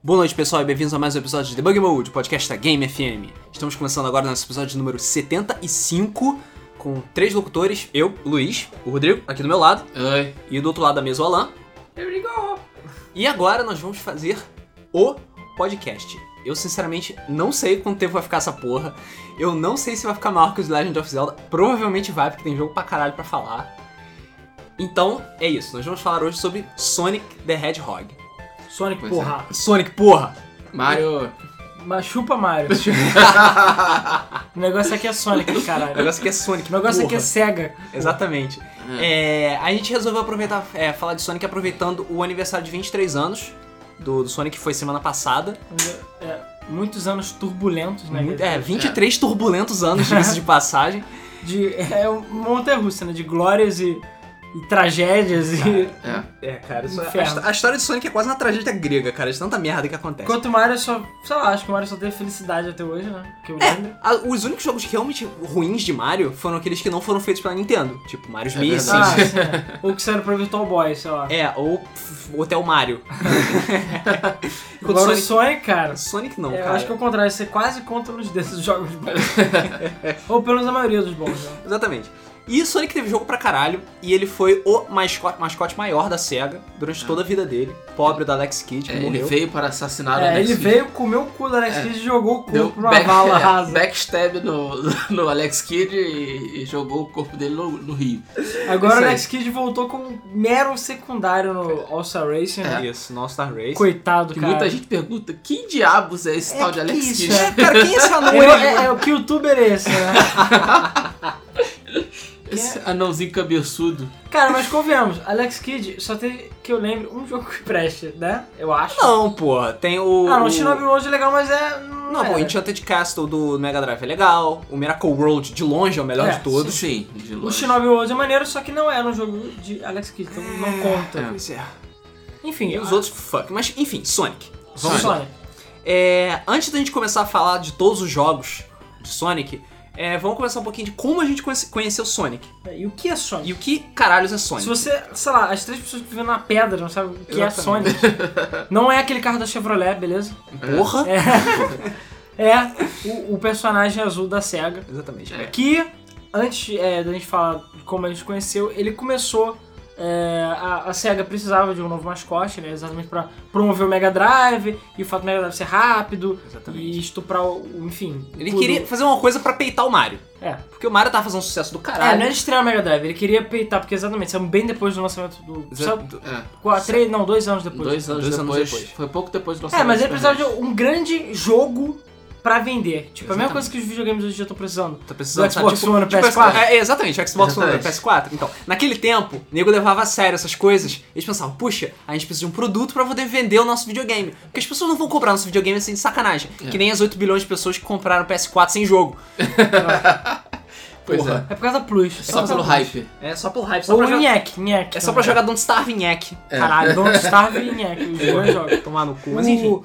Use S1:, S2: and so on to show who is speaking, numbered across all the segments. S1: Boa noite, pessoal, e bem-vindos a mais um episódio de Debug Mode, o podcast da Game FM. Estamos começando agora nosso episódio número 75, com três locutores, eu, o Luiz, o Rodrigo, aqui do meu lado,
S2: Oi.
S1: e do outro lado da mesa o Alan. E agora nós vamos fazer o podcast. Eu sinceramente não sei quanto tempo vai ficar essa porra. Eu não sei se vai ficar maior que os Legend of Zelda. Provavelmente vai, porque tem jogo pra caralho pra falar. Então, é isso. Nós vamos falar hoje sobre Sonic the Hedgehog.
S3: Sonic,
S2: Pois
S3: porra.
S1: Sonic, porra!
S2: Mario.
S1: é.
S3: Mas chupa Mario. o negócio aqui é Sonic,
S1: O
S3: caralho.
S1: negócio aqui é Sonic.
S3: O negócio aqui é
S1: porra.
S3: SEGA.
S1: Exatamente. É, a gente resolveu aproveitar, é, falar de Sonic aproveitando o aniversário de 23 anos do, do Sonic, que foi semana passada.
S3: É, muitos anos turbulentos, né?
S1: Muito- é, 23 turbulentos anos, diga-se de passagem.
S3: De, é uma montanha russa, né? De glórias e, e tragédias e...
S2: É.
S1: É, cara,
S3: isso é-
S1: a, histó- a história de Sonic é quase uma tragédia grega, cara, de tanta merda que acontece.
S3: Enquanto o Mario só... Sei lá, acho que o Mario só teve felicidade até hoje, né? Que eu lembro.
S1: Ah, os únicos jogos realmente ruins de Mario foram aqueles que não foram feitos pela Nintendo, tipo Mario's
S2: É
S1: Misses.
S3: Ah,
S2: verdade.
S3: sim. né? Ou que saiu pra Virtual Boy, sei lá.
S1: É, ou Hotel Mario. Enquanto
S3: Agora
S1: Sonic...
S3: o Sonic, cara...
S1: Sonic não,
S3: eu
S1: cara.
S3: acho que é o contrário, você quase conta nos dedos dos jogos bons. Ou pelo menos a maioria dos bons, né?
S1: Exatamente. E Sonic teve jogo pra caralho, e ele foi o mascote, mascote maior da SEGA durante
S3: É.
S1: toda a vida dele. Pobre da Alex Kidd, que
S2: É,
S1: morreu.
S2: ele veio para assassinar o
S3: É,
S2: Alex
S3: ele
S2: Kidd.
S3: veio, comeu o cu do Alex
S2: É.
S3: Kidd e jogou o cu
S2: Deu
S3: pra uma
S2: back-
S3: vala
S2: é,
S3: rasa.
S2: backstab no, no Alex Kidd e, e jogou o corpo dele no, no rio.
S3: Agora
S2: Isso aí.
S3: o Alex Kidd voltou como mero secundário no All-Star Racing, né?
S1: Isso, no All-Star Race.
S3: Coitado,
S2: Que
S3: cara.
S2: muita gente pergunta, que diabos é esse
S3: É,
S2: tal de
S3: que
S2: Alex
S3: isso,
S2: Kidd?
S1: É, cara, quem é esse anão
S3: É,
S1: aí?
S3: é, é, o que youtuber é esse, né? é
S2: Esse anãozinho cabeçudo.
S3: Cara, mas convenhamos, Alex Kidd só teve, que eu lembro, um jogo que preste, né? Eu acho.
S1: Não, porra, tem o...
S3: Ah, não,
S1: o-
S3: Shinobi World é legal, mas é...
S1: Não,
S3: é.
S1: o Enchanted Castle do Mega Drive é legal, o Miracle World de longe é o melhor
S3: É,
S1: de todos.
S2: Sim, de
S3: O
S2: longe.
S3: Shinobi World é maneiro, só que não era um jogo de Alex Kidd, então não conta.
S1: Pois é.
S3: Enfim,
S1: E os outros, fuck. Mas, enfim, Sonic. Vamos
S3: Sonic.
S1: lá. É, antes da gente começar a falar de todos os jogos de Sonic, é, vamos começar um pouquinho de como a gente conhece- conheceu Sonic.
S3: E o que é Sonic?
S1: E o que caralhos é
S3: Se
S1: Sonic.
S3: você, sei lá, as três pessoas que vivem na pedra não sabem o que
S1: Exatamente.
S3: é Sonic. Não é aquele carro da Chevrolet, beleza?
S1: Porra!
S3: É, é o, o personagem azul da SEGA.
S1: Exatamente.
S2: É.
S3: Que, antes é, da gente falar de como a gente conheceu, ele começou. é, a, a SEGA precisava de um novo mascote, né? Exatamente pra promover o Mega Drive e o fato do Mega Drive ser rápido e
S1: Exatamente.
S3: estuprar o. Enfim.
S1: Ele
S3: tudo.
S1: queria fazer uma coisa pra peitar o Mario.
S3: É.
S1: Porque o Mario tava fazendo um sucesso do
S3: É, não
S1: caralho.
S3: era estrear o Mega Drive, ele queria peitar, porque exatamente, saiu bem depois do lançamento do. Saiu
S1: Exa-
S2: É,
S3: quatro, três, não, dois anos depois.
S2: dois anos,
S1: Dois anos
S2: depois,
S1: depois.
S2: Foi pouco depois do nosso
S3: É, mas ele precisava de um grande jogo pra vender. Tipo, a
S1: Exatamente.
S3: mesma coisa que os videogames hoje em dia estão precisando.
S1: Tá precisando
S3: Do
S1: sabe,
S3: Xbox One,
S1: tipo,
S3: PS4.
S1: É, exatamente, o Xbox One
S2: Exatamente.
S1: One PS4. Então, naquele tempo, o nego levava a sério essas coisas. Eles pensavam, puxa, a gente precisa de um produto pra poder vender o nosso videogame. Porque as pessoas não vão comprar nosso videogame assim de sacanagem.
S2: É.
S1: Que nem as 8 bilhões de pessoas que compraram PS4 sem jogo.
S2: Pois
S1: Porra.
S3: É por causa da Plus.
S2: é. Só
S3: por
S2: pelo
S3: causa da Plus.
S2: hype.
S1: É só pelo hype, só
S3: Ou
S1: pra
S3: o
S1: jogar.
S3: Nhack, Nhack.
S1: É só pra jogar Don't Starve em Hack.
S3: Caralho, Don't Starve e Nhack, os dois jogos.
S1: Tomar no cu, É. mas enfim.
S3: O-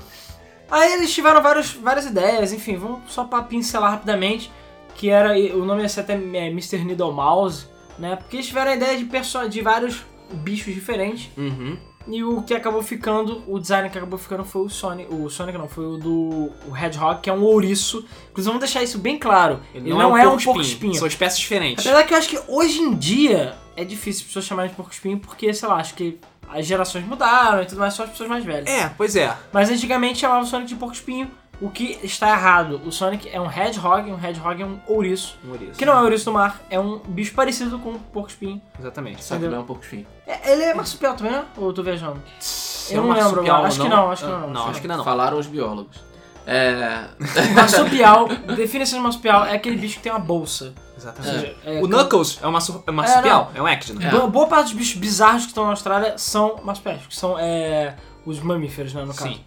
S3: Aí eles tiveram vários, várias ideias, enfim, vamos só pra pincelar rapidamente, que era, e o nome ia ser até é, Mr. Needle Mouse, né? Porque eles tiveram a ideia de, perso- de vários bichos diferentes,
S1: Uhum.
S3: E o que acabou ficando, o design que acabou ficando foi o Sonic. O Sonic não, foi o do o Hedgehog, que é um ouriço. Inclusive, vamos deixar isso bem claro. Ele, não, é um porco espinho.
S1: São espécies diferentes.
S3: Apesar que eu acho que hoje em dia é difícil as pessoas chamarem de porco espinho, porque, sei lá, acho que as gerações mudaram e tudo mais, só as pessoas mais velhas.
S1: É, pois é.
S3: Mas antigamente chamavam o Sonic de porco espinho, o que está errado. O Sonic é um Hedgehog, e um Hedgehog é um ouriço.
S1: Maurício.
S3: Que não é um ouriço do mar, é um bicho parecido com um porco espinho.
S1: Exatamente.
S2: Só que não é um pouco fim.
S3: É- ele é marsupial também, né? Ou eu tô viajando?
S1: Se
S3: Eu não
S1: é um
S3: lembro,
S1: marsupial
S3: acho
S1: ou
S3: que não, acho que não.
S1: Não, acho que não.
S2: Falaram os biólogos. É.
S3: Marsupial, definição de marsupial é aquele bicho que tem uma bolsa. Ou
S1: Exatamente.
S3: seja, é-
S1: O Knuckles é um marsu- é um marsupial, é, um Echidna.
S2: É.
S3: Boa, boa parte dos bichos bizarros que estão na Austrália são marsupiais, que são é, os mamíferos, né, no caso.
S1: Sim.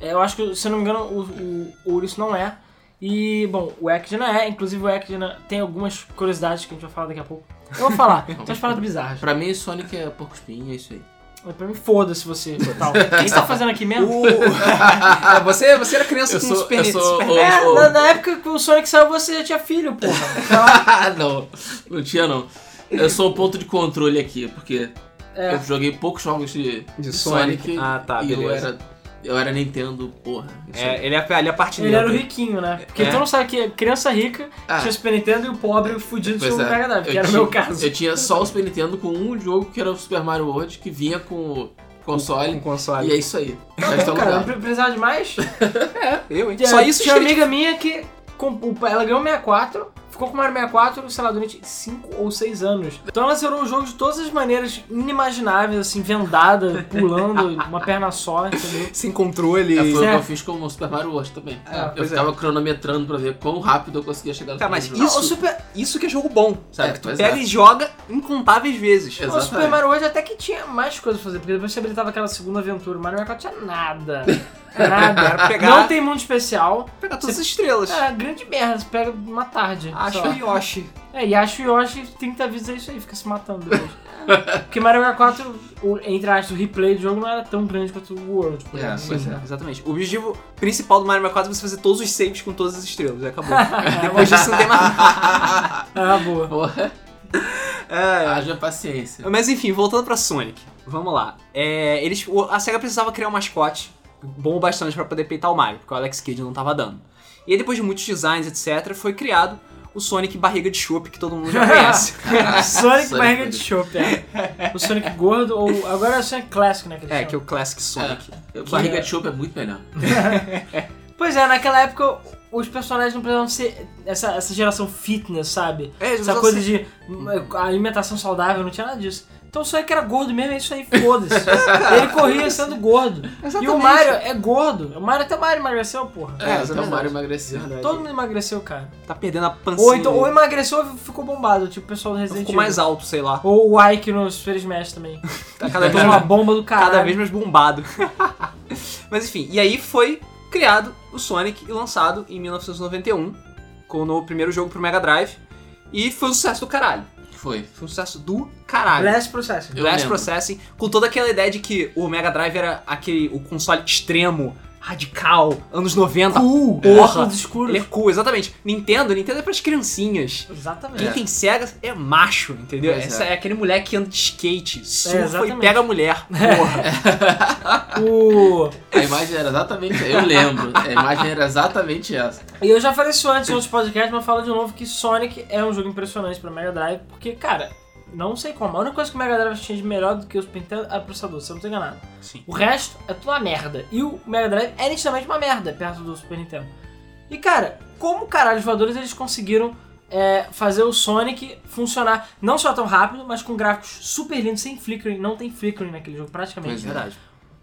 S3: É, eu acho que, se eu não me engano, o, o, o ouriço não é. E, bom, o Echidna é. Inclusive, o Echidna tem algumas curiosidades que a gente vai falar daqui a pouco. Eu vou falar, tem umas paradas bizarras.
S2: Pra mim, Sonic é porco espinho, é isso aí.
S3: Mas Pra mim, foda-se você, tal. O que você tá fazendo aqui mesmo?
S1: O-
S3: Ah,
S1: É, você, você era criança
S2: Eu
S1: com
S2: sou-
S1: Super,
S2: eu
S1: Ni-
S2: sou
S1: Super
S2: o-
S1: Nintendo.
S3: É, na, na época que o Sonic saiu, você já tinha filho, porra.
S2: Ah, não, não tinha não. Eu sou o ponto de controle aqui, porque
S3: É.
S2: eu joguei poucos jogos de,
S1: De
S2: Sonic.
S1: Sonic. Ah, tá,
S2: e eu
S1: beleza.
S2: era Eu era Nintendo, porra. Isso aí.
S1: É, ele é ali a parte
S3: Ele
S1: neutra.
S3: era o riquinho, né? Porque
S2: É.
S3: tu não sabe que criança rica
S2: Ah.
S3: tinha Super Nintendo e o pobre fudido tinha
S2: Pois
S3: o
S2: é,
S3: um Mega Drive, que era o
S2: tinha-
S3: meu caso.
S2: Eu tinha só o Super Nintendo com um jogo que era o Super Mario World, que vinha com o
S1: Um
S2: console.
S1: console.
S2: E é isso aí. Já
S3: Tá
S2: está
S3: bom, cara, não
S2: alugado.
S3: pre- precisava de mais.
S1: É, eu, hein?
S3: Tinha-
S1: Só isso
S3: Tinha uma
S1: Street
S3: amiga minha que compu- ela ganhou um 64, ficou com o Mario 64, sei lá, durante 5 ou 6 anos. Então ela zerou o jogo de todas as maneiras inimagináveis, assim, vendada, pulando, uma perna só, entendeu?
S1: sem controle.
S2: É, foi o que
S3: Certo.
S2: eu fiz com o Super Mario World também.
S1: Ah,
S2: eu
S1: pois é.
S2: ficava cronometrando pra ver quão rápido eu conseguia chegar no
S1: Cara, mas
S2: final do
S3: Não,
S2: jogo.
S1: Isso.
S3: o Super,
S1: Isso que é jogo bom, sabe?
S2: Tá, É,
S1: que tu
S2: pois
S1: pega
S2: é.
S1: e joga incontáveis vezes.
S2: Exato.
S3: o
S2: Exatamente.
S3: Super Mario World até que tinha mais coisa pra fazer, porque depois você habilitava aquela segunda aventura. O Mario 64 tinha nada. Nada.
S1: Era pegar-
S3: Não tem mundo especial.
S1: Pega todas as estrelas.
S3: É, grande merda, você pega uma tarde.
S1: Acho
S3: só.
S1: o Yoshi.
S3: É, e acho o Yoshi 30 vezes é isso aí, fica se matando depois. Porque Mario 64, o- entre aspas, o replay do jogo não era tão grande quanto o World, por
S2: É,
S3: exemplo.
S2: pois é.
S1: Exatamente. O objetivo principal do Mario Maker 4 é você fazer todos os saves com todas as estrelas. E acabou.
S3: É,
S1: Depois disso não tem mais nada.
S3: Ah, boa.
S2: Porra,
S1: É.
S2: haja paciência.
S1: Mas enfim, voltando pra Sonic. Vamos lá. É, eles, o- a SEGA precisava criar um mascote bom o bastante pra poder peitar o Mario, porque o Alex Kidd não tava dando. E aí, depois de muitos designs, etc., foi criado o Sonic barriga de chope, que todo mundo já conhece.
S3: Sonic
S2: Sonic
S3: barriga
S2: gordo.
S3: de chope, é. O Sonic gordo, ou agora é o Sonic clássico, né? Que eles
S1: é,
S3: chamam.
S1: que é o Classic Sonic.
S2: Barriga de chope é muito melhor.
S3: Pois é, naquela época os personagens não precisavam ser essa, essa geração fitness, sabe?
S1: É,
S3: Essa coisa de hum, alimentação saudável, não tinha nada disso. Então o Sonic era gordo mesmo, é isso aí, foda-se. Ele corria sendo gordo. E o Mario é gordo. O Mario até o Mario emagreceu, porra.
S1: É,
S2: É,
S1: isso é
S2: até o Mario
S1: verdade.
S2: emagreceu.
S3: Todo mundo emagreceu, cara.
S1: Tá perdendo a pancinha.
S3: Ou, então, ou emagreceu ou ficou bombado, tipo o pessoal do
S1: Ela
S3: Resident
S1: ficou
S3: Evil.
S1: é mais alto, sei lá.
S3: Ou o Ike no Super Smash também.
S1: Tá cada
S3: Tomou
S1: vez
S3: uma
S1: mais,
S3: bomba do caralho.
S1: cada vez mais bombado. Mas enfim, e aí foi criado o Sonic e lançado em 1991, como um, o primeiro jogo pro Mega Drive. E foi um sucesso do caralho.
S2: Foi.
S1: Foi um sucesso do caralho.
S3: Last Processing.
S2: Eu
S1: Blast
S2: lembro.
S1: Processing, com toda aquela ideia de que o Mega Drive era aquele o console extremo, radical, anos 90.
S3: Cool.
S1: Porra.
S3: Óculos escuros.
S1: Ele é cool, exatamente. Nintendo, Nintendo é pras criancinhas. Quem
S3: Exatamente.
S2: É.
S1: tem cega é macho, entendeu?
S2: Pois é.
S1: Essa- é. aquele moleque que anda de skate, surfa e
S3: exatamente.
S1: pega a mulher.
S2: É.
S1: Porra.
S3: O...
S2: A imagem era exatamente. Eu lembro. A imagem era exatamente essa.
S3: E eu já falei isso antes em outros podcasts, mas eu falo de novo que Sonic é um jogo impressionante pra Mega Drive, porque, cara, não sei como. A única coisa que o Mega Drive tinha de melhor do que o Super Nintendo era o processador, se eu não tô enganado.
S1: Sim.
S3: O resto é tudo uma merda. E o Mega Drive é nitidamente uma merda perto do Super Nintendo. E, cara, como caralho os voadores eles conseguiram é, fazer o Sonic funcionar não só tão rápido, mas com gráficos super lindos, sem flickering. Não tem flickering naquele jogo, praticamente.
S2: Pois é.
S1: Verdade.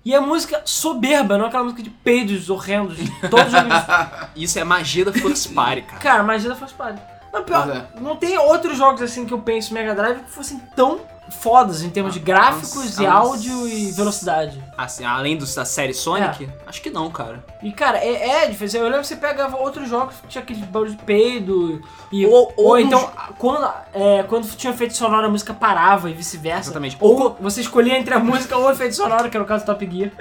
S3: E a música soberba, não aquela música de peidos horrendos. Todo jogo de
S1: Isso é magia da Fox Party, cara.
S3: Cara, Magia da Force Party. Não, pior,
S2: Pois é.
S3: não tem outros jogos assim que eu penso Mega Drive que fossem tão fodas em termos de gráficos
S1: ah,
S3: e
S1: ah,
S3: áudio e velocidade.
S1: Assim, além dos- da série Sonic, acho que não, cara.
S3: E cara, é, é difícil. Eu lembro que você pegava outros jogos que tinha aquele barulho de peido. E, ou,
S1: Ou, ou um
S3: então, quando, é, quando tinha efeito sonoro, a música parava e vice-versa.
S1: Exatamente.
S3: Ou você escolhia entre a música ou o efeito sonoro, que era o caso do Top Gear.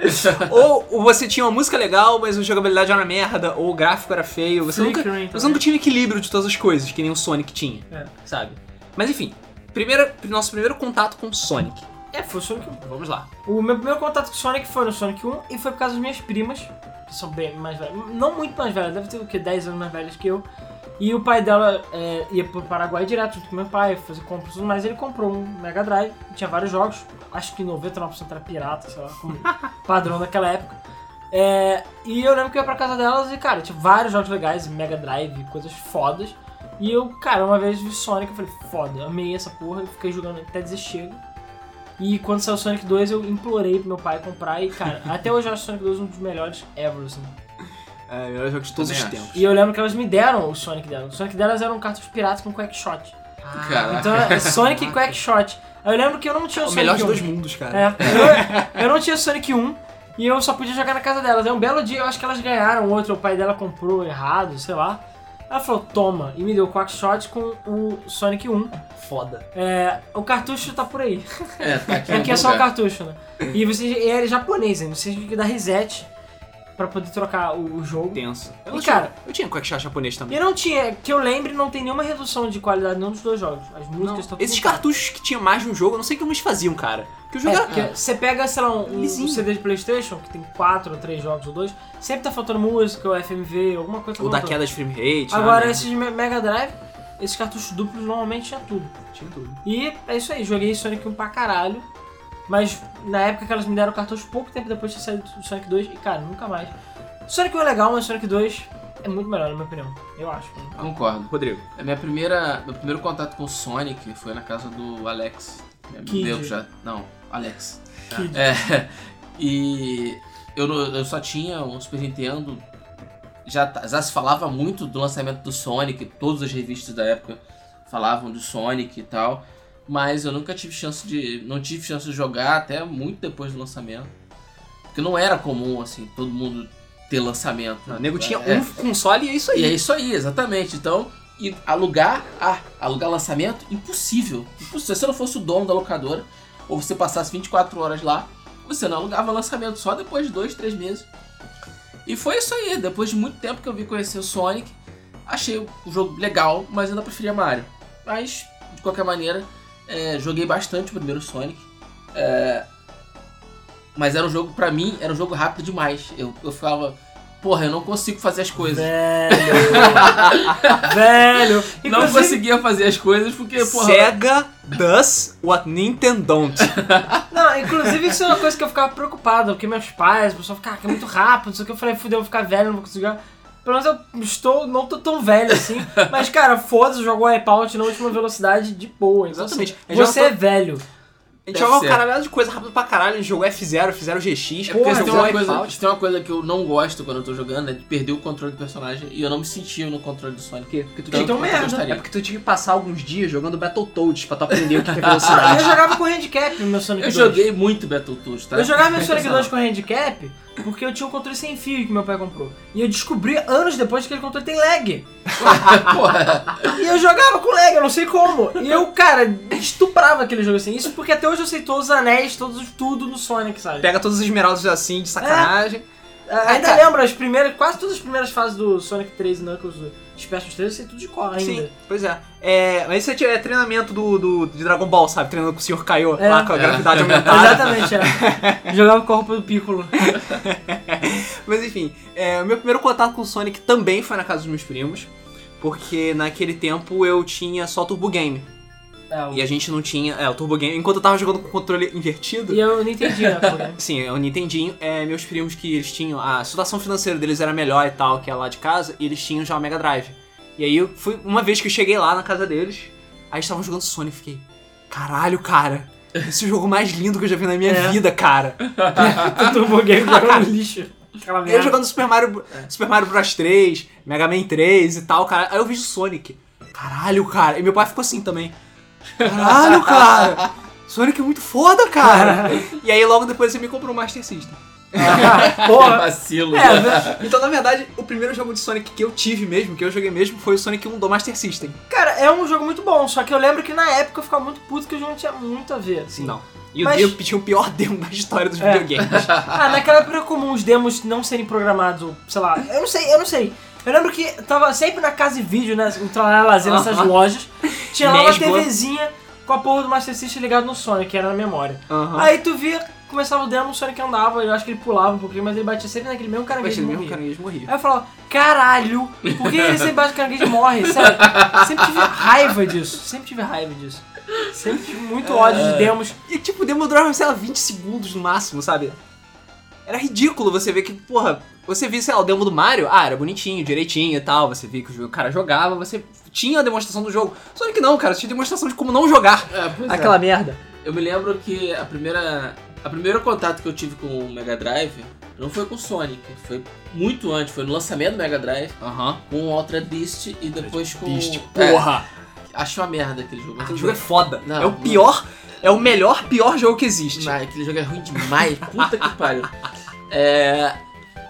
S1: Ou você tinha uma música legal, mas a jogabilidade era uma merda, ou o gráfico era feio. Você nunca,
S3: Flickering
S1: você nunca tinha o equilíbrio de todas as coisas, que nem o Sonic tinha,
S3: É.
S1: sabe? Mas enfim, primeira, nosso primeiro contato com o Sonic.
S3: É, foi o Sonic
S1: Vamos lá.
S3: O meu primeiro contato com Sonic foi no Sonic 1 e foi por causa das minhas primas, que são bem mais velhas. Não muito mais velhas, deve ter o quê? 10 anos mais velhas que eu. E o pai dela é, ia pro Paraguai direto junto com meu pai, fazer compras e tudo mais. Ele comprou um Mega Drive, tinha vários jogos, acho que 99% era pirata, sei lá, como padrão daquela época. É, e eu lembro que eu ia pra casa delas e, cara, tinha vários jogos legais, Mega Drive, coisas fodas. E eu, cara, uma vez vi Sonic, eu falei, foda, amei essa porra, eu fiquei jogando até dizer chega. E quando saiu Sonic 2, eu implorei pro meu pai comprar e, cara, até hoje eu acho Sonic 2 um dos melhores ever, assim.
S1: É, melhor jogo de todos
S2: Também
S1: os
S2: acho.
S1: tempos.
S3: E eu lembro que elas me deram o Sonic delas. O Sonic delas era um cartucho pirata com Quackshot.
S2: Caraca.
S3: Então, é Sonic e Quackshot. Aí Eu lembro que eu não tinha o
S1: É o um?
S3: Sonic
S1: melhor de
S3: 1.
S1: dois mundos, cara.
S3: É, eu, eu não tinha Sonic 1 e eu só podia jogar na casa delas. Aí um belo dia eu acho que elas ganharam outro, o pai dela comprou errado, sei lá. Ela falou, toma, e me deu o Quackshot com o Sonic 1.
S1: Foda.
S3: É, o cartucho tá por aí.
S2: É, tá aqui.
S3: É
S2: em
S3: que é
S2: algum
S3: só o
S2: lugar.
S3: cartucho, né? E você e era japonês, ainda. Você tinha que dar reset pra poder trocar o, o jogo.
S1: Tenso. Eu,
S3: E,
S1: tinha-
S3: cara-
S1: eu tinha Quack Shot japonês também.
S3: E não tinha, que eu lembre, não tem nenhuma redução de qualidade em nenhum dos dois jogos. As músicas
S1: Não,
S3: estão tudo
S1: esses
S3: igual.
S1: cartuchos que tinham mais de um jogo, eu não sei o que eles faziam, cara. Que o jogo
S3: É,
S1: era.
S3: porque você pega, sei lá, um, um
S1: Lisinho.
S3: CD de Playstation, que tem quatro ou três jogos ou dois, sempre tá faltando música, ou FMV, alguma coisa tá
S1: O da
S3: faltando.
S1: queda de frame rate.
S3: Agora,
S1: né?
S3: esses me- Mega Drive, esses cartuchos duplos normalmente tinha tudo.
S1: Tinha tudo.
S3: E é isso aí, joguei Sonic 1 pra caralho. Mas na época que elas me deram o cartucho, pouco tempo depois tinha saído o Sonic 2 e, cara, nunca mais. Sonic 1 é legal, mas Sonic 2 é muito melhor, na minha opinião. Eu acho.
S2: Concordo.
S1: Rodrigo.
S2: A minha primeira, meu primeiro contato com o Sonic foi na casa do Alex. Meu
S3: Kid.
S2: Deus, já. Não, Alex.
S3: Kid.
S2: É, e eu, não- eu só tinha um Super Nintendo. Já, tá- já se falava muito do lançamento do Sonic, todas as revistas da época falavam do Sonic e tal. Mas eu nunca tive chance de. Não tive chance de jogar até muito depois do lançamento. Porque não era comum, assim, todo mundo ter lançamento.
S1: O nego tinha
S2: É.
S1: um console e é isso aí.
S2: E é isso aí, exatamente. Então, e alugar, ah, alugar lançamento, impossível. impossível. Se você não fosse o dono da locadora, ou você passasse 24 horas lá, você não alugava lançamento, só depois de dois, três meses. E foi isso aí, depois de muito tempo que eu vim conhecer o Sonic, achei o jogo legal, mas ainda preferia Mario. Mas, de qualquer maneira, é, joguei bastante o primeiro Sonic. É, mas era um jogo, pra mim, era um jogo rápido demais. Eu, eu ficava, porra, eu não consigo fazer as coisas.
S3: Velho! velho!
S2: não
S3: Inclusive,
S2: conseguia fazer as coisas porque, porra.
S1: Sega does what Nintendo don't.
S3: Não, inclusive isso é uma coisa que eu ficava preocupado, porque meus pais, o pessoal ficava que é muito rápido, não sei o que. Eu falei, fudeu, eu vou ficar velho, não vou conseguir jogar. Pelo menos eu estou, não tô tão velho assim. Mas, cara, foda-se, jogou Wipeout na última velocidade de boa. Então,
S1: Exatamente. é-
S3: assim,
S1: Eu já
S3: você
S1: tô-
S3: é velho.
S1: A gente
S2: Deve
S1: joga uma
S2: ser.
S1: caralhada de coisa rápido pra caralho. A gente jogou F0, fizeram GX,
S2: É porque
S1: porra,
S2: se tem,
S1: jogou
S2: uma coisa,
S1: Wipeout.
S2: se tem uma coisa que eu não gosto quando eu tô jogando é de perder o controle do personagem e eu não me sentia no controle do Sonic.
S1: Porque tu
S2: Tanto
S1: tinha que
S3: Então,
S2: quanto eu
S3: merda.
S1: É
S2: gostaria.
S1: porque tu tinha que passar alguns dias jogando Battletoads pra tu aprender o que que é
S3: Ah, Eu
S1: velocidade.
S3: jogava com handicap no meu Sonic
S2: Eu
S3: 2.
S2: joguei muito Battletoads, tá?
S3: Eu jogava meu Sonic
S2: Sensacional.
S3: 2 com handicap porque eu tinha um controle sem fio que meu pai comprou. E eu descobri anos depois que aquele controle tem lag.
S2: Porra.
S3: E eu jogava com lag, eu não sei como. E eu, cara, estuprava aquele jogo assim. Isso porque até hoje eu sei todos os anéis, todos tudo no Sonic, sabe?
S1: É.
S3: Ah,
S1: Pega todas as esmeraldas assim, de sacanagem.
S3: Ainda
S1: cara.
S3: lembro as primeiras, quase todas as primeiras fases do Sonic 3 e Knuckles, do Special 3, eu sei tudo de cor ainda.
S1: Sim, pois é. é mas isso é, é treinamento do, do- de Dragon Ball, sabe? Treinando com o Sr. Kaiô
S3: É.
S1: lá com a
S2: É.
S1: gravidade aumentada.
S3: Exatamente, é. Jogava com a roupa do Piccolo.
S1: Mas enfim, é, o meu primeiro contato com o Sonic também foi na casa dos meus primos. Porque naquele tempo eu tinha só Turbo Game.
S3: É, o-
S1: E a gente não tinha. É, o Turbo Game. Enquanto eu tava jogando com o controle invertido.
S3: E eu não entendi, né? porque-
S1: Sim, é o Nintendinho. É, meus primos que eles tinham. A situação financeira deles era melhor e tal, que é lá de casa, e eles tinham já o Mega Drive. E aí eu fui. Uma vez que eu cheguei lá na casa deles, aí eles estavam jogando Sonic e fiquei. Caralho, cara! Esse é o jogo mais lindo que eu já vi na minha
S3: É.
S1: vida, cara.
S3: o Turbo Game jogava no lixo. Aquela
S1: Eu
S3: merda.
S1: jogando Super Mario, Super Mario Bros 3, Mega Man 3 e tal, cara. Aí eu vejo Sonic. Caralho, cara. E meu pai ficou assim também. Caralho, cara. Sonic é muito foda, cara. e aí logo depois ele me comprou o Master System.
S2: Porra.
S3: Porra.
S2: Vacilo.
S1: É, né? então na verdade, o primeiro jogo de Sonic que eu tive mesmo, que eu joguei mesmo, foi o Sonic 1 do Master System.
S3: Cara, é um jogo muito bom, só que eu lembro que na época eu ficava muito puto que o jogo não tinha muito a ver. assim.
S1: Não. E
S3: Mas-
S1: o Demo tinha o pior demo da história dos
S3: É.
S1: videogames.
S3: Ah, naquela época era comum os demos não serem programados, ou sei lá, eu não sei, eu não sei. Eu lembro que tava sempre na casa de vídeo, né? em Trabalhar lazer nessas
S1: Aham.
S3: lojas. Tinha lá uma
S1: Mesmo.
S3: TVzinha com a porra do Master System ligado no Sonic, era na memória.
S1: Aham.
S3: Aí tu via, começava o demo, o Sonic andava, eu acho que ele pulava um pouquinho, mas ele batia sempre naquele mesmo
S1: Mas
S3: caranguejo.
S1: ele
S3: e
S1: mesmo
S3: morria.
S1: caranguejo morria.
S3: Aí eu falava, caralho, por que ele sempre bate o caranguejo e morre? Sério, sempre tive raiva disso, sempre tive raiva disso. Sempre tive muito ódio de demos.
S1: E tipo, demorava, sei lá, 20 segundos no máximo, sabe? Era ridículo você ver que, porra, você via, sei lá, o demo do Mario, ah, era bonitinho, direitinho e tal, você via que o jo- o cara jogava, você tinha a demonstração do jogo. Sonic não, cara, você tinha demonstração de como não jogar
S2: É, pois é.
S1: aquela merda.
S2: Eu me lembro que a primeira. A primeiro contato que eu tive com o Mega Drive não foi com o Sonic, foi muito antes, foi no lançamento do Mega Drive,
S1: Aham.
S2: com o Ultra Beast e depois com.
S1: Beast,
S2: É,
S1: porra!
S2: achei uma merda aquele jogo.
S1: Aquele jogo é foda.
S2: Não,
S1: é o
S2: não.
S1: pior, é o melhor, pior jogo que existe.
S2: Mas aquele jogo é ruim demais, puta que pariu. É,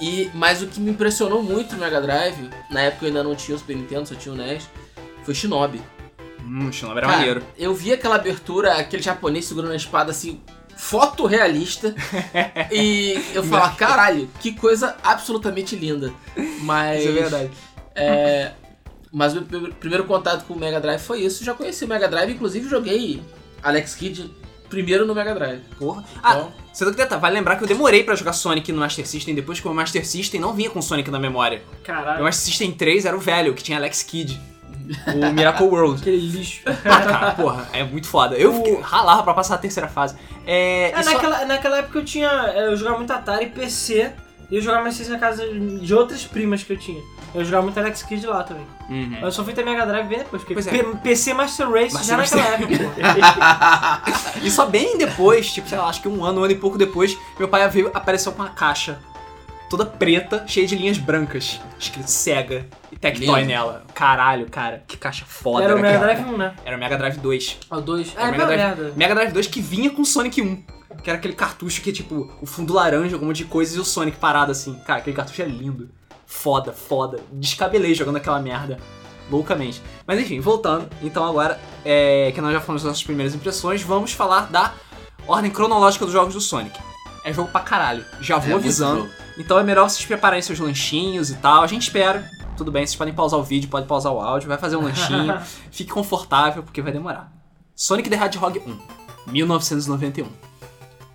S2: e, mas o que me impressionou muito no Mega Drive, na época eu ainda não tinha o Super Nintendo, só tinha o NES, foi Shinobi.
S1: Hum, o Shinobi era
S2: Cara,
S1: maneiro.
S2: Eu vi aquela abertura, aquele japonês segurando a espada assim, fotorrealista, e eu falava, caralho, que coisa absolutamente linda. Mas.
S1: Isso é verdade.
S2: é, mas o meu primeiro contato com o Mega Drive foi isso. Eu já conheci o Mega Drive, inclusive joguei Alex Kidd Primeiro no Mega Drive.
S1: Porra. Ah,
S2: Então,
S1: você tem que tentar. Vale lembrar que eu demorei pra jogar Sonic no Master System depois que o Master System não vinha com Sonic na memória. O
S3: Caralho.
S1: Master System 3 era o velho, que tinha Alex Kidd. O Miracle World.
S3: Aquele lixo.
S1: Ah, cara, porra, é muito foda. Eu
S3: O-
S1: fiquei- ralava pra passar a terceira fase. É,
S3: É,
S1: e só-
S3: naquela, naquela época eu tinha. é, Eu jogava muito Atari e PC. E eu jogava mais na casa de outras primas que eu tinha. Eu jogava muito Alex Kidd lá também.
S1: Uhum.
S3: Mas eu só fui ter Mega Drive bem depois, porque
S1: Pois é.
S3: P- PC Master Race
S1: Master
S3: já naquela época.
S1: E só bem depois, tipo, sei lá, acho que um ano, um ano e pouco depois, meu pai veio, apareceu com uma caixa toda preta, cheia de linhas brancas, escrito SEGA e Tectoy
S2: Lindo.
S1: nela. Caralho, cara, que caixa foda.
S3: Era o Mega
S1: aquela.
S3: Drive 1, né?
S1: Era o Mega Drive 2.
S3: Ah, O 2.
S1: Era
S3: Ah,
S1: o
S3: é
S1: Mega
S3: uma
S1: Drive-
S3: merda.
S1: Mega Drive 2 que vinha com Sonic 1. Que era aquele cartucho que é tipo o fundo laranja, algum monte de coisa e o Sonic parado assim. Cara, aquele cartucho é lindo. Foda, foda. Descabelei jogando aquela merda. Loucamente. Mas enfim, voltando. Então agora é, que nós já falamos das nossas primeiras impressões, vamos falar da ordem cronológica dos jogos do Sonic. É jogo pra caralho. Já
S2: é
S1: vou
S2: muito
S1: avisando.
S2: jogo.
S1: Então é melhor vocês prepararem seus lanchinhos e tal. A gente espera. Tudo bem, vocês podem pausar o vídeo, podem pausar o áudio, vai fazer um lanchinho. Fique confortável, porque vai demorar. Sonic the Hedgehog 1, 1991.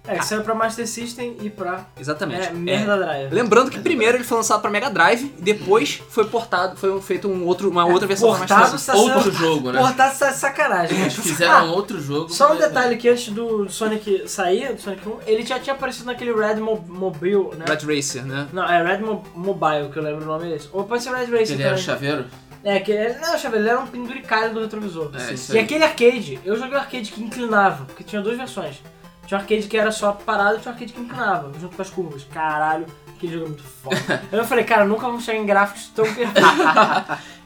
S3: É, que saiu pra Master System e pra.
S1: Exatamente.
S3: É, Merda Drive.
S1: Lembrando que primeiro ele foi lançado pra Mega Drive e depois foi portado, foi feito um outro, uma outra versão pra Master
S3: Portado assim,
S1: System.
S3: está
S2: Outro
S3: sendo.
S2: jogo, né?
S3: Portado tá de sacanagem. Ah,
S2: Eles fizeram outro jogo.
S3: Só um
S2: mas-
S3: detalhe que antes do Sonic sair, do Sonic 1, ele já tinha aparecido naquele Red Mo- Mobile, né?
S1: Red Racer, né?
S3: Não, é Red Mo- Mobile, que eu lembro o nome desse. Ou pode ser Red
S2: Que
S3: Racing
S2: Ele
S3: também.
S2: era o chaveiro?
S3: É, que ele era, não, chave, ele era um penduricalho do retrovisor. assim.
S2: É, isso
S3: e
S2: aí.
S3: aquele arcade, eu joguei o arcade que inclinava, porque tinha duas versões. Tinha um arcade que era só parado e tinha um arcade que inclinava, junto com as curvas. Caralho, aquele jogo é muito foda. Aí eu falei, cara, nunca vamos chegar em gráficos tão perfeitos.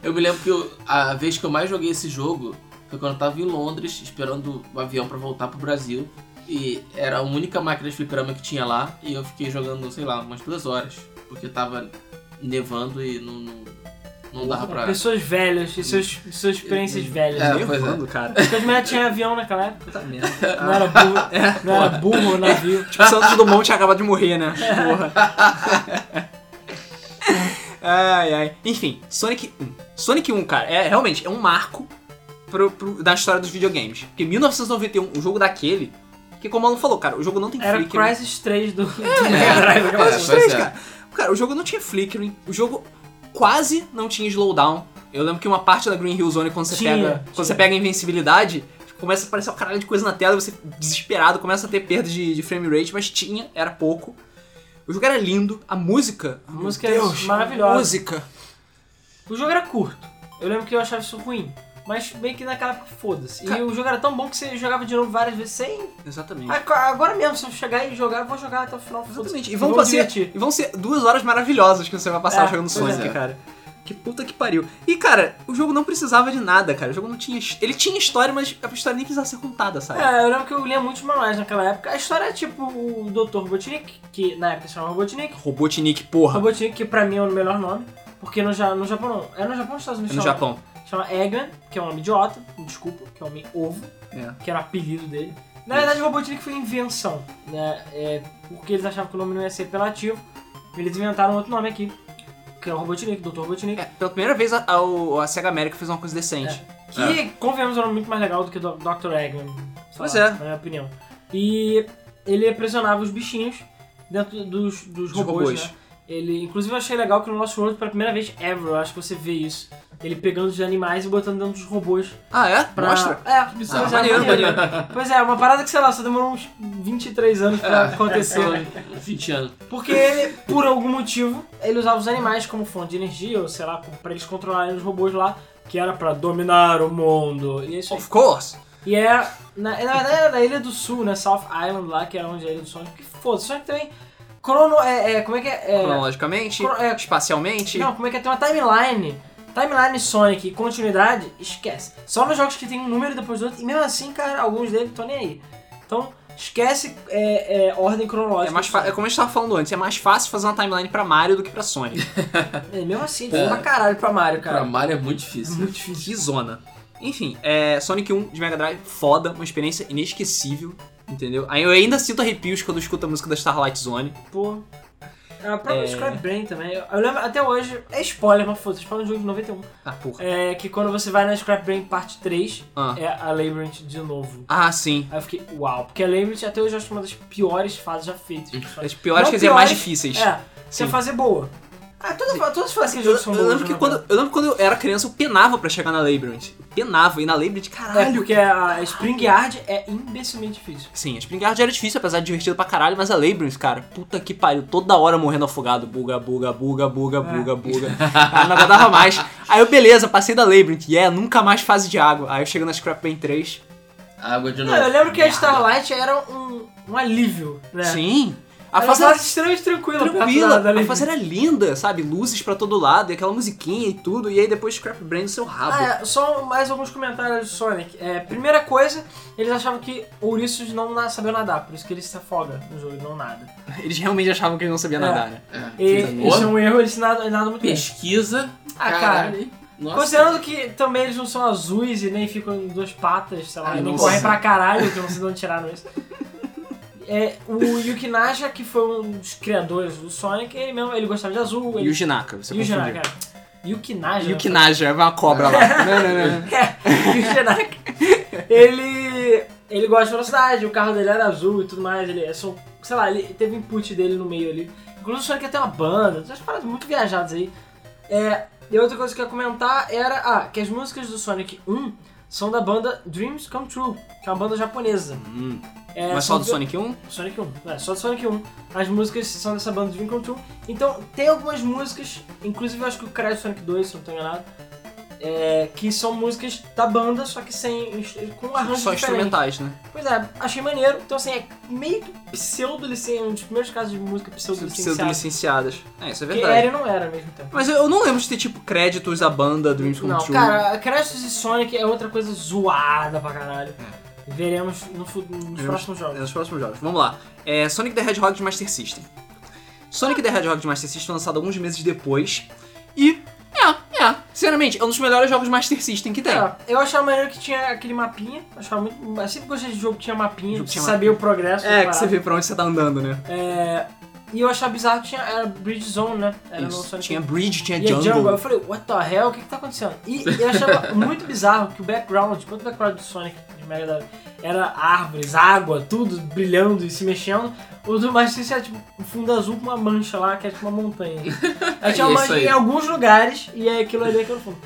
S2: Eu me lembro que eu- a vez que eu mais joguei esse jogo foi quando eu tava em Londres, esperando o avião pra voltar pro Brasil. E era a única máquina de fliperama que tinha lá. E eu fiquei jogando, sei lá, umas duas horas. Porque tava nevando e não, não, não dava Ah, pra.
S3: Pessoas velhas e seus, suas experiências velhas.
S2: É,
S3: né?
S2: pois é.
S1: Nervando, cara.
S3: Porque as mulheres tinham avião naquela época.
S1: Puta merda.
S3: Não era burro,
S1: É,
S3: não era burro o navio.
S1: Tipo, Santos Dumont tinha acabado de morrer, né? Porra. ai, ai. Enfim, Sonic 1. Sonic 1, cara, é realmente é um marco pro, pro- da história dos videogames. Porque 1991, um jogo daquele, que como o Alan falou, cara, o jogo não tem né?
S3: Era
S1: flickering.
S3: Crysis 3
S1: É,
S3: do, do Mega Drive.
S1: Era Crysis
S2: É,
S1: 3,
S2: pois é.
S1: cara. Cara, o jogo não tinha flickering, o jogo quase não tinha slowdown. Eu lembro que uma parte da Green Hill Zone, quando você,
S3: Tinha,
S1: pega,
S3: tinha.
S1: Quando você pega a invencibilidade, começa a aparecer um caralho de coisa na tela, você desesperado, começa a ter perda de, de frame rate, mas tinha, era pouco. O jogo era lindo, a música. A
S3: música é maravilhosa.
S1: Música. é.
S3: O jogo era curto. Eu lembro que eu achava isso ruim. Mas bem que naquela época, foda-se. E
S1: Ca-
S3: o jogo era tão bom que você jogava de novo várias vezes sem.
S1: Exatamente.
S3: Agora agora mesmo, se eu chegar e jogar, eu vou jogar até o final. foda-se.
S1: Exatamente. E
S3: Eu
S1: vão,
S3: vou me
S1: ser,
S3: divertir.
S1: e vão ser duas horas maravilhosas que você vai passar
S3: É,
S1: jogando
S3: pois
S1: Sonic,
S2: é.
S1: cara. Que puta que pariu. E, cara, o jogo não precisava de nada, cara. O jogo não tinha. his- Ele tinha história, mas a história nem precisava ser contada, sabe?
S3: É, eu lembro que eu lia muitos manuais naquela época. A história é tipo o Dr. Robotnik, que na época se chamava Robotnik.
S1: Robotnik, porra.
S3: Robotnik, que pra mim é o melhor nome. Porque no, Ja- no Japão não. É no Japão ou nos Estados
S1: É
S3: Unidos?
S1: no
S3: chama-
S1: Japão.
S3: Chama Eggman, que é um homem idiota. Desculpa, que é um homem ovo.
S1: É.
S3: que era o apelido dele. Na verdade, o Robotnik foi invenção, né? É, porque eles achavam que o nome não ia ser apelativo, eles inventaram outro nome aqui, que é o Robotnik, Dr. Robotnik,
S1: Pela primeira vez a, a, o- a SEGA América fez uma coisa decente.
S3: que, convenhamos, era um nome muito mais legal do que o Do- Dr. Eggman, sei
S1: Pois
S3: lá,
S1: é.
S3: na minha opinião. E ele aprisionava os bichinhos dentro dos, dos
S1: Dos
S3: robôs,
S1: robôs.
S3: né? Ele, inclusive, eu achei legal que no nosso World, pela primeira vez ever, eu acho que você vê isso. Ele pegando os animais e botando dentro dos robôs
S1: Ah, é?
S3: pra...
S1: Mostra?
S3: É,
S2: bizarro.
S3: pois é,
S1: maneiro,
S3: maneiro.
S1: maneiro.
S3: Pois é, uma parada que, sei lá, só demorou uns 23 anos pra acontecer.
S2: Só 20 É, anos.
S3: Porque ele, por algum motivo, ele usava os animais como fonte de energia, ou sei lá, como- pra eles controlarem os robôs lá, que era pra dominar o mundo. E é isso aí.
S1: Of course.
S3: E é. Na, na verdade era da Ilha do Sul, né? South Island lá, que era onde é a Ilha do Sonic. Que foda, Sonic também. Crono. É, é, como é que é? é
S1: Cronologicamente,
S3: Cro- é-
S1: espacialmente.
S3: não, como é que é? Tem uma timeline. Timeline Sonic e continuidade, esquece. Só nos jogos que tem um número depois do outro, e mesmo assim, cara, alguns deles não tô nem aí. Então, esquece é, é, ordem cronológica.
S1: É, mais fa- é como a gente tava falando antes, é mais fácil fazer uma timeline pra Mario do que pra Sonic.
S3: É, mesmo assim, é. pra caralho pra Mario,
S2: Pra
S3: cara.
S2: Mario é muito difícil.
S3: Muito difícil.
S1: que zona. Enfim, é, Sonic 1 de Mega Drive, foda, uma experiência inesquecível, entendeu? Aí eu ainda sinto arrepios quando escuto a música da Starlight Zone.
S3: Pô, A própria Scrap Brain também. Eu lembro até hoje, é spoiler, mas foda-se, fala um jogo de 91.
S1: Ah, porra.
S3: É que quando você vai na Scrap Brain parte 3,
S1: Ah.
S3: é a Labyrinth de novo.
S1: Ah, sim.
S3: Aí eu fiquei, uau, porque a Labyrinth até hoje eu acho é uma das piores fases já feitas.
S1: As piores,
S3: Não
S1: quer dizer, mais
S3: piores,
S1: difíceis.
S3: É,
S1: Sim.
S3: se a fase é boa. Ah, toda, todas as fases que
S1: Eu,
S3: jogos são
S1: eu
S3: boas.
S1: lembro que
S3: né,
S1: quando,
S3: cara?
S1: eu lembro quando eu era criança, eu penava pra chegar na Labyrinth. Eu penava, e na Labyrinth,
S3: É,
S1: caralho.
S3: porque a Spring Yard é imbecilmente difícil.
S1: Sim, a Assim, Spring Yard era difícil, apesar de divertido pra caralho, mas a Labyrinth, cara, puta que pariu, toda hora morrendo afogado. Buga, buga, buga,
S3: É.
S1: buga, buga, buga. Aí não aguentava mais. Aí eu, beleza, passei da Labyrinth, e é, nunca mais fase de água. Aí eu chego na Scrap Band 3.
S2: Água
S1: É
S2: de novo.
S3: Não, eu lembro que a
S2: Merda.
S3: Starlight era um, um alívio, né?
S1: Sim. A é
S3: A
S1: fase
S3: fase
S1: era
S3: era extremamente tranquila. perto
S1: tranquila,
S3: da- da
S1: a
S3: Labyrinth.
S1: fase era linda, sabe? Luzes pra todo lado, e aquela musiquinha e tudo, e aí depois Scrap Band no seu rabo.
S3: Ah, é, só mais alguns comentários do Sonic. É, primeira coisa, eles achavam que o Ulisses não na- sabia nadar, por isso que ele se afoga no jogo, ele não nada.
S1: Eles realmente achavam que ele não sabia
S3: É.
S1: nadar, né?
S2: É.
S3: E, isso é um erro, eles nadam, eles nadam muito bem.
S2: Pesquisa.
S3: Ah, cara.
S2: caralho. Nossa.
S3: Considerando que também eles não são azuis e nem ficam em duas patas, sei lá,
S2: Ah,
S3: e nem
S2: nossa.
S3: correm pra caralho, que eu não sei de onde tiraram isso. É, o Yuki Naka, que foi um dos criadores do Sonic, ele mesmo, ele gostava de azul. Ele...
S1: Yuji Naka, você
S3: Yuji
S1: confundiu.
S3: Naka. Yuki Naja.
S1: E o Kinaja é uma cobra lá. não, não, não.
S3: É, e o Genaka, ele, ele gosta de velocidade, o carro dele era azul e tudo mais, ele é só, sei lá, ele teve input dele no meio ali. Inclusive o Sonic até uma banda, essas paradas muito viajadas aí. É, e outra coisa que eu ia comentar era, ah, que as músicas do Sonic 1 são da banda Dreams Come True, que é uma banda japonesa.
S1: Hum,
S3: É,
S1: mas só
S3: são
S1: do
S3: du-
S1: Sonic 1?
S3: Sonic 1, é, só do Sonic 1. As músicas são dessa banda Dream Come True. Então, tem algumas músicas, inclusive eu acho que o Crash Sonic 2, se eu não tô enganado, é, que são músicas da banda, só que sem. com um arranjo
S1: Só
S3: diferente.
S1: instrumentais, né?
S3: Pois é, achei maneiro. Então, assim, é meio que pseudo-licenciado, um dos primeiros casos de música
S1: Sendo
S3: pseudo-licenciada.
S1: licenciadas. É, isso é
S3: Que era
S1: verdade.
S3: e não era ao mesmo tempo.
S1: Mas eu- eu não lembro de ter, tipo, créditos da banda Dreams Come
S3: Não,
S1: True.
S3: cara, Crash e Sonic é outra coisa zoada pra caralho.
S1: É.
S3: Veremos no fu- nos
S1: Veremos.
S3: próximos jogos.
S1: É, nos próximos jogos. Vamos lá. É, Sonic the Hedgehog de Master System. Sonic the Hedgehog de Master System foi lançado alguns meses depois. E. É, é. Sinceramente, é um dos melhores jogos de Master System que tem.
S3: É, eu achava maneiro que tinha aquele mapinha. Achava muito. Eu sempre gostei de jogo que tinha mapinha,
S1: Jogo
S3: de
S1: que tinha
S3: saber o progresso.
S1: É,
S3: da
S1: que
S3: parada.
S1: você vê pra onde você tá andando, né?
S3: É, e eu achava bizarro que tinha. Era Bridge Zone, né? Era no
S1: Isso.
S3: Sonic.
S1: Tinha Bridge, tinha
S3: e a jungle.
S1: Jungle.
S3: Eu falei, what the hell? O que, que tá acontecendo? E eu achava muito bizarro que o background, quanto o background do Sonic de Mega Drive era árvores, água, tudo brilhando e se mexendo. O do Master System era tipo um fundo azul com uma mancha lá, que é tipo uma montanha. Aí tinha
S2: É
S3: uma
S2: isso
S3: mancha
S2: aí.
S3: em alguns lugares e é aquilo ali que era o fundo.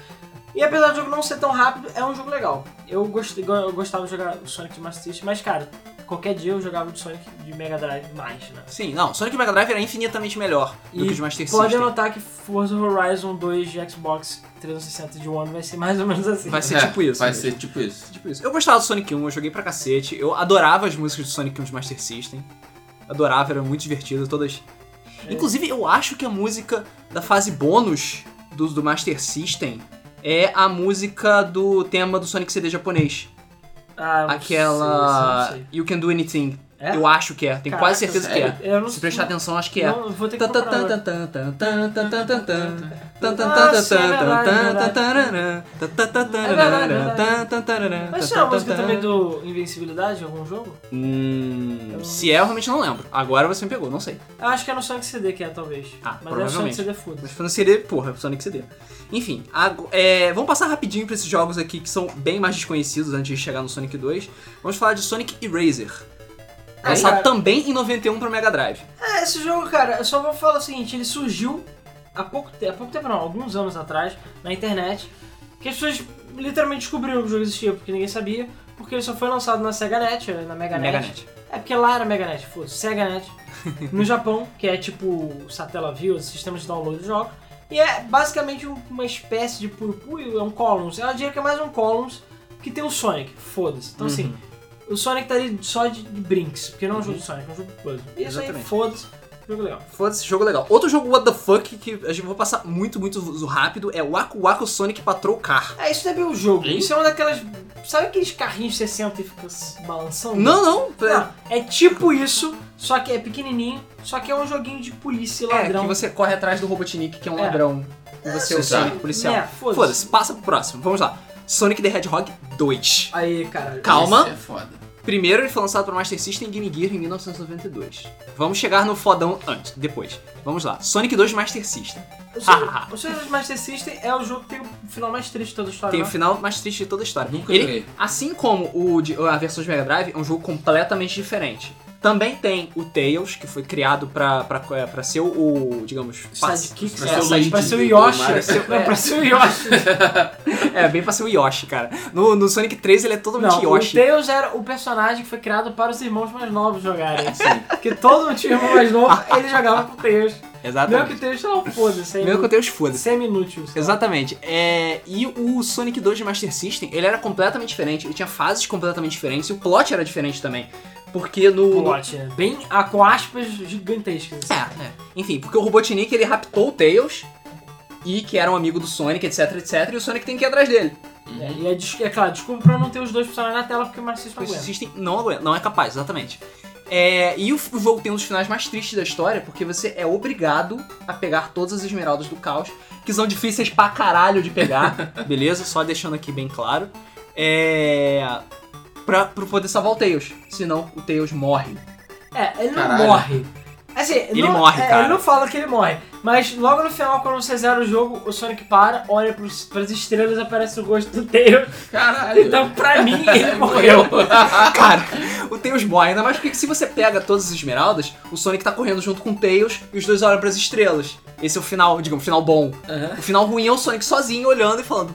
S3: E apesar do jogo não ser tão rápido, é um jogo legal. Eu, gost... eu gostava de jogar o Sonic de Master System, mas cara, qualquer dia eu jogava o Sonic de Mega Drive mais, né?
S1: Sim, não. Sonic Mega Drive era infinitamente melhor do
S3: E
S1: que o de Master
S3: Pode
S1: System.
S3: anotar que Forza Horizon 2 de Xbox 360 de One vai ser mais ou menos assim.
S1: Vai ser
S2: É,
S1: tipo isso.
S2: Vai
S1: mesmo.
S2: ser tipo isso.
S1: Tipo isso. Eu gostava do Sonic 1, eu joguei pra cacete. Eu adorava as músicas do Sonic 1 de Master System. Adorava, era muito divertido, todas.
S3: É.
S1: Inclusive, eu acho que a música da fase bônus do, do Master System é a música do tema do Sonic CD japonês.
S3: Ah, eu não
S1: Aquela.
S3: sei, eu não sei.
S1: You Can Do Anything.
S3: É?
S1: Eu acho que é, tenho quase
S3: Caraca,
S1: certeza que
S3: Eu não
S1: é. Se prestar atenção, acho que é.
S3: Não, vou ter que procurar agora. Ah, É Mas isso é uma música também
S1: Hum,
S3: do Invencibilidade, de algum jogo?
S1: se é, eu realmente não lembro. Agora você me pegou, não sei.
S3: Eu acho que é no Sonic CD que é, talvez.
S1: Ah,
S3: Mas é no Sonic
S1: provavelmente.
S3: CD foda.
S1: Mas foi no CD, porra, Sonic CD. Enfim, ago- é, vamos passar rapidinho pra esses jogos aqui que são bem mais desconhecidos antes de chegar no Sonic 2. Vamos falar de Sonic Eraser.
S3: Ah,
S1: Lançado
S3: cara.
S1: também em 91 pro Mega Drive.
S3: É, esse jogo, cara, eu só vou falar o seguinte, ele surgiu há pouco tempo, há pouco tempo não, alguns anos atrás, na internet, que as pessoas literalmente descobriram que o jogo existia, porque ninguém sabia, porque ele só foi lançado na Sega Net, na Mega Net.
S1: Mega Net.
S3: É porque lá era Mega Net, foda-se, Sega Net. No Japão, que é tipo Satellaview, sistema de download de jogos. E é basicamente um- uma espécie de purpui, é um Columns. Eu diria que é mais um Columns que tem o Sonic, foda-se. Então assim, o Sonic tá ali só de, de brinks, porque não é um jogo de Sonic, é um jogo de puzzle. E isso aí,
S1: Exatamente.
S3: foda-se, jogo legal.
S1: Foda-se, jogo legal. Outro jogo what the fuck que a gente vou passar muito, muito zo- rápido é Waku Waku Sonic Patrol Car.
S3: É, isso não é bem o jogo.
S2: Hein?
S3: Isso é uma daquelas... Sabe aqueles carrinhos de 60 e fica se balançando?
S1: Não, não. É,
S3: Não, é tipo isso, só que é pequenininho, só que é um joguinho de polícia e
S1: é,
S3: ladrão.
S1: que você corre atrás do Robotnik, que é um
S3: É.
S1: ladrão. E você é o
S2: Sim,
S1: Sonic policial.
S3: É, foda-se.
S1: Foda-se, passa pro próximo. Vamos lá. Sonic the Hedgehog 2.
S3: Aí, caralho.
S1: Calma.
S2: Isso é foda.
S1: Primeiro ele foi lançado para Master System e Game Gear em 1992. Vamos chegar no fodão antes, depois. Vamos lá. Sonic 2 Master System.
S3: O Sonic- O Sonic Master System é o jogo que tem o final mais triste de toda a história.
S1: Tem o
S3: né?
S1: final mais triste de toda a história.
S2: Nunca
S1: ele,
S2: joguei.
S1: Assim como o de- a versão de Mega Drive, é um jogo completamente diferente. Também tem o Tails, que foi criado pra, pra, pra ser o, o, digamos, parceiro-
S3: Sidekick,
S2: Pra
S3: é,
S2: ser o
S3: side-
S2: Luigi
S3: pra ser o
S2: do
S3: Yoshi.
S2: Mario.
S3: Não, pra ser o Yoshi.
S1: É, bem pra ser o Yoshi, cara. No, no Sonic 3 ele é totalmente
S3: Não,
S1: Yoshi.
S3: o Tails era o personagem que foi criado para os irmãos mais novos jogarem. Que todo mundo tinha irmão mais novo, ele jogava com o Tails. Mesmo que
S1: Exatamente.
S3: é o Tails não foda-se.
S1: Mesmo
S3: é
S1: que o
S3: inútil.
S1: Tails foda-se.
S3: Semi-inútil. sabe?
S1: Exatamente. É, e o Sonic 2 de Master System, ele era completamente diferente. Ele tinha fases completamente diferentes e o plot era diferente também. Porque no... no-
S3: Plot, né? Bem ah, com aspas gigantescas. assim.
S1: É, é. Enfim, porque o Robotnik, ele raptou o Tails, e que era um amigo do Sonic, etc, etc. E o Sonic tem que ir atrás dele.
S3: É, e é, des- é claro, desculpa pra não ter os dois personagens na tela porque o tá Marcista não
S1: Porque o
S3: aguenta.
S1: System não aguenta, não é capaz, exatamente. É, e o, o jogo tem um dos finais mais tristes da história, porque você é obrigado a pegar todas as esmeraldas do caos, que são difíceis pra caralho de pegar, beleza? Só deixando aqui bem claro. É. Pra, pra poder salvar o Tails. Senão o Tails morre.
S3: É, ele não
S2: Caralho.
S3: morre. Assim,
S1: Ele
S3: não-
S1: morre,
S3: é,
S1: cara.
S3: Ele não fala que ele morre. Mas logo no final, quando você zera o jogo, o Sonic para, olha pros, pras estrelas, aparece o rosto do Tails.
S2: Caralho.
S3: Então, pra mim, ele morreu.
S1: Cara, o Tails morre. Ainda mais porque se você pega todas as esmeraldas, o Sonic tá correndo junto com o Tails e os dois olham pras estrelas. Esse é o final, digamos, o final bom.
S2: Aham.
S1: O final ruim é o Sonic sozinho olhando e falando: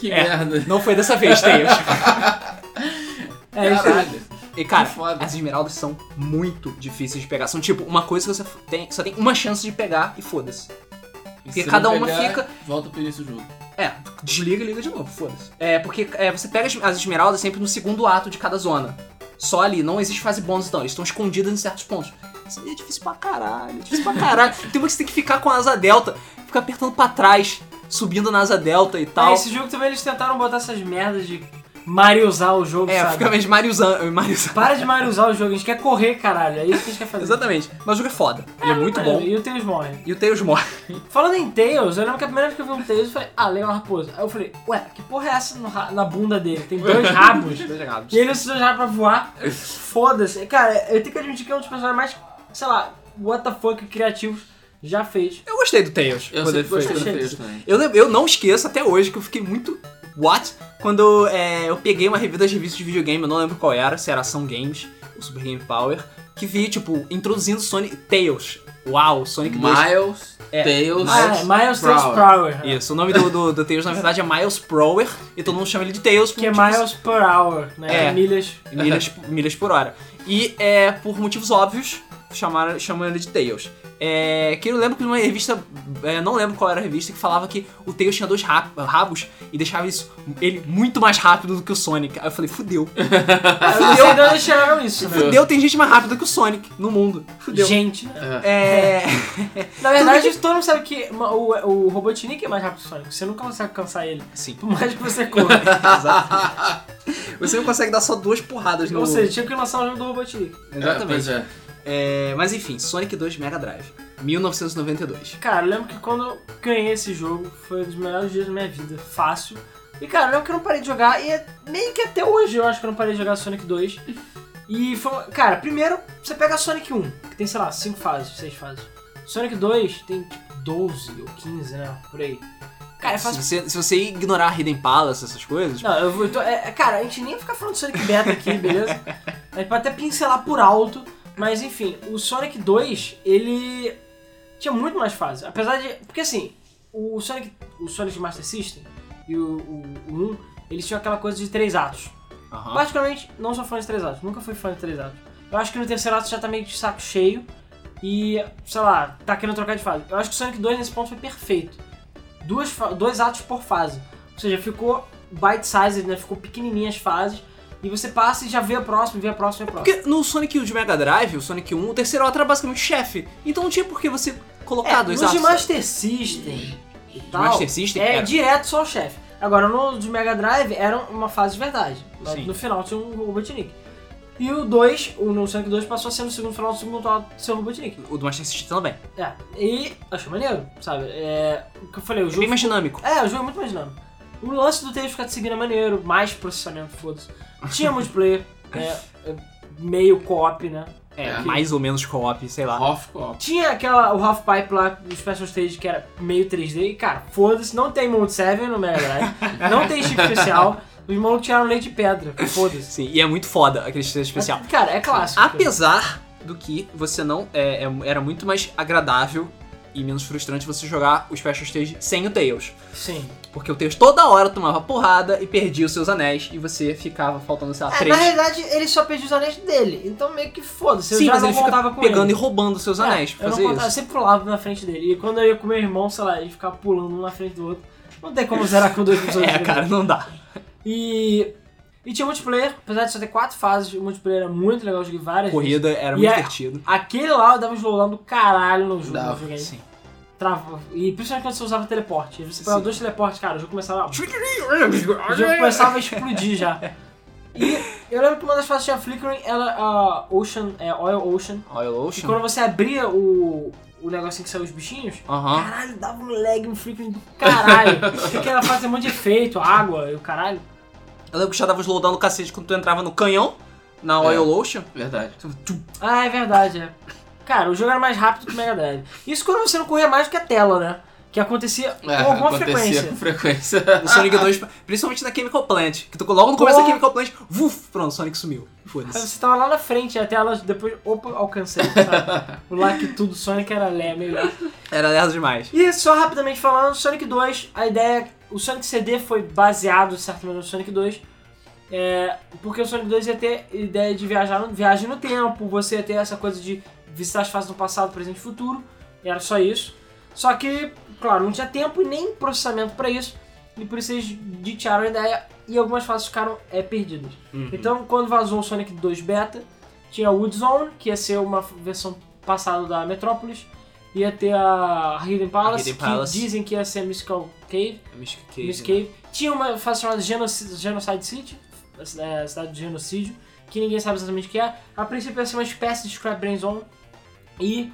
S2: Que
S1: É.
S2: merda.
S1: Não foi dessa vez, Tails.
S3: É, isso aí.
S2: Caralho.
S1: E cara,
S2: Que foda.
S1: as esmeraldas são muito difíceis de pegar. São tipo uma coisa que você f- tem, só tem uma chance de pegar e foda-se. Porque
S2: Se
S1: cada
S2: não
S1: uma
S2: pegar,
S1: fica-
S2: Volta pro início do jogo.
S1: É, desliga e liga de novo, foda-se. É, porque é, você pega as, as esmeraldas sempre no segundo ato de cada zona. Só ali, não existe fase bônus não, eles estão escondidas em certos pontos. Isso aí é difícil pra caralho, é difícil pra caralho. tem uma que você tem que ficar com a asa delta, ficar apertando pra trás, subindo na asa delta e
S3: É,
S1: tal.
S3: esse jogo também eles tentaram botar essas merdas de mariusar o jogo,
S1: É,
S3: sabe?
S1: fica mais Mariozan. Mariozan.
S3: Para de mariusar o jogo, a gente quer correr, caralho. É isso que a gente quer fazer.
S1: Exatamente. Mas o jogo é foda. Ele é muito
S3: É,
S1: bom.
S3: E o Tails morre.
S1: E o Tails morre.
S3: Falando em Tails, eu lembro que a primeira vez que eu vi um Tails, eu falei, ah, leio uma raposa. Aí eu falei, ué, que porra é essa no ra- na bunda dele? Tem dois rabos. E ele usa já pra voar. Foda-se. Cara, eu tenho que admitir que é um dos personagens mais, sei lá, what the fuck criativos já fez.
S1: Eu gostei do Tails.
S2: Eu
S1: quando
S2: sempre
S1: ele foi-
S2: gostei do
S3: Achei
S2: Tails
S3: isso.
S2: também.
S1: Eu, lembro- eu não esqueço até hoje que eu fiquei muito. What? Quando é, eu peguei uma review das revistas de videogame, eu não lembro qual era, se era Ação Games ou Super Game Power, que vi, tipo, introduzindo Sonic Tails. Uau, Sonic 2.
S2: Miles,
S1: É.
S2: Tails,
S3: Ah, é, Miles Tails
S2: Prower.
S3: Prower.
S1: Isso, o nome do, do, do Tails na verdade é Miles Prower, e todo mundo chama ele de Tails. tipo,
S3: Que é
S1: motivos-
S3: miles per hour, né?
S1: É.
S3: Milhas.
S1: milhas, milhas por hora. E é, por motivos óbvios, chamaram, chamam ele de Tails. É, que eu lembro que numa revista, é, não lembro qual era a revista, que falava que o Tails tinha dois rap- rabos e deixava isso, ele muito mais rápido do que o Sonic. Aí eu falei, fudeu.
S3: Ah, eu não sei de onde eles tiraram isso, né?
S1: Fudeu, tem gente mais rápida que o Sonic no mundo. Fudeu.
S3: Gente, né?
S2: É.
S1: É,
S3: Na verdade, todo mundo sabe que ma- o, o Robotnik é mais rápido que o Sonic. Você nunca consegue alcançar ele.
S1: sim.
S3: Por mais que você corra.
S1: Você não consegue dar só duas porradas no
S3: Ou seja, tinha que lançar o jogo do Robotnik.
S2: É,
S1: Exatamente.
S2: pois é.
S1: É, mas enfim, Sonic 2 Mega Drive, 1992.
S3: Cara, eu lembro que quando eu ganhei esse jogo, foi um dos melhores dias da minha vida. Fácil. E cara, eu lembro que eu não parei de jogar. E é- meio que até hoje eu acho que eu não parei de jogar Sonic 2. E foi. uma- Cara, primeiro você pega Sonic 1, que tem, sei lá, 5 fases, 6 fases. Sonic 2 tem tipo 12 ou 15, né? Por aí. Cara, é fácil
S1: se, você, se você ignorar Hidden Palace, essas coisas,
S3: Não, eu vou. eu tô- é, é, cara, a gente nem fica falando de Sonic Beta aqui, beleza? A gente pode até pincelar por alto, mas enfim, o Sonic 2, ele tinha muito mais fases. Apesar de. Porque assim, o Sonic, o Sonic Master System e o, o, o 1, eles tinham aquela coisa de três atos.
S1: aham.
S3: Particularmente, não sou fã de três atos, nunca fui fã de três atos. Eu acho que no terceiro ato já tá meio de saco cheio e, sei lá, tá querendo trocar de fase. Eu acho que o Sonic 2 nesse ponto foi perfeito. Duas, fa- dois atos por fase. Ou seja, ficou bite-sized, né? Ficou pequenininha as fases. E você passa e já vê a próxima, vê a próxima, vê a próxima.
S1: Porque no Sonic um de Mega Drive, o Sonic 1, o terceiro ato era basicamente o chefe. Então não tinha por que você colocar
S3: É,
S1: dois
S3: nos de
S1: atos.
S3: Master System e
S1: De
S3: tal,
S1: Master System?
S3: é
S1: era.
S3: direto só o chefe. Agora, no de Mega Drive era uma fase de verdade. No-
S1: Sim.
S3: No final tinha um Robotnik. E o 2, o no Sonic 2 passou a ser no segundo final do segundo ato ser o Robotnik.
S1: O do Master System também.
S3: É, e achei maneiro, sabe? É, o que eu falei, o
S1: Bem
S3: jogo.
S1: mais dinâmico.
S3: É, o jogo é muito mais dinâmico. O lance do Tails ficar te seguindo é maneiro, mais processamento, foda-se. Tinha multiplayer, é, é meio co-op, né?
S1: É,
S2: É.
S1: mais ou menos co-op, sei lá.
S2: Off, off.
S3: Tinha aquela, o Half-Pipe lá, o Special Stage, que era meio 3D, e cara, foda-se, não tem Mount 7 no Mega Drive, não tem chip especial, os malucos tiraram leite de pedra, foda-se.
S1: Sim, e é muito foda aquele estilo especial.
S3: Mas, Cara, é clássico.
S1: Apesar do que você não. é, é- era muito mais agradável e menos frustrante você jogar o Special Stage sem o Tails.
S3: Sim.
S1: Porque o Tails toda hora tomava porrada e perdia os seus anéis e você ficava faltando, sei lá,
S3: É,
S1: três.
S3: na realidade, ele só pediu os anéis dele, então meio que foda-se, eu
S1: Sim,
S3: já
S1: mas
S3: não
S1: ele
S3: contava
S1: fica
S3: com
S1: pegando
S3: ele.
S1: e roubando os seus
S3: É,
S1: anéis pra
S3: eu não
S1: fazer
S3: contava, eu
S1: isso.
S3: sempre pulava na frente dele, e quando eu ia com meu irmão, sei lá, ele ficava pulando um na frente do outro, não tem como zerar com dois pessoas.
S1: É,
S3: de
S1: cara, não dá.
S3: E, e tinha multiplayer, apesar de só ter quatro fases, o multiplayer era muito legal, eu joguei várias vezes.
S1: Corrida era
S3: E
S1: muito
S3: é-
S1: divertido.
S3: Aquele lá eu dava um slowdown do caralho no jogo.
S2: Dava,
S3: no videogame.
S1: sim.
S3: Travava. E principalmente quando você usava teleporte. Você pegava
S1: Sim.
S3: dois teleportes, cara, o jogo começava. O jogo começava a explodir já. E eu lembro que uma das fases tinha Flickering, ela a Ocean, é Oil Ocean.
S1: Oil
S3: E
S1: Ocean?
S3: quando você abria o, o negocinho que saiu os bichinhos,
S1: Aham.
S3: caralho, dava um lag, um flickering do caralho. Porque ela fazia um monte de efeito, água e o caralho.
S1: Eu lembro que já dava os slowdown no cacete quando tu entrava no canhão, na
S2: É.
S1: Oil Ocean.
S2: Verdade.
S1: Tu- tu-
S3: Ah, é verdade, é. Cara, o jogo era mais rápido que o Mega Drive. Isso quando você não corria mais do que a tela, né? Que acontecia
S2: É,
S3: com alguma
S2: acontecia
S3: frequência.
S2: com frequência.
S1: No Sonic 2, principalmente na Chemical Plant. Que tu logo no começo da
S3: Porra.
S1: Chemical Plant, vuf, pronto, Sonic sumiu.
S3: Aí
S1: Foda-se.
S3: você tava lá na frente, até ela depois. Opa, alcancei. sabe? o lá que tudo, Sonic era lé, meio.
S1: Era lerdo demais.
S3: E só rapidamente falando, Sonic 2, a ideia. O Sonic CD foi baseado, de certa maneira, no Sonic 2. é, porque o Sonic 2 ia ter ideia de viajar no, viagem no tempo, você ia ter essa coisa de visitar as fases do passado, presente e futuro. E era só isso. Só que, claro, não tinha tempo e nem processamento pra isso. E por isso eles ditearam a ideia e algumas fases ficaram é, perdidas.
S1: Uhum.
S3: Então, quando vazou o Sonic 2 Beta, tinha o Wood Zone, que ia ser uma f- versão passada da Metrópolis, ia ter a Hidden Palace,
S1: Hidden
S3: que
S1: Palace.
S3: dizem que ia ser a Mystical Cave,
S1: Mystic Cave,
S3: Miss
S1: né?
S3: Cave. Tinha uma fase chamada Genocide, Genocide City, a cida- é, a cidade de genocídio, que ninguém sabe exatamente o que é. A princípio ia ser uma espécie de Scrap Zone e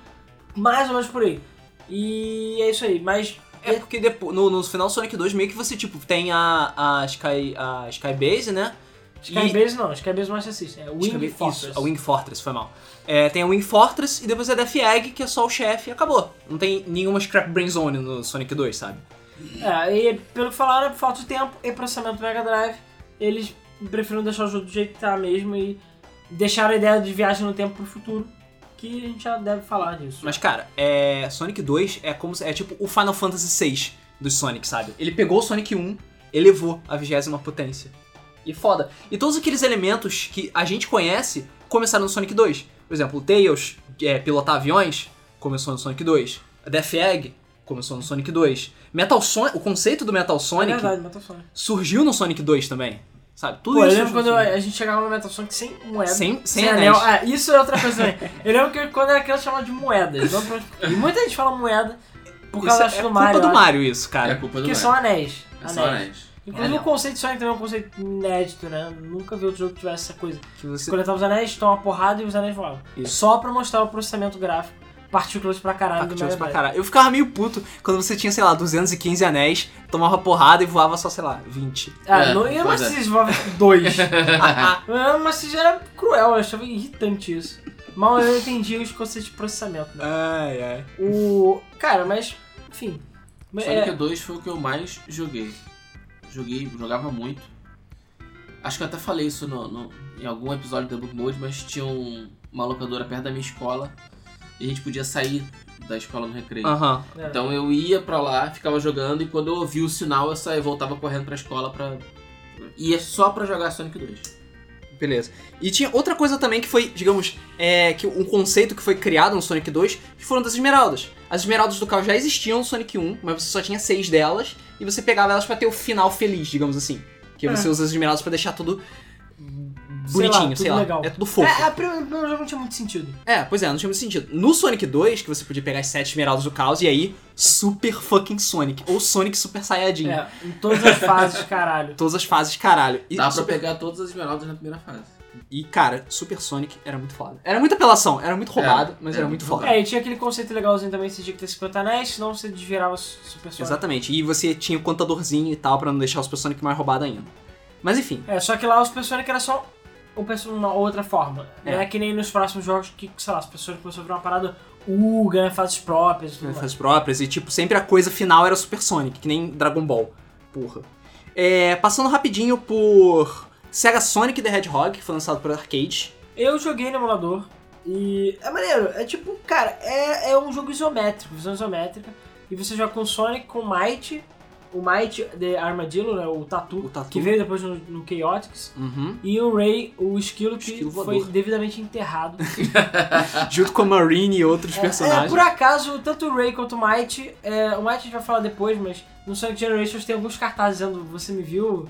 S3: mais ou menos por aí. E é isso aí, mas
S1: É porque depois, no, no final do Sonic 2 meio que você, tipo, tem a, a, Sky, a Sky Base, né?
S3: Sky
S1: E-
S3: Base não, Sky Base Master System, é
S1: Acho que é
S3: Wing
S1: bem-
S3: Fortress.
S1: Isso, a Wing Fortress, foi mal. É, tem a Wing Fortress e depois a Death Egg, que é só o chefe e acabou. Não tem nenhuma Scrap Brain Zone no Sonic 2, sabe?
S3: É, e pelo que falaram, por falta de tempo e processamento do Mega Drive, eles preferiram deixar o jogo do jeito que tá mesmo e deixaram a ideia de viagem no tempo pro futuro, que a gente já deve falar disso.
S1: Mas, cara, é, Sonic 2 é como se- é tipo o Final Fantasy VI dos Sonic, sabe? Ele pegou o Sonic 1, elevou a vigésima potência. E foda. E todos aqueles elementos que a gente conhece começaram no Sonic 2. Por exemplo, o Tails, é, pilotar aviões, começou no Sonic 2. A Death Egg começou no Sonic 2. Metal Sonic, o conceito do Metal
S3: é
S1: Sonic
S3: verdade, Metal Sonic.
S1: surgiu no Sonic 2 também. Sabe? Tudo
S3: Pô, eu
S1: isso.
S3: lembro
S1: surgiu no
S3: quando
S1: Sonic.
S3: a gente chegava no Metal Sonic sem moeda.
S1: Sem, sem,
S3: Sem
S1: anéis.
S3: anel. Ah, isso é outra coisa também. Eu lembro que quando era criança chamava de moeda. Então, pra- e muita gente fala moeda por
S1: Isso
S3: causa
S1: é
S3: acho, do
S1: culpa
S3: Mario. né?
S1: do
S3: eu
S1: Mario, né? isso, cara.
S2: É culpa
S3: acho,
S2: do Mario.
S3: Que são anéis.
S2: É
S3: Anéis.
S2: só anéis.
S3: Inclusive o conceito de Sonic também é um conceito inédito, né? Nunca vi outro jogo que tivesse essa coisa.
S1: Que você-
S3: Coletava os anéis, toma uma porrada e os anéis voavam.
S1: Isso.
S3: Só pra mostrar o processamento gráfico. Partículas pra caralho
S1: Partículas
S3: do Mega
S1: pra
S3: Drive.
S1: caralho. Eu ficava meio puto quando você tinha, sei lá, 215 anéis, tomava porrada e voava só, sei lá, 20.
S3: Ah,
S2: É,
S3: não, e a
S2: pois é.
S3: Macis voava dois.
S1: Ah, ah,
S3: a Macis era cruel, eu achava irritante isso. Mal eu entendia os conceitos de processamento. né?
S1: ai, ai.
S3: O. Cara, mas. Enfim. Mas,
S2: Sonic
S3: é,
S2: 2 foi o que eu mais joguei. Joguei, jogava muito. Acho que eu até falei isso no, no- em algum episódio da Book Mode, mas tinha um- uma locadora perto da minha escola e a gente podia sair da escola no recreio.
S1: Aham.
S3: é.
S2: Então eu ia pra lá, ficava jogando e quando eu ouvia o sinal eu saía, voltava correndo pra escola pra. Ia só pra jogar Sonic 2.
S1: Beleza. E tinha outra coisa também que foi, digamos, é, que um conceito que foi criado no Sonic 2, que foram das esmeraldas. As esmeraldas do carro já existiam no Sonic 1, mas você só tinha seis delas, e você pegava elas pra ter o final feliz, digamos assim. Que
S3: É.
S1: você usa as esmeraldas pra deixar tudo
S3: Sei lá,
S1: bonitinho,
S3: tudo
S1: sei lá.
S3: legal.
S1: É tudo fofo.
S3: É, a prim- o primeiro jogo não tinha muito sentido.
S1: É, pois é, não tinha muito sentido. No Sonic 2, que você podia pegar as sete esmeraldas do caos e aí Super fucking Sonic. Ou Sonic Super Saiyajin.
S3: É, em todas as fases, caralho.
S1: Todas as fases, caralho. E,
S2: Dá pra
S1: super-
S2: pegar todas as esmeraldas na primeira fase.
S1: e, cara, Super Sonic era muito foda. Era muita apelação, era muito roubado, mas
S2: era
S1: era muito
S2: muito
S1: foda.
S3: É, e tinha aquele conceito legalzinho também, você tinha que ter 50 anéis, senão você desvirava Super Sonic.
S1: Exatamente. E você tinha o contadorzinho e tal pra não deixar o Super Sonic mais roubado ainda. Mas enfim,
S3: É, só que lá o Super Sonic era só um perso- uma outra forma.
S2: É.
S3: Não é que nem nos próximos jogos que, sei lá, as pessoas começaram a virar uma parada, uh, ganha fases próprias e tudo mais.
S1: as próprias, e tipo, sempre a coisa final era Super Sonic, que nem Dragon Ball. Porra. É, passando rapidinho por Sega Sonic the Hedgehog, que foi lançado por arcade.
S3: Eu joguei no emulador e é maneiro. É tipo, cara, é, é um jogo isométrico, visão isométrica. E você joga com Sonic, com Might, o Might de Armadillo, né, o Tatu,
S1: O Tatu.
S3: que veio depois no, no Chaotix.
S1: Uhum.
S3: E o Ray, o esquilo que
S1: Esquilo
S3: foi
S1: voador.
S3: devidamente enterrado.
S1: Junto com a Marine e outros
S3: Ah. É,
S1: personagens.
S3: por acaso, tanto o Ray quanto o Might, é, o Might a gente vai falar depois, mas no Sonic Generations tem alguns cartazes dizendo você me viu?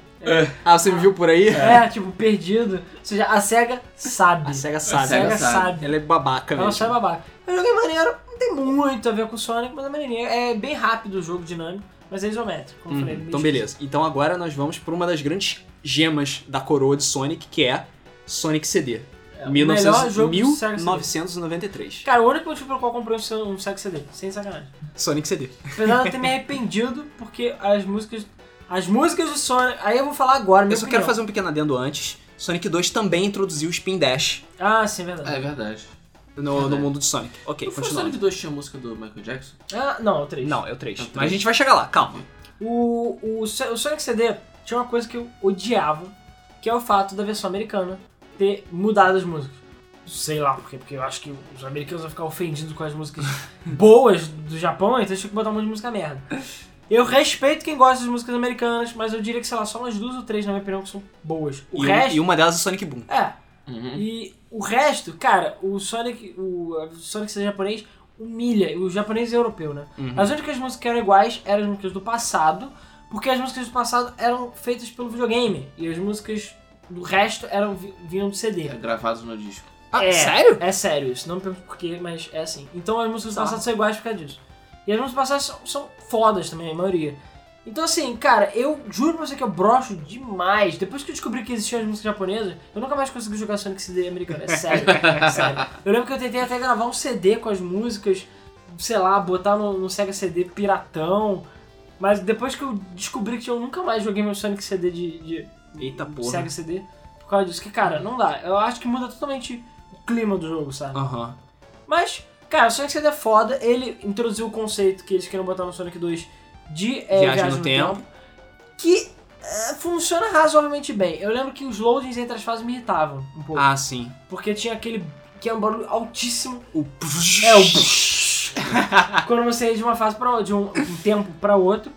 S1: Ah, você me viu por aí?
S3: É, tipo, perdido. Ou seja, a SEGA sabe.
S1: A Sega
S3: A
S1: sabe.
S3: SEGA
S2: Sega sabe.
S3: sabe.
S1: Ela é babaca
S3: Ela
S1: mesmo.
S3: sai babaca. Eu joguei É um maneiro, não tem muito a ver com o Sonic, mas é maneirinho. É bem rápido o jogo, dinâmico, mas é isométrico, como eu
S1: Uhum,
S3: falei.
S1: Então beleza. Então agora nós vamos por uma das grandes gemas da coroa de Sonic, que é Sonic CD.
S3: É o melhor jogo do Sega CD.
S1: 1993.
S3: Cara, o único motivo pelo qual eu comprei um Sega- um Sega CD, sem sacanagem.
S1: Sonic CD.
S3: Apesar de eu ter me arrependido, porque as músicas... As músicas do Sonic... Aí eu vou falar agora, minha
S1: Eu só quero
S3: opinião.
S1: fazer um pequeno adendo antes. Sonic 2 também introduziu o Spin Dash
S3: Ah, sim, é verdade.
S2: É verdade.
S1: no,
S2: Verdade.
S1: no mundo de Sonic. Ok,
S2: Não foi o
S1: continua.
S2: Sonic 2 tinha a música do Michael Jackson?
S3: Ah, não, o 3.
S1: Não, é o 3.
S2: É o três.
S1: Mas a gente vai chegar lá, calma.
S3: O, o, Se- o Sonic CD tinha uma coisa que eu odiava, que é o fato da versão americana ter mudado as músicas. Sei lá por quê, porque eu acho que os americanos vão ficar ofendidos com as músicas boas do Japão, então eles tinham que botar um monte de música merda. Eu respeito quem gosta das músicas americanas, mas eu diria que, sei lá, só umas duas ou três, na minha opinião, que são boas. O
S1: e, um-
S3: resto.
S1: e uma delas é Sonic Boom.
S3: É,
S2: Uhum.
S3: e o resto, cara, o Sonic, o a Sonic seja japonês humilha, o japonês e o europeu, né?
S1: Uhum.
S3: As únicas músicas que eram iguais eram as músicas do passado, porque as músicas do passado eram feitas pelo videogame e as músicas do resto eram vi- vinham do CD.
S2: É, gravados no disco.
S1: Ah,
S3: É.
S1: sério?
S3: É sério isso, não me pergunto por quê, mas é assim. Então as músicas do
S1: Tá.
S3: passado são iguais por causa disso. E as músicas do passado são, são fodas também, a maioria. Então assim, cara, eu juro pra você que eu brocho demais. Depois que eu descobri que existiam as músicas japonesas, eu nunca mais consegui jogar Sonic CD americano, é sério, é sério. Eu lembro que eu tentei até gravar um CD com as músicas, sei lá, botar no, no Sega CD piratão. Mas depois que eu descobri que eu nunca mais joguei meu Sonic CD de- de,
S1: Eita
S3: Segue
S1: porra.
S3: Sega CD por causa disso. Que, cara, não dá. Eu acho que muda totalmente o clima do jogo, sabe?
S1: Aham.
S3: Mas, cara, o Sonic CD é foda. Ele introduziu o conceito que eles queriam botar no Sonic 2 de é,
S1: Viagem no tempo.
S3: que é, funciona razoavelmente bem. Eu lembro que os loadings entre as fases me irritavam um pouco.
S1: Ah, sim.
S3: Porque tinha aquele... Que é um barulho altíssimo.
S1: O...
S3: É o... quando você ia de uma fase pra outra, de um, um tempo pra outro.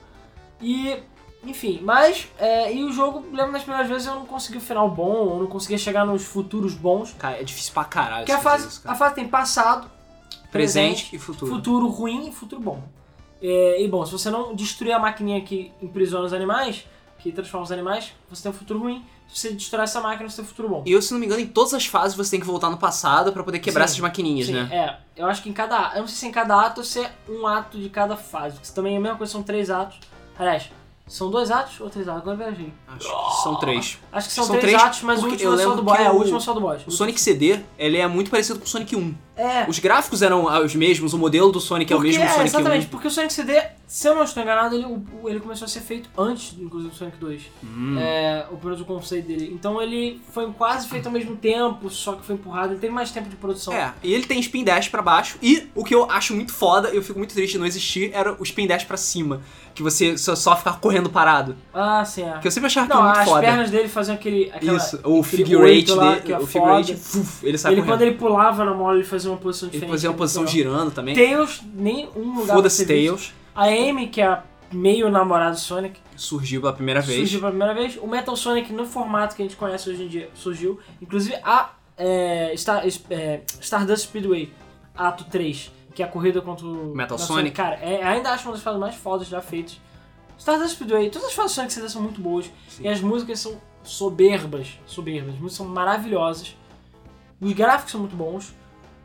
S3: E, enfim, mas. é, e o jogo, lembro das primeiras vezes eu não consegui o final bom, eu não conseguia chegar nos futuros bons.
S1: Cara, é difícil pra caralho.
S3: Porque a
S1: esse
S3: fase,
S1: jogo,
S3: a
S1: cara.
S3: fase tem passado, presente,
S1: Presente e futuro.
S3: futuro ruim e futuro bom. É, e bom, se você não destruir a maquininha que aprisiona os animais, que transforma os animais, você tem um futuro ruim. Se você destruir essa máquina, você tem um futuro bom.
S1: E eu, se não me engano, em todas as fases você tem que voltar no passado pra poder quebrar
S3: Sim.
S1: essas maquininhas,
S3: Sim,
S1: né?
S3: é. Eu acho que em cada ato. Eu não sei se em cada ato ou se é um ato de cada fase. Porque também é a mesma coisa, são três atos. Aliás, são dois atos ou três atos? Agora eu viajei.
S1: Acho que são três.
S3: Acho que são,
S1: São
S3: três,
S1: três,
S3: atos, mas o
S1: porque
S3: último
S1: eu
S3: é só
S1: lembro
S3: do boss.
S1: que
S3: É, o
S1: o-
S3: último é só do boss.
S1: O Sonic CD, ele é muito parecido com o Sonic 1.
S3: É.
S1: Os gráficos eram ah, os mesmos, o modelo do Sonic é o
S3: Porque-
S1: mesmo do Sonic
S3: exatamente, porque o Sonic CD, se eu não estou enganado, ele, o- o- ele começou a ser feito antes, inclusive, do Sonic 2.
S1: 1. Hum.
S3: É, o produto conceito dele. Então ele foi quase feito ao mesmo tempo, só que foi empurrado. Ele teve mais tempo de produção.
S1: É, e ele tem spin dash pra baixo, e o que eu acho muito foda, eu fico muito triste de não existir, era o spin dash pra cima, que você só, só ficar correndo parado.
S3: Ah, sim, é.
S1: Que eu sempre achava que
S3: Não,
S1: era muito
S3: as
S1: foda.
S3: pernas dele faziam aquele. Aquela,
S1: Isso, o
S3: aquele
S1: figure
S3: oito
S1: eight
S3: lá,
S1: dele,
S3: que é
S1: o figure eight,
S3: foda.
S1: fuf, ele sai
S3: Ele, quando
S1: correndo.
S3: ele pulava na mola, ele fazia uma posição
S1: Ele
S3: diferente.
S1: fazia uma posição
S3: Então,
S1: girando também.
S3: Tails, nenhum um lugar.
S1: Foda-se
S3: você viu.
S1: Tails,
S3: A Amy, que é a meio namorada do Sonic,
S1: surgiu pela primeira vez.
S3: surgiu pela primeira vez. O Metal Sonic, no formato que a gente conhece hoje em dia, surgiu. Inclusive a é, Star, é, Stardust Speedway, ato 3, que é a corrida contra o Metal,
S1: Sonic.
S3: Cara, é, ainda acho uma das fases mais fodas já feitas. Stardust Speedway, todas as fases do Sonic CD são muito boas.
S1: Sim.
S3: E as músicas são soberbas, soberbas. As músicas são maravilhosas. Os gráficos são muito bons.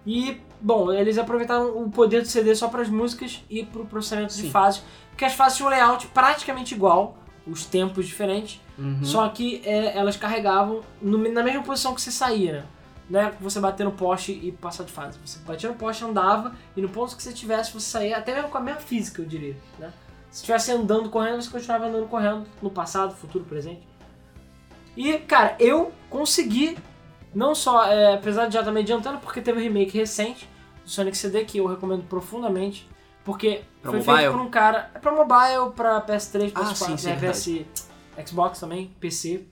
S3: E, bom, eles aproveitaram o poder do CD só para as músicas e para o processamento de
S1: Sim.
S3: fases. Porque as fases tinham um layout praticamente igual, os tempos diferentes.
S1: Uhum.
S3: Só que é, elas carregavam no- na mesma posição que você saía, né? Não é você bater no poste e passar de fase. Você batia no poste, andava, e no ponto que você tivesse, você saía, até mesmo com a mesma física, eu diria, né? Se estivesse andando, correndo, você continuava andando, correndo, no passado, futuro, presente. E, cara, eu consegui Não só, é, apesar de já estar me adiantando, porque teve um remake recente do Sonic CD que eu recomendo profundamente. Porque
S1: Pra
S3: foi
S1: mobile?
S3: feito por um cara. É pra mobile, pra PS3,
S1: Ah,
S3: PS4,
S1: sim, sim,
S3: né,
S1: verdade.
S3: PS, Xbox também, PC.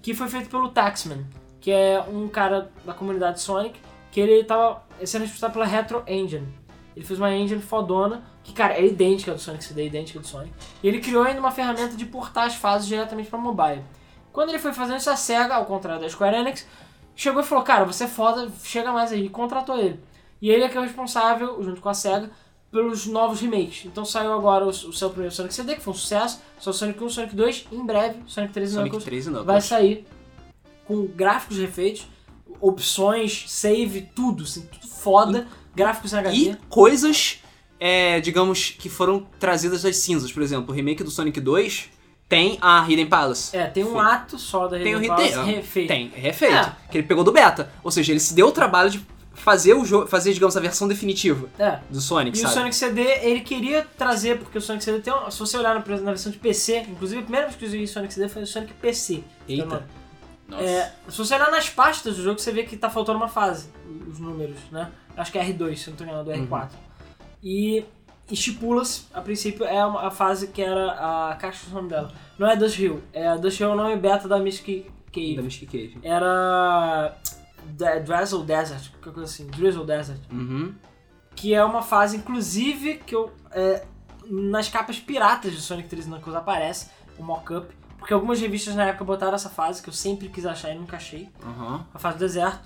S3: Que foi feito pelo Taxman, que é um cara da comunidade Sonic, que ele tava sendo responsável pela Retro Engine. Ele fez uma engine fodona, que, cara, é idêntica ao do Sonic CD, é idêntica ao do Sonic. E ele criou ainda uma ferramenta de portar as fases diretamente pra mobile. Quando ele foi fazendo isso, a SEGA, ao contrário da Square Enix, chegou e falou, cara, você é foda, chega mais aí, e contratou ele. E ele é que é o responsável, junto com a SEGA, pelos novos remakes. Então saiu agora o, o seu primeiro Sonic CD, que foi um sucesso, só Sonic 1, Sonic 2, e em breve, Sonic 3 e
S1: Sonic
S3: Knuckles
S1: 13 não.
S3: vai sair com gráficos refeitos, opções, save, tudo, assim, tudo foda, gráficos em HD.
S1: E coisas, é, digamos, que foram trazidas das cinzas. Por exemplo, o remake do Sonic 2 tem a Hidden Palace.
S3: É, tem um
S1: Foi.
S3: ato só da
S1: Tem o
S3: Hidden
S1: Hidden
S3: Palace refeito.
S1: Tem, é refeito.
S3: É.
S1: Que ele pegou do beta. Ou seja, ele se deu o trabalho de fazer o jogo, fazer, digamos, a versão definitiva
S3: É.
S1: do Sonic,
S3: E o
S1: sabe?
S3: Sonic CD, ele queria trazer, porque o Sonic CD tem um, Se você olhar na, pres- na versão de PC, inclusive a primeira vez que eu usei Sonic CD foi o Sonic PC.
S1: Eita.
S3: Então,
S2: Nossa.
S3: É, se você olhar nas pastas do jogo, você vê que tá faltando uma fase, os números, né? Acho que é R2, se eu não tô enganado, é R4.
S1: Uhum.
S3: E estipula-se, a princípio, é uma- a fase que era a caixa do nome dela. Não é Dust Hill, é a Dust Hill é o nome beta da Mystic Cave.
S1: Da Mystic Cave.
S3: Era Da- Drizzle Desert, qualquer coisa assim, Drizzle Desert
S1: Uhum.
S3: que é uma fase, inclusive, que eu. é, nas capas piratas de Sonic 13 Knuckles aparece o mock-up. Porque algumas revistas na época botaram essa fase que eu sempre quis achar e nunca achei.
S1: Aham.
S3: A fase do deserto.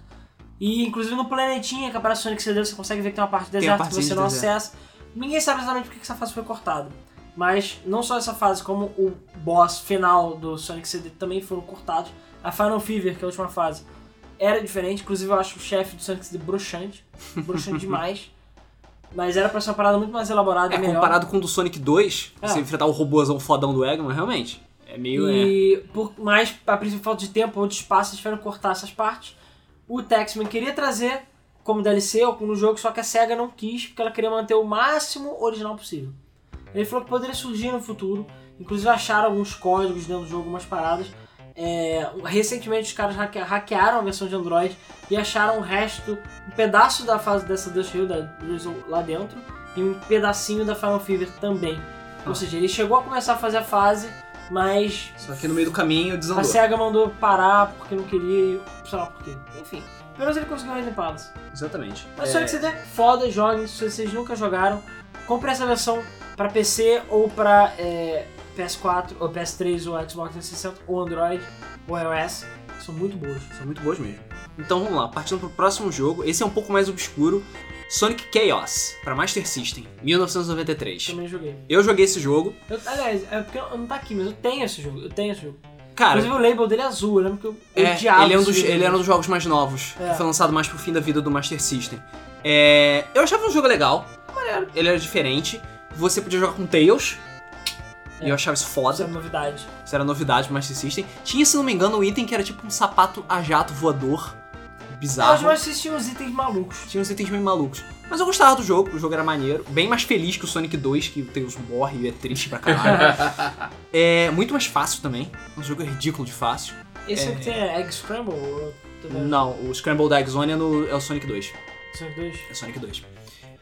S3: E inclusive no planetinha que aparece Sonic CD, você consegue ver que tem uma parte do
S1: Tem uma
S3: deserto que
S1: partezinha
S3: você
S1: de
S3: não
S1: deserto.
S3: acessa. Ninguém sabe exatamente por que que essa fase foi cortada. Mas não só essa fase, como o boss final do Sonic CD também foram cortados. A Final Fever, que é a última fase, era diferente. Inclusive eu acho o chefe do Sonic CD broxante. Broxante demais. Mas era pra ser uma parada muito mais elaborada
S1: É,
S3: e Tá melhor.
S1: comparado com o do Sonic 2,
S3: É.
S1: você enfrentar o robôzão fodão do Eggman, realmente. É meio. é.
S3: E por mais a princípio falta de tempo ou de espaço, eles tiveram que cortar essas partes. O Taxman queria trazer como DLC ou como no jogo, só que a SEGA não quis, porque ela queria manter o máximo original possível. Ele falou que poderia surgir no futuro, inclusive acharam alguns códigos dentro do jogo, algumas paradas. É, recentemente os caras hacke- hackearam a versão de Android e acharam o resto, um pedaço da fase dessa Dust Hill da Drizzle lá dentro e um pedacinho da Final Fever também. Ou seja, ele chegou a começar a fazer a fase, mas
S1: Ah. Só que no meio do caminho desandou.
S3: a SEGA mandou parar porque não queria, e sei lá por quê. Enfim, pelo menos ele conseguiu Hidden Palace.
S1: Exatamente.
S3: Mas
S1: É,
S3: Sonic CD, foda, joguem. Se vocês nunca jogaram, compre essa versão pra PC ou pra é, PS4, ou PS3, ou Xbox 360, ou Android, ou iOS. São muito boas.
S1: São muito boas mesmo. Então vamos lá, partindo pro próximo jogo. Esse é um pouco mais obscuro. Sonic Chaos, pra Master System, 1993.
S3: Também joguei.
S1: Eu joguei esse jogo.
S3: Eu, aliás, é porque eu não tá aqui, mas eu tenho esse jogo. Eu tenho esse jogo.
S1: Cara,
S3: Inclusive o label dele é azul, eu lembro que eu
S1: É,
S3: odiava
S1: ele, é um
S3: esse
S1: dos,
S3: jogo. né?
S1: ele era um dos jogos mais novos,
S3: É.
S1: que foi lançado mais pro fim da vida do Master System. É, eu achava um jogo legal, ele era diferente, você podia jogar com Tails,
S3: É.
S1: e eu achava isso
S3: Isso é
S1: foda,
S3: novidade.
S1: isso era novidade pro Master System. Tinha, se não me engano, um item que era tipo um sapato a jato voador,
S3: Ah,
S1: bizarro.
S3: mas vocês tinham uns itens malucos.
S1: Tinha uns itens meio malucos. Mas eu gostava do jogo, o jogo era maneiro, bem mais feliz que o Sonic 2, que o Tails morre e é triste pra caralho. é muito mais fácil também, um jogo ridículo de fácil.
S3: Esse é,
S1: É.
S3: o que tem é Egg Scramble? Ou... né?
S1: Não, o Scramble da Exone é, no- é o Sonic 2.
S3: Sonic 2?
S1: É Sonic 2.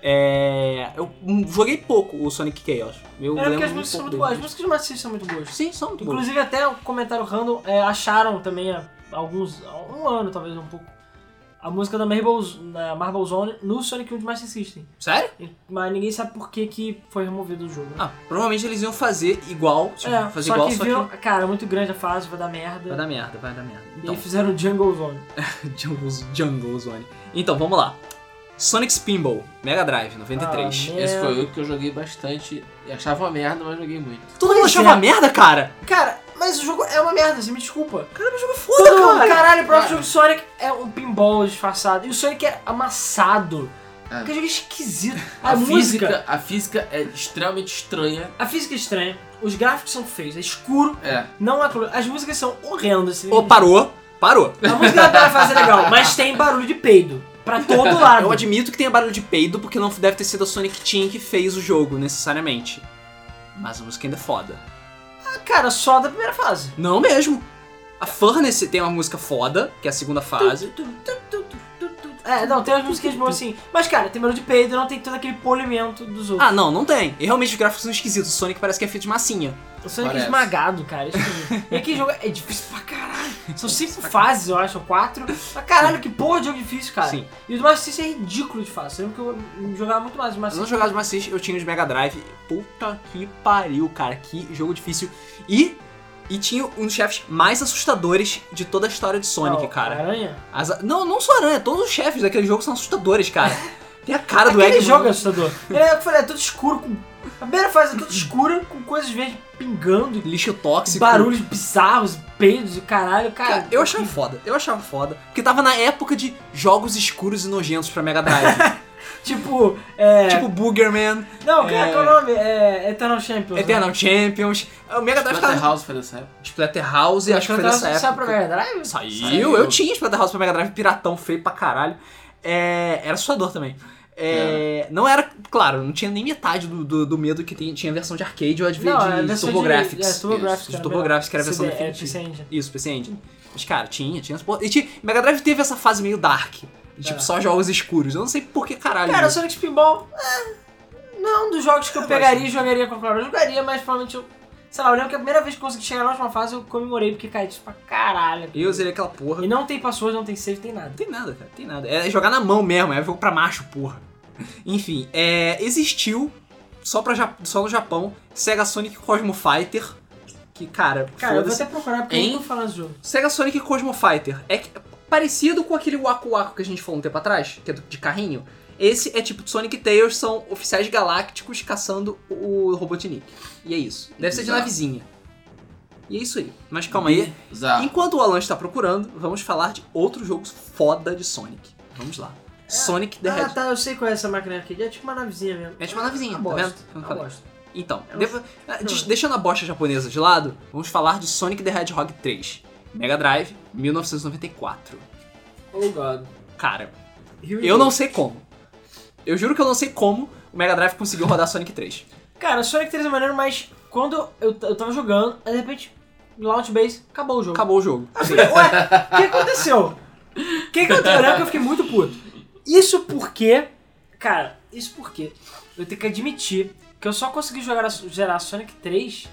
S1: É, eu hum, joguei pouco o Sonic Chaos. Eu
S3: Era
S1: lembro
S3: porque as músicas são
S1: pouco
S3: muito boas. As
S1: dele.
S3: músicas do Master System são muito boas.
S1: Sim, são muito boas.
S3: Inclusive, até o comentário random é, acharam também há alguns. há um ano, talvez um pouco. A música da Marble, da Marble Zone no Sonic 1 de Master System.
S1: Sério?
S3: Mas ninguém sabe por que, que foi removido do jogo. né?
S1: Ah, provavelmente eles iam fazer igual. tipo,
S3: é,
S1: fazer
S3: só
S1: igual,
S3: que
S1: só
S3: viram.
S1: que.
S3: Cara, é muito grande a fase, vai dar merda.
S1: Vai dar merda, vai dar merda.
S3: E aí
S1: Então,
S3: fizeram Jungle Zone.
S1: Jungle, Jungle Zone. Então, vamos lá. Sonic Spinball, Mega Drive, 93.
S3: Ah,
S2: Esse
S3: É.
S2: foi o que eu joguei bastante. Eu achava uma merda, mas joguei muito.
S1: Todo mundo
S3: Pois
S1: achou
S3: é.
S1: uma merda, cara?
S3: Cara, mas o jogo é uma merda, você me desculpa.
S1: Cara, o jogo é foda,
S3: Todo mundo,
S1: cara.
S3: caralho, o próprio
S2: É.
S3: jogo do Sonic é um pinball disfarçado. E o Sonic é amassado.
S2: É.
S3: Que jogo esquisito. A,
S2: A,
S3: música.
S2: física, a física é extremamente estranha.
S3: A física é estranha. Os gráficos são feios. É escuro.
S2: É.
S3: Não é colorido. As músicas são horrendas. assim.
S1: Ô, parou, parou.
S3: A música da primeira fase é legal, mas tem barulho de peido. Pra todo lado.
S1: Eu admito que tenha barulho de peido, porque não deve ter sido a Sonic Team que fez o jogo, necessariamente. Mas a música ainda é foda.
S3: Cara, só da primeira fase.
S1: Não mesmo. A Furnace tem uma música foda, que é a segunda fase.
S3: É, não, tem umas músicas boas assim. Mas, cara, tem barulho de peido, não tem todo aquele polimento dos outros.
S1: Ah, não, não tem. E realmente os gráficos são esquisitos. O Sonic parece que é feito de massinha.
S3: o Sonic é
S2: parece.
S3: esmagado, cara. esquisito. e aquele jogo é difícil pra caralho. São cinco fases, eu acho, ou quatro. Mas caralho, que porra de jogo difícil, cara.
S1: Sim.
S3: E o do Master System é ridículo de fácil. Eu lembro que eu jogava muito mais do
S1: Eu
S3: Master
S1: não jogava de Master System, eu tinha os Mega Drive. Puta que pariu, cara. Que jogo difícil. E, e tinha um dos chefes mais assustadores de toda a história de Sonic,
S3: Ah,
S1: cara.
S3: Aranha?
S1: As- não, não só aranha, todos os chefes daquele jogo são assustadores, cara. Tem a cara do
S3: Aquele
S1: Eggman.
S3: jogo é assustador. Ele é, eu falei, é tudo escuro. Com... A primeira fase é tudo escura, com coisas verdes pingando,
S1: Lixo tóxico.
S3: barulhos bizarros, peidos e caralho. Cara,
S1: Cara, eu achava foda, eu achava foda. Porque tava na época de jogos escuros e nojentos pra Mega Drive.
S3: Tipo, é...
S1: tipo Boogerman,
S3: Não, cara,
S1: é-
S3: qual é o nome? É Eternal Champions.
S1: Eternal Champions. é O Mega Drive tá-
S2: Splatter
S1: tava.
S2: House foi dessa época.
S1: Splatterhouse, acho que foi nessa
S3: Sabe é
S1: época.
S3: pra Mega Drive?
S1: Saiu,
S2: Saiu.
S1: eu tinha Splatterhouse pra Mega Drive, piratão, feio pra caralho. É, era assustador também. É, Não era, claro, não tinha nem metade do, do, do medo que tem- tinha a versão de arcade ou de,
S3: Não, é a
S1: de
S3: versão
S1: TurboGrafx.
S3: De, é, TurboGrafx.
S1: Isso, de TurboGrafx, que era a versão
S3: CD, é,
S1: definitiva.
S3: PC Engine.
S1: Isso, PC Engine. Mas, cara, tinha, tinha. essa porra. E tinha, Mega Drive teve essa fase meio dark. de, Tipo,
S3: É.
S1: só jogos escuros. Eu não sei por que caralho.
S3: Cara,
S1: isso.
S3: Sonic Spinball é, não é um dos jogos que eu pegaria e jogaria com a Clara. Eu jogaria, mas provavelmente eu... Sei lá, eu lembro que a primeira vez que eu consegui chegar na última fase, eu comemorei porque caí disso pra caralho.
S1: eu usei aquela porra.
S3: E não tem password, não tem save, tem nada.
S1: Não tem nada, cara, tem nada. É jogar na mão mesmo, é jogo pra macho, porra. Enfim, é, existiu, só, pra, Ja- só no Japão, Sega Sonic Cosmo Fighter. Que, cara,
S3: Cara, eu vou
S1: foda-se.
S3: até procurar porque
S2: Hein?
S3: eu não falar desse jogo.
S1: Sega Sonic Cosmo Fighter é que- parecido com aquele Waku Waku que a gente falou um tempo atrás, que é do- de carrinho. Esse é tipo Sonic e Tails são oficiais galácticos caçando o Robotnik. E é isso. Deve ser de
S2: Bizarro.
S1: navezinha. E é isso aí. Mas calma aí.
S2: Exato.
S1: Enquanto o Alan está procurando, vamos falar de outros jogos foda de Sonic. Vamos lá. Sonic the
S3: Ah,
S1: Hedgehog.
S3: tá, eu sei qual é essa máquina aqui. É tipo uma navezinha mesmo.
S1: É tipo uma navezinha,
S3: Eu
S1: tá
S3: gosto,
S1: vendo?
S3: eu gosto.
S1: Então,
S3: tá. Eu
S1: devo- ah, de- deixando a bosta japonesa de lado, vamos falar de Sonic the Hedgehog 3. Mega Drive, 1994.
S3: Oh, God.
S1: Cara,
S3: Here we
S1: eu
S3: go.
S1: não sei como. Eu juro que eu não sei como o Mega Drive conseguiu rodar Sonic 3.
S3: Cara, Sonic 3 é maneiro, mas quando eu, eu tava jogando, aí de repente, launch base, acabou o jogo.
S1: Acabou o jogo.
S3: Eu falei, ué, o que aconteceu? O que aconteceu? Eu lembro que eu fiquei muito puto. Isso porque, cara, isso porque eu tenho que admitir que eu só consegui jogar, a- zerar Sonic 3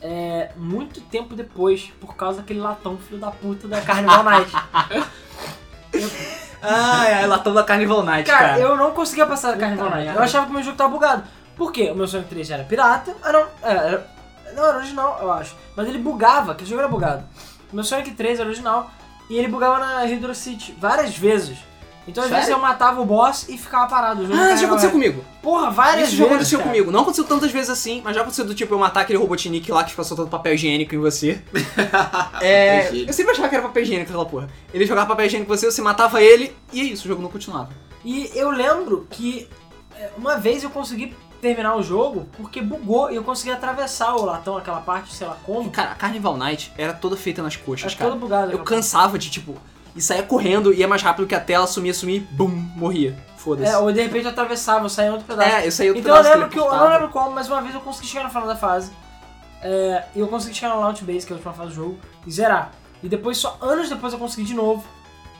S3: é, muito tempo depois, por causa daquele latão filho da puta da Carnival Night.
S1: Ai, ai, latão da Carnival Night,
S3: Cara, eu não conseguia passar da Carnival
S2: Puta
S3: Night. Eu
S2: merda.
S3: achava que o meu jogo tava bugado. Por quê? O meu Sonic 3 já era pirata. Ah, não. é, Era, não, era original, eu acho. Mas ele bugava, aquele jogo era bugado. O meu Sonic 3 era original e ele bugava na Hydro City várias vezes. Então às
S2: Sério?
S3: vezes eu matava o boss e ficava parado. O jogo
S1: Ah, isso já
S3: carregava-
S1: aconteceu comigo.
S3: Porra, várias
S1: Isso já
S3: vezes.
S1: aconteceu
S3: cara.
S1: comigo. Não aconteceu tantas vezes assim, mas já aconteceu do tipo eu matar aquele robotnik lá que fica soltando papel higiênico em você. É,
S2: Ah, Papel higiênico.
S1: eu sempre achava que era papel higiênico aquela porra. Ele jogava papel higiênico em você, você matava ele e é isso, o jogo não continuava.
S3: E eu lembro que é, uma vez eu consegui terminar o jogo porque bugou e eu consegui atravessar o latão, aquela parte, sei lá como.
S1: Cara, a Carnival Night era toda feita nas coxas,
S3: Era
S1: cara.
S3: todo bugado.
S1: Eu
S3: aquela
S1: cansava de tipo, e saía correndo, ia mais rápido que a tela, sumia, sumia, e bum, morria. Foda-se.
S3: É, ou de repente eu atravessava, eu saía em outro pedaço.
S1: É, eu saí outro
S3: então eu
S1: pedaço
S3: lembro que eu, eu não
S1: teleportava.
S3: lembro como, mas uma vez eu consegui chegar no final da fase. É, e eu consegui chegar no Launch Base, que é a última fase do jogo, e zerar. E depois, só anos depois, eu consegui de novo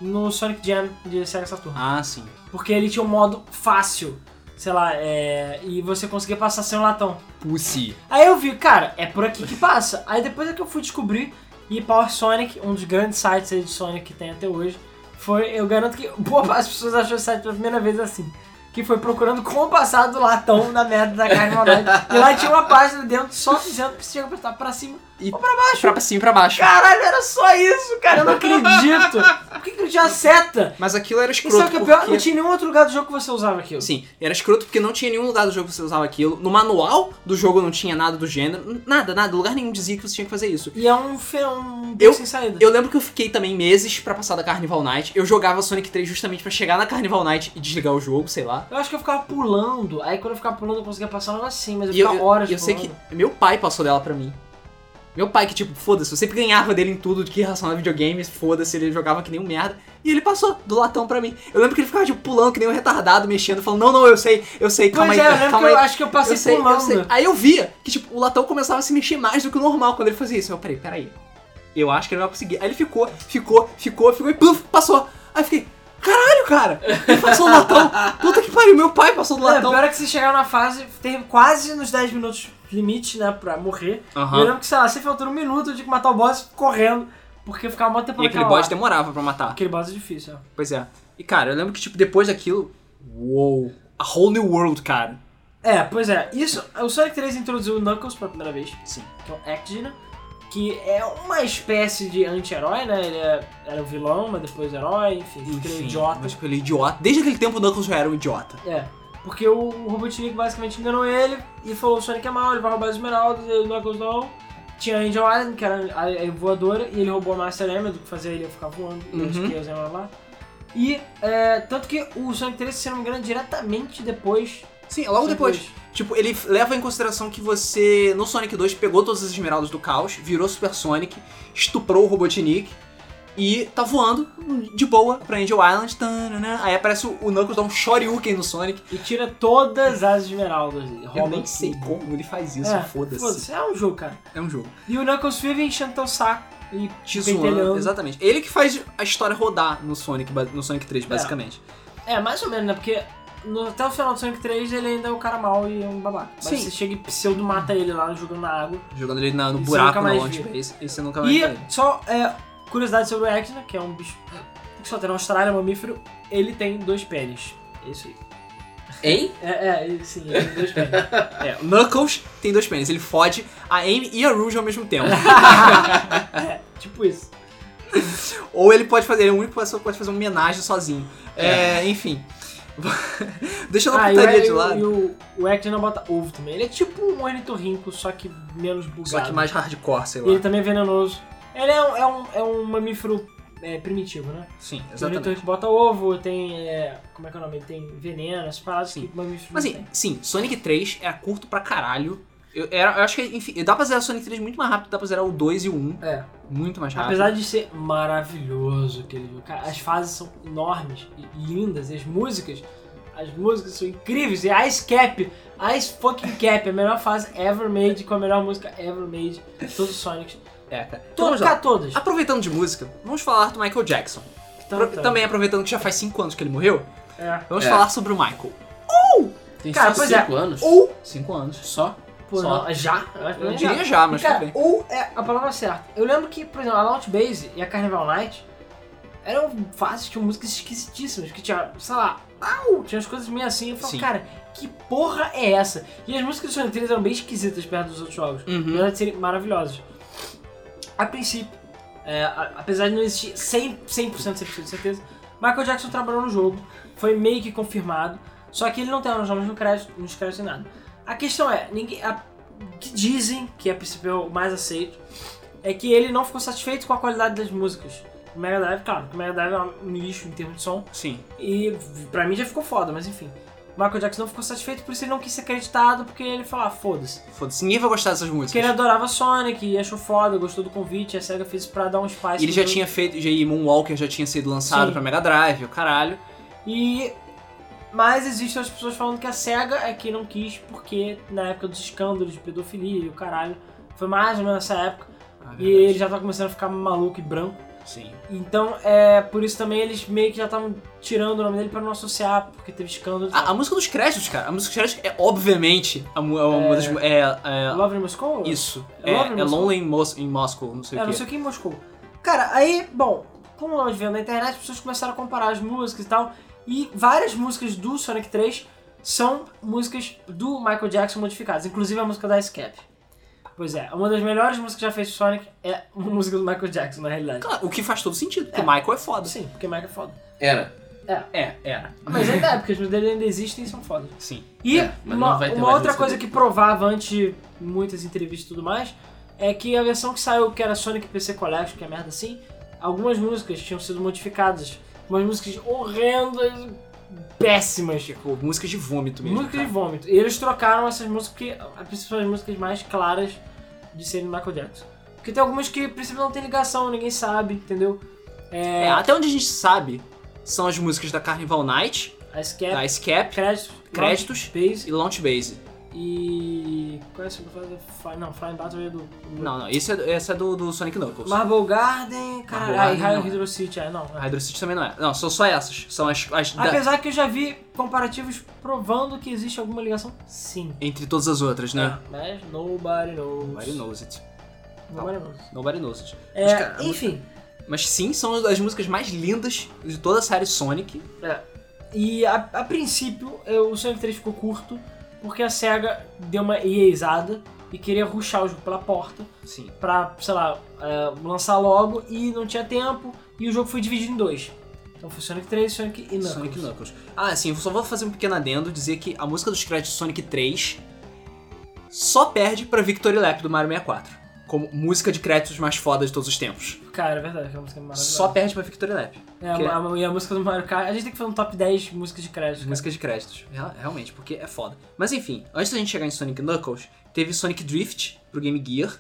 S3: no Sonic Jam de Sega Saturn.
S1: Ah, sim.
S3: Porque ele tinha um modo fácil, sei lá, é, e você conseguia passar sem um latão.
S1: Pussy.
S3: Aí eu vi, cara, é por aqui que passa. Aí depois é que eu fui descobrir, e Power Sonic, um dos grandes sites aí de Sonic que tem até hoje, foi, eu garanto que boa parte das pessoas achou esse site pela primeira vez assim. Que foi procurando como passar do latão na merda da carne malvada. E lá tinha uma página dentro só dizendo que você tinha que apertar pra cima
S1: E-
S3: ou pra baixo.
S1: Pra cima e pra baixo.
S3: Caralho, era só isso, cara. Eu não acredito. Por que que não tinha seta?
S1: Mas aquilo era
S3: E
S1: escroto.
S3: sabe o que é pior?
S1: porque-
S3: Não tinha nenhum outro lugar do jogo que você usava aquilo.
S1: Sim, era escroto porque não tinha nenhum lugar do jogo que você usava aquilo. No manual do jogo não tinha nada do gênero. Nada, nada. Lugar nenhum dizia que você tinha que fazer isso.
S3: E é um, fe- um beco
S1: Eu-
S3: sem saída.
S1: Eu lembro que eu fiquei também meses pra passar da Carnival Night. Eu jogava Sonic 3 justamente pra chegar na Carnival Night e desligar o jogo, sei lá.
S3: Eu acho que eu ficava pulando, aí quando eu ficava pulando eu conseguia passar um negócio assim, mas eu
S1: E eu,
S3: ficava horas
S1: eu, eu sei que
S3: pulando.
S1: meu pai passou dela pra mim. Meu pai que, tipo, foda-se, eu sempre ganhava dele em tudo que relacionava a videogames, foda-se, ele jogava que nem um merda. E ele passou do latão pra mim. Eu lembro que ele ficava, tipo, pulando que nem um retardado, mexendo, falando, não, não, eu sei, eu sei, calma
S3: Pois
S1: aí,
S3: é, eu lembro que
S1: calma aí.
S3: eu acho que eu passei
S1: eu sei,
S3: pulando.
S1: eu sei. Aí eu via que, tipo, o latão começava a se mexer mais do que o normal quando ele fazia isso. Eu, peraí, peraí. eu acho que ele não vai conseguir. Aí ele ficou, ficou, ficou, ficou e pluf, passou. Aí eu fiquei, caralho, cara, ele passou o latão. Puta que pariu, meu pai passou do
S3: Não,
S1: latão.
S3: pior é que vocês chegaram na fase, teve quase nos 10 minutos limite, né, pra morrer.
S4: Aham.
S3: E Eu lembro que, sei lá, você faltou um minuto, eu tinha que matar o boss correndo, porque ficava mó tempo
S4: E aquele
S3: naquela
S4: boss
S3: lá.
S4: demorava pra matar.
S3: Aquele boss é difícil, ó.
S4: Pois é. E cara, eu lembro que, tipo, depois daquilo. Uou! A whole new world, cara.
S3: É, pois é. Isso, o Sonic 3 introduziu o Knuckles pela primeira vez.
S4: Sim.
S3: Que é o Actina, que é uma espécie de anti-herói, né? Ele é- era um vilão, mas depois herói, enfim, aquele
S4: Enfim,
S3: idiota.
S1: Mas tipo, ele é idiota. Desde aquele tempo o Knuckles já era um idiota.
S3: É. Porque o o Robotnik basicamente enganou ele e falou: o Sonic é mau, ele vai roubar as esmeraldas, ele não acusou. Tinha a Angel Island, que era a, a voadora, e ele roubou a Master Emerald, que fazia ele ficar voando, e
S4: Uhum.
S3: os Chaos Emerald lá. E, é, tanto que o Sonic 3, se não me engano, é diretamente depois.
S1: Sim, logo depois.
S3: depois.
S1: Tipo, ele leva em consideração que você, no Sonic 2, pegou todas as esmeraldas do caos, virou Super Sonic, estuprou o Robotnik e tá voando de boa pra Angel Island. tanana. Aí aparece o o Knuckles, dá um shoryuken no Sonic.
S3: E tira todas as esmeraldas. dele,
S1: Eu
S3: rouba
S1: nem
S3: tudo.
S1: sei como ele faz isso,
S3: É,
S1: foda-se.
S3: Foda-se, é um jogo, cara.
S1: É um jogo.
S3: E o Knuckles vive enchendo teu saco e
S1: Te zoando,
S3: pentelhando.
S1: exatamente. Ele que faz a história rodar no Sonic, ba- no Sonic 3, basicamente.
S3: É, mais ou menos, né? Porque no- até o final do Sonic 3 ele ainda é o cara mau e é um babaca. Mas
S1: Sim.
S3: você chega e pseudo mata ele lá jogando na água.
S1: Jogando ele na- no
S3: Isso
S1: buraco
S3: nunca
S1: no
S3: mais
S1: Launch
S3: vi.
S1: Base. Esse eu nunca mais
S3: E
S1: vi.
S3: só é, curiosidade sobre o Echidna, que é um bicho que só tem na Austrália, é mamífero, ele tem dois pênis. É isso aí.
S2: Hein?
S3: É, é, ele- sim, ele tem dois pênis.
S1: É, o Knuckles tem dois pênis. Ele fode a Amy e a Rouge ao mesmo tempo.
S3: É, tipo isso.
S1: Ou ele pode fazer, ele é o único pessoa que pode fazer uma homenagem sozinho. É, enfim. Deixando Então, a
S3: Ah, e
S1: putaria
S3: o,
S1: de
S3: e o-
S1: lado.
S3: E o, o Echidna bota ovo também. Ele é tipo um ornitorrinco, só que menos bugado.
S1: Só que mais hardcore, sei
S3: E ele
S1: lá.
S3: também é venenoso. Ele é um, é um, é um mamífero é, primitivo, né?
S1: Sim,
S3: Exatamente.
S1: exatamente.
S3: Ele bota ovo, tem. é, como é que é o nome? Ele tem veneno, as paradas
S1: Sim.
S3: que mamíferos
S1: Mas
S3: não
S1: assim, sim, Sonic 3 era curto pra caralho. Eu, era- eu acho que, enfim, dá pra zerar Sonic 3 muito mais rápido, dá pra zerar o 2 e o 1
S3: têm. É.
S1: muito mais rápido.
S3: Apesar de ser maravilhoso aquele jogo, cara, as fases são enormes e lindas, e as músicas. As músicas são incríveis. E Ice Cap, Ice Fucking Cap, a melhor fase ever made, com a melhor música ever made de todos os Sonics.
S1: É, cara. Então, vamos
S3: Todos,
S1: lá.
S3: cara, todos.
S1: Aproveitando de música, vamos falar do Michael Jackson.
S3: Então,
S1: Pro-
S3: então.
S1: Também aproveitando que já faz 5 anos que ele morreu,
S3: É.
S1: vamos
S2: É.
S1: falar sobre o Michael.
S2: Tem
S3: Cara,
S2: só
S3: pois é.
S2: cinco anos.
S1: Ou 5 anos.
S2: Só?
S3: Pô,
S1: Só.
S3: não, já? Eu acho que
S1: Eu
S3: já.
S1: diria já, Ah, mas tudo
S3: É. Cara,
S1: bem.
S3: ou é a palavra certa. Eu lembro que, por exemplo, a Launch Base e a Carnival Night eram fases que tinham músicas esquisitíssimas, que tinha, sei lá, au, tinha as coisas meio assim. Eu falava,
S1: Sim.
S3: cara, que porra é essa? E as músicas do Sonic 3 eram bem esquisitas perto dos outros jogos,
S1: Uhum.
S3: apesar de serem maravilhosas. A princípio, é, a- apesar de não existir 100%, 100%, 100% de certeza, Michael Jackson trabalhou no jogo, foi meio que confirmado, só que ele não tem os nomes no crédito, nos créditos nem nada. A questão é, ninguém, a- que dizem que a princípio é o mais aceito, é que ele não ficou satisfeito com a qualidade das músicas. O Mega Drive, claro, o Mega Drive é um lixo em termos de som,
S1: Sim.
S3: e pra mim já ficou foda, mas enfim. O Michael Jackson não ficou satisfeito, por isso ele não quis ser acreditado, porque ele falou, ah, foda-se.
S1: Foda-se, ninguém vai gostar dessas músicas.
S3: Porque ele adorava Sonic, e achou foda, gostou do convite, a SEGA fez isso pra dar um espaço.
S1: E ele já tinha feito, já, e Moonwalker já tinha sido lançado
S3: Sim.
S1: pra Mega Drive, o caralho.
S3: E. Mas existem as pessoas falando que a SEGA é que não quis, porque na época dos escândalos de pedofilia e o caralho, foi mais ou menos nessa época, e ele já tá começando a ficar maluco e branco.
S1: Ah, é Sim.
S3: Então, é por isso também eles meio que já estavam tirando o nome dele pra não associar, porque teve escândalo. e tal.
S1: A, a música dos créditos, cara. A música dos créditos é, obviamente, a, mu- é uma das... É, é-
S3: né? Love in Moscow?
S1: isso.
S3: É
S1: É,
S3: Love in
S1: é
S3: Moscow?
S1: Lonely in, Mos in Moscow, não sei
S3: É,
S1: o
S3: não
S1: quê.
S3: sei o que em Moscou. Cara, aí, bom, como nós vendo na internet, as pessoas começaram a comparar as músicas e tal, e várias músicas do Sonic 3 são músicas do Michael Jackson modificadas, inclusive a música da Ice Cap. Pois é, uma das melhores músicas que já fez o Sonic é uma música do Michael Jackson, na realidade.
S1: Claro, o que faz todo sentido, porque
S3: É.
S1: o Michael é foda.
S3: Sim, porque Michael é foda.
S2: Era.
S1: É, era.
S3: Mas ainda é, porque as músicas dele ainda existem e são fodas.
S1: Sim.
S3: E
S2: É, mas não
S3: uma,
S2: vai ter
S3: uma
S2: mais
S3: outra
S2: música
S3: coisa
S2: dele.
S3: que provava antes de muitas entrevistas e tudo mais é que a versão que saiu, que era Sonic PC Collection, que é merda assim, algumas músicas tinham sido modificadas. Umas músicas horrendas, péssimas.
S1: Tipo, músicas de vômito mesmo.
S3: Músicas de
S1: cara.
S3: vômito. E eles trocaram essas músicas porque a princípio são as músicas mais claras de serem Michael Jackson. Porque tem algumas que a princípio não tem ligação, ninguém sabe, entendeu?
S1: É, até onde a gente sabe, são as músicas da Carnival Night,
S3: A Skep,
S1: da Ice Cap,
S3: crédito,
S1: Créditos.
S3: Base.
S1: e Launch Base.
S3: e. Qual é a segunda fase? Fly- Não, Flying Battle é do.
S1: Não, não, esse é, esse é do, do Sonic Knuckles.
S3: Marble Garden,
S1: Marble
S3: caralho,
S1: Garden,
S3: High
S1: não.
S3: Hydro City, é, não. é.
S1: A Hydro City também não é. Não, são só essas. São as. as da-
S3: Apesar que eu já vi comparativos provando que existe alguma ligação, sim. Ah,
S1: entre todas as outras, né?
S3: Mas nobody knows.
S1: Nobody knows Tá. it.
S3: Nobody knows.
S1: Nobody knows it.
S3: É,
S1: Mas, cara,
S3: enfim,
S1: Mas sim, são as músicas mais lindas de toda a série Sonic.
S3: e a, a princípio eu- o Sonic 3 ficou curto porque a SEGA deu uma EAizada e queria ruxar o jogo pela porta
S1: Sim.
S3: pra, sei lá, é, lançar logo e não tinha tempo e o jogo foi dividido em dois. Então foi Sonic 3, Sonic e Knuckles.
S1: Sonic Knuckles. Ah, sim, eu só vou fazer um pequeno adendo, dizer que a música dos créditos de Sonic 3 só perde pra Victory Lap do Mario 64. Como música de créditos mais foda de todos os tempos.
S3: Cara, é verdade, aquela música é maravilhosa.
S1: Só perde pra Victory Lap.
S3: É, a- a- e a música do Mario Kart, a gente tem que fazer um top 10 músicas de crédito. cara.
S1: Música de créditos. Real- Realmente, porque é foda. Mas enfim, antes da gente chegar em Sonic Knuckles, teve Sonic Drift pro Game Gear.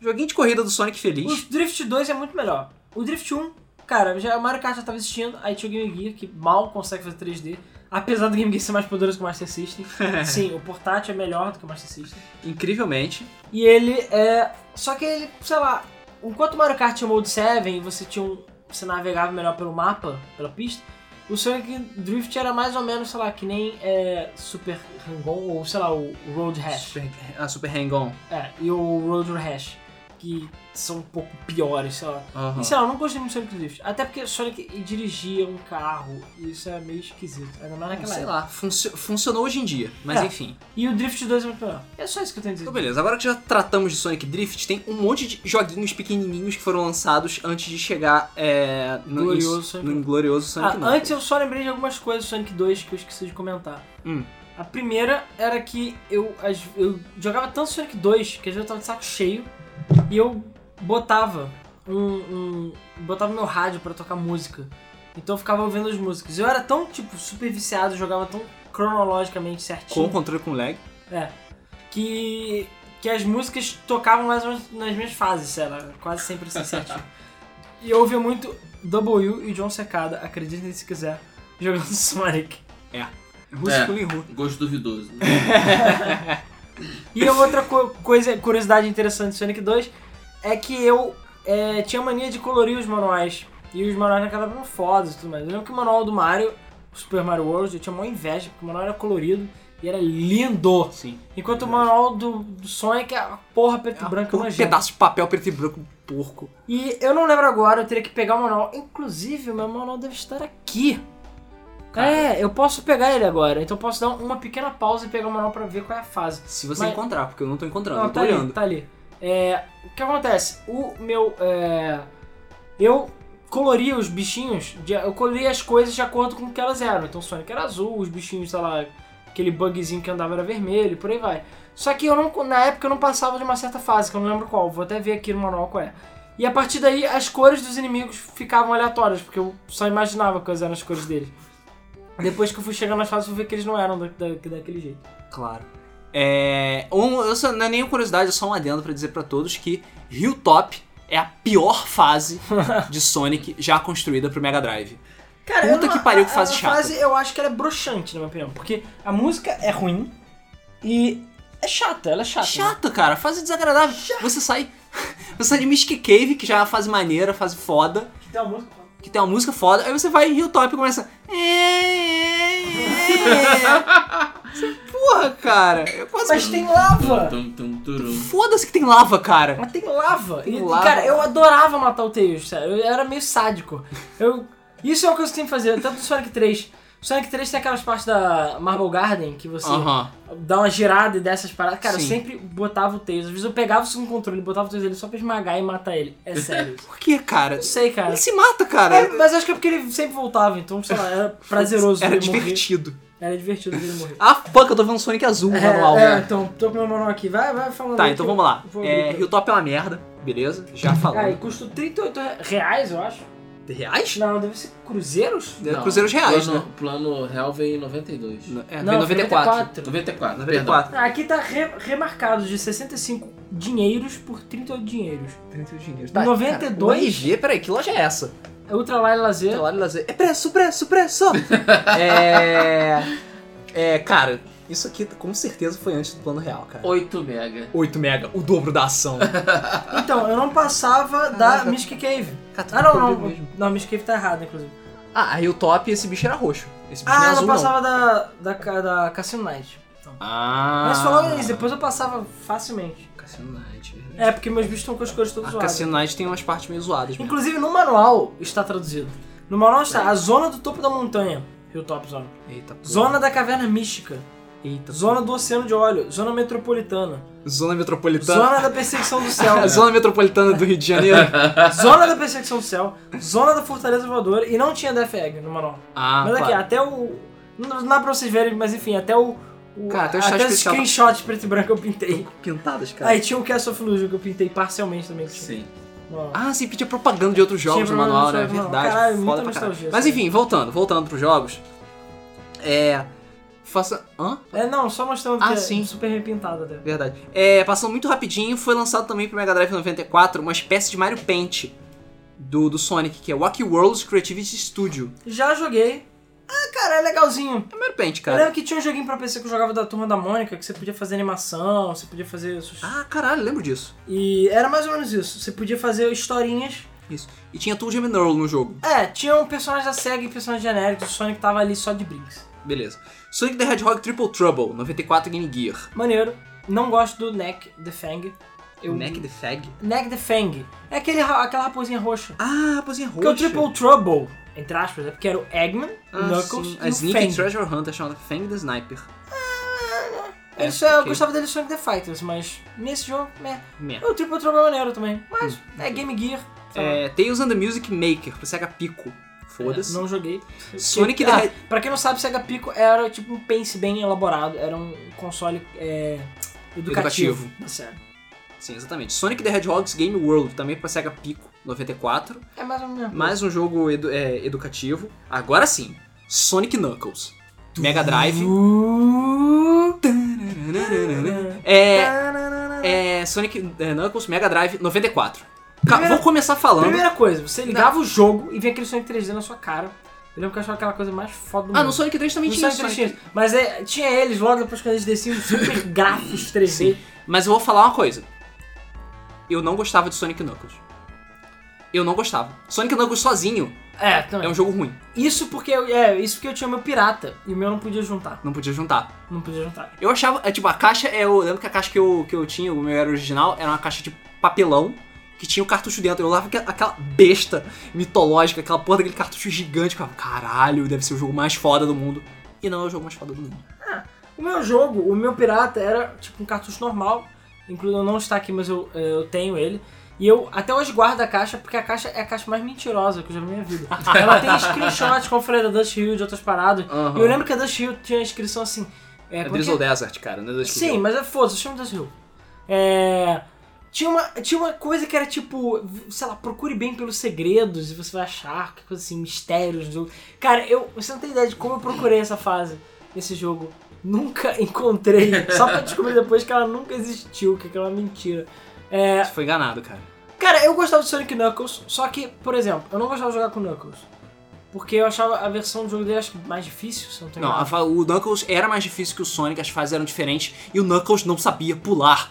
S1: Joguinho de corrida do Sonic Feliz.
S3: O Drift 2 é muito melhor. O Drift 1, cara, já, o Mario Kart já tava existindo, aí tinha o Game Gear, que mal consegue fazer 3D. Apesar do Game Gear ser mais poderoso que o Master System. Sim, o portátil é melhor do que o Master System.
S1: Incrivelmente.
S3: E ele é... Só que ele, sei lá... Enquanto o Mario Kart tinha o Mode 7 e você tinha um... Você navegava melhor pelo mapa, pela pista, o Sonic Drift era mais ou menos, sei lá, que nem é, Super Hang-On ou, sei lá, o Road Rash.
S1: Super, ah, Super Hang On.
S3: É, e o Road Rash, que são um pouco piores, sei lá.
S1: Aham.
S3: E sei lá, eu não gostei muito do Sonic Drift. Até porque Sonic dirigia um carro e isso é meio esquisito. Ainda mais naquela
S1: Sei
S3: época.
S1: lá, funcio- funcionou hoje em dia, mas
S3: É.
S1: enfim.
S3: E o Drift 2 é muito melhor. É só isso que eu tenho a dizer.
S1: Então beleza, agora que já tratamos de Sonic Drift, tem um monte de joguinhos pequenininhos que foram lançados antes de chegar é, no,
S3: Glorioso
S1: em-
S3: Sonic.
S1: no glorioso
S3: Ah,
S1: Sonic
S3: antes
S1: Knuckles.
S3: eu só lembrei de algumas coisas do Sonic 2 que eu esqueci de comentar.
S1: Hum.
S3: A primeira era que eu, as- eu jogava tanto Sonic 2 que às vezes eu tava de saco cheio e eu botava um. um botava meu rádio pra tocar música. Então eu ficava ouvindo as músicas. Eu era tão, tipo, super viciado, jogava tão cronologicamente
S1: Com
S3: certinho.
S1: o controle com lag.
S3: É. Que, que as músicas tocavam mais ou menos nas minhas fases, sei lá, quase sempre assim certinho. e eu ouvia muito W e John Secada, acreditem se quiser, jogando Sonic.
S1: Russo
S2: É.
S1: com Linhu.
S2: Gosto duvidoso.
S3: E a outra co- coisa, curiosidade interessante de Sonic 2 é que eu é, tinha mania de colorir os manuais. E os manuais naquela época eram fodas e tudo mais. Eu lembro que o manual do Mario, o Super Mario World, eu tinha maior inveja, porque o manual era colorido e era lindo.
S1: Sim.
S3: Enquanto o manual do, do Sonic é a porra preto e branco
S1: um
S3: nojenta.
S1: pedaço de papel preto e branco, porco.
S3: E eu não lembro agora, eu teria que pegar o manual. Inclusive, o meu manual deve estar aqui. É, eu posso pegar ele agora. Então eu posso dar uma pequena pausa e pegar o manual pra ver qual é a fase.
S1: Se você
S3: Mas-
S1: encontrar, porque eu não tô encontrando,
S3: Não,
S1: eu tô
S3: tá ali,
S1: olhando.
S3: tá ali. É, o que acontece? O meu. é, eu coloria os bichinhos, de- eu coloria as coisas de acordo com o que elas eram. Então o Sonic era azul, os bichinhos, sei lá, aquele bugzinho que andava era vermelho e por aí vai. Só que eu não, na época eu não passava de uma certa fase, que eu não lembro qual, vou até ver aqui no manual qual é. E a partir daí as cores dos inimigos ficavam aleatórias, porque eu só imaginava quais eram as cores deles. Depois que eu fui chegando nas fases, eu fui ver que eles não eram da, da- daquele jeito.
S1: Claro. É, um, eu só, não é nenhuma curiosidade, é só um adendo pra dizer pra todos que Hilltop é a pior fase de Sonic já construída pro Mega Drive.
S3: Cara,
S1: Puta
S3: eu não-
S1: que pariu, que
S3: a-
S1: fase
S3: a
S1: chata.
S3: fase, eu acho que ela é broxante, na minha opinião. Porque a música é ruim e é chata, ela é chata.
S1: Chato, cara. Fase desagradável. Você sai. Você sai de Mystic Cave, que já é uma fase maneira, fase foda,
S3: Né? Tem uma música.
S1: que tem uma música foda, aí você vai em Hilltop e começa. "É, é." Você- Porra, cara. Eu quase.
S3: Mas tem lava!
S2: tum, tum, turum.
S1: Foda-se que tem lava, cara.
S3: Mas tem lava!
S1: Tem
S3: e,
S1: lava.
S3: cara, eu adorava matar o Tails, sério. Eu era meio sádico. Eu, isso é uma coisa que tem que fazer, tanto no Sonic 3. O Sonic 3 tem aquelas partes da Marble Garden que você
S1: Aham.
S3: dá uma girada e dessas paradas. Cara, eu
S1: Sim.
S3: sempre botava o Tails. Às vezes eu pegava o segundo controle, botava o Tails ali só pra esmagar e matar ele. É sério. isso.
S1: Por que, cara?
S3: Eu sei, cara.
S1: Ele se mata, cara.
S3: É, mas acho que é porque ele sempre voltava, então, sei lá, era prazeroso
S1: Era
S3: ele
S1: divertido.
S3: morrer. Era divertido ele morrer.
S1: Ah, fuck, eu tô vendo Sonic Azul no manual,
S3: é, é,
S1: né?
S3: então, tô com meu manual aqui, vai, vai falando.
S1: Tá,
S3: aí
S1: então
S3: que eu
S1: vamos lá.
S3: vou
S1: É,
S3: abrir.
S1: Hilltop é uma merda, beleza? Já
S3: Ah, e
S1: falamos.
S3: custa 38 reais, eu acho.
S1: Reais?
S3: Não, deve ser cruzeiros?
S1: É, Cruzeiros reais,
S2: plano,
S1: né?
S2: plano real vem em 92.
S1: É,
S3: Não,
S1: vem 94.
S2: 94, 94.
S1: 94.
S3: Ah, aqui tá re- remarcado de 65 dinheiros por 38 dinheiros.
S1: 30 dinheiros.
S3: Tá, 92?
S1: Cara, o RG, peraí, que loja é essa?
S3: É Ultraline Lazer.
S1: Salário e lazer. É preço, preço, preço! é. É, cara, Isso aqui com certeza foi antes do plano real, cara.
S2: 8 mega.
S1: 8 mega, o dobro da ação.
S3: Então, eu não passava da
S1: Caraca.
S3: Mystic Cave.
S1: Cara, tu
S3: Ah, não,
S1: ficou
S3: não.
S1: doido mesmo.
S3: Não, Mystic Cave tá errado, inclusive.
S1: Ah, aí o top, esse bicho era roxo. Esse bicho não é
S3: Ah, eu
S1: azul,
S3: não
S1: não.
S3: passava da, da, ca- da Cassino Knight. Então.
S1: Ah.
S3: Mas falando isso, depois eu passava facilmente.
S1: Cassino Knight, verdade.
S3: É, porque meus bichos estão com as cores todas
S1: A
S3: zoadas.
S1: Cassino Knight tem umas partes meio zoadas mesmo.
S3: Inclusive no manual está traduzido. No manual está a zona do topo da montanha, Hilltop Zone.
S1: Eita porra.
S3: Zona da caverna mística.
S1: Eita
S3: Zona do oceano de óleo. Zona metropolitana.
S1: porra. Zona metropolitana.
S3: Zona da perseguição do céu.
S1: Então- A Zona metropolitana do Rio de Janeiro.
S3: Zona da perseguição do céu. Zona da fortaleza voadora. E não tinha Death Egg no manual.
S1: Ah,
S3: mas aqui,
S1: claro.
S3: até o... Não não dá pra vocês verem, mas enfim, até o... o-
S1: Cara, até o
S3: até
S1: chat
S3: os
S1: especial-
S3: screenshots preto e branco eu pintei.
S1: Pintadas, cara.
S3: Aí tinha o Castle of Illusion que eu pintei parcialmente também. que tinha
S2: Sim.
S3: no manual.
S1: Ah, sim, pedia propaganda de outros jogos no
S3: propaganda
S1: manual,
S3: de
S1: né? É
S3: outros jogos no
S1: verdade.
S3: manual. Caralho,
S1: foda
S3: muita
S1: pra caralho.
S3: nostalgia,
S1: Mas
S3: assim.
S1: enfim, voltando, voltando pros jogos. É. Faça. Hã?
S3: É, não, só mostrando
S1: Ah,
S3: que
S1: sim.
S3: é super repintado até.
S1: Verdade. É, passando muito rapidinho, foi lançado também pro Mega Drive 94 uma espécie de Mario Paint do, do Sonic, que é Wacky Worlds Creativity Studio.
S3: Já joguei. Ah, cara, é legalzinho.
S1: É Mario Paint,
S3: Eu
S1: cara.
S3: lembro que tinha um joguinho pra PC que eu jogava da turma da Mônica, que você podia fazer animação, você podia fazer. sus-
S1: Ah, caralho, lembro disso.
S3: E era mais ou menos isso. Você podia fazer historinhas.
S1: E tinha Toad and Earl no jogo.
S3: É, tinha um personagem da SEGA e personagem genérico, o Sonic tava ali só de brinks.
S1: Beleza. Sonic the Hedgehog Triple Trouble, 94 Game Gear.
S3: Maneiro. Não gosto do Neck the Fang. Eu...
S1: Mac the Fag?
S3: Neck the Fang. É aquele, ra- aquela raposinha roxa.
S1: Ah, raposinha roxa.
S3: Porque o Triple Trouble, entre aspas, é porque era o Eggman,
S1: Ah,
S3: o Knuckles
S1: sim. A
S3: e o
S1: Sneak and
S3: Fang.
S1: Treasure Hunter chamada Fang the Sniper.
S3: Ele
S1: É,
S3: só- Eu
S1: ok.
S3: gostava dele do Sonic the Fighters, mas nesse jogo, né?
S1: Merda.
S3: O Triple Trouble é maneiro também. Mas é Game Gear. sei lá.
S1: Hum. É, Tales and the Music Maker, pro Sega Pico. Foda-se.
S3: Não joguei.
S1: Sonic
S3: ah,
S1: the...
S3: Pra quem não sabe, Sega Pico era tipo um pense bem elaborado, era um console é, educativo. Tá
S1: Educativo.
S3: da série.
S1: Sim, exatamente. Sonic the Hedgehog's Game World, também pra Sega Pico, 94.
S3: É mais ou menos.
S1: Mais um jogo edu- é, educativo. Agora sim, Sonic Knuckles. Mega Drive. É, é, Sonic é, Knuckles Mega Drive 94. Cara,
S3: Primeira-
S1: vou começar falando.
S3: Primeira coisa, você ligava o jogo e vinha aquele Sonic 3D na sua cara. Eu lembro que eu achava aquela coisa mais foda do mundo.
S1: Ah, no Sonic 3 também
S3: No
S1: tinha
S3: Sonic
S1: Sonic
S3: 3D. Mas é, tinha eles logo depois que eles desciam super gráficos 3D.
S1: Mas eu vou falar uma coisa. Eu não gostava de Sonic Knuckles. Eu não gostava. Sonic Knuckles sozinho
S3: É, também.
S1: é um jogo ruim.
S3: Isso porque eu, é, isso porque eu tinha meu pirata e o meu não podia juntar.
S1: Não podia juntar.
S3: Não podia juntar.
S1: Eu achava. é, tipo, a caixa. é, Eu lembro que a caixa que eu, que eu tinha, o meu era original, era uma caixa de papelão que tinha o cartucho dentro. Eu olhava aqua- aquela besta mitológica, aquela porra daquele cartucho gigante. Eu falava, caralho, deve ser o jogo mais foda do mundo. E não é o jogo mais foda do mundo.
S3: O meu jogo, o meu pirata era tipo um cartucho normal, inclusive não está aqui, mas eu, eh, eu tenho ele. E eu até hoje guardo a caixa, porque a caixa é a caixa mais mentirosa que eu já vi na minha vida. Ela tem screenshots, como eu falei, da Dust Hill e de outras paradas. E eu lembro que a Dust Hill tinha a inscrição assim... É,
S1: É
S3: como que
S1: Drizzle Desert, cara, né? Das-
S3: Sim, mas é foda-se, chama Dust Hill. É... Tinha uma, tinha uma coisa que era tipo, sei lá, procure bem pelos segredos e você vai achar, que coisa assim, mistérios. Do... Cara, eu, você não tem ideia de como eu procurei essa fase nesse jogo. Nunca encontrei. Só pra descobrir depois que ela nunca existiu, que aquela é uma mentira. É,
S1: Você foi enganado, cara.
S3: Cara, eu gostava de Sonic Knuckles, só que, por exemplo, eu não gostava de jogar com Knuckles. Porque eu achava a versão do jogo dele acho que mais difícil, se eu não tô
S1: Não,
S3: enganado.
S1: a fa- o Knuckles era mais difícil que o Sonic, as fases eram diferentes e o Knuckles não sabia pular.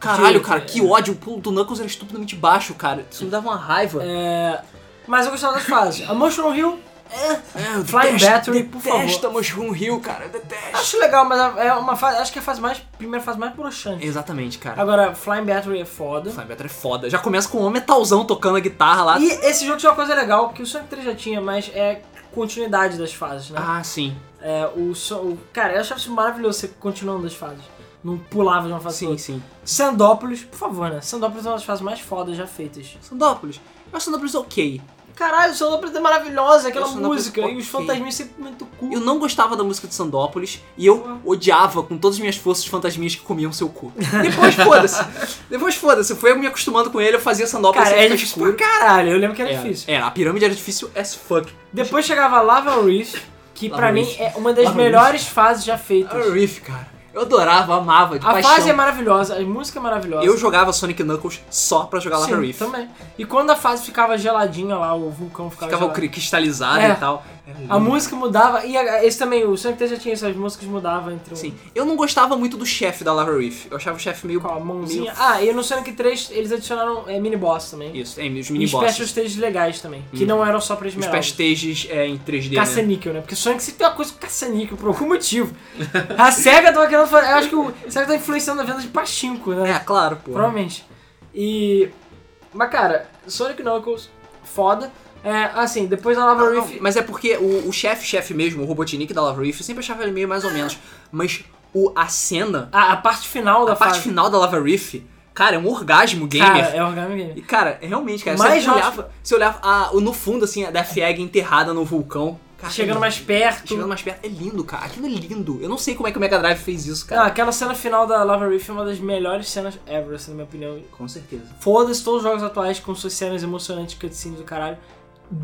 S1: Caralho,
S3: Sim,
S1: cara,
S3: é.
S1: que ódio. O pulo do Knuckles era estupidamente baixo, cara. Isso me dava uma raiva. É,
S3: Mas eu gostava das fases. A Mushroom Hill
S1: É, eu
S3: Flying Battery, por favor.
S1: detesto a Mushroom Hill, cara. Eu detesto.
S3: Acho legal, mas é uma fase. Acho que é a fase mais. Primeira fase mais broxante.
S1: Exatamente, cara.
S3: Agora, Flying Battery é foda.
S1: Flying Battery é foda. Já começa com um metalzão tocando a guitarra lá.
S3: E esse jogo tinha uma coisa legal, que o Sonic 3 já tinha, mas é continuidade das fases, né?
S1: Ah, sim.
S3: É, o, so- o- cara, eu achava isso maravilhoso você continuando as fases. Não pulava de uma
S1: Sim,
S3: fase pra outra.
S1: sim.
S3: Sandópolis, por favor, né? Sandópolis é uma das fases mais fodas já feitas.
S1: Sandópolis. Eu acho Sandópolis ok.
S3: Caralho, Sandópolis é maravilhosa, aquela
S1: Eu sou Sandópolis,
S3: música. E os
S1: ok.
S3: fantasminhas sempre muito cu.
S1: Eu não gostava da música de Sandópolis e eu odiava com todas as minhas forças fantasminhas que comiam seu cu. Depois foda-se. Depois foda-se. Eu fui me acostumando com ele, eu fazia Sandópolis
S3: Cara,
S1: sempre É.
S3: é
S1: no
S3: difícil pra caralho, eu lembro que era
S1: Era,
S3: difícil.
S1: era, a pirâmide era difícil as fuck.
S3: Depois chegava Lava Reef, que pra
S1: Lava
S3: mim
S1: Reef.
S3: é uma das
S1: Lava
S3: melhores fases já feitas.
S1: Reef, cara. Eu adorava, amava, de
S3: A
S1: paixão.
S3: fase é maravilhosa, a música é maravilhosa.
S1: Eu jogava Sonic Knuckles só pra jogar Lava
S3: Sim,
S1: Reef.
S3: também. E quando a fase ficava geladinha lá, o vulcão ficava,
S1: Ficava
S3: gelado.
S1: cri- cristalizado
S3: É.
S1: e tal. Era lindo.
S3: A música mudava, e a- esse também, o Sonic 3 já tinha isso, as músicas mudavam entre um-
S1: Sim. Eu não gostava muito do chefe da Lava Reef. Eu achava o chefe meio...
S3: com a mãozinha. Ah, e no Sonic 3 eles adicionaram é, mini-boss também.
S1: Isso, Uhum. é, os
S3: E special
S1: mini-bosses.
S3: stages legais também, que não eram só pra
S1: Os
S3: Esmeralda.
S1: pastages é, em 3D, né?
S3: Caça-níquel, né? Porque Sonic sempre tem uma coisa com caça-níquel, por algum motivo. A SEGA tava querendo fazer. Eu acho que o a SEGA tá influenciando a venda de pachinko, né?
S1: É, claro, pô.
S3: Provavelmente. E. Mas cara, Sonic Knuckles, foda. É, assim, depois da Lava
S1: Não,
S3: Reef.
S1: Mas é porque o o chefe, chefe mesmo, o Robotnik da Lava Reef, eu sempre achava ele meio mais ou menos. Mas o, a cena,
S3: A, a parte final da
S1: a parte
S3: fase.
S1: final da Lava Reef, cara, é um orgasmo gamer.
S3: Cara, é orgânico gamer.
S1: E, cara, é realmente, cara,
S3: Mais
S1: você
S3: hot-
S1: olhava, você olhava a- o- no fundo, assim, a Death Egg enterrada no vulcão. Cara,
S3: Chegando
S1: é
S3: mais perto.
S1: Chegando mais perto. É lindo, cara. Aquilo é lindo. Eu não sei como é que o Mega Drive fez isso,
S3: Não,
S1: cara.
S3: aquela cena final da Lava Reef é uma das melhores cenas ever, assim, na minha opinião.
S1: Com certeza.
S3: Foda-se todos os jogos atuais com suas cenas emocionantes, cutscenes do caralho.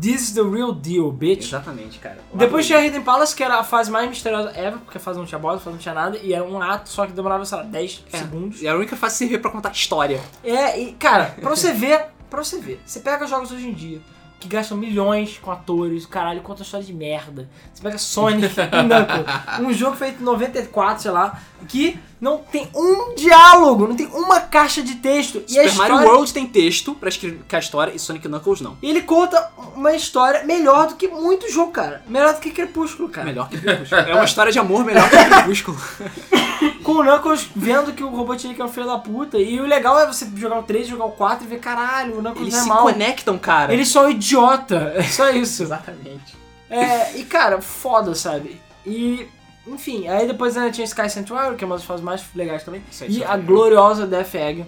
S3: This is the real deal, bitch.
S1: Exatamente, cara.
S3: Depois tinha Hidden Palace, que era a fase mais misteriosa ever, porque a fase não tinha boss, a fase não tinha nada, e era um ato só que demorava, sei lá, 10
S1: É.
S3: segundos.
S1: E a única fase que servia pra contar história.
S3: É, e, cara, pra você ver, pra você ver, você pega jogos hoje em dia, que gastam milhões com atores, caralho, conta história de merda. Você pega Sonic e Knuckles, um jogo feito em 94, sei lá, que não tem um diálogo, não tem uma caixa de texto. e a
S1: Super
S3: história...
S1: Mario World tem texto pra explicar a história e Sonic Knuckles não.
S3: E ele conta uma história melhor do que muito jogo, cara. Melhor do que Crepúsculo, cara.
S1: Melhor que Crepúsculo. é uma história de amor melhor que Crepúsculo.
S3: Com o Knuckles vendo que o Robotnik é um filho da puta. E o legal é você jogar o 3, jogar o 4 e ver, caralho, o Knuckles
S1: Eles
S3: não é
S1: se
S3: mal.
S1: conectam, cara.
S3: Ele só é um idiota. É só isso.
S2: Exatamente.
S3: É, e cara, foda, sabe? E, enfim, aí depois ainda tinha Sky Sanctuary, que é uma das fases mais legais também.
S1: Isso aí,
S3: E
S1: isso
S3: a gloriosa Death Egg,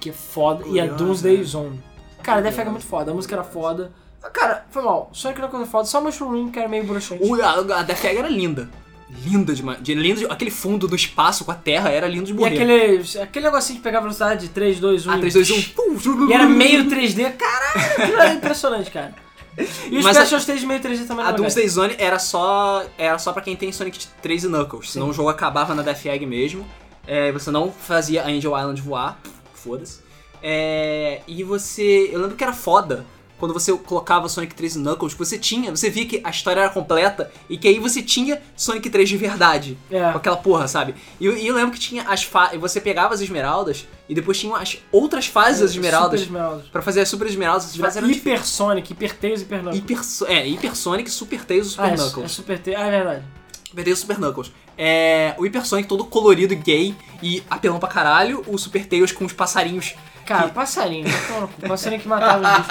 S3: que é foda. E a
S1: é Gloriosa.
S3: Doomsday Zone. Cara, Death Egg é muito foda, a música era foda. Mas, Cara, foi mal. Sonic Knuckles é foda, só o Mushroom Ring que era meio broxante.
S1: O- a, a Death Egg era linda. Linda demais. De, lindo de- aquele fundo do espaço com a terra era lindo de
S3: E
S1: morrer.
S3: aquele, aquele negocinho de pegar velocidade de 3, 2, 1.
S1: Ah, 3, 2, 1. pum.
S3: E era meio 3D. Caralho, aquilo era impressionante, cara. E os
S1: Mas a-
S3: Special Stage meio 3D também
S1: A
S3: não
S1: Doomsday Zone era só, era só pra quem tem Sonic 3 e Knuckles. Senão o jogo acabava na Death Egg mesmo. É, você não fazia a Angel Island voar. Foda-se. É, e você. Eu lembro que era foda. Quando você colocava Sonic 3 e Knuckles, que você tinha, você via que a história era completa e que aí você tinha Sonic 3 de verdade. Com
S3: É.
S1: aquela porra, sabe? E, eu- e eu lembro que tinha as fases. Você pegava as esmeraldas e depois tinha as outras fases das esmeraldas.
S3: É, Super esmeraldas.
S1: Pra fazer as super esmeraldas, as fases eram de
S3: Hiper Sonic, Hiper Tails e Hiper Knuckles.
S1: Hiper, é, Hiper Sonic, Super Tails e Super
S3: ah, é,
S1: Knuckles.
S3: É Super Tails, ah, é verdade.
S1: Perdeu o Super Knuckles. É, o Hyper Sonic todo colorido, gay e apelão pra caralho. O Super Tails com os passarinhos.
S3: Cara, passarinho. vai tomar no cu. passarinho que matava os bichos.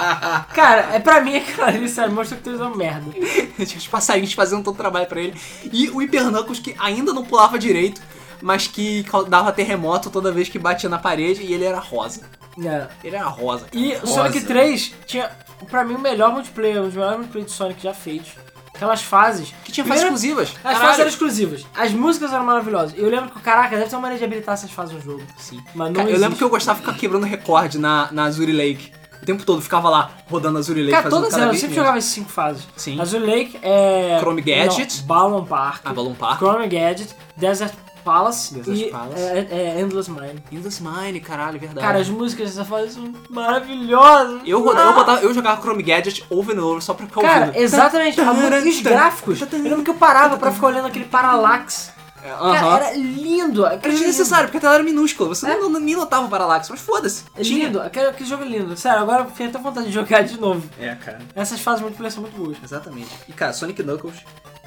S3: Cara, é pra mim aquela ali, sério, mostra que Tails é uma merda.
S1: Tinha os passarinhos fazendo todo o trabalho pra ele. E o Hyper Knuckles que ainda não pulava direito, mas que ca- dava terremoto toda vez que batia na parede e ele era rosa.
S3: É.
S1: Ele era rosa.
S3: E o Sonic 3 tinha, pra mim, o melhor multiplayer, um dos melhores multiplayer de Sonic já feitos. Aquelas fases.
S1: Que tinha fases
S3: Primeiro-
S1: exclusivas.
S3: As fases eram exclusivas. As músicas eram maravilhosas. Eu lembro que, caraca, deve ter uma maneira de habilitar essas fases no jogo.
S1: Sim.
S3: Mas não
S1: Cara, eu
S3: existe.
S1: lembro que eu gostava de ficar quebrando recorde na, na Azuri Lake. O tempo todo ficava lá rodando a Azuri Lake.
S3: Cara,
S1: fazendo
S3: todas
S1: um cada
S3: elas, eu
S1: vez
S3: sempre
S1: menos.
S3: jogava essas cinco fases.
S1: Sim.
S3: Azul Lake é.
S1: Chrome Gadget.
S3: Não, Ballon Park.
S1: Ah, Balloon Park.
S3: Chrome Gadget, Desert Palace
S1: Desert
S3: e
S1: Palace.
S3: é- é Endless Mine.
S1: Endless Mine, caralho, verdade.
S3: Cara, as músicas dessa fase são maravilhosas.
S1: Eu, roda- eu, botava- eu jogava Chrome Gadget over and over só pra ficar
S3: Ah. Cara,
S1: ouvindo.
S3: exatamente. a música e os gráficos. Eu lembro que eu parava pra ficar olhando aquele Parallax.
S1: É,
S3: Cara,
S1: tá aham.
S3: era lindo.
S1: Era
S3: Aquele
S1: desnecessário, porque a tela era minúscula. Você não, não- nem notava o paralaxe, mas foda-se.
S3: É
S1: Tinha.
S3: lindo. Aquele, aquele jogo é lindo. Sério, agora eu fiquei até vontade de jogar de novo.
S1: É, cara.
S3: Essas fases multiplayer são muito boas.
S1: Exatamente. E, cara, Sonic Knuckles.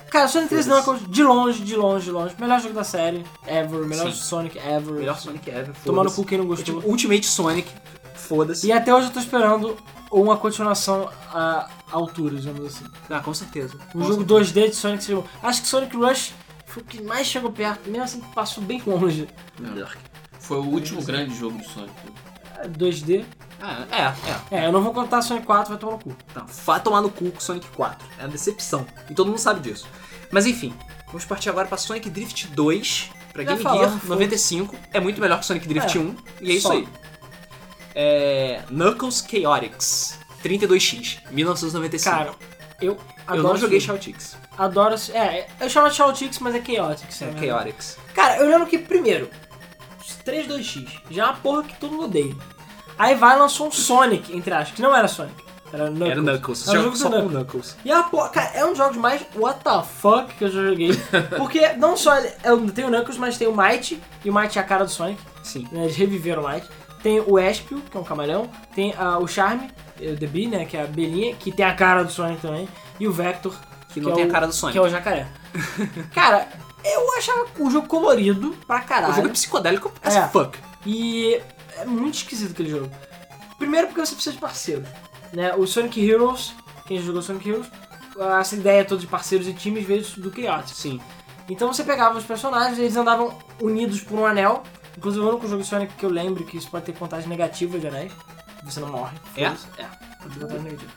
S3: Cara, Sonic 3
S1: Foda-se.
S3: Knuckles, de longe, de longe, de longe. Melhor jogo da série ever. Melhor Sonic ever.
S1: Melhor Sonic ever. foda-se.
S3: Tomar no cu quem não
S1: É tipo,
S3: gostou.
S1: Ultimate Sonic. Foda-se.
S3: E até hoje eu tô esperando uma continuação à altura, digamos assim.
S1: Ah, com certeza.
S3: Um
S1: Com
S3: jogo
S1: certeza.
S3: 2D de Sonic seria bom. Acho que Sonic Rush foi o que mais chegou perto, mesmo assim passou bem longe.
S1: Melhor.
S2: Foi o último grande jogo do Sonic.
S3: É, 2D.
S1: Ah, é, é.
S3: É, eu não vou contar Sonic 4, vai tomar no cu.
S1: Não, vá tomar no cu com Sonic 4. É uma decepção. E todo mundo sabe disso. Mas enfim, vamos partir agora pra Sonic Drift 2, pra
S3: Já
S1: Game
S3: falava,
S1: Gear
S3: foi.
S1: 95. É muito melhor que Sonic Drift
S3: É,
S1: 1. E é isso
S3: só.
S1: aí. É. Knuckles Chaotix. 32x, 1995.
S3: Cara, eu adoro.
S1: eu não
S3: esse
S1: joguei
S3: jogo.
S1: Chaotix.
S3: Adoro. esse- É, eu chamo de Chaotix, mas é Chaotix.
S1: É,
S3: né?
S1: Chaotix.
S3: Cara, eu lembro que primeiro, 3-2-X, já é uma porra que todo mundo odeia. Aí vai e lançou um Sonic, entre aspas, que não era Sonic. Era Knuckles.
S1: Era Knuckles.
S3: Era o
S1: Jogo
S3: jogo do
S1: só um com
S3: Knuckles.
S1: Knuckles.
S3: E a porra, cara, é um dos jogos mais what the fuck que eu já joguei. Porque não só ele- eu- tem o Knuckles, mas tem o Might, e o Might é a cara do Sonic,
S1: Sim.
S3: né, eles reviveram o Might. Tem o Espio, que é um camaleão, tem ah, o Charme, eh, The Bee, né, que é a belinha, que tem a cara do Sonic também, e o Vector,
S1: Que não
S3: é
S1: tem
S3: o-
S1: a cara do Sonic.
S3: que é o jacaré. cara, eu achava o jogo colorido
S1: O
S3: pra
S1: jogo
S3: caralho.
S1: é psicodélico as
S3: É.
S1: fuck.
S3: E é muito esquisito aquele jogo. Primeiro porque você precisa de parceiro. Né? O Sonic Heroes, quem jogou Sonic Heroes, essa ideia toda de parceiros e times veio do Chaos.
S1: Sim.
S3: Então você pegava os personagens, eles andavam unidos por um anel. Inclusive o único jogo de Sonic que eu lembro que isso pode ter contagem negativa de anéis. Você não morre.
S1: É?
S3: Foda-se. É, pode ter contagem negativa.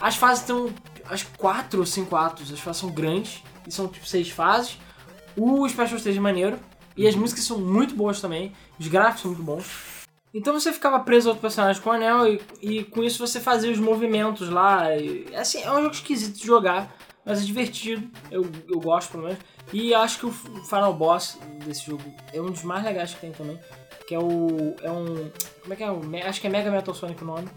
S3: As fases têm as quatro ou cinco atos, as fases são grandes, e são tipo seis fases. O Special Stage é maneiro, e as músicas são muito boas também, os gráficos são muito bons. Então você ficava preso a outro personagem com o anel e, e com isso você fazia os movimentos lá. e, assim, é um jogo esquisito de jogar, mas é divertido, eu, eu gosto pelo menos. E acho que o f- o final boss desse jogo é um dos mais legais que tem também. Que é o. É um. Como é que é? O, Me- acho que é Mega Metal Sonic o nome.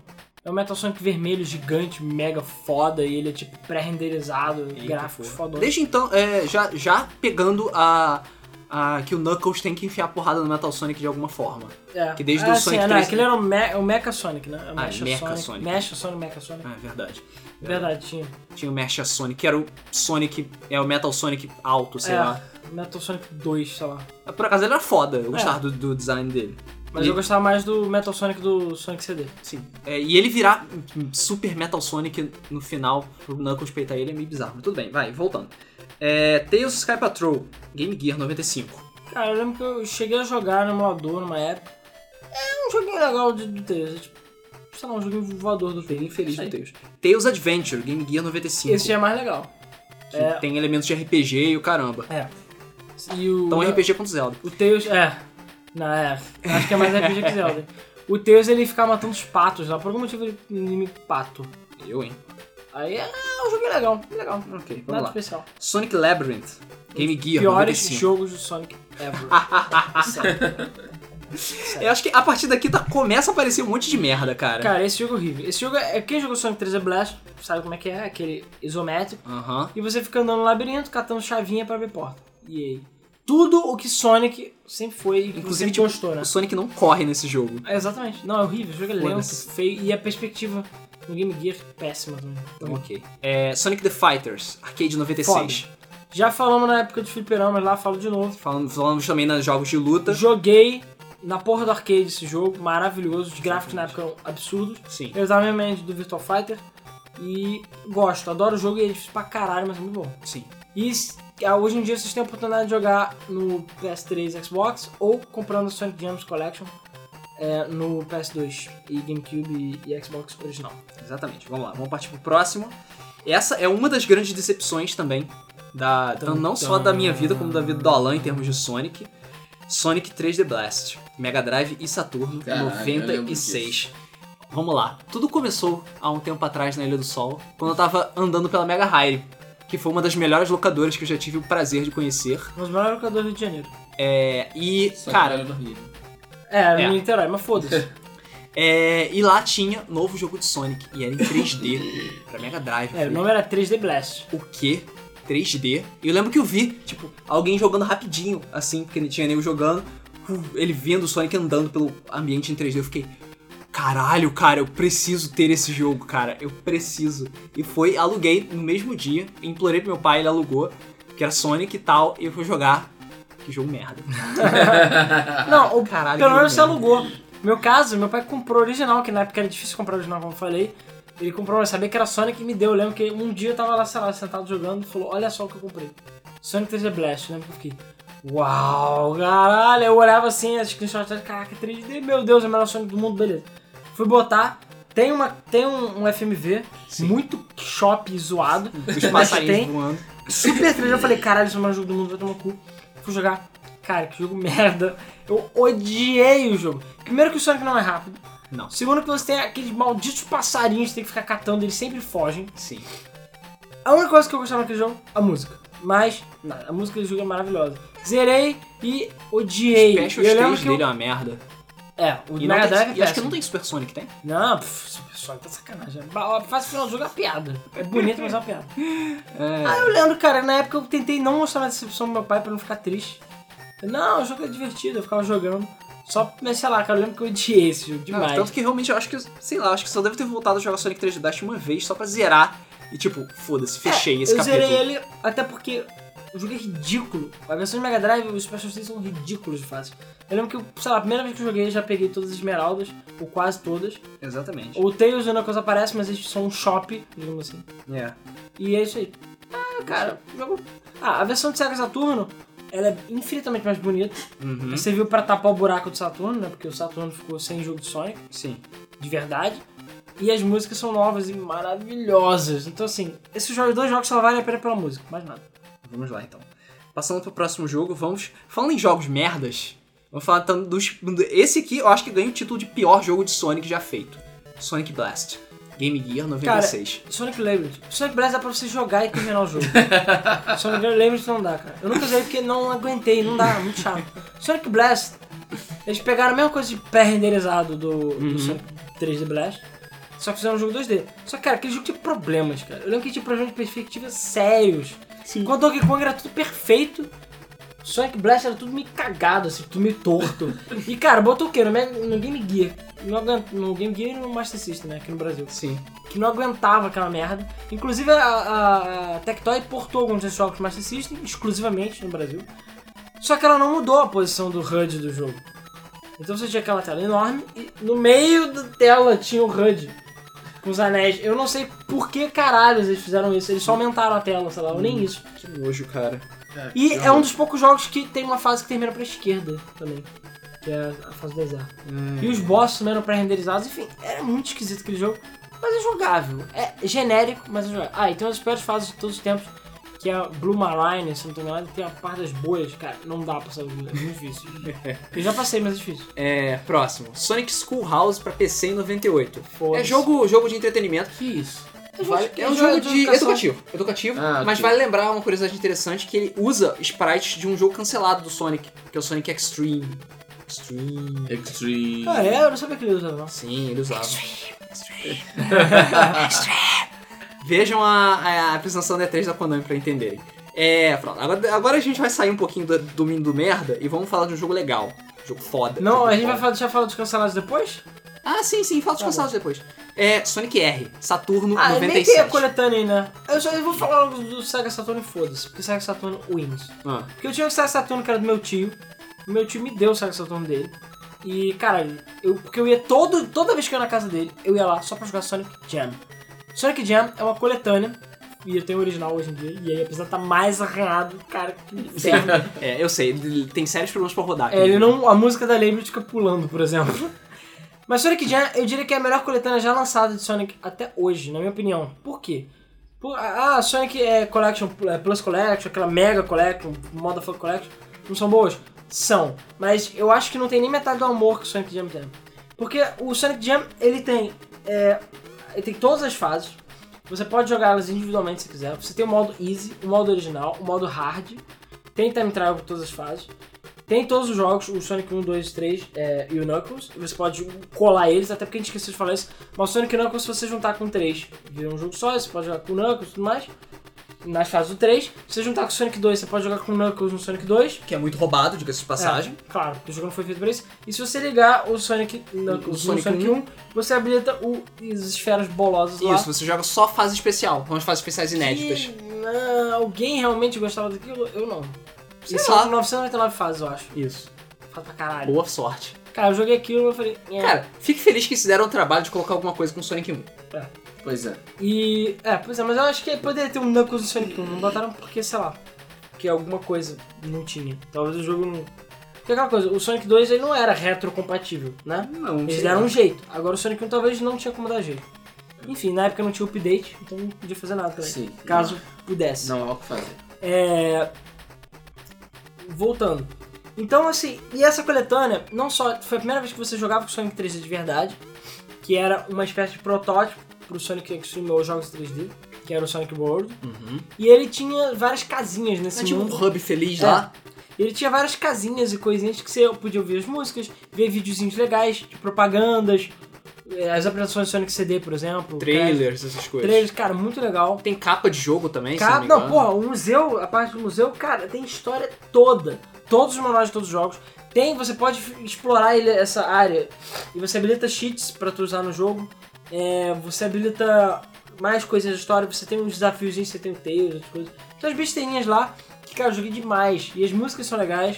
S3: É um Metal Sonic vermelho gigante, mega foda, e ele é tipo pré-renderizado, gráficos fodões.
S1: Desde então, é, já, já pegando a, a. que o Knuckles tem que enfiar porrada no Metal Sonic de alguma forma.
S3: É.
S1: que desde o Sonic
S3: é, não,
S1: 3D.
S3: aquele era o, Me o Mecha Sonic, né? O
S1: Ah,
S3: Mecha
S1: Mecha
S3: Sonic.
S1: Sonic.
S3: Mecha Sonic, Mecha Sonic.
S1: Ah, é verdade.
S3: Verdade, tinha.
S1: Tinha o Mecha Sonic, que era o Sonic. É o Metal Sonic alto, sei
S3: é,
S1: lá.
S3: Metal Sonic 2, sei lá.
S1: Por acaso ele era foda,
S3: É.
S1: eu gostava do, do design dele.
S3: Mas
S1: E-
S3: eu gostava mais do Metal Sonic do Sonic CD.
S1: Sim. É, e ele virar hum, Super Metal Sonic no final, pro Knuckles peitar ele, é meio bizarro. Mas tudo bem, vai, voltando. É, Tails Sky Patrol, Game Gear 95.
S3: Cara, eu lembro que eu cheguei a jogar no emulador numa época. É um joguinho legal de, do Tails. É tipo, sei lá, um joguinho voador do
S1: Bem
S3: Tails.
S1: infeliz
S3: Sei.
S1: do Tails. Tails Adventure, Game Gear 95.
S3: Esse já é mais legal.
S1: que
S3: é-
S1: tem elementos de RPG e o caramba.
S3: É. E o.
S1: Então RPG contra Zelda.
S3: O Tails, é. Não, é. Acho que é mais RPG que Zelda. O Tails ele ficava matando os patos lá. Por algum motivo ele inimigo pato.
S1: Eu, hein?
S3: Aí é um jogo legal, legal.
S1: Ok, vamos
S3: Nada
S1: lá.
S3: especial.
S1: Sonic Labyrinth, Game Gear
S3: Piores
S1: 95.
S3: jogos do Sonic ever.
S1: Ah,
S3: Sério.
S1: Eu acho que a partir daqui tá, começa a aparecer um monte de merda, cara.
S3: Cara, esse jogo é horrível. Esse jogo é. Quem jogou Sonic 3D Blast sabe como é que é, aquele isométrico.
S1: Aham.
S3: E você fica andando no labirinto, catando chavinha pra abrir porta. E aí? Tudo o que Sonic sempre foi e que
S1: Inclusive,
S3: Inclusive,
S1: tipo,
S3: gostou, né?
S1: O Sonic não corre nesse jogo.
S3: É, exatamente. Não, é horrível. O jogo é lento,
S1: Foda-se.
S3: feio. E a perspectiva no Game Gear é péssima também.
S1: Então, ok. É, Sonic the Fighters, Arcade 96.
S3: Já falamos na época dos fliperamas lá, falo de novo.
S1: Falando, falamos também nos jogos de luta.
S3: Joguei na porra do arcade esse jogo, maravilhoso. Os gráficos na época eram absurdos.
S1: Sim.
S3: Eu usava minha mente do Virtual Fighter e gosto, adoro o jogo e é difícil pra caralho, mas é muito bom.
S1: Sim.
S3: E s- ah, hoje em dia vocês têm a oportunidade de jogar no PS3 Xbox ou comprando o Sonic Gems Collection é, no PS2 e GameCube e, e Xbox original.
S1: Exatamente. Vamos lá, vamos partir pro próximo. Essa é uma das grandes decepções também. Da,
S3: Tum,
S1: não só
S3: tum.
S1: da minha vida, como da vida do Alan em termos de Sonic. Sonic 3D Blast, Mega Drive e Saturno,
S2: Caralho, eu lembro
S1: 96. Vamos lá. Tudo começou há um tempo atrás na Ilha do Sol, quando eu tava andando pela Mega Hire, que foi uma das melhores locadoras que eu já tive o prazer de conhecer.
S3: Um dos melhores jogadores do Rio de Janeiro.
S1: É, e,
S2: Só que
S1: cara,
S2: era horrível.
S3: É, era
S1: É.
S3: no Niterói, mas foda-se.
S1: É, e lá tinha novo jogo de Sonic, e era em 3D, pra Mega Drive.
S3: É, o
S1: Eu
S3: nome era 3D Blast.
S1: falei, O quê? 3D? E eu lembro que eu vi, tipo, alguém jogando rapidinho, assim, porque não tinha nego jogando, uh, ele vendo o Sonic andando pelo ambiente em 3D, eu fiquei... Caralho, cara, eu preciso ter esse jogo, cara, eu preciso. E foi, aluguei no mesmo dia, implorei pro meu pai, ele alugou, que era Sonic e tal, e eu fui jogar. Que jogo merda.
S3: Não, o
S1: Caralho,
S3: Pelo
S1: que
S3: menos você
S1: jogo merda.
S3: alugou. No meu caso, meu pai comprou original, que na época era difícil comprar original, como eu falei. Ele comprou, eu sabia que era Sonic e me deu. Eu lembro que um dia eu tava lá, sei lá, sentado jogando e falou: Olha só o que eu comprei. Sonic 3D Blast. né? Eu lembro que eu fiquei: Uau, caralho. Eu olhava assim, as screenshots, caraca, 3D, meu Deus, é o melhor Sonic do mundo, beleza. Fui botar. Tem, uma, tem um, um FMV muito shop zoado.
S1: Os
S3: Mas
S1: passarinhos
S3: tem-
S1: voando.
S3: Super trailer, eu falei, caralho, isso é o melhor jogo do mundo, vai tomar no cu. Fui jogar. Cara, que jogo merda. Eu odiei o jogo. Primeiro que o Sonic não é rápido.
S1: Não.
S3: Segundo que você tem aqueles malditos passarinhos que tem que ficar catando, eles sempre fogem.
S1: Sim.
S3: A única coisa que eu gostava naquele jogo, a música. Mas, nada, a música do jogo é maravilhosa. Zerei e odiei.
S4: Special
S3: E eu lembro
S4: Stage
S3: que
S4: dele
S3: eu-
S4: é uma merda.
S3: É, o
S4: E, não
S3: Mega
S4: tem-
S3: Drive
S4: e
S3: é
S4: acho que
S3: péssimo.
S4: não tem Super Sonic, tem?
S3: Não, pff, pessoal, tá sacanagem. Ba- ó, Faz o final do jogo é uma piada. É bonito, mas é uma piada. Aí Ah, eu lembro, cara, na época eu tentei não mostrar minha decepção pro meu pai pra não ficar triste. Eu, Não, o jogo é divertido, eu ficava jogando. Só, mas sei lá, cara, eu lembro que eu odiei esse jogo demais.
S4: Tanto que realmente eu acho que, sei lá, acho que só devo ter voltado a jogar Sonic 3D Dash uma vez só pra zerar. E tipo, foda-se, fechei esse
S3: eu
S4: capítulo.
S3: zerei ele até porque o jogo é ridículo. A versão de Mega Drive e os Special Station são ridículos de fácil. Eu lembro que, eu, sei lá, a primeira vez que eu joguei eu já peguei todas as esmeraldas, ou quase todas.
S4: Exatamente.
S3: O Tails ainda coisa aparece, mas eles são um shop, digamos assim.
S4: É.
S3: E é isso aí. Ah, cara, o jogo. Ah, a versão de Sega Saturno, ela é infinitamente mais bonita.
S4: Uhum.
S1: Hum?
S3: Ela Serviu pra tapar o buraco do Saturno, né? Porque o Saturno ficou sem jogo de Sonic,
S4: Sim.
S3: de verdade. E as músicas são novas e maravilhosas. Então, assim, esses jo- dois jogos só valem a pena pela música, mais nada.
S4: Vamos lá então. Passando pro próximo jogo, vamos. Falando em jogos merdas, vamos falar tanto dos. Esse aqui eu acho que ganha o título de pior jogo de Sonic já feito: Sonic Blast. Game Gear 96.
S3: Sonic Labyrint. Sonic Blast dá pra você jogar e terminar o jogo. Sonic Labyrint não dá, cara. Eu nunca usei porque não aguentei, não dá, é muito chato. Sonic Blast, eles pegaram a mesma coisa de pré-renderizado do, do Sonic 3D Blast, só que fizeram um jogo 2D. Só que, cara, aquele jogo tinha problemas, cara. Eu lembro que tinha problemas de perspectiva sérios.
S4: Sim.
S3: Quando Donkey Kong era tudo perfeito, Sonic Blast era tudo meio cagado, assim, tudo meio torto. e, cara, botou o quê? é- No, Mega- no Game Gear. No, aguent- no Game Gear e no Master System, né? Aqui no Brasil
S4: Sim.
S3: que não aguentava aquela merda. Inclusive a, a, a Tectoy portou alguns desses jogos Master System, exclusivamente no Brasil. Só que ela não mudou a posição do HUD do jogo. Então você tinha aquela tela enorme e no meio da tela tinha o HUD com os anéis. Eu não sei por que caralhos eles fizeram isso. Eles só aumentaram a tela, sei lá, ou nem isso.
S4: Que nojo, cara.
S3: E é um dos poucos jogos que tem uma fase que termina pra esquerda também. Que é a fase do deserto. E os bosses também eram pré-renderizados. Enfim, era muito esquisito aquele jogo. Mas é jogável. É genérico, mas é jogável. Ah, e tem uma das piores fases de todos os tempos. Que é a Blue Marine, se não tô enganado. Tem a parte das boias. Cara, não dá pra saber. É muito difícil. Eu já passei, mas é difícil.
S1: É, próximo. Sonic Schoolhouse pra PC em 98. É
S3: Foda-se.
S1: jogo, jogo de entretenimento.
S2: Que isso?
S1: Vale-
S3: que
S1: é um
S3: jogo
S1: jogo
S3: de
S1: de
S3: educação.
S1: educativo. Educativo.
S2: Ah,
S1: mas
S2: ok.
S1: vale lembrar uma curiosidade interessante que ele usa sprites de um jogo cancelado do Sonic, que é o Sonic Extreme. Extreme.
S2: Extreme.
S3: Ah, é? Eu não sabia que ele usava, não.
S1: Sim, ele usava. Vejam a, a, a apresentação da E3 da Konami pra entenderem. É, pronto. Agora, agora a gente vai sair um pouquinho do domínio do merda e vamos falar de um jogo legal. Jogo foda.
S3: Não,
S1: Jogo
S3: a gente vai
S1: foda.
S3: falar, deixar falar dos cancelados depois?
S1: Ah, sim, sim. Fala dos
S3: Tá
S1: cansados depois. É, Sonic R, Saturno
S3: Ah, nem tem a
S1: 97.
S3: coletânea ainda. Eu, só, eu vou falar logo do Sega Saturn e foda-se. Porque Sega Saturn wins.
S1: Ah,
S3: Porque eu tinha o Sega Saturno que era do meu tio. O meu tio me deu o Sega Saturno dele. E, caralho, eu, porque eu ia todo, toda vez que eu ia na casa dele, eu ia lá só pra jogar Sonic Jam. Sonic Jam é uma coletânea. E eu tenho o original hoje em dia. E aí, apesar de tá mais arranhado, cara, que inferno.
S1: é, eu sei. Ele tem sérios problemas pra rodar.
S3: É, ele não, a música da Label fica pulando, por exemplo. Mas Sonic Jam, eu diria que é a melhor coletânea já lançada de Sonic até hoje, na minha opinião. Por quê? Por, ah, Sonic é Collection, é, Plus Collection, aquela Mega Collection, Motherfucker Collection, não são boas? São. Mas eu acho que não tem nem metade do amor que o Sonic Jam tem. Porque o Sonic Jam, ele tem... é, ele tem todas as fases. Você pode jogar elas individualmente se quiser. Você tem o modo Easy, o modo original, o modo Hard. Tem time trial por todas as fases. Tem todos os jogos, o Sonic 1, 2, 3 é, e o Knuckles. e Você pode colar eles, até porque a gente esqueceu de falar isso. Mas o Sonic e o Knuckles, se você juntar com 3, vira um jogo só. Você pode jogar com o Knuckles e tudo mais. Nas fases do 3. Se você juntar com o Sonic 2, você pode jogar com o Knuckles no Sonic 2.
S1: Que é muito roubado, diga-se de passagem.
S3: É, claro, porque o jogo não foi feito pra isso. E se você ligar o Sonic, Knuckles,
S1: O
S3: no
S1: Sonic um.
S3: Sonic, 1, você habilita o, as esferas bolosas lá.
S1: Isso, você joga só fase especial, são as fases especiais inéditas.
S3: Que, ah, alguém realmente gostava daquilo? Eu não. é
S1: Sei
S3: e
S1: lá.
S3: são 999 fases, eu acho.
S1: Isso.
S3: Faz pra caralho.
S1: Boa sorte.
S3: Cara, eu joguei aquilo e eu falei. "É".
S1: Cara, fique feliz que eles deram o trabalho de colocar alguma coisa com Sonic 1.
S2: Pois é.
S3: E. É, pois é, mas eu acho que poderia ter um Knuckles no Sonic 1. Não botaram porque, sei lá. Porque alguma coisa não tinha. Talvez o jogo não. Porque aquela coisa, o Sonic 2 ele não era retrocompatível, né?
S4: Não,
S3: Eles
S4: sei
S3: deram
S4: lá.
S3: um jeito. Agora o Sonic 1 talvez não tinha como dar jeito. Enfim, na época não tinha update, então não podia fazer nada também.
S2: Sim.
S3: Caso pudesse.
S2: Não há o que fazer.
S3: É... Voltando. Então, assim, e essa coletânea, não só foi a primeira vez que você jogava com Sonic 3D de verdade, que era uma espécie de protótipo pro Sonic Extreme ou jogos 3D, que era o Sonic World, e ele tinha várias casinhas nesse
S1: É tipo um
S3: mundo.
S1: hub feliz
S3: É.
S1: lá.
S3: E ele tinha várias casinhas e coisinhas que você podia ouvir as músicas, ver videozinhos legais, de propagandas, eh, as apresentações do Sonic CD, por exemplo.
S1: Trailers, essas
S3: cara,
S1: coisas.
S3: trailers, cara, muito legal.
S1: Tem capa de jogo também, se
S3: Cara,
S1: não, me
S3: não,
S1: engano.
S3: porra, o museu, a parte do museu, cara, tem história toda. Todos os manuais de todos os jogos. Tem, você pode f- explorar ele- essa área. E você habilita cheats pra tu usar no jogo. É, você habilita mais coisas de história. Você tem uns desafios, você tem o Tails, outras coisas. Tem as besteirinhas lá, que, cara, eu joguei demais. E as músicas são legais.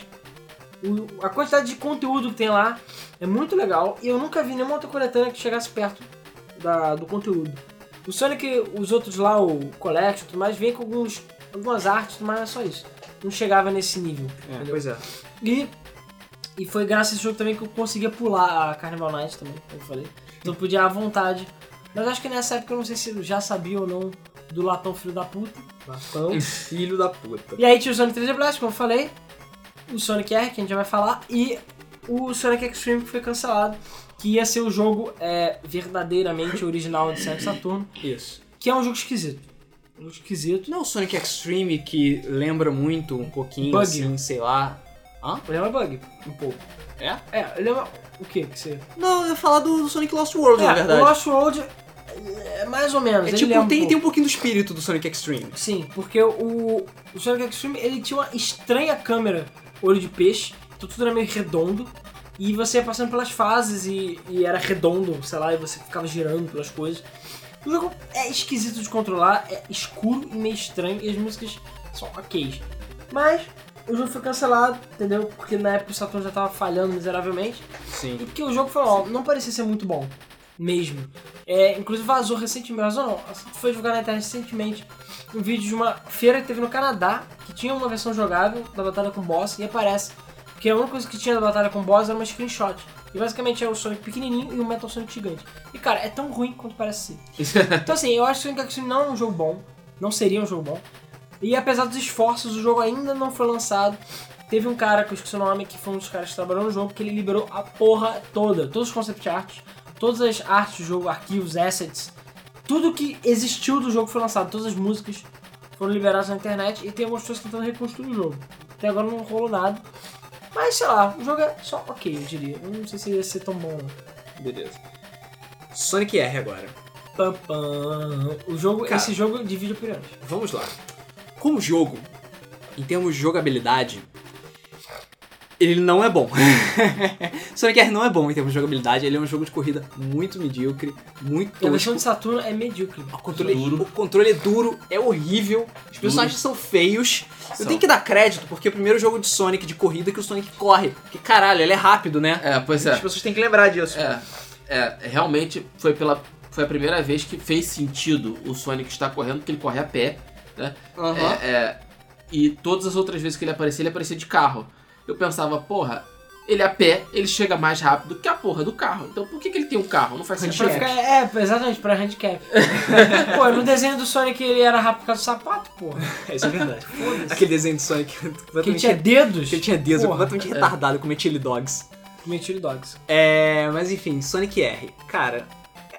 S3: O- a quantidade de conteúdo que tem lá é muito legal. E eu nunca vi nenhuma outra coletânea que chegasse perto da- do conteúdo. O Sonic, os outros lá, o Collection e tudo mais, vem com alguns, algumas artes, e tudo mais, mas é só isso. Não chegava nesse nível.
S1: É,
S3: entendeu?
S1: pois é.
S3: E, e foi graças a esse jogo também que eu conseguia pular a Carnival Night também, como eu falei. Então eu podia à vontade. Mas acho que nessa época eu não sei se eu já sabia ou não do Latão Filho da Puta. Latão.
S1: Um Filho da puta.
S3: E aí tinha o Sonic 3D Blast, como eu falei, o Sonic R, que a gente já vai falar, e o Sonic Extreme, que foi cancelado, que ia ser o jogo é, verdadeiramente original de Sonic Saturno,
S1: Isso.
S3: que é um jogo esquisito. Um jogo esquisito.
S1: Não é o Sonic Extreme que lembra muito um pouquinho,
S3: Bug.
S1: assim, sei lá.
S3: Ele é uma bug, um pouco.
S1: É?
S3: É, ele é uma... O que que você... É,
S1: Não, eu ia falar do, do Sonic Lost World, na
S3: o
S1: verdade.
S3: Lost World é mais ou menos,
S1: É
S3: ele
S1: tipo,
S3: lembra um
S1: tem,
S3: pouco.
S1: tem um pouquinho do espírito do Sonic Extreme.
S3: Sim, porque o, o Sonic Extreme ele tinha uma estranha câmera olho de peixe, então tudo era meio redondo. E você ia passando pelas fases e, e era redondo, sei lá, e você ficava girando pelas coisas. O jogo é esquisito de controlar, é escuro e meio estranho, e as músicas são ok. Mas o jogo foi cancelado, entendeu? Porque na época o Saturn já tava falhando miseravelmente. E
S1: Sim.
S3: porque o jogo foi ó, não parecia ser muito bom. Mesmo. É, inclusive vazou recentemente, vazou não, assim, foi divulgado na internet recentemente um vídeo de uma feira que teve no Canadá, que tinha uma versão jogável da batalha com boss, e aparece. Porque a única coisa que tinha da batalha com boss era uma screenshot. E basicamente era o Sonic pequenininho e o Metal Sonic gigante. E cara, é tão ruim quanto parece ser. então assim, eu acho que o Sonic Extreme não é um jogo bom, não seria um jogo bom. E apesar dos esforços, o jogo ainda não foi lançado. Teve um cara, que eu esqueci o nome, que foi um dos caras que trabalhou no jogo, que ele liberou a porra toda. Todos os concept arts, todas as artes do jogo, arquivos, assets. Tudo que existiu do jogo foi lançado. Todas as músicas foram liberadas na internet. E tem algumas pessoas tentando reconstruir o jogo. Até agora não rolou nada. Mas sei lá, o jogo é só ok, eu diria. Eu não sei se ia ser tão bom.
S1: Beleza. Sonic R agora.
S3: Pam, pam. O jogo,
S1: Cara.
S3: esse jogo divide opiniões.
S1: Vamos lá. Como jogo, em termos de jogabilidade, ele não é bom. Sonic R não é bom em termos de jogabilidade, ele é um jogo de corrida muito medíocre, muito
S3: E a versão
S1: tosco.
S3: de Saturno é medíocre.
S1: O controle,
S2: Duro.
S1: o controle é duro, é horrível, os personagens são feios. Eu
S2: São.
S1: tenho que dar crédito, porque é o primeiro jogo de Sonic de corrida que o Sonic corre. Que caralho, ele é rápido, né?
S2: É, pois é.
S1: As pessoas têm que lembrar disso.
S2: É, é, realmente foi, pela, foi a primeira vez que fez sentido o Sonic estar correndo, porque ele corre a pé.
S1: Aham.
S2: É, é, e todas as outras vezes que ele aparecia, ele aparecia de carro. Eu pensava, porra, ele a pé, ele chega mais rápido que a porra do carro. Então por que, que ele tem um carro? Não faz
S3: Pra
S2: sentido.
S3: ficar, é, exatamente, pra handicap. pô, no desenho do Sonic ele era rápido por causa do sapato, pô.
S1: Isso é verdade. Aquele desenho do Sonic. é
S3: Porque ele
S1: completamente- É.
S3: tinha dedos.
S1: que ele tinha dedo,
S3: Porra.
S1: completamente retardado, como Chili Dogs.
S3: Mentira Dogs.
S1: É, mas enfim, Sonic R. Cara,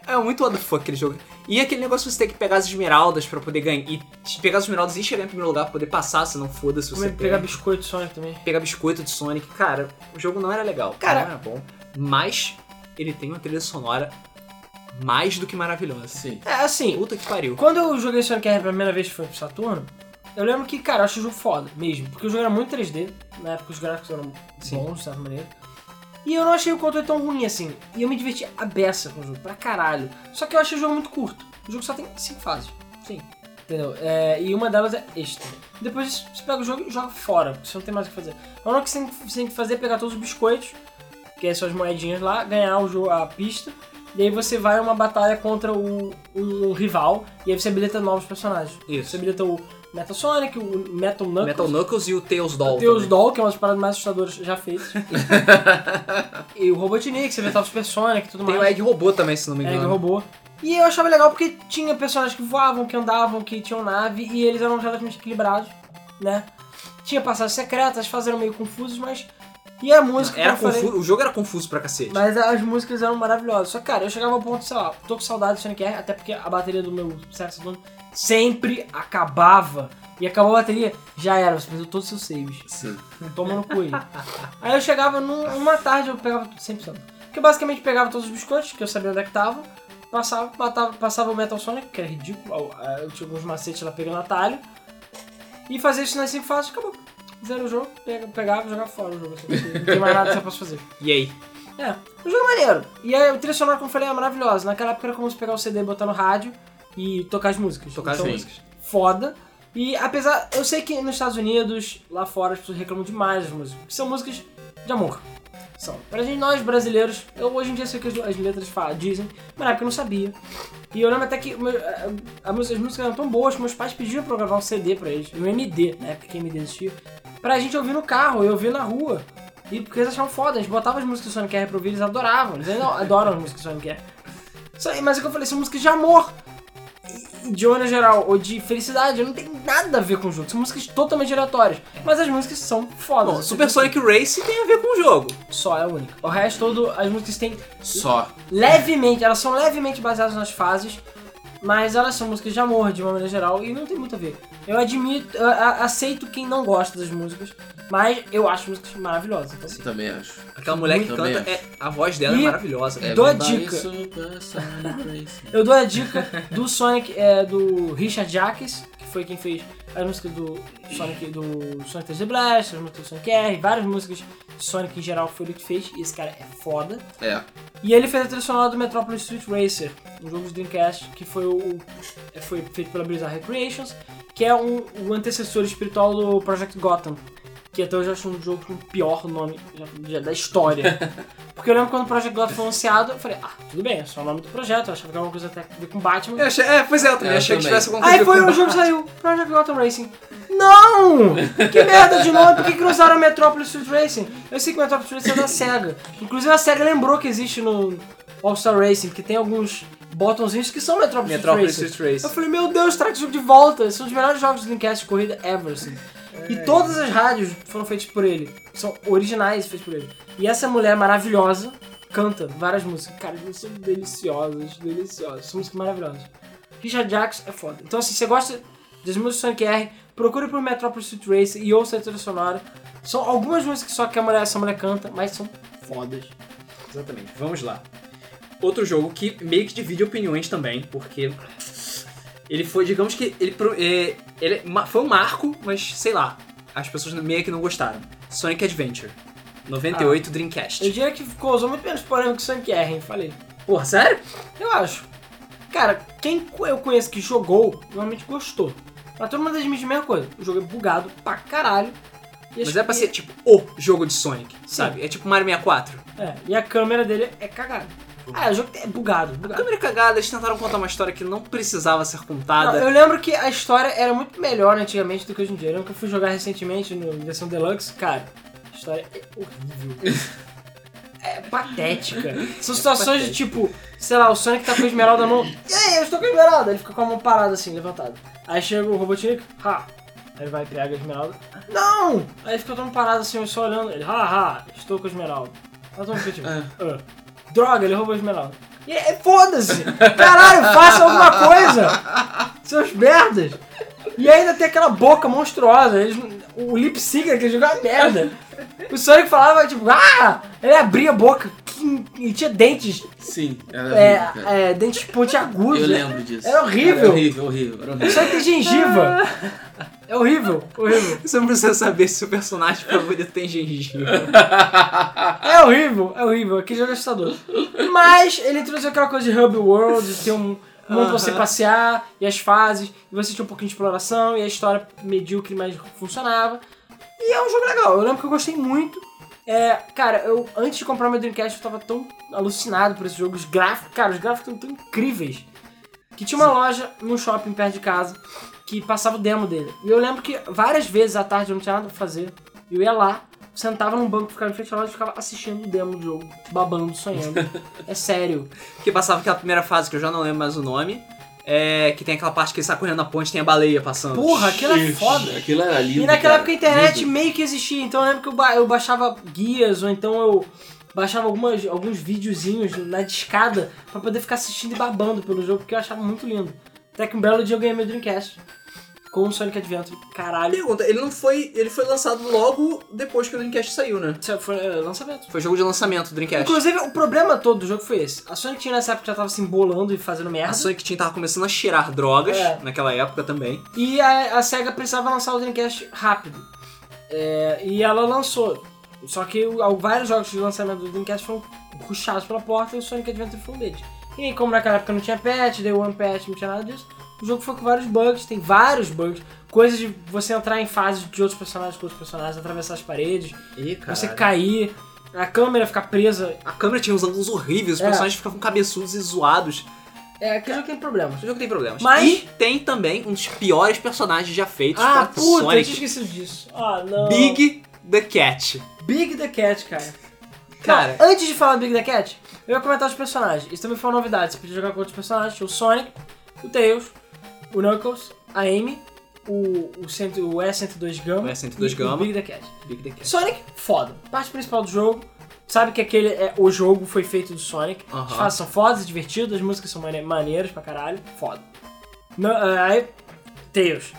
S1: é muito what the fuck aquele jogo. E é aquele negócio de você ter que pegar as esmeraldas pra poder ganhar. E pegar as esmeraldas e chegar em primeiro lugar pra poder passar, se não foda, se
S3: Como
S1: você
S3: ele pegar
S1: pega.
S3: biscoito Sonic também.
S1: Pegar biscoito de Sonic. Cara, o jogo não era legal.
S3: Cara-
S1: Não era bom. Mas ele tem uma trilha sonora mais do que maravilhosa.
S2: Sim.
S3: É, assim,
S1: Puta que pariu.
S3: quando eu joguei Sonic R pela primeira vez que foi pro Saturno, eu lembro que, cara, eu acho o jogo foda mesmo. Porque o jogo era muito 3D, na época os gráficos eram bons, de certa maneira. E eu não achei o controle tão ruim assim. E eu me diverti a beça com o jogo, pra caralho. Só que eu achei o jogo muito curto. O jogo só tem cinco fases. Sim. Entendeu? É, e uma delas é extra. Depois disso, você pega o jogo e joga fora, porque você não tem mais o que fazer. A única que você tem que- você tem que fazer é pegar todos os biscoitos, que é suas moedinhas lá, ganhar o jogo, a pista, e aí você vai a uma batalha contra o, o, o rival, e aí você habilita novos personagens.
S1: Isso.
S3: Você habilita o Metal Sonic, o Metal Knuckles,
S1: Metal Knuckles e o Tails Doll.
S3: Deus
S1: também.
S3: Doll, que é uma das paradas mais assustadoras já feitas. e o Robotnik, você inventava os personagens e tudo
S1: Tem o
S3: mais.
S1: Egg Robô também, se não me
S3: É,
S1: engano.
S3: do robô. E eu achava legal porque tinha personagens que voavam, que andavam, que tinham nave, e eles eram relativamente equilibrados, né? Tinha passagens secretas, fases eram meio confusas, mas E a música.
S4: Era
S3: como eu falei,
S4: confuso, o jogo era confuso pra cacete.
S3: Mas as músicas eram maravilhosas. Só que, cara, eu chegava ao ponto, sei lá, tô com saudade do Sonic R, até porque a bateria do meu Sega Saturn sempre acabava. E acabou a bateria, já era, você perdeu todos os seus saves.
S2: Sim.
S3: Toma no cu aí. aí eu chegava num- numa tarde, eu pegava tudo 100%. Que eu basicamente pegava todos os biscoitos, que eu sabia onde é que tava, passava, matava, passava o Metal Sonic, que era ridículo, ah, ah, eu tinha alguns macetes lá pegando atalho, e fazia isso nas 5 fases, acabou. Zero o jogo, pega- pegava e jogava fora o jogo. assim, porque Não tem mais nada que eu posso fazer.
S4: E aí?
S3: É, um jogo maneiro. E aí, o trilha sonora, como eu falei, é maravilhosa. Naquela época era como se pegar o CD e botar no rádio e tocar as músicas.
S4: Tocar as
S3: Então,
S4: músicas.
S3: Foda. E apesar, eu sei que nos Estados Unidos, lá fora, as pessoas reclamam demais das músicas, porque são músicas de amor. São. Pra gente, nós brasileiros, eu hoje em dia sei o que as, as letras falam, dizem, mas na época eu não sabia. E eu lembro até que o meu- a- a música- as músicas eram tão boas que meus pais pediam pra eu gravar um CD pra eles, um MD, na época que MD existia, pra gente ouvir no carro, eu ouvir na rua. E porque eles achavam foda, a gente botava as músicas do Sonic R pra ouvir, eles adoravam, eles ainda adoram as músicas do Sonic R. Só- Mas é o que eu falei, são músicas de amor. E de maneira geral, ou de felicidade, não tem nada a ver com o jogo. São músicas totalmente aleatórias. Mas as músicas são fodas.
S4: Bom, Super Sonic Race tem a ver com o jogo.
S3: Só é a única. O resto todo, as músicas têm
S2: Só.
S3: levemente, elas são levemente baseadas nas fases, mas elas são músicas de amor, de uma maneira geral, e não tem muito a ver. Eu admito, eu a- aceito quem não gosta das músicas, mas eu acho músicas maravilhosas. Então,
S2: Você também acho.
S4: Aquela mulher que
S2: Muito
S4: canta,
S2: bem.
S4: é, a voz dela
S3: E-
S4: é maravilhosa.
S2: É
S3: Dou a
S2: verdade,
S3: dica.
S2: Super Sonic Racing.
S3: Eu dou a dica do Sonic, é, do Richard Jacques, que foi quem fez as músicas do Sonic, do Sonic 3D Blast, as músicas do Sonic R, várias músicas de Sonic em geral foi ele que fez, e esse cara é foda.
S2: É.
S3: E ele fez a trilha sonora do Metropolis Street Racer, um jogo de Dreamcast que foi, o, é, foi feito pela Blizzard Recreations, que é um, o antecessor espiritual do Project Gotham, que até hoje eu acho um jogo com o pior nome já- já da história. Porque eu lembro quando o Project Gotham foi anunciado, eu falei, ah, tudo bem, é só o nome do projeto, eu achava que era alguma coisa até a ver com Batman.
S4: Eu achei- é, pois é, eu também
S2: É, eu
S4: achei que
S2: também.
S4: tivesse alguma coisa.
S3: Aí foi o
S4: com-
S3: jogo que saiu, Project Gotham Racing. Não! Que merda de nome, por que que não usaram Metropolis Street Racing? Eu sei que o Metropolis Street Racing é da SEGA. Inclusive a SEGA lembrou que existe no All-Star Racing, que tem alguns botãozinhos que são Metropolis,
S4: Metropolis
S3: Street Racing.
S4: Street Race.
S3: Eu falei, meu Deus, traga esse jogo de volta. Esse é um dos melhores jogos de Dreamcast de corrida ever, assim. E todas as rádios foram feitas por ele. São originais feitas por ele. E essa mulher maravilhosa canta várias músicas. Cara, elas são deliciosas, deliciosas. São músicas maravilhosas. Richard Jackson é foda. Então, assim, se você gosta das músicas do Sonic R, procure por Metropolis Street Race e ouça a trilha sonora. São algumas músicas só que a mulher, essa mulher canta, mas são fodas.
S4: Exatamente, vamos lá. Outro jogo que meio que divide opiniões também, porque ele foi, digamos que, ele, pro- é, ele é ma- foi um marco, mas sei lá, as pessoas meio que não gostaram. Sonic Adventure, 98
S3: Eu
S4: Dreamcast.
S3: diria É que causou muito menos polêmica que o Sonic R, hein? Falei.
S4: Porra, sério?
S3: Eu acho. Cara, quem co- eu conheço que jogou, normalmente gostou. Mas todo mundo admite a mesma coisa. O jogo é bugado pra caralho. E
S4: Mas
S3: as-
S4: é pra ser tipo o jogo de Sonic, sabe? É tipo Mario 64.
S3: É, e a câmera dele é cagada. Ah, o jogo é bugado, bugado.
S4: Câmera cagada, eles tentaram contar uma história que não precisava ser
S3: Não,
S4: contada.
S3: eu lembro que a história era muito melhor antigamente do que hoje em dia. Eu lembro que eu fui jogar recentemente no versão Deluxe, cara, a história é horrível. É patética. São situações de tipo, sei lá, o Sonic tá com a esmeralda na mão. E aí, eu estou com a esmeralda. Ele fica com a mão parada assim, levantada. Aí chega o Robotnik, ha. Aí vai, pega a esmeralda. Não! Aí fica todo mundo parado assim, eu só olhando. Ele, ha, ha, estou com a esmeralda. Aí todo mundo fica tipo, "Ah, droga, ele roubou a esmeralda. E é, foda-se! Caralho, faça alguma coisa! Seus merdas! E ainda tem aquela boca monstruosa. Eles, o lip sync daquele jogo é uma merda. O Sonic falava, tipo, ah! Ele abria a boca que, e tinha dentes,
S2: Sim. Era horrível, cara.
S3: é, é, dentes pontiagudos.
S2: Eu
S3: né?
S2: lembro disso.
S3: Era horrível.
S2: Era horrível, horrível. Era
S3: O
S2: horrível.
S3: Sonic tem gengiva. É horrível, horrível.
S4: Você não precisa saber se o personagem favorito tem gengiva.
S3: É horrível, é horrível. Aquele jogo é assustador. Mas ele introduziu aquela coisa de Hub World, de ter um um mundo pra você
S4: Aham.
S3: passear, e as fases, e você tinha um pouquinho de exploração, e a história medíocre, mas funcionava. E é um jogo legal, eu lembro que eu gostei muito. É, cara, eu antes de comprar meu Dreamcast eu tava tão alucinado por esses jogos gráficos. Cara, os gráficos estão tão incríveis. Que tinha uma loja num shopping perto de casa que passava o demo dele. E eu lembro que várias vezes à tarde eu não tinha nada pra fazer. e Eu ia lá, sentava num banco, ficava em frente à loja e ficava assistindo o demo do jogo, babando, sonhando. é sério.
S4: que passava aquela primeira fase que eu já não lembro mais o nome. é, que tem aquela parte que ele sai correndo na ponte tem a baleia passando.
S3: Porra, aquilo é foda.
S2: Aquilo era lindo.
S3: E naquela
S2: cara.
S3: época a internet
S2: Lindo.
S3: meio que existia, então eu lembro que eu, ba- eu baixava guias, ou então eu baixava algumas, alguns videozinhos na discada pra poder ficar assistindo e babando pelo jogo, porque eu achava muito lindo. Até que um belo dia eu ganhei meu Dreamcast com o Sonic Adventure. Caralho.
S4: Pergunta, ele não foi. Ele foi lançado logo depois que o Dreamcast saiu, né?
S3: Isso foi é, lançamento.
S4: Foi jogo de lançamento do Dreamcast.
S3: Inclusive, o problema todo do jogo foi esse. A Sonic Team nessa época já tava se embolando e fazendo merda.
S4: A Sonic Team tava começando a cheirar drogas
S3: É.
S4: naquela época também.
S3: E a, a SEGA precisava lançar o Dreamcast rápido. É, e ela lançou. Só que o- al- vários jogos de lançamento do Dreamcast foram puxados pela porta e o Sonic Adventure foi um deles. E aí, como naquela época não tinha patch, Day One patch, não tinha nada disso, o jogo foi com vários bugs, tem vários bugs. Coisas de você entrar em fases de outros personagens com outros personagens, atravessar as paredes,
S4: Ih, cara.
S3: você cair, a câmera ficar presa.
S4: A câmera tinha uns ângulos horríveis, os
S3: É.
S4: personagens ficavam cabeçudos e zoados.
S3: É, aquele jogo tem problemas.
S4: O jogo tem problemas.
S3: Mas-
S4: E tem também um dos piores personagens já feitos
S3: Ah,
S4: pra
S3: puta, eu tinha
S4: Sonic.
S3: esquecido disso. Ah, não.
S4: Big the Cat.
S3: Big the Cat, cara.
S4: Cara.
S3: Não, antes de falar do Big the Cat, eu ia comentar os personagens. Isso também foi uma novidade. Você podia jogar com outros personagens. Tinha o Sonic, o Tails, o Knuckles, a Amy, o, o, cento- o E-102
S4: O
S3: Gamma
S4: E102
S3: e
S4: Gamma.
S3: o Big the Cat.
S4: Big the Cat.
S3: Sonic, foda. Parte principal do jogo. Sabe que aquele é o jogo foi feito do Sonic. As
S4: Aham.
S3: fases são fodas, divertidas, as músicas são mane- maneiras pra caralho. Foda. Não, ah, aí, Tails.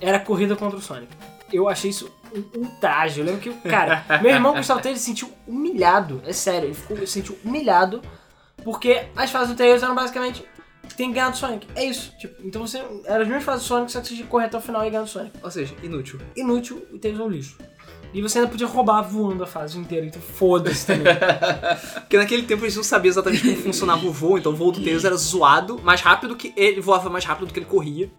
S3: Era corrida contra o Sonic. Eu achei isso um um traje. Eu lembro que, cara, meu irmão Gustavo Tails se sentiu humilhado. É sério, ele ficou, se sentiu humilhado porque as fases do Tails eram basicamente tem que ganhar do Sonic. É isso. Tipo, então você. Eram as mesmas fases do Sonic, só que você tinha que correr até o final e ganhar do Sonic
S4: Ou seja, inútil.
S3: inútil e teve um lixo. E você ainda podia roubar voando a fase inteira, então foda-se também.
S4: Porque naquele tempo eles não sabiam exatamente como funcionava o voo, então o voo do Tails era zoado, mais rápido que ele voava mais rápido do que ele corria.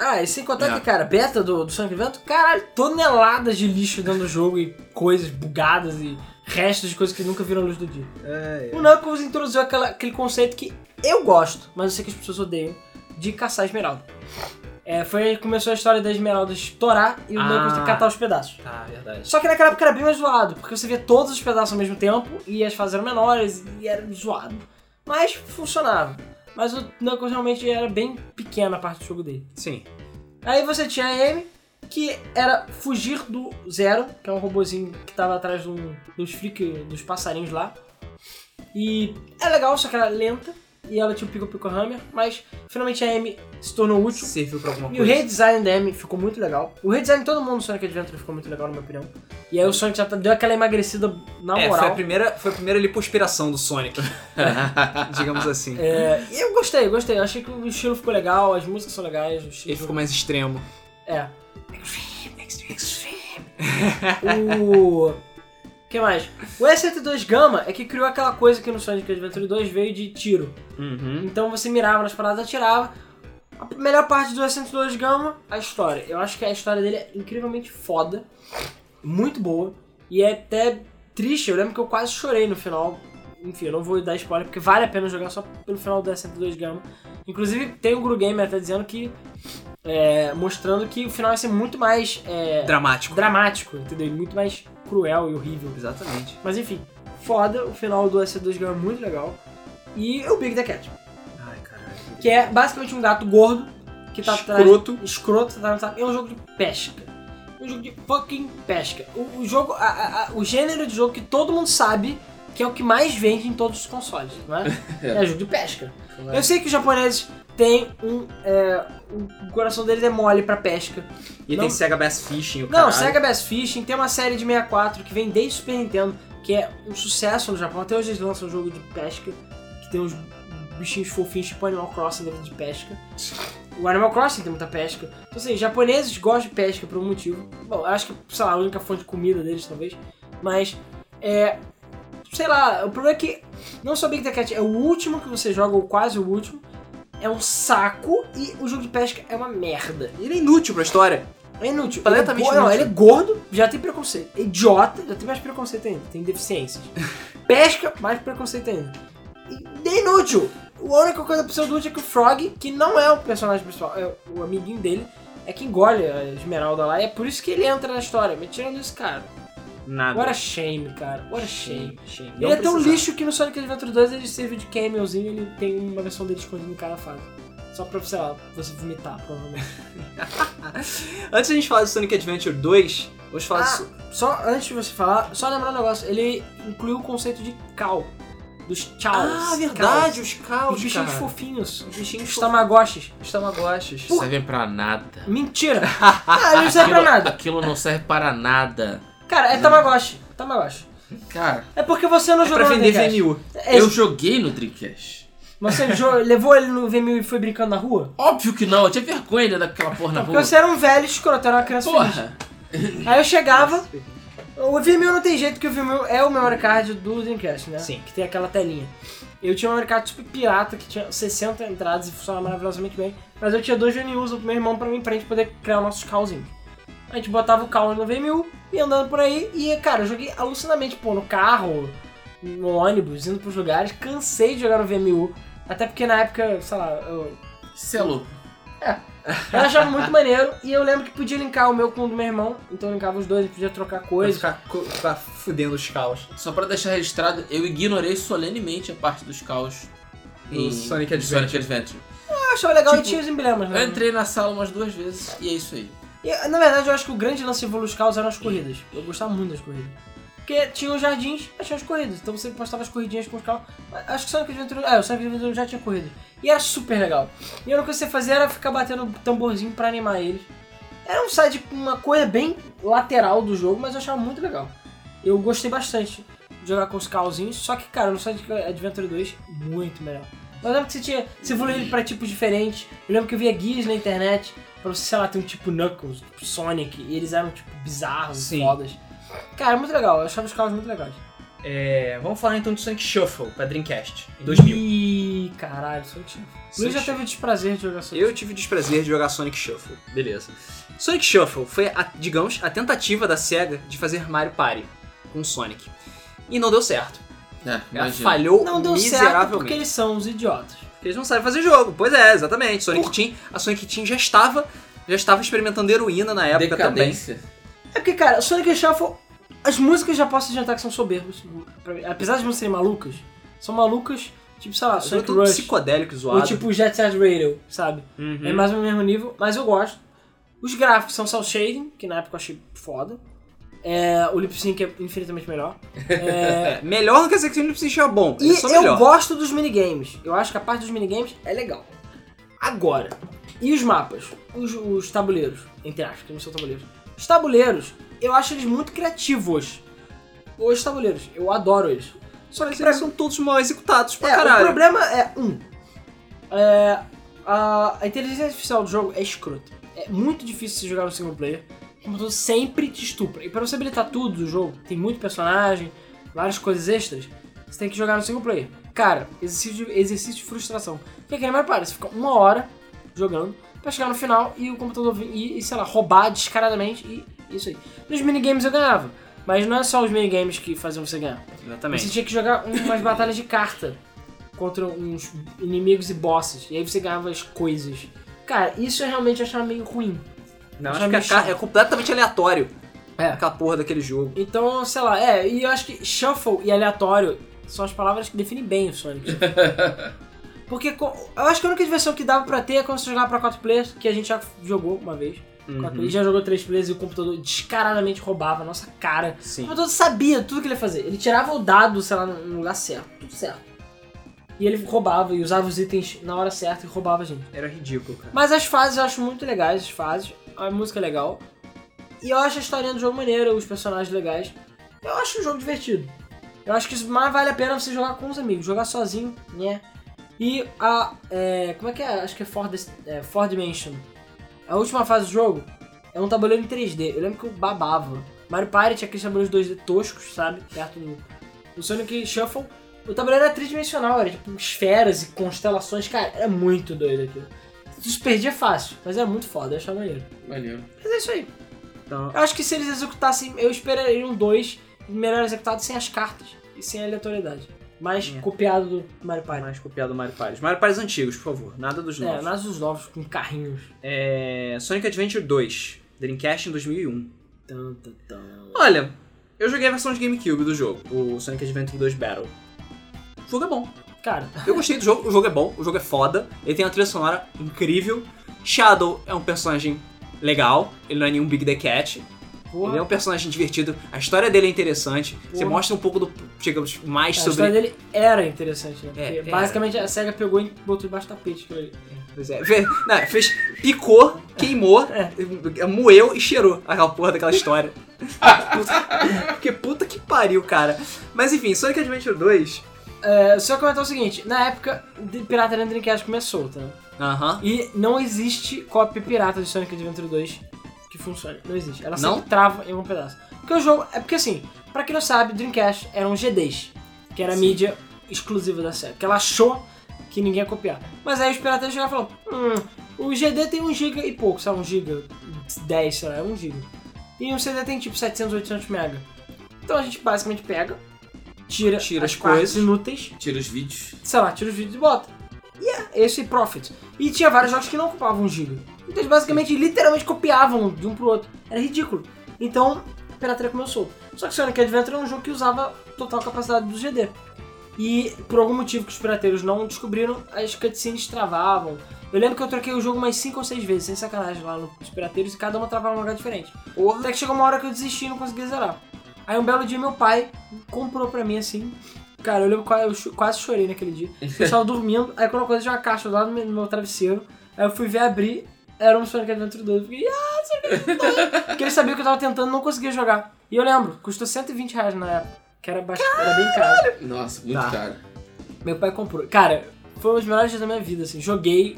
S3: ah, e sem contar
S4: É.
S3: que, cara, beta do, do Sonic Adventure, caralho, toneladas de lixo dentro do jogo e coisas bugadas e restos de coisas que nunca viram a luz do dia.
S4: É,
S3: O Knuckles introduziu aquela- aquele conceito que eu gosto, mas eu sei que as pessoas odeiam, de caçar a esmeralda. É, foi aí que começou a história da esmeralda estourar e o
S4: Ah.
S3: Knuckles ter que catar os pedaços.
S4: Ah, verdade.
S3: Só que naquela época era bem mais zoado, porque você via todos os pedaços ao mesmo tempo e as fases eram menores e era zoado. Mas funcionava. Mas o Knuckles realmente era bem pequena a parte do jogo dele.
S4: Sim.
S3: Aí você tinha a Amy, que era fugir do Zero, que é um robozinho que tava atrás de um- dos freak, dos passarinhos lá. E é legal, só que ela é lenta. E ela tinha o Pico Pico Hammer, mas finalmente a Amy se tornou útil.
S4: Serviu pra alguma
S3: E o
S4: coisa.
S3: redesign da Amy ficou muito legal. O redesign de todo mundo do Sonic Adventure ficou muito legal, na minha opinião. E aí o Sonic já tá- deu aquela emagrecida
S4: É,
S3: na
S4: foi a
S3: moral.
S4: primeira, foi a primeira lipoaspiração do Sonic, digamos assim.
S3: É, e eu gostei, gostei. Eu achei que o estilo ficou legal, as músicas são legais, o estilo.
S4: Ele ficou mais extremo.
S3: É. o. que mais? O S72 Gamma é que criou aquela coisa que no Sonic Adventure 2 veio de tiro.
S4: Uhum.
S3: Então você mirava nas paradas, atirava. A melhor parte do S102 Gama, a história. Eu acho que a história dele é incrivelmente foda, muito boa, e é até triste. Eu lembro que eu quase chorei no final. Enfim, eu não vou dar spoiler, porque vale a pena jogar só pelo final do S102 Gama. Inclusive, tem um Guru Gamer até dizendo que. é, mostrando que o final vai ser muito mais é,
S4: Dramático.
S3: dramático, entendeu? E Muito mais cruel e horrível.
S4: Exatamente.
S3: Mas enfim, foda, o final do S2 Gama é muito legal. E o Big the Cat,
S4: Ai, caralho.
S3: que é basicamente um gato gordo que tá atrás.
S4: Escroto.
S3: Escroto, tá, tá, é um jogo de pesca. É um jogo de fucking pesca. O, o jogo, a- a- a- o gênero de jogo que todo mundo sabe que é o que mais vende em todos os consoles, não é? é jogo de pesca.
S2: Claro.
S3: Eu sei que os japoneses têm um, é, o coração deles é mole pra pesca.
S4: E
S3: Não-
S4: tem Sega Bass Fishing, o
S3: Não,
S4: caralho.
S3: Sega Bass Fishing tem uma série de 64 que vem desde Super Nintendo, que é um sucesso no Japão. Até hoje eles lançam um jogo de pesca, que tem uns bichinhos fofinhos tipo Animal Crossing dentro de pesca. O Animal Crossing tem muita pesca. Então, assim, japoneses gostam de pesca por um motivo. Bom, eu acho que, sei lá, a única fonte de comida deles, talvez. Mas, é... Sei lá, o problema é que não só Big the Cat é o último que você joga, ou quase o último. É um saco e o jogo de pesca é uma merda.
S4: Ele é inútil pra história.
S3: É inútil.
S4: Completamente
S3: ele é, go- Não,
S4: inútil.
S3: ele é gordo, já tem preconceito. É Idiota, já tem mais preconceito ainda. Tem deficiências. Pesca, mais preconceito ainda. E é inútil. A única coisa pra ser útil é que o Frog, que não é o personagem principal, é o amiguinho dele, é que engole a esmeralda lá. E é por isso que ele entra na história. Mas tirando isso, cara.
S4: Nada.
S3: What a shame, cara. What a shame.
S4: Shame.
S3: Ele é tão lixo que no Sonic Adventure 2 ele serviu de cameozinho ele tem uma versão dele escondida em cada fase. Só pra, sei lá, você vomitar, provavelmente.
S1: Antes da gente falar de Sonic Adventure 2, vamos falar
S3: Ah, Só antes de você falar, só lembrar um negócio. Ele incluiu o conceito de cal. Dos chows.
S1: Ah, verdade,
S3: Cows.
S1: os
S3: Os
S1: caos,
S3: bichinhos
S1: cara.
S3: fofinhos.
S1: Os bichinhos
S3: Os tamagotchis.
S1: Os tamagotchis.
S2: Não servem pra nada.
S3: Mentira! ah, ele não serve pra
S2: Aquilo-
S3: nada.
S2: Aquilo não serve para nada.
S3: Cara, é tamagotchi. Tamagotchi.
S2: Cara,
S3: É porque você não
S1: Hum. É
S3: jogou
S1: pra
S3: no
S1: vender
S3: Dreamcast.
S1: VMU.
S3: É,
S2: eu joguei no Dreamcast.
S3: Você jo- levou ele no VMU e foi brincando na rua?
S2: Óbvio que não, eu tinha vergonha daquela porra na
S3: Porque
S2: rua.
S3: você era um velho escroto, era uma criança feliz.
S2: Porra!
S3: Aí eu chegava... O VMU não tem jeito, que o VMU é o memory card do Dreamcast, né?
S1: Sim.
S3: Que tem aquela telinha. Eu tinha um memory card super pirata, que tinha 60 entradas e funcionava maravilhosamente bem. Mas eu tinha dois VMUs, o meu irmão pra mim, pra gente poder criar nossos calzinhos. A gente botava o carro no VMU, ia andando por aí, e, cara, eu joguei alucinadamente, pô, no carro, no ônibus, indo pros lugares. Cansei de jogar no VMU. Até porque na época, sei lá, eu,
S2: Você é louco.
S3: eu achava muito maneiro. E eu lembro que podia linkar o meu com o do meu irmão. Então eu linkava os dois, podia trocar
S1: Pra
S3: coisas.
S1: ficar co- ficar fudendo os caos.
S2: Só pra deixar registrado, eu ignorei solenemente a parte dos caos
S1: Em Sonic Adventure.
S2: Sonic Adventure.
S3: Eu achava legal e
S2: Tipo,
S3: tinha os emblemas,
S2: Eu
S3: né?
S2: entrei na sala umas duas vezes e é isso aí.
S3: E, na verdade, eu acho que o grande lance dos carros eram as corridas. Eu gostava muito das corridas. Porque tinha os jardins, mas tinha as corridas. Então você postava as corridinhas com os carros. Acho que Sonic Adventure... É, o Sonic Adventure já tinha corrida. E era super legal. E a única coisa que você fazia era ficar batendo tamborzinho pra animar eles. Era um side, uma coisa bem lateral do jogo, mas eu achava muito legal. Eu gostei bastante de jogar com os carrozinhos. Só que, cara, no Sonic Adventure 2, muito melhor. Eu lembro que você tinha... Você evoluía ele pra tipos diferentes. Eu lembro que eu via guias na internet pra você, sei lá, ter um tipo Knuckles, tipo Sonic, e eles eram, tipo, bizarros,
S1: Sim.
S3: fodas. Cara, é muito legal, eu achava os carros muito legais.
S1: É, vamos falar então de Sonic Shuffle pra Dreamcast, em 2000.
S3: Ih, caralho, Sonic Shuffle. O Luiz já teve o desprazer de jogar Sonic
S1: Eu tive o desprazer de jogar Sonic Shuffle. Beleza. Sonic Shuffle foi, a- digamos, a tentativa da SEGA de fazer Mario Party com Sonic. E não deu certo.
S2: É,
S1: Ela
S2: imagina.
S1: falhou
S3: Não deu certo
S1: miseravelmente.
S3: porque eles são os idiotas.
S1: Porque eles não sabem fazer jogo. Pois é, exatamente. Sonic Team, a Sonic Team já estava, já estava experimentando heroína na época também.
S2: Decadência.
S3: É porque, cara, Sonic Shuffle, as músicas já posso adiantar que são soberbas. Pra mim. Apesar de não serem malucas, são malucas, tipo, sei lá,
S1: Sonic
S3: Sonic
S1: tudo
S3: Rush.
S1: psicodélico, zoado.
S3: Ou tipo Jet Set Radio, sabe?
S1: Uhum.
S3: É mais ou menos o mesmo nível, mas eu gosto. Os gráficos são cel shading, que na época eu achei foda. É, o lip sync é infinitamente melhor. É,
S1: É, melhor do que a Sonic Team seja bom.
S3: e
S1: Eles são
S3: eu
S1: melhor.
S3: gosto dos minigames. Eu acho que a parte dos minigames é legal. Agora, e os mapas? Os, os tabuleiros, entre aspas, que não são tabuleiros. Os tabuleiros, eu acho eles muito criativos. Os tabuleiros, eu adoro eles. Só que
S1: Mas
S3: pra
S1: eles são todos mal executados pra
S3: é,
S1: caralho.
S3: O problema é, um, é, a, a inteligência artificial do jogo é escrota. É muito difícil se jogar no single player. O computador sempre te estupra. E pra você habilitar tudo do jogo, tem muito personagem, várias coisas extras, você tem que jogar no single player. Cara, exercício de, exercício de frustração. Porque aquele mais para, você fica uma hora jogando pra chegar no final e o computador vir e, e, sei lá, roubar descaradamente e isso aí. Nos minigames eu ganhava. Mas não é só os minigames que faziam você ganhar. Você
S1: Exatamente.
S3: tinha que jogar umas batalhas de carta contra uns inimigos e bosses. E aí você ganhava as coisas. Cara, isso eu realmente achava meio ruim.
S1: Não,
S3: Já
S1: acho que
S3: me
S1: a ca-
S3: chama.
S1: é completamente aleatório.
S3: É.
S1: Aquela porra daquele jogo.
S3: Então, sei lá, é, e eu acho que shuffle e aleatório são as palavras que definem bem o Sonic. Porque co- eu acho que a única diversão que dava pra ter é quando você jogava pra 4 players, que a gente já jogou uma vez.
S1: Uhum.
S3: Quatro players, já jogou 3 players e o computador descaradamente roubava a nossa cara. O
S1: Sim.
S3: computador sabia tudo que ele ia fazer. Ele tirava o dado, sei lá, no lugar certo. Tudo certo. E ele roubava e usava os itens na hora certa e roubava a gente.
S1: Era ridículo, cara.
S3: Mas as fases eu acho muito legais, as fases. A música é legal. E eu acho a historinha do jogo maneira, os personagens legais. Eu acho o jogo divertido. Eu acho que isso mais vale a pena você jogar com os amigos. Jogar sozinho, né? E a... é, como é que é? Acho que é Four, Dis- é, Four Dimension. A última fase do jogo é um tabuleiro em 3D. Eu lembro que eu babava. Mario Party tinha aqueles tabuleiros 2D toscos, sabe? Perto do... No Sonic Shuffle, o tabuleiro era tridimensional. Era tipo esferas e constelações. Cara, era muito doido aquilo. Se perdia é fácil, mas era muito foda, eu achava maneiro.
S2: Maneiro.
S3: Mas é isso aí.
S1: Então,
S3: Eu acho que se eles executassem, eu esperaria um 2 melhor executado sem as cartas e sem a aleatoriedade. Mas
S1: É.
S3: copiado do Mario Party.
S1: mais copiado do Mario Party. Os Mario Party antigos, por favor. Nada dos
S3: É,
S1: novos.
S3: nas dos novos, com carrinhos.
S1: É, Sonic Adventure 2. Dreamcast em 2001.
S3: Tan, tan, tan.
S1: Olha, eu joguei a versão de GameCube do jogo. O Sonic Adventure 2 Battle. O jogo é bom.
S3: Cara,
S1: Eu gostei do jogo, o jogo é bom, o jogo é foda, ele tem uma trilha sonora incrível. Shadow é um personagem legal, ele não é nenhum Big The Cat, ele é
S3: porra,
S1: um personagem divertido, a história dele é interessante, você
S3: Porra. É,
S1: mostra um pouco do. digamos, mais
S3: a
S1: sobre.
S3: história dele era interessante, né?
S1: É,
S3: Porque
S1: era.
S3: basicamente a SEGA pegou e botou debaixo do tapete aquilo ali.
S1: Pois é, fe- não, fez. picou, queimou,
S3: É.
S1: é, moeu e cheirou aquela porra daquela história. puta, que puta que pariu, cara. Mas enfim, Sonic Adventure 2.
S3: É, só comentar o seguinte, na época, de Pirataria no Dreamcast começou, tá?
S1: Aham.
S3: E não existe cópia pirata de Sonic Adventure 2 que funcione. Não existe. Ela
S1: Não?
S3: sempre trava em um pedaço. Porque o jogo. É porque assim, pra quem não sabe, Dreamcast era um G10, que era a mídia exclusiva da série. Que ela achou que ninguém ia copiar. Mas aí os piratas chegaram e falaram: hum, o GD tem 1 GB e pouco, sabe? 1 GB, 10, sei lá, é 1 GB. E o CD tem tipo 700, 800 mega. Então a gente basicamente pega, tira,
S1: Tira
S3: as
S1: as
S3: coisas
S1: coisas.
S3: inúteis
S2: Tira os vídeos.
S3: sei lá, tira os vídeos e bota. E é esse profit. E tinha vários jogos que não ocupavam um giga. Então eles basicamente, literalmente copiavam de um pro outro. Era ridículo. Então, a pirataria começou. Só que Sonic Adventure era um jogo que usava total capacidade do GD. E por algum motivo que os pirateiros não descobriram, as cutscenes travavam. Eu lembro que eu troquei o jogo umas 5 ou 6 vezes, sem sacanagem, lá nos pirateiros, e cada uma travava num lugar diferente. Até que chegou uma hora que eu desisti e não consegui zerar. Aí um belo dia meu pai comprou pra mim assim. Cara, eu lembro que eu cho- quase chorei naquele dia. Eu estava dormindo, aí colocou dentro de uma caixa lá no meu, no meu travesseiro. Aí eu fui ver abrir, era um Sonic Adventure 2. Eu fiquei, ah, Sonic Adventure 2! Porque ele sabia que eu tava tentando não conseguia jogar. E eu lembro, custou 120 reais na época, que era, bast... era bem caro.
S2: Nossa, muito
S1: Tá.
S2: caro.
S3: Meu pai comprou. Cara, foi um dos melhores dias da minha vida, assim. Joguei.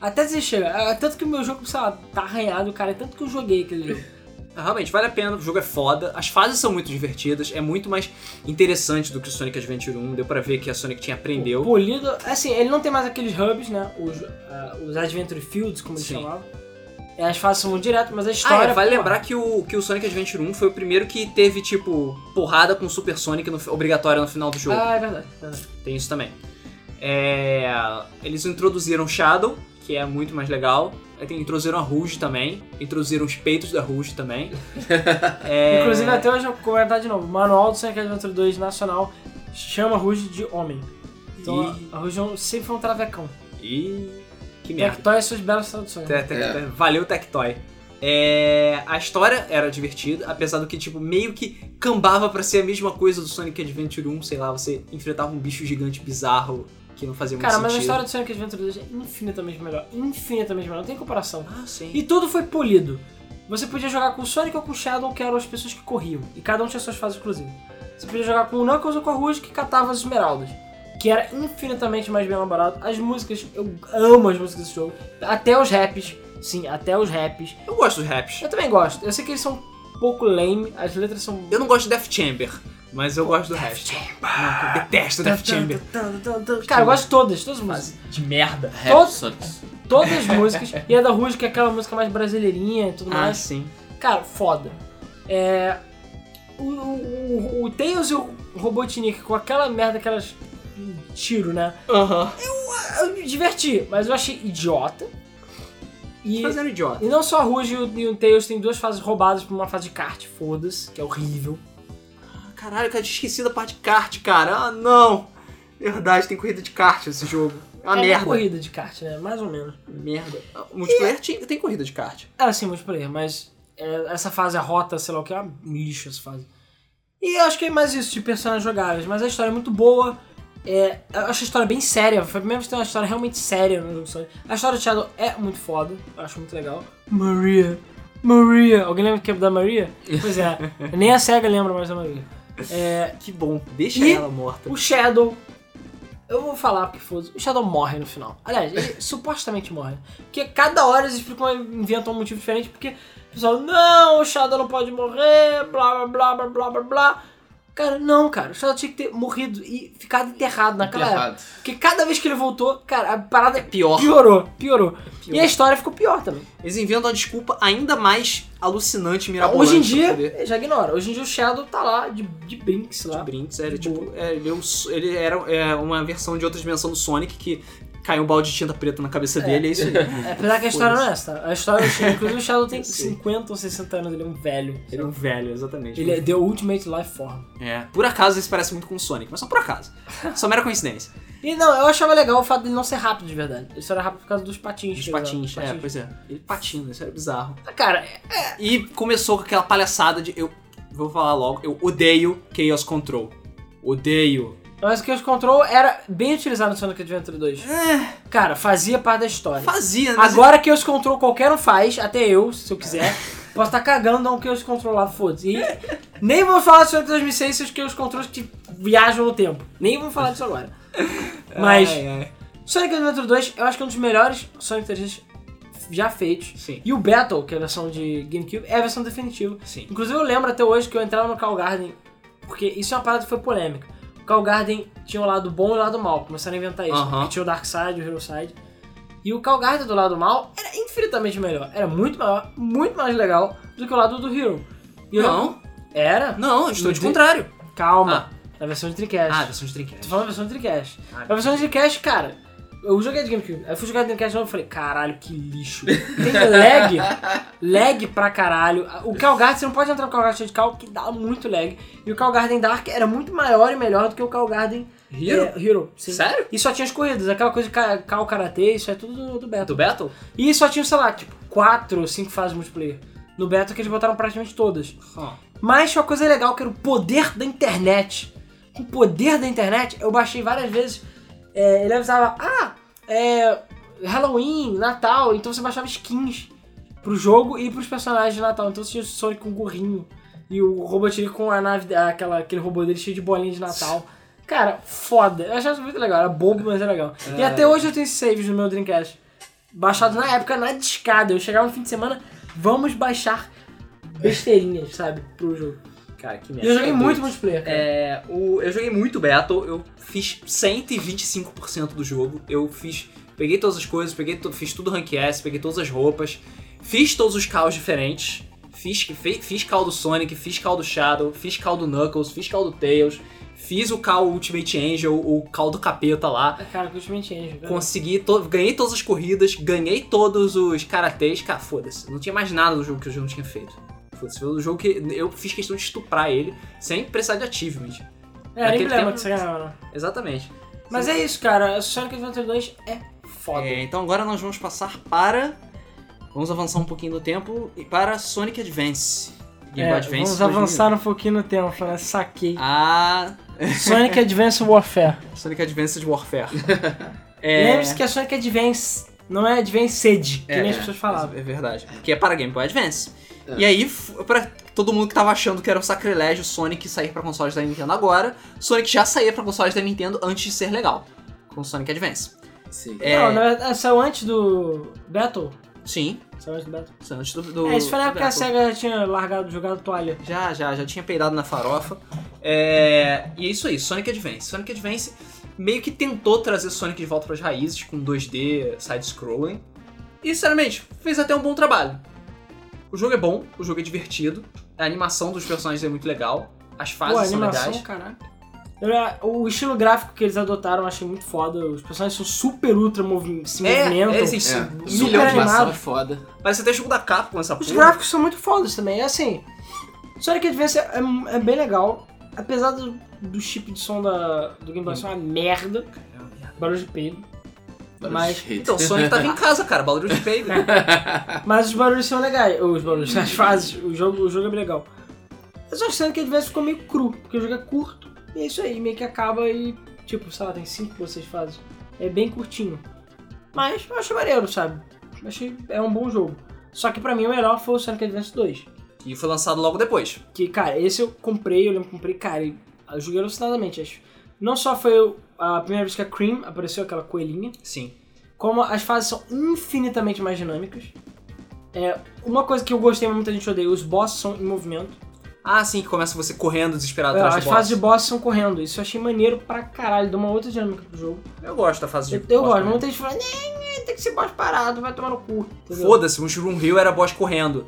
S3: Até desistir. É, Tanto que o meu jogo, sei lá, tá arranhado, cara. É tanto que eu joguei aquele jogo.
S1: Ah, Realmente, vale a pena, o jogo é foda, as fases são muito divertidas, é muito mais interessante do que o Sonic Adventure 1, deu pra ver que a Sonic tinha
S3: O
S1: aprendeu.
S3: Polido, assim, ele não tem mais aqueles hubs, né? Os, ah, os Adventure Fields, como eles
S1: Sim.
S3: chamavam. E as fases são muito direto, mas a
S1: Ah,
S3: história.
S1: é, vale
S3: pô,
S1: lembrar que o, que o Sonic Adventure 1 foi o primeiro que teve, tipo, porrada com o Super Sonic no, obrigatória no final do jogo.
S3: Ah, é verdade. é verdade.
S1: Tem isso também. É, eles introduziram Shadow, que é muito mais legal. Aí tem- introduziram a Rouge também. Introduziram os peitos da Rouge também. É,
S3: Inclusive, até hoje eu vou comentar de novo. O manual do Sonic Adventure 2 nacional chama Ruge de homem. Então
S1: E-
S3: a Ruge é um- sempre foi um travecão.
S1: E. é. Que merda.
S3: Tectoy e suas belas traduções.
S1: Te- te-
S2: É.
S1: te- Valeu, Tectoy. É, a história era divertida, apesar do que, tipo, meio que cambava pra ser a mesma coisa do Sonic Adventure 1, sei lá, você enfrentava um bicho gigante bizarro que não fazia muito
S3: Cara, mas a
S1: sentido.
S3: história do Sonic Adventure 2 é infinitamente melhor. Infinitamente melhor, não tem comparação.
S1: Ah, sim.
S3: E tudo foi polido. Você podia jogar com o Sonic ou com o Shadow, que eram as pessoas que corriam. E cada um tinha suas fases exclusivas. Você podia jogar com o Knuckles ou com a Rouge, que catava as esmeraldas. Que era infinitamente mais bem elaborado. As músicas, eu amo as músicas desse jogo. Até os raps, sim, até os raps.
S1: Eu gosto dos raps.
S3: Eu também gosto. Eu sei que eles são um pouco lame, as letras são...
S1: Eu não gosto de Death Chamber, mas eu gosto do resto. Não, eu detesto Death Chamber.
S3: Cara, eu gosto de todas, todas as músicas.
S1: De merda.
S2: Rap
S3: Todo-
S2: Sonics.
S3: Todas as músicas. E a da Rouge, que é aquela música mais brasileirinha e
S1: Ah,
S3: tudo mais.
S1: sim.
S3: Cara, foda. É. O, o, o- o Tails e o Robotnik com aquela merda, aquelas. tiro, né?
S1: Aham.
S3: Eu me diverti, mas eu achei idiota. E,
S1: Fazendo idiota.
S3: e não só a Rouge e o, e o Tails tem duas fases roubadas por uma fase de kart, foda-se, que é horrível.
S1: Caralho, cara, eu tinha esquecido a parte de kart, cara. Ah, não. Verdade, tem corrida de kart esse jogo. É uma
S3: é
S1: merda.
S3: corrida de kart, né? Mais ou menos.
S1: Merda. Ah, o Multiplayer
S3: é
S1: tinha- tem corrida de kart.
S3: Era assim, multiplayer, mas é, essa fase, a rota, sei lá o que, é um lixo essa fase. E eu acho que é mais isso de personagens jogáveis, mas a história é muito boa. É, eu acho a história bem séria, foi a primeira vez que tem uma história realmente séria no jogo Sonic. A história do Shadow é muito foda, eu acho muito legal. Maria, Maria, alguém lembra que é da Maria? Pois é, nem a SEGA lembra mais da Maria. É,
S1: Que bom. Deixa
S3: E-
S1: ela morta.
S3: o Shadow. Eu vou falar porque foda-se. O Shadow morre no final. Aliás, ele supostamente morre. Porque cada hora eles ficam, inventam um motivo diferente. Porque o pessoal, não, o Shadow não pode morrer, blá blá blá blá blá blá blá. Cara, não, cara. O Shadow tinha que ter morrido e ficado enterrado naquela época.
S2: Errado.
S3: Porque cada vez que ele voltou, cara, a parada
S1: Pior.
S3: piorou, piorou. E a história ficou pior também.
S1: Eles inventam uma desculpa ainda mais alucinante e mirabolante.
S3: Hoje em
S1: pra
S3: dia,
S1: poder-
S3: já ignora. Hoje em dia o Shadow tá lá de, de brinks
S1: De
S3: lá.
S1: Brinks, ele, tipo, é, ele, é um- ele era é, uma versão de outra dimensão do Sonic que caiu um balde de tinta preta na cabeça dele, é isso aí.
S3: É, apesar que a história não é essa, tá? A história do Shadow, inclusive o Shadow tem 50 ou 60 anos, ele é um velho.
S1: Ele é um velho, exatamente.
S3: Ele é The Ultimate Life Form.
S1: É, por acaso isso parece muito com o Sonic, mas só por acaso. Só mera coincidência.
S3: E não, eu achava legal o fato dele não ser rápido de verdade. Ele só era rápido por causa dos patins.
S1: Os
S3: que ele usava.
S1: patins, é, pois é. Ele patina, isso era bizarro.
S3: Ah, Cara, é-
S1: E começou com aquela palhaçada de. Eu vou falar logo, eu odeio Chaos Control. Odeio.
S3: mas o Chaos Control era bem utilizado no Sonic Adventure 2. Cara, fazia parte da história.
S1: É. Fazia, né? Mas
S3: Agora que os control qualquer um faz, até eu, se eu quiser.
S1: É.
S3: Posso estar cagando, dá um Chaos Control lá, foda-se. E nem vou falar sobre 2006 e os Chaos Controls que viajam no tempo. Nem vou falar disso agora. Mas
S1: Ai, ai.
S3: Sonic Adventure 2, eu acho que é um dos melhores Sonic 3 já feitos.
S1: Sim.
S3: E o Battle, que é a versão de GameCube, é a versão definitiva.
S1: Sim.
S3: Inclusive eu lembro até hoje que eu entrava no Call Garden, porque isso é uma parada que foi polêmica. O Call Garden tinha o lado bom e o lado mal, começaram a inventar isso.
S1: Aham.
S3: porque Tinha o Dark Side, o Hero Side. E o Call Garden do lado mal era infinitamente melhor. Era muito maior, muito mais legal do que o lado do Hero. E eu lembro-
S1: Não,
S3: Era?
S1: não, eu estou de
S3: Não tem-
S1: contrário.
S3: Calma. Na versão de Dreamcast.
S1: Ah, versão de
S3: Tô
S1: Dreamcast.
S3: falando da versão de Dreamcast.
S1: Ah,
S3: A versão de Dreamcast, cara, eu joguei de GameCube. Aí eu fui jogar de Dreamcast de novo e falei, caralho, que lixo. Tem lag, lag pra caralho. O Calgarden, você não pode entrar no Calgarden cheio de cal, que dá muito lag. E o Calgarden Dark era muito maior e melhor do que o Calgarden
S1: Hero?
S3: é, Hero sim.
S1: Sério?
S3: E só tinha as corridas, aquela coisa de ca- cal karatê, isso é tudo do, do Battle.
S1: Do Battle?
S3: E só tinha, sei lá, tipo, 4 ou 5 fases multiplayer. No Battle que eles botaram praticamente todas.
S1: Ó.
S3: Mas tinha uma coisa legal que era o poder da internet. Com o poder da internet, eu baixei várias vezes. É, ele avisava, ah, é Halloween, Natal. Então você baixava skins pro jogo e pros personagens de Natal. Então você tinha o Sonic com gorrinho e o Robotnik com a nave, aquela, aquele robô dele cheio de bolinha de Natal. Cara, foda. Eu achava isso muito legal. Era bobo, mas era legal. E até hoje eu tenho esses saves no meu Dreamcast. Baixados na época na discada. Eu chegava no fim de semana, vamos baixar besteirinhas, sabe, pro jogo.
S1: Cara, que
S3: E eu joguei muito multiplayer, cara.
S1: É, o- eu joguei muito Battle, eu fiz 125% do jogo. Eu fiz. Peguei todas as coisas, peguei tu- fiz tudo rank S, peguei todas as roupas, fiz todos os caos diferentes. Fiz, fe- fiz cal do Sonic, fiz cal do Shadow, fiz cal do Knuckles, fiz cal do Tails, fiz o cal Ultimate Angel, o cal do capeta lá.
S3: Ah, Cara, que Ultimate Engine. velho.
S1: Consegui, to- ganhei todas as corridas, ganhei todos os karatês. Cara, foda-se. Não tinha mais nada do jogo que o jogo não tinha feito. Foda-se, foi o jogo que eu fiz questão de estuprar ele sem precisar de achievement.
S3: É,
S1: naquele
S3: nem lembro
S1: tempo-
S3: que você ganhava, né?
S1: Exatamente.
S3: Mas é isso, cara. Sonic Adventure 2 é foda.
S1: É, então agora nós vamos passar para. Vamos avançar um pouquinho do tempo e para Sonic Advance. Game Boy
S3: É,
S1: Advance.
S3: vamos
S1: 2000.
S3: avançar um pouquinho no tempo, né? Saquei.
S1: Ah,
S3: Sonic Advance Warfare.
S1: Sonic Advance Warfare.
S3: Lembre-se que é Sonic Advance, não é Advanced, que
S1: É,
S3: nem as pessoas falavam.
S1: É verdade. Que é para Game Boy Advance.
S2: É.
S1: E aí, f- pra todo mundo que tava achando que era um sacrilégio Sonic sair pra consoles da Nintendo agora, Sonic já saía pra consoles da Nintendo antes de ser legal. Com Sonic Advance.
S2: Sim.
S1: É,
S3: Não, na verdade, saiu antes do Battle.
S1: Sim,
S3: Saiu antes do Battle.
S1: isso é antes do. do
S3: é, isso foi na
S1: do
S3: época que
S1: Apple.
S3: a SEGA já tinha largado, jogado toalha.
S1: Já, já, já tinha peidado na farofa. É, e é isso aí, Sonic Advance. Sonic Advance meio que tentou trazer Sonic de volta pras raízes com 2D side-scrolling. E, sinceramente, fez até um bom trabalho. O jogo é bom, o jogo é divertido, a animação dos personagens é muito legal, as fases
S3: Pô, a
S1: são
S3: animação,
S1: legais.
S3: caraca. Eu- O estilo gráfico que eles adotaram eu achei muito foda. Os personagens são super ultra movi- se movimentam.
S1: É, existe
S2: É,
S1: um
S2: um
S3: super
S1: milhão de
S3: animado.
S2: animação é foda.
S1: Parece até jogo da Capcom essa
S3: Os
S1: porra.
S3: gráficos são muito fodas também. É assim, Sonic Advance é, é bem legal. Apesar do, do chip de som da, do Game Boy ser uma merda. Barulho de peido. Mas-
S1: Então, o Sonic tava em casa, cara, barulho de peido.
S3: Mas os barulhos são legais. Os barulhos, as fases, o jogo, o jogo é bem legal. Eu só achando que às vezes ficou meio cru, porque o jogo é curto e é isso aí, meio que acaba e, tipo, sei lá, tem cinco ou seis fases. É bem curtinho. Mas eu achei maneiro, sabe? Eu Achei, é um bom jogo. Só que pra mim o melhor foi o Sonic Advance 2.
S1: e foi lançado logo depois.
S3: Que, cara, esse eu comprei, eu lembro que comprei, cara, e eu joguei alucinadamente, acho. Não só foi o- a primeira vez que a Cream apareceu, aquela coelhinha,
S1: Sim.
S3: como as fases são infinitamente mais dinâmicas. É, uma coisa que eu gostei, mas muita gente odeia, os bosses são em movimento.
S1: Ah, sim, que começa você correndo desesperado
S3: É,
S1: atrás
S3: as
S1: do boss.
S3: fases de boss são correndo. Isso eu achei maneiro pra caralho, dá uma outra dinâmica pro jogo.
S1: Eu gosto da fase de
S3: Eu, eu
S1: boss
S3: gosto,
S1: também.
S3: mas muita gente fala, "Nhe, nhe, tem que ser boss parado, vai tomar no cu. entendeu?
S1: Foda-se, o Mushroom Hill era boss correndo.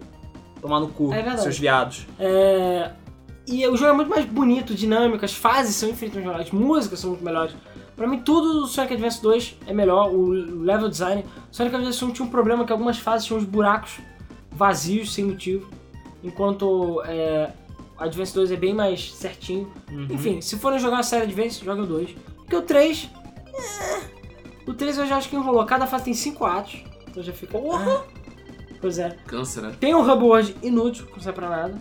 S1: Tomar no cu,
S3: É verdade.
S1: seus viados.
S3: É, E o jogo é muito mais bonito, dinâmico, as fases são infinitamente melhores, as músicas são muito melhores. Pra mim, tudo do Sonic Advance 2 é melhor, o level design. Sonic Advance 1 tinha um problema que algumas fases tinham uns buracos vazios, sem motivo. Enquanto é, Advance 2 é bem mais certinho.
S1: Uhum.
S3: Enfim, se forem jogar a série Advance, joguem o 2. Porque o 3... é, O 3 eu já acho que enrolou. Cada fase tem 5 atos. Então já fica... Porra! Pois é.
S2: Câncer, né?
S3: Tem um hub world inútil, que não serve pra nada.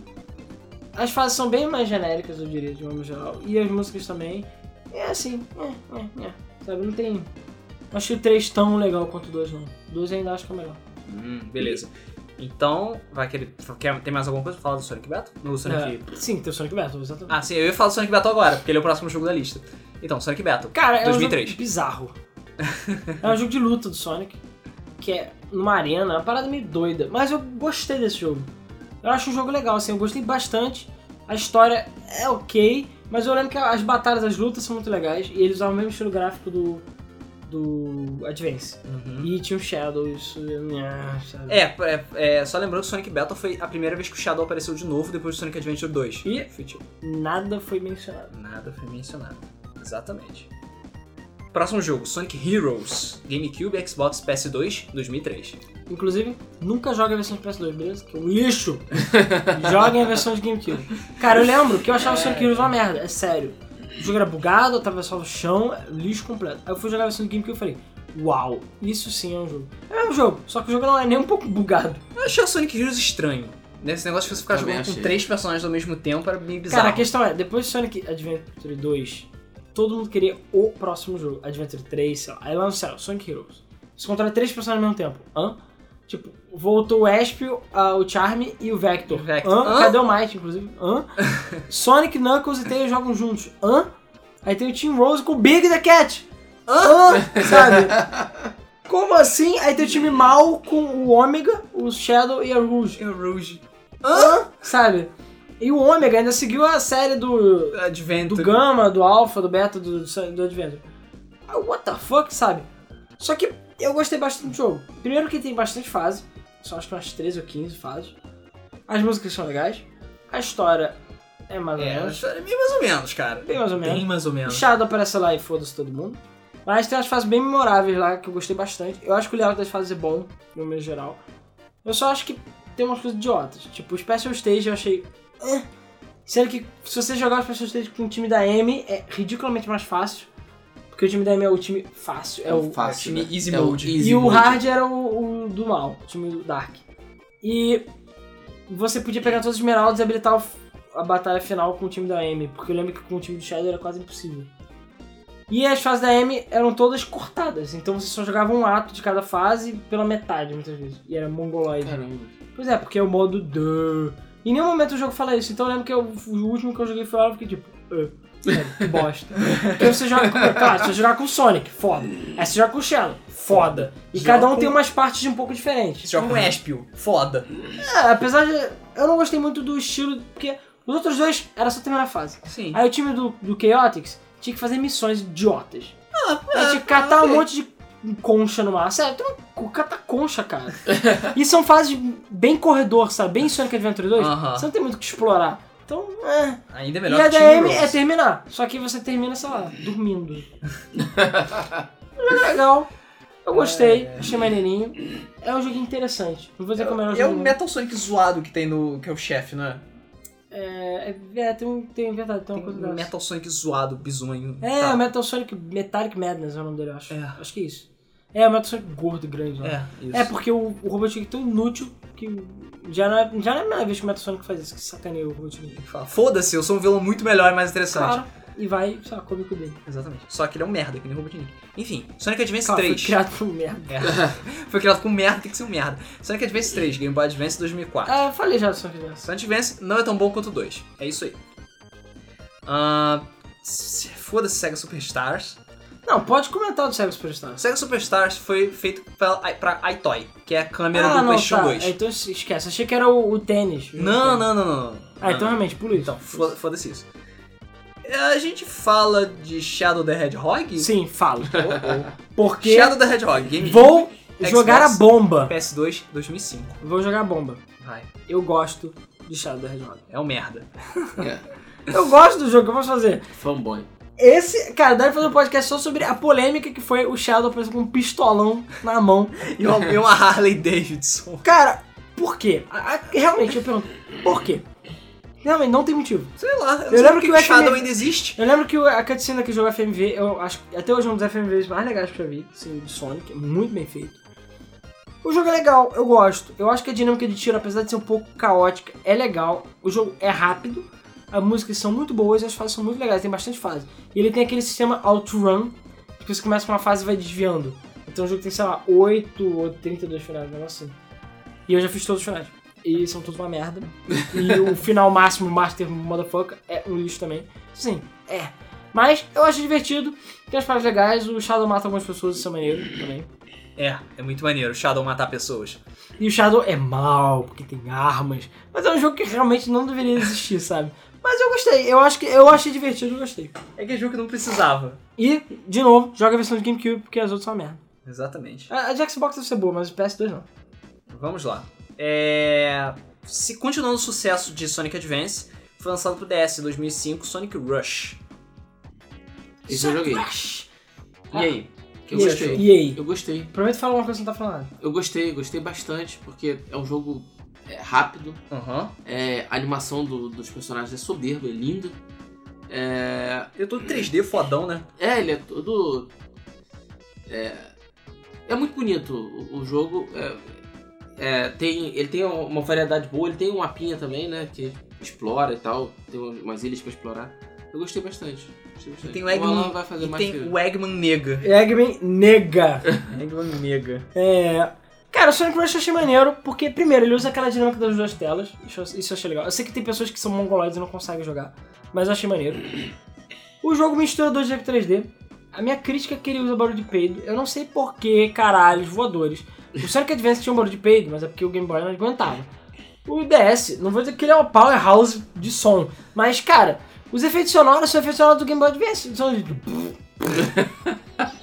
S3: As fases são bem mais genéricas, eu diria, de modo geral. E as músicas também. É assim, é, é, é. Sabe, não tem... Não achei o 3 tão legal quanto o 2, não. O 2 eu ainda acho que é o melhor.
S1: Hum, beleza. Então, vai querer. Quer, tem mais alguma coisa pra falar do Sonic Battle? No Sonic.
S3: É, sim, tem o Sonic Battle, exatamente.
S1: Ah, sim, eu ia falar do Sonic Battle agora, porque ele é o próximo jogo da lista. Então, Sonic Battle.
S3: Cara,
S1: 2003.
S3: é um jogo bizarro. é um jogo de luta do Sonic, que é numa arena, é uma parada meio doida. Mas eu gostei desse jogo. Eu acho um jogo legal, assim, eu gostei bastante. A história é ok, mas eu lembro que as batalhas, as lutas são muito legais. E eles usavam o mesmo estilo gráfico do, do Advance.
S1: Uhum.
S3: E tinha o Shadow, isso... ah, Shadow.
S1: É, é, é, só lembrando que Sonic Battle foi a primeira vez que o Shadow apareceu de novo depois do Sonic Adventure 2.
S3: E-
S1: Feature.
S3: Nada foi mencionado.
S1: Nada foi mencionado. Exatamente. Próximo jogo, Sonic Heroes, GameCube, Xbox, PS2, 2003.
S3: Inclusive, nunca joga a versão de PS2, beleza? Que é um lixo! Joguem a versão de GameCube. Cara, eu lembro que eu achava o Sonic Heroes uma merda, é sério. O jogo era bugado, eu tava só no chão, lixo completo. Aí eu fui jogar a versão de GameCube e falei, uau, isso sim é um jogo. É o mesmo jogo, só que o jogo não é nem um pouco bugado.
S1: Eu achei o Sonic Heroes estranho. Nesse negócio de você ficar
S2: Também
S1: jogando com
S2: achei.
S1: três personagens ao mesmo tempo era meio bizarro.
S3: Cara, a questão é, depois de Sonic Adventure 2, todo mundo queria o próximo jogo, Adventure 3, sei lá. Aí lançaram Sonic Heroes. Você controla três personagens ao mesmo tempo. Hã? Tipo, voltou o Espio, ah, o Charme e o Vector.
S1: O Vector.
S3: Hã?
S1: Hã?
S3: Cadê o Might, inclusive? Hã? Sonic, Knuckles e Tails jogam juntos. Hã? Aí tem o Team Rose com o Big the Cat. Hã? Sabe? Como assim? Aí tem o time mal com o Ômega, o Shadow e a Rouge.
S1: é o Rouge.
S3: Sabe? E o Ômega ainda seguiu a série do, do
S1: Adventure.
S3: Gama, do Alpha, do Beta, do, do, do Adventure. Ah, what the fuck, sabe? Só que eu gostei bastante do jogo. Primeiro que tem bastante fase, são acho que umas 13 ou 15 fases. As músicas são legais. A história é mais ou
S1: É,
S3: menos.
S1: acho- meio mais ou menos, cara.
S3: Bem mais ou menos.
S1: Bem mais ou
S3: O
S1: menos.
S3: Shadow aparece lá e foda-se todo mundo. Mas tem umas fases bem memoráveis lá que eu gostei bastante. Eu acho que o layout das fases é bom, no meio geral. Eu só acho que tem umas coisas idiotas. Tipo, o Special Stage eu achei. eh. Sendo que se você jogar o Special Stage com o time da M, é ridiculamente mais fácil. Porque o time da M é o time fácil. É o,
S2: fácil,
S1: time
S2: né?
S1: easy
S2: É o
S1: mode.
S2: easy
S3: e o
S2: mode.
S3: hard era o, o do mal, o time do Dark. E você podia pegar todas as esmeraldas e habilitar o- a batalha final com o time da M, porque eu lembro que com o time do Shadow era quase impossível. E as fases da M eram todas cortadas, então você só jogava um ato de cada fase pela metade, muitas vezes. E era mongoloide.
S2: Caramba.
S3: Pois é, porque é o modo do. Em nenhum momento o jogo fala isso, então eu lembro que eu- o último que eu joguei foi lá, eu fiquei tipo. "Ah, é, que bosta. Porque você joga com. Claro, se você jogar com o Sonic, foda. Aí você joga com o Shadow, foda. E
S1: Joga
S3: cada um
S1: com-
S3: tem umas partes um pouco diferentes.
S1: Você joga com é Espio. Foda.
S3: É, apesar de. Eu não gostei muito do estilo, porque os outros dois era só terminar a fase.
S1: Sim.
S3: Aí o time do, do Chaotix tinha que fazer missões idiotas.
S1: Ah, é,
S3: Aí tinha que catar um monte de concha no mar. Sério, tu não cata concha, cara. e são fases bem corredor, sabe? Bem Sonic Adventure 2.
S1: Aham.
S3: Você não tem muito o que explorar. Então, é.
S1: Ainda é
S3: E
S1: melhor
S3: a
S1: que Team
S3: DM é
S1: Heroes.
S3: terminar. Só que você termina, sei lá, dormindo. Mas é legal. Eu gostei,
S1: É.
S3: achei maneirinho. É um jogo interessante. Não vou dizer que é o melhor
S1: É
S3: jogo.
S1: o
S3: do
S1: Metal Sonic zoado que tem no. que é o chefe, não é?
S3: É, é, tem, um- tem verdade, tem uma coisa
S1: Um
S3: dessa.
S1: Metal Sonic zoado, bizonho.
S3: É,
S1: tá.
S3: o Metal Sonic Metallic Madness é o nome dele, eu acho.
S1: É.
S3: Acho que é isso. É, o Metal Sonic gordo, grande. né?
S1: É, isso.
S3: É, porque o, o Robotnik é tão inútil que já não é, já não é a primeira vez que o Metal Sonic faz isso, que sacaneia o Robotnik.
S1: Fala, Foda-se, eu sou um vilão muito melhor e mais interessante.
S3: Claro, e vai, sei lá, come o cu dele.
S1: Exatamente. Só que ele é um merda, que nem o Robotnik. Enfim, Sonic Advance
S3: Claro, foi
S1: 3.
S3: criado por um merda.
S1: É. foi criado com merda, tem que ser um merda. Sonic Advance 3, Game Boy Advance 2004.
S3: Ah, eu falei já do Sonic Advance.
S1: Sonic Advance não é tão bom quanto o 2. É isso aí. Ah, se- Foda-se Sega Superstars.
S3: Não, pode comentar do Sega Superstar.
S1: Sega Superstars foi feito pra, pra iToy, que é a câmera
S3: Ah,
S1: do
S3: não,
S1: PlayStation
S3: tá.
S1: 2.
S3: É, Então esquece, achei que era o, o tênis. o
S1: Não,
S3: tênis.
S1: não, não, não. não.
S3: Ah, então realmente, por isso.
S1: Então, foda- foda-se isso. A gente fala de Shadow the Hedgehog?
S3: Sim, falo.
S1: Oh, oh.
S3: Porque
S1: Shadow the Hedgehog, Game
S3: vou
S1: Xbox.
S3: jogar a bomba.
S1: PS2 2005.
S3: Vou jogar a bomba.
S1: Vai,
S3: Eu gosto de Shadow the Hedgehog.
S1: é um merda.
S2: É.
S3: Eu gosto do jogo, o que eu posso fazer?
S2: Fanboy.
S3: Esse, cara, deve fazer um podcast só sobre a polêmica que foi o Shadow aparecendo com um pistolão na mão.
S1: E uma, e uma Harley Davidson.
S3: Cara, por quê? A- a- realmente, eu pergunto, por quê? Realmente, não tem motivo.
S1: Sei lá. Eu, não
S3: Eu
S1: sei
S3: lembro
S1: porque
S3: que
S1: o
S3: o
S1: Shadow
S3: FMV
S1: ainda existe.
S3: Eu lembro que o- a cutscene que jogou FMV, eu acho que até hoje é um dos FMVs mais legais que eu já vi, assim, de Sonic, é muito bem feito. O jogo é legal, eu gosto. Eu acho que a dinâmica de tiro, apesar de ser um pouco caótica, é legal. O jogo é rápido, as músicas são muito boas e as fases são muito legais, tem bastante fase. E ele tem aquele sistema outrun, que você começa uma fase e vai desviando. Então o jogo tem, sei lá, 8 ou 32 finais, um negócio assim. E eu já fiz todos os finais. E são todos uma merda. E o final máximo, Master Motherfucker, é um lixo também. Sim, é. Mas eu acho divertido, tem as partes legais, o Shadow mata algumas pessoas, isso é maneiro também.
S1: É, é muito maneiro o Shadow matar pessoas.
S3: E o Shadow é mal, porque tem armas. Mas é um jogo que realmente não deveria existir, sabe? Mas eu gostei, eu acho que eu achei divertido, eu gostei.
S1: É que é jogo que não precisava.
S3: E, de novo, joga a versão de GameCube, porque as outras são uma merda.
S1: Exatamente.
S3: A, a de Xbox deve ser boa, mas o PS2 não.
S1: Vamos lá. É... Se continuando o sucesso de Sonic Advance, foi lançado pro DS em 2005 Sonic Rush.
S2: Esse eu joguei. E aí? Eu
S3: E aí,
S2: gostei.
S3: Ah, E aí?
S2: Eu gostei.
S3: Prometo falar uma coisa que você não tá falando.
S2: Eu gostei, gostei bastante, porque é um jogo é, rápido,
S1: Aham.
S2: é, a animação do- dos personagens é soberba, é linda. É,
S1: Eu tô em 3D fodão, né?
S2: é, ele é todo. É, é muito bonito o, o jogo. é, é, tem, ele tem uma variedade boa, ele tem um mapinha também, né? Que explora e tal, tem um, umas ilhas pra explorar. Eu gostei bastante. Gostei bastante.
S1: tem o Eggman,
S2: Alan vai fazer
S1: E
S2: mais
S1: tem
S2: que-
S1: o Eggman Nega.
S3: Eggman nega.
S1: Eggman Nega.
S3: É. Cara, o Sonic Rush eu achei maneiro, porque, primeiro, ele usa aquela dinâmica das duas telas. Isso, eu- isso eu achei legal. Eu sei que tem pessoas que são mongoloides e não conseguem jogar, mas eu achei maneiro. O jogo mistura 2D com 3D. A minha crítica é que ele usa barulho de peido. Eu não sei por que, caralhos, voadores. O Sonic Advance tinha um barulho de peido, mas é porque o Game Boy não aguentava. O DS, não vou dizer que ele é uma powerhouse de som, mas, cara, os efeitos sonoros são efeitos sonoros do Game Boy Advance. São de...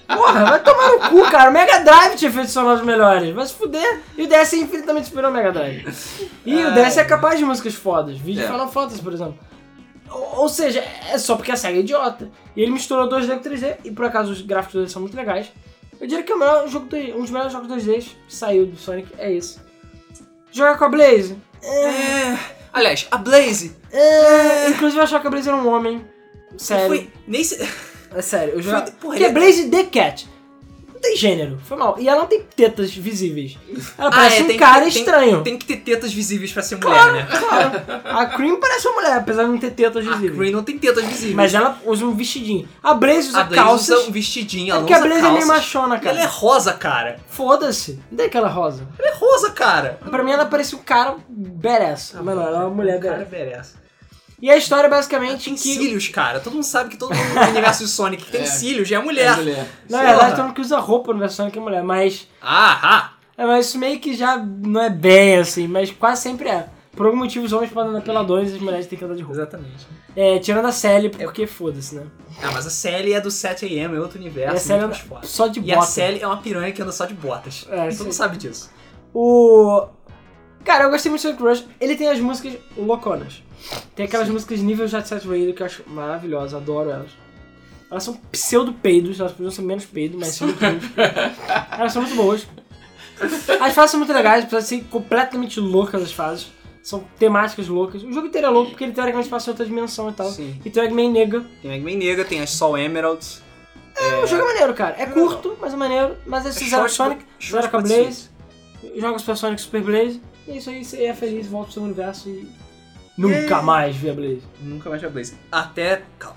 S3: Porra, vai tomar no cu, cara. O Mega Drive tinha efeitos sonoros melhores. Vai se fuder. E o DS é infinitamente superior ao Mega Drive. E o DS é capaz de músicas fodas. Vídeo
S2: É.
S3: Final Fantasy, por exemplo. Ou, ou seja, é só porque a SEGA é idiota. E ele misturou 2D com 3D. E por acaso os gráficos dele são muito legais. Eu diria que é o melhor jogo 2D, um dos melhores jogos 2D que saiu do Sonic é esse. Jogar com a Blaze?
S1: É... Aliás, a Blaze.
S3: É, Inclusive eu achava que a Blaze era um homem. Sério.
S1: Foi nesse...
S3: É sério, eu já.
S1: Foi- porra,
S3: Porque
S1: ele- é
S3: Blaze The Cat não tem gênero, foi mal. E ela não tem tetas visíveis. Ela
S1: Ah,
S3: parece
S1: é, tem
S3: um
S1: que-
S3: cara
S1: tem-
S3: estranho.
S1: Tem que ter tetas visíveis pra ser mulher, né?
S3: Claro. A Cream parece uma mulher, apesar de não ter tetas
S1: A
S3: visíveis.
S1: Green não tem tetas visíveis.
S3: Mas ela usa um vestidinho. A Blaze usa
S1: a Blaze
S3: calças.
S1: usa um vestidinho,
S3: é
S1: ela
S3: porque
S1: não
S3: a
S1: usa
S3: Blaze é meio
S1: calças.
S3: machona, cara.
S1: Ela é rosa, cara.
S3: Foda-se. Não é aquela rosa.
S1: Ela é rosa, cara.
S3: Pra mim ela parece um cara badass. Mas não, ela é uma mulher
S1: O Ah, Um cara um
S3: badass.
S1: merece.
S3: E a história é basicamente
S1: Tem
S3: que.
S1: cílios, cara. Todo mundo sabe que todo mundo no universo de Sonic que tem
S2: É.
S1: cílios é
S2: É
S1: mulher.
S2: mulher.
S3: Na
S1: Porra.
S3: verdade, todo mundo que usa roupa no versão que é mulher, mas.
S1: Ah, ah.
S3: É, mas isso meio que já não é bem assim, mas quase sempre é. Por algum motivo os homens podem andar peladões e as mulheres têm que andar de roupa.
S1: Exatamente.
S3: É, tirando a Sally, porque foda-se, né?
S1: Ah, mas a Sally é do 7am, é outro
S3: E a
S1: universo,
S3: Sally
S1: muito
S3: anda
S1: mais foda.
S3: só de
S1: E a
S3: bota.
S1: Sally é uma piranha que anda só de botas.
S3: É,
S1: Todo mundo
S3: sim.
S1: sabe disso.
S3: O. Cara, eu gostei muito do Sonic Rush. Ele tem as músicas louconas. Tem aquelas músicas nível Jet Set Radio que eu acho maravilhosas, adoro elas. Elas são pseudo-peidos, elas podiam ser menos peido, mas são muito peidos. Elas são muito boas. As fases são muito legais, apesar de serem completamente loucas as fases. São temáticas loucas. O jogo inteiro é louco porque ele teoricamente passa em outra dimensão e tal.
S1: Sim.
S3: E tem o Eggman Nega.
S1: Tem a Eggman Negra, tem as Sol Emeralds.
S3: É, o jogo é maneiro, cara. É curto, mas é maneiro. Mas eles fizeram
S1: Short-
S3: Sonic,
S1: short
S3: fizeram com a
S1: but
S3: Blaze, joga Super Sonic Super Blaze. E é isso aí, você é feliz, volta pro seu universo e. Nunca mais vê a Blaze.
S1: Nunca mais a Blaze. Até. Calma.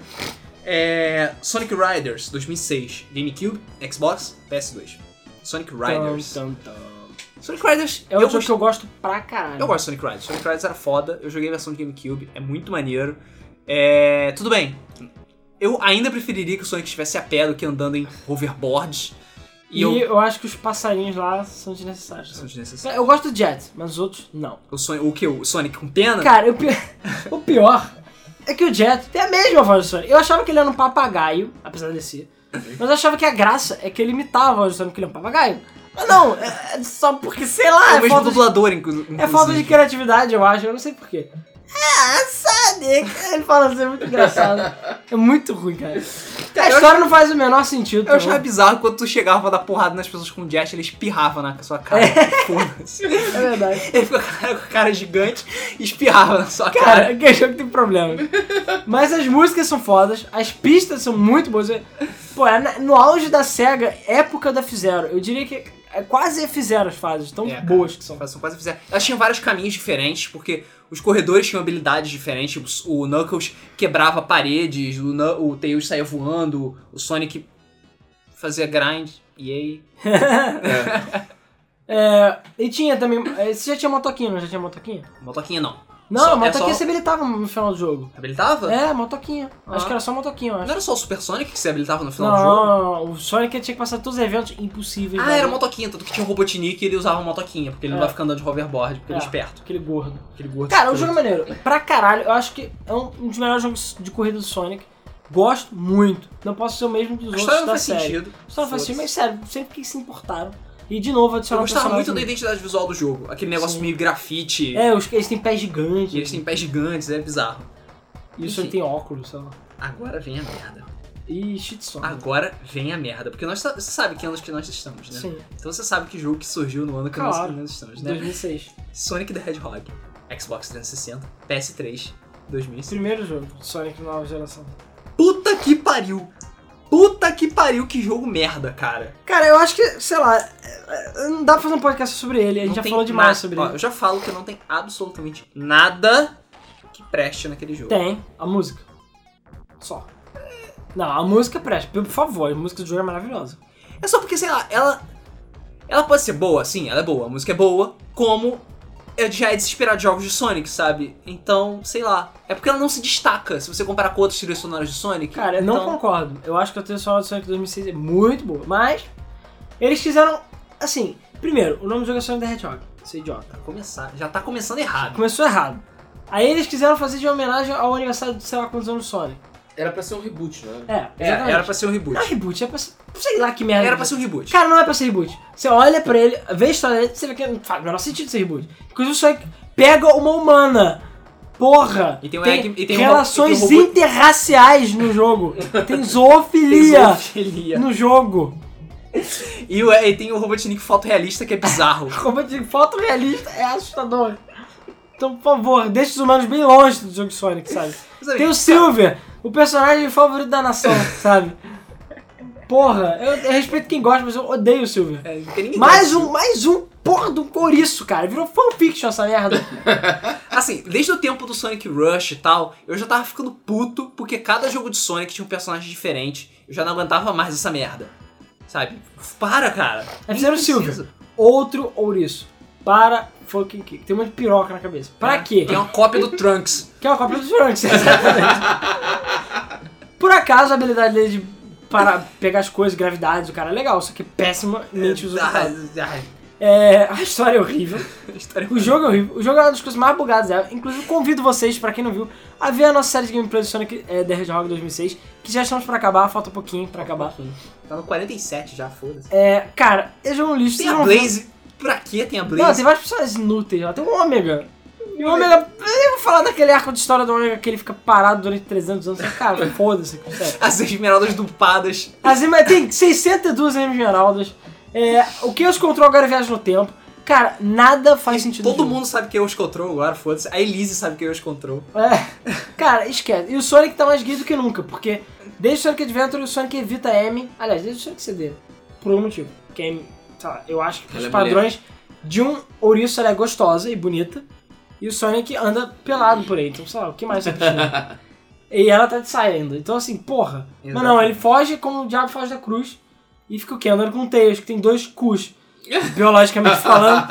S1: É, Sonic Riders 2006, GameCube, Xbox, PS2. Sonic Riders.
S3: Tum, tum, tum.
S1: Sonic Riders,
S3: É um
S1: eu,
S3: jogo
S1: gost...
S3: que eu gosto pra caralho.
S1: eu gosto de Sonic Riders. Sonic Riders era foda, eu joguei a versão de GameCube, é muito maneiro. É, tudo bem, eu ainda preferiria que o Sonic estivesse a pé do que andando em hoverboards. E,
S3: E eu...
S1: eu.
S3: acho que os passarinhos lá são desnecessários. assim.
S1: São desnecessários.
S3: Eu gosto do Jet, mas os outros não.
S1: O, Sonic, o que? O Sonic com pena?
S3: Cara, eu pi- o pior é que o Jet tem a mesma voz do Sonic. Eu achava que ele era um papagaio, apesar de ser. Mas eu achava que a graça é que ele imitava a voz do Sonic, que ele é um papagaio. Mas não, é é só porque, sei
S1: é
S3: lá,
S1: o
S3: é
S1: mesmo
S3: falta de
S1: dublador, inclu- inclusive.
S3: É falta de criatividade, eu acho, eu não sei porquê. Ah, Dick. Ele fala assim, é muito engraçado. É muito ruim, cara. A história não faz o menor sentido.
S1: Eu
S3: tá
S1: achava
S3: bom?
S1: bizarro quando tu chegava pra dar porrada nas pessoas com jet, ele espirrava na sua cara. Foda-se.
S3: É verdade.
S1: Ele ficou com a cara gigante e espirrava na sua cara.
S3: Cara, que jogo tem problema. Mas as músicas são fodas, as pistas são muito boas. Pô, é na- no auge da SEGA, época da F-Zero. Eu diria que é quase F-Zero as fases, tão
S1: É, cara.
S3: boas que são.
S1: São quase fizeram. Elas tinham vários caminhos diferentes, porque os corredores tinham habilidades diferentes. O Knuckles quebrava paredes, o, Knu- o Tails saía voando, o Sonic fazia grind. E aí.
S3: É, e tinha também. é, Você já tinha motoquinha, não já tinha motoquinha?
S1: Motoquinha não.
S3: Não,
S1: Só- é
S3: motoquinha
S1: só-
S3: se habilitava no final do jogo.
S1: Habilitava?
S3: É, motoquinha. Acho
S1: Ah.
S3: que era só motoquinha, eu acho.
S1: Não era só o Super Sonic que se habilitava no final
S3: Não,
S1: do jogo?
S3: não, não, não. O Sonic tinha que passar todos os eventos impossíveis.
S1: Ah,
S3: né?
S1: era motoquinha, tanto que tinha um Robotnik e ele usava motoquinha, porque ele não
S3: É.
S1: vai ficar andando de hoverboard, porque ele
S3: É.
S1: é esperto.
S3: Aquele gordo.
S1: Aquele gordo.
S3: Cara, o
S1: escroto.
S3: jogo é maneiro. Pra caralho, eu acho que é um um dos melhores jogos de corrida do Sonic. Gosto muito. Não posso ser o mesmo dos
S1: A
S3: outros
S1: história não
S3: da
S1: faz
S3: série.
S1: sentido.
S3: A história não tá faz
S1: Foda-se.
S3: sentido, mas sério, sempre que se importaram. E de novo
S1: Eu
S3: adicionaram
S1: gostava muito da
S3: personagem.
S1: identidade visual do jogo. Aquele negócio
S3: Sim.
S1: meio grafite.
S3: É, os, eles têm pés gigantes.
S1: E eles têm pés gigantes, é bizarro.
S3: E o Sonic tem óculos, sei lá.
S1: Agora vem a merda.
S3: E shit Sonic.
S1: Agora vem a merda. Porque nós sa- você sabe que anos que nós estamos, né?
S3: Sim,
S1: Então você sabe que jogo que surgiu no ano que é nós-
S3: Claro.
S1: que nós estamos, né?
S3: 2006.
S1: Sonic the Hedgehog, Xbox 360, PS3, 2005.
S3: Primeiro jogo de Sonic nova geração.
S1: Puta que pariu! Puta que pariu, que jogo merda, cara.
S3: Cara, eu acho que, sei lá, é, é, não dá pra fazer um podcast sobre ele. A gente
S1: Não
S3: já
S1: tem
S3: falou demais
S1: nada-
S3: sobre
S1: Ó,
S3: ele.
S1: Eu já falo que não tem absolutamente nada que preste naquele jogo.
S3: Tem, a música. Só. Não, a música presta. Por favor, a música do jogo é maravilhosa.
S1: É só porque, sei lá, ela. Ela pode ser boa, sim, ela é boa, a música é boa, como é- já é desesperado de jogos de Sonic, sabe? Então, sei lá. É porque ela não se destaca se você comparar com outros trilhas sonoras de Sonic.
S3: Cara, eu
S1: então,
S3: não concordo. Eu acho que a trilha sonora do Sonic 2006 é muito boa, mas eles quiseram, assim, primeiro, o nome do jogo é Sonic the Hedgehog. Isso é idiota.
S1: Tá começar, já tá começando errado.
S3: Começou errado. Aí eles quiseram fazer de homenagem ao aniversário de sei lá quantos anos do Sonic.
S2: Era pra ser um reboot,
S1: É,
S2: né?
S3: É,
S1: era
S3: exatamente.
S1: pra ser um reboot.
S3: Não é reboot, é pra ser... Sei lá que merda.
S1: Era pra ser um reboot.
S3: Cara, não é pra ser reboot. Você olha pra ele, vê a história dele, você vê que não faz o menor sentido ser reboot. Inclusive o Sonic pega uma humana. Porra!
S1: E tem um egg- e tem um ro-
S3: relações
S1: e tem um robô-
S3: interraciais no jogo. Tem zoofilia
S1: Zoofilia.
S3: no jogo.
S1: E, o- e tem o Robotnik fotorrealista que é bizarro.
S3: Como eu digo, foto realista é assustador. Então, por favor, deixa os humanos bem longe do jogo Sonic, sabe?
S1: Sabe,
S3: Tem o Silver, o personagem favorito da nação, sabe? Porra, eu, eu respeito quem gosta, mas eu odeio o Silver.
S1: é, não tem ninguém
S3: Mais
S1: gosta.
S3: um, mais um porra do couriço, cara. Virou fanfiction essa merda.
S1: Assim, desde o tempo do Sonic Rush e tal, eu já tava ficando puto porque cada jogo de Sonic tinha um personagem diferente. Eu já não aguentava mais essa merda. Sabe? Para, cara.
S3: É fizeram o
S1: Silvio.
S3: Silver. Outro ouriço. Para fucking que. Tem um monte de piroca na cabeça. Pra quê?
S1: Tem uma cópia do Trunks.
S3: Que é uma cópia do Trunks, exatamente. Por acaso, a habilidade dele de para pegar as coisas, gravidades, o cara é legal, só que pessimamente
S1: Ah,
S3: usado.
S1: Ai,
S3: É, a história é horrível.
S1: ai, história
S3: O jogo é horrível. O jogo é uma das coisas mais bugadas dela. Inclusive, convido vocês, pra quem não viu, a ver a nossa série de gameplay do Sonic é, The Hedgehog 2006, que já estamos pra acabar, falta um pouquinho pra acabar.
S1: Tá no 47 já, foda-se.
S3: É, cara, esse jogo é um lixo.
S1: Tem
S3: vocês
S1: a
S3: não vão-
S1: Blaze. Pra que tem a Blaze?
S3: Não, tem vários personagens inúteis lá. Tem um ômega. E o ômega. Eu vou falar daquele arco de história do ômega que ele fica parado durante 300 anos. Cara, foda-se. sério.
S1: As esmeraldas dupadas.
S3: As ima- tem 602 esmeraldas. É, o que os controla agora é viagem no tempo. Cara, nada faz sentido.
S1: Todo
S3: no jogo.
S1: mundo sabe quem é os Control agora, foda-se. A Elise sabe quem é os Control.
S3: É. Cara, esquece. E o Sonic tá mais gay do que nunca, porque desde o Sonic Adventure o Sonic evita M. Aliás, desde o Sonic CD. Por um motivo. Que M, sei lá, eu acho que
S2: Ela
S3: os
S2: é
S3: padrões de um ouriço ela é gostosa e bonita. E o Sonic anda pelado por aí. Então, sei lá, o que mais você precisa? e ela tá de saia ainda. Então, assim, porra. Mas não,
S1: Exato.
S3: ele foge como o diabo foge da cruz. E fica o quê? Andando com teias, que tem dois cus. Biologicamente falando.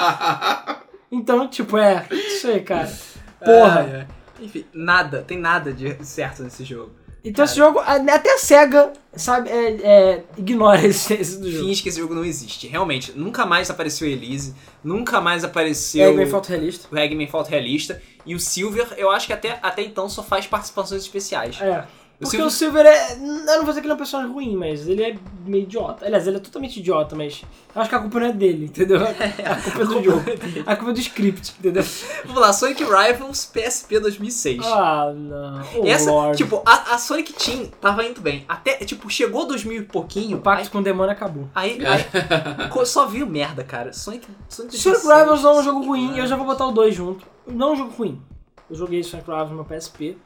S3: Então, tipo, é. Isso aí, cara.
S2: É,
S3: Porra.
S1: Ai, ai. Enfim, nada. Tem nada de certo nesse jogo.
S3: Então esse jogo, a- até a SEGA, sabe, é- é, ignora a existência do jogo.
S1: Finge que esse jogo não existe. Realmente, nunca mais apareceu a Elise, nunca mais
S3: E aí
S1: apareceu
S3: vem fotorrealista.
S1: o Eggman Falta Realista. E o Silver, eu acho que até, até então só faz participações especiais.
S3: É.
S1: O
S3: Porque
S1: Silver-
S3: o Silver é. Eu não vou dizer que ele é um personagem ruim, mas ele é meio idiota. Aliás, ele é totalmente idiota, mas. Eu acho que a culpa não é dele, entendeu? A culpa é do jogo. A culpa é do script, entendeu?
S1: Vamos lá, Sonic Rivals PSP 2006.
S3: Ah, não. Oh,
S1: Essa,
S3: Lord.
S1: tipo, a, a Sonic Team tava indo bem. Até, tipo, chegou 2000 e pouquinho.
S3: o pacto com o demônio acabou.
S1: Aí, aí, aí co- só veio merda, cara. Sonic, Sonic
S3: Sonic
S1: 2006.
S3: Rivals não é um jogo ruim, eu já vou botar o 2 junto. Não é um jogo ruim. Eu joguei Sonic Rivals no PSP.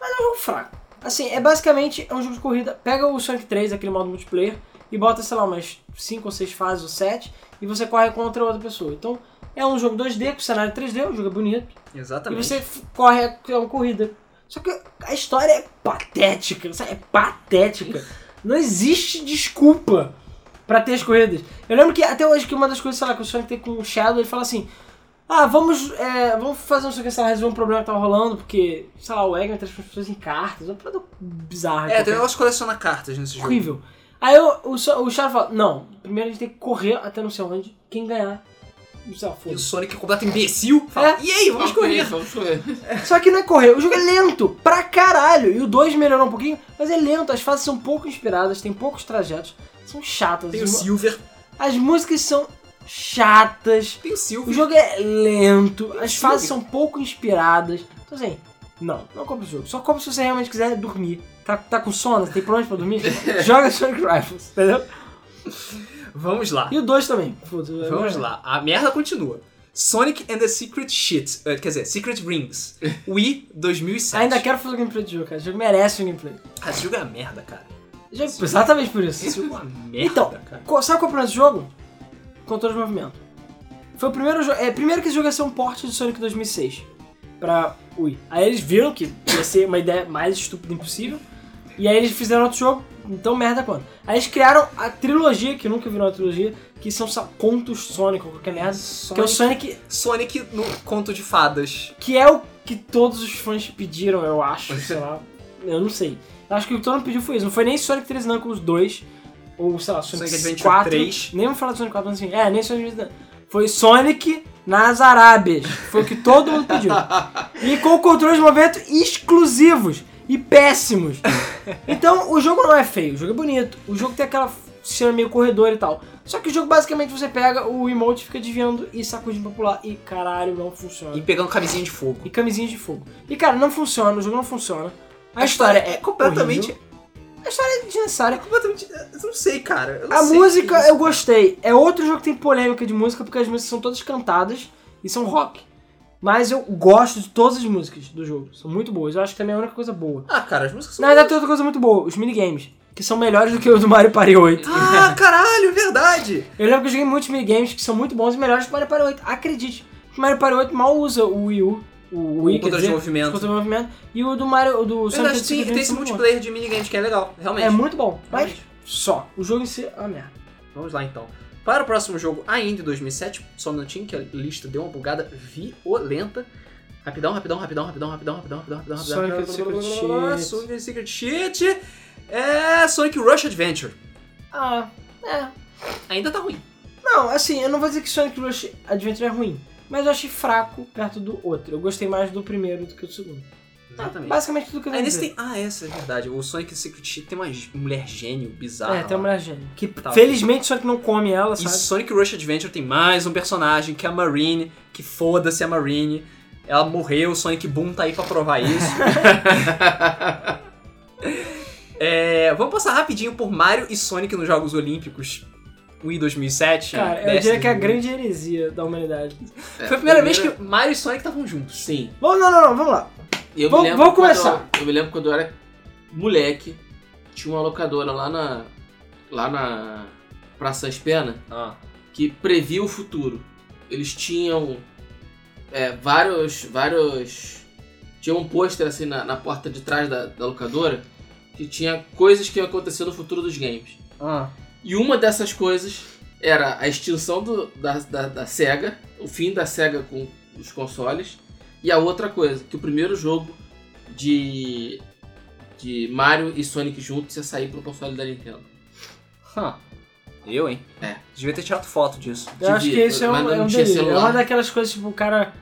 S3: Mas é um jogo fraco. Assim, é basicamente é um jogo de corrida. Pega o Sonic 3, aquele modo multiplayer, e bota, sei lá, umas 5 ou 6 fases ou 7, e você corre contra outra pessoa. Então, é um jogo 2D com cenário 3D, o jogo é bonito.
S1: Exatamente.
S3: E você f- corre, é uma corrida. Só que a história é patética, sabe? É patética. Não existe desculpa pra ter as corridas. Eu lembro que até hoje que uma das coisas, sei lá, que o Sonic tem com o Shadow, ele fala assim: Ah, vamos, é, vamos fazer não sei o que, sei lá, resolver um problema que tava rolando, porque, sei lá, o Eggman transforma as pessoas em cartas, É uma coisa bizarra.
S1: É, tem um
S3: qualquer-
S1: negócio que coleciona cartas nesse jogo.
S3: horrível. Aí o, o, So- o Shadow fala: Não, primeiro a gente tem que correr até não sei onde, quem ganhar. Sei lá,
S1: E
S3: foda-se."
S1: o Sonic é completo imbecil. Fala,
S3: É.
S1: e aí, vamos correr.
S2: Vamos correr.
S3: Só que não é correr, o jogo é lento pra caralho. E o 2 melhorou um pouquinho, mas é lento, as fases são pouco inspiradas, tem poucos trajetos, são chatas.
S1: Tem o
S3: As mu-
S1: Silver.
S3: As músicas são chatas,
S1: Tem o
S3: o
S1: Silver.
S3: jogo é lento, as
S1: Silver.
S3: fases são pouco inspiradas. Então assim, não, não compra o jogo. Só compra se você realmente quiser dormir. Tá, tá com sono, tem problemas pra dormir? Joga Sonic Rifles, entendeu?
S1: Vamos lá.
S3: E o 2 também. Foda-se.
S1: Vamos lá. A merda continua. Sonic and the Secret Shit. eh, Quer dizer, Secret Rings. Wii 2007.
S3: Ainda quero fazer o gameplay do jogo, cara. O jogo merece um gameplay.
S1: Ah, Esse jogo é uma merda, cara.
S3: Já- Exatamente por isso.
S1: Esse jogo é uma merda,
S3: Então,
S1: cara.
S3: co- sabe qual é o problema desse jogo? Controle de movimento. Foi o primeiro jogo. É, primeiro que esse jogo ia ser um porte de Sonic 2006 pra Wii. Aí eles viram que ia ser uma ideia mais estúpida impossível. E aí eles fizeram outro jogo, então merda quanto. Aí eles criaram a trilogia, que nunca virou uma trilogia, que são sa- contos Sonic ou qualquer merda. Que é o Sonic,
S1: Sonic no conto de fadas.
S3: que é o que todos os fãs pediram, eu acho, sei lá. Eu não sei. Eu acho que o que todo mundo pediu foi isso. Não foi nem Sonic 3 Knuckles 2, ou sei lá, Sonic,
S1: Sonic Adventure
S3: 4.
S1: 3.
S3: Nem vamos falar de Sonic 4, mas assim, é, nem Sonic Adventure 3. Foi Sonic nas Arábias. Foi o que todo mundo pediu. e com controles de movimento exclusivos e péssimos. Então, o jogo não é feio, o jogo é bonito. O jogo tem aquela cena meio corredor e tal. Só que o jogo basicamente você pega o emote, fica desviando e sacudindo pra pular. E caralho, não funciona
S1: E pegando camisinha de fogo.
S3: e camisinhas de fogo. E cara, não funciona, o jogo não funciona. A, história, é
S1: completamente.
S3: horrível, é desnecessária.
S1: Completamente. eh, Eu não sei, cara. Eu não
S3: A
S1: sei
S3: música
S1: que isso-
S3: eu gostei. É outro jogo que tem polêmica de música porque as músicas são todas cantadas e são rock. Mas eu gosto de todas as músicas do jogo, são muito boas. Eu acho que também é a única coisa boa.
S1: Ah, cara, as músicas são.
S3: Na verdade, tem outra coisa muito boa, os minigames, que são melhores do que o do Mario Party 8.
S1: Ah, caralho, verdade!
S3: Eu lembro que eu joguei muitos minigames que são muito bons e melhores que o Mario Party 8. Acredite, o Mario Party 8 mal usa o Wii U, o Wii,
S1: o controle
S3: quer
S1: de
S3: dizer, os
S1: movimento.
S3: controles de movimento, e o do Mario, o do Sonic
S1: Verdade, tem,
S3: Adventure
S1: tem esse
S3: são muito bons.
S1: multiplayer de minigames que é legal, realmente.
S3: É muito bom, mas
S1: Realmente.
S3: só. O jogo em si é uma merda.
S1: Vamos lá então. Para o próximo jogo, ainda em 2007, só um minutinho que a lista deu uma bugada violenta. Rapidão, rapidão, rapidão, rapidão, rapidão, rapidão, rapidão, rapidão,
S3: Sonic
S1: rapidão.
S3: and Secret Shit.
S1: Sonic and Secret Shit. É Sonic Rush Adventure.
S3: Ah, é.
S1: Ainda tá ruim.
S3: Não, assim, eu não vou dizer que Sonic Rush Adventure é ruim, mas eu achei fraco perto do outro. Eu gostei mais do primeiro do que do segundo.
S1: Exatamente.
S3: Basicamente tudo que eu
S1: Aí
S3: tenho
S1: nesse
S3: dizer.
S1: tem... Ah, essa é verdade. O Sonic and Secret Shit tem uma mulher gênio bizarra.
S3: É, tem uma mulher gênia. Que
S1: Tá.
S3: felizmente Sonic não come ela,
S1: E
S3: sabe?
S1: Sonic Rush Adventure tem mais um personagem que é a Marine, que foda-se a Marine. Ela morreu, o Sonic Boom tá aí pra provar isso. É, vamos passar rapidinho por Mario e Sonic nos Jogos Olímpicos. um Wii 2007.
S3: Cara, eu
S1: DS
S3: diria que é a
S1: 2000.
S3: grande heresia da humanidade.
S1: Foi a É, primeira vez que Mario e Sonic estavam juntos.
S2: É, Sim.
S3: Vamos, não, não, não, vamos lá.
S2: Eu
S3: Vamos-
S2: me lembro
S3: vamos
S2: quando
S3: começar.
S2: eu- Eu, me lembro quando eu era moleque, tinha uma locadora lá na. lá na. Praça Sans Pena,
S1: Ah.
S2: que previa o futuro. Eles tinham. é, vários. vários. Tinha um pôster assim na, na porta de trás da, da locadora que tinha coisas que iam acontecer no futuro dos games.
S1: Ah.
S2: E uma dessas coisas era a extinção do- da, da, da SEGA, o fim da SEGA com os consoles, e a outra coisa, que o primeiro jogo de, de Mario e Sonic juntos ia sair pro console da Nintendo.
S1: Hã. Eu, hein?
S2: É.
S1: Devia ter tirado foto disso.
S3: Eu acho que
S2: Devia,
S3: isso é
S2: mas
S3: um,
S2: não
S3: é um
S2: tinha
S3: delírio. É
S2: celular.
S3: uma daquelas coisas, tipo, o cara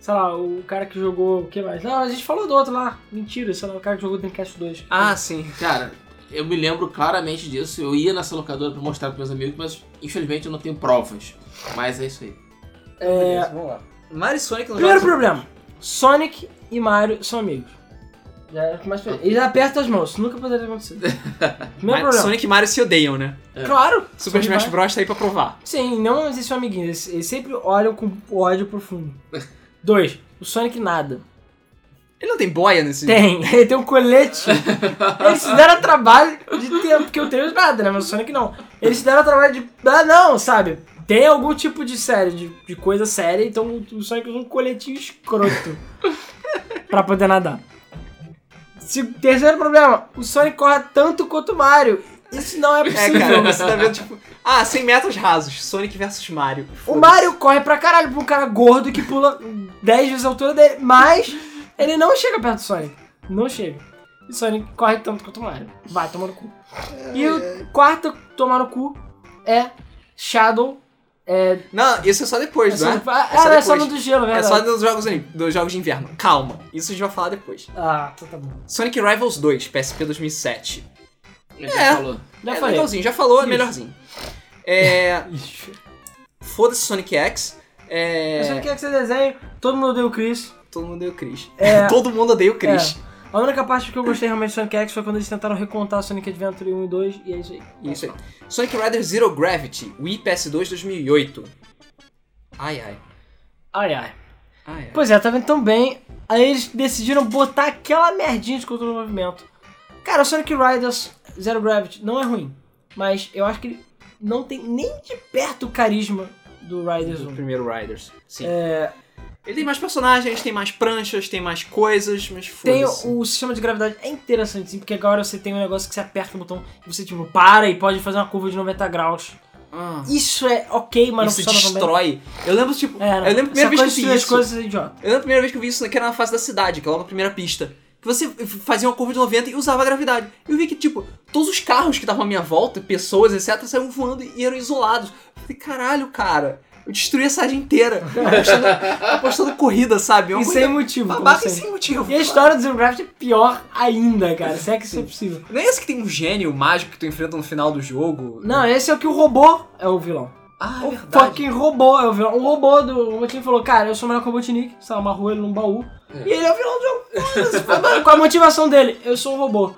S3: Sei lá, o cara que jogou. O que mais? Não, a gente falou do outro lá. Mentira, sei lá, o cara que jogou Dreamcast 2.
S1: Ah, sim.
S2: Cara, eu me lembro claramente disso. Eu ia nessa locadora pra mostrar pros meus amigos, mas infelizmente eu não tenho provas. Mas é isso aí.
S3: É,
S4: Beleza, vamos lá.
S1: Mario e Sonic não
S3: Primeiro
S1: jogam-
S3: problema: Sonic e Mario são amigos. Já é o que mais feliz. Eles apertam as mãos, isso nunca poderia acontecer. Primeiro
S1: Mas
S3: problema.
S1: Sonic e Mario se odeiam, né?
S3: Claro!
S1: Super
S3: Sonic
S1: Smash
S3: vai-
S1: Bros tá aí pra provar.
S3: Sim, não existem amiguinhos. Eles, eles sempre olham com ódio profundo. Dois, o Sonic nada.
S1: Ele não tem boia nesse
S3: Tem, ele tem um colete. Eles se deram trabalho de ter. Porque eu tenho nada, né? Mas o Sonic não. Eles se deram trabalho de. Ah, não, sabe? Tem algum tipo de série, de, de coisa séria, então o- o Sonic usa um coletinho escroto pra poder nadar. Se- terceiro problema, o Sonic corre tanto quanto o Mario. Isso não é
S1: É,
S3: possível.
S1: cara, você tá vendo, tipo... Ah, 100 metros rasos. Sonic versus Mario.
S3: O
S1: Foda-se.
S3: Mario corre pra caralho pra um cara gordo que pula 10 vezes a altura dele, mas ele não chega perto do Sonic. Não chega. E Sonic corre tanto quanto o Mario. Vai tomar no cu. E
S1: É,
S3: o quarto tomar no cu é Shadow. É,
S1: Não, isso é só
S3: é
S1: depois,
S3: só,
S1: não é?
S3: ah,
S1: só
S3: era só no
S1: depois.
S3: do gelo,
S1: É
S3: verdade.
S1: só dos jogos, dos jogos de inverno. Calma, isso a gente vai falar depois.
S3: Ah, então tá bom.
S1: Sonic Rivals 2, PSP 2007.
S2: Ele já falou.
S3: Já
S1: é
S3: falei.
S1: legalzinho, já falou, é
S3: Isso.
S1: melhorzinho. É,
S3: Ixi.
S1: Foda-se Sonic X.
S3: Eu só
S1: É...
S3: queria que você desenhe, todo mundo odeia o Chris.
S1: Todo mundo odeia o Chris.
S3: É.
S1: Todo mundo odeia o Chris.
S3: A única parte que eu gostei realmente do Sonic X foi quando eles tentaram recontar Sonic Adventure 1 e 2, e é isso aí.
S1: Isso aí. Sonic Rider Zero Gravity, Wii PS2 2008. Ai, ai.
S3: Ai ai.
S1: Ai, ai.
S3: Pois é, tá vendo tão bem. Aí eles decidiram botar aquela merdinha de controle do movimento. Cara, o Sonic Riders Zero Gravity não é ruim, mas eu acho que ele não tem nem de perto o carisma do Riders
S1: O
S3: 1.
S1: primeiro Riders. Sim.
S3: É,
S1: Ele tem mais personagens, tem mais pranchas, tem mais coisas, mas
S3: tem
S1: foda-se.
S3: o, o sistema de gravidade é interessante, sim, porque agora você tem um negócio que você aperta o botão e você tipo para e pode fazer uma curva de 90 graus.
S1: Ah,
S3: Isso é ok, mas
S1: isso
S3: não funciona também.
S1: destrói. Eu lembro, tipo...
S3: É, não.
S1: eu lembro a primeira
S3: Essa
S1: vez
S3: coisa
S1: que eu
S3: de
S1: vi
S3: as
S1: isso.
S3: coisas é idiota.
S1: Eu lembro a primeira vez que eu vi isso, que era na fase da cidade, que é lá na primeira pista. Que você fazia uma curva de 90 e usava a gravidade. Eu vi que, tipo, todos os carros que estavam à minha volta, pessoas, etc., saíam voando e eram isolados. Eu falei, caralho, cara, eu destruí a cidade inteira. Apostando, apostando corrida, sabe? É Uma
S3: E sem
S1: corrida
S3: motivo, como
S1: babaca e
S3: sempre.
S1: sem motivo.
S3: E a história do Zero Gravity é pior ainda, cara. Se é que isso é possível.
S1: Não é esse que tem um gênio mágico que tu enfrenta no final do jogo?
S3: Não, esse é o que o robô é o vilão.
S1: Ah, é
S3: o
S1: verdade.
S3: fucking robô é o vilão. O robô do o Robotnik falou, cara, eu sou melhor que o Robotnik, sei lá, amarrou ele num baú. E ele é o vilão do jogo. Foda-se, foi, mano, Qual a motivação dele? Eu sou um robô.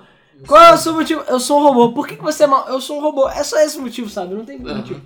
S3: Qual é o seu motivo? Eu sou um robô. Por que, que você é mal? Eu sou um robô. É só esse o motivo, sabe? Não tem
S2: Aham.
S3: motivo.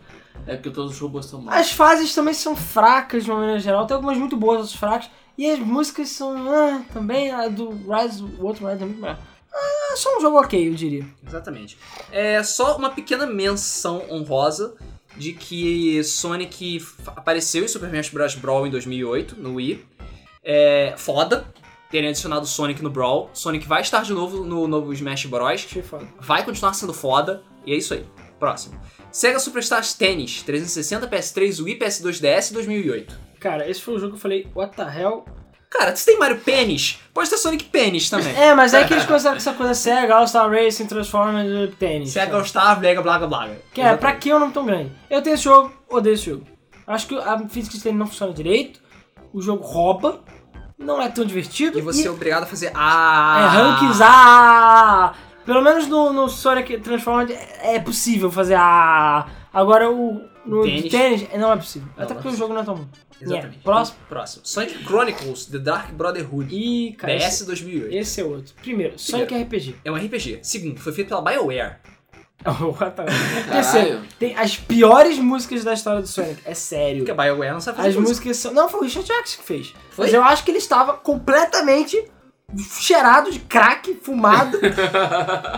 S2: É porque todos os robôs são maus.
S3: As fases também são fracas de uma maneira geral. Tem algumas muito boas, outras fracas. E as músicas são. ah, também a do Rise, o outro Rise é muito melhor. Ah, só um jogo ok, eu diria.
S1: Exatamente. É só uma pequena menção honrosa de que Sonic f- apareceu em Super Smash Bros. Brawl em 2008, no Wii. É foda terem adicionado Sonic no Brawl. Sonic vai estar de novo no novo Smash Bros.
S3: Achei foda.
S1: Vai continuar sendo foda. E é isso aí. Próximo. Sega Superstars Tennis, 360, PS3, Wii, PS2, DS 2008.
S3: Cara, esse foi o jogo que eu falei, what the hell?
S1: Cara, se tem Mario Pênis, pode ter Sonic Pênis também.
S3: É, mas é que eles consideram que essa coisa é Sega, All Star Racing, Transformers e tênis.
S1: Sega All Star, Vega, é blá, blá, blá.
S3: Que é, pra que o nome tão grande? Eu tenho esse jogo, odeio esse jogo. Acho que a física de tênis não funciona direito, o jogo rouba, não é tão divertido.
S1: E você é obrigado a fazer...
S3: É,
S1: Ah!
S3: rankings, ah! Pelo menos no, no Sonic Transformers é possível fazer ah! Agora o... No
S1: Tênis.
S3: de tênis é, não é possível.
S1: Não,
S3: Até
S1: não é
S3: porque o jogo não é tão bom.
S1: Exatamente.
S3: É, próximo.
S1: Próximo. Sonic Chronicles The Dark Brotherhood.
S3: Ih, cara, esse,
S1: PS 2008.
S3: esse é outro. Primeiro, Sonic RPG.
S1: É um RPG. Segundo, foi feito pela BioWare.
S3: What the- Terceiro,
S2: Caralho.
S3: Tem as piores músicas da história do Sonic, é sério.
S1: Porque a BioWare não sabe fazer
S3: As
S1: música.
S3: músicas são. Não, foi o Richard Jackson que fez.
S1: Foi?
S3: Mas eu acho que ele estava completamente cheirado de crack, fumado,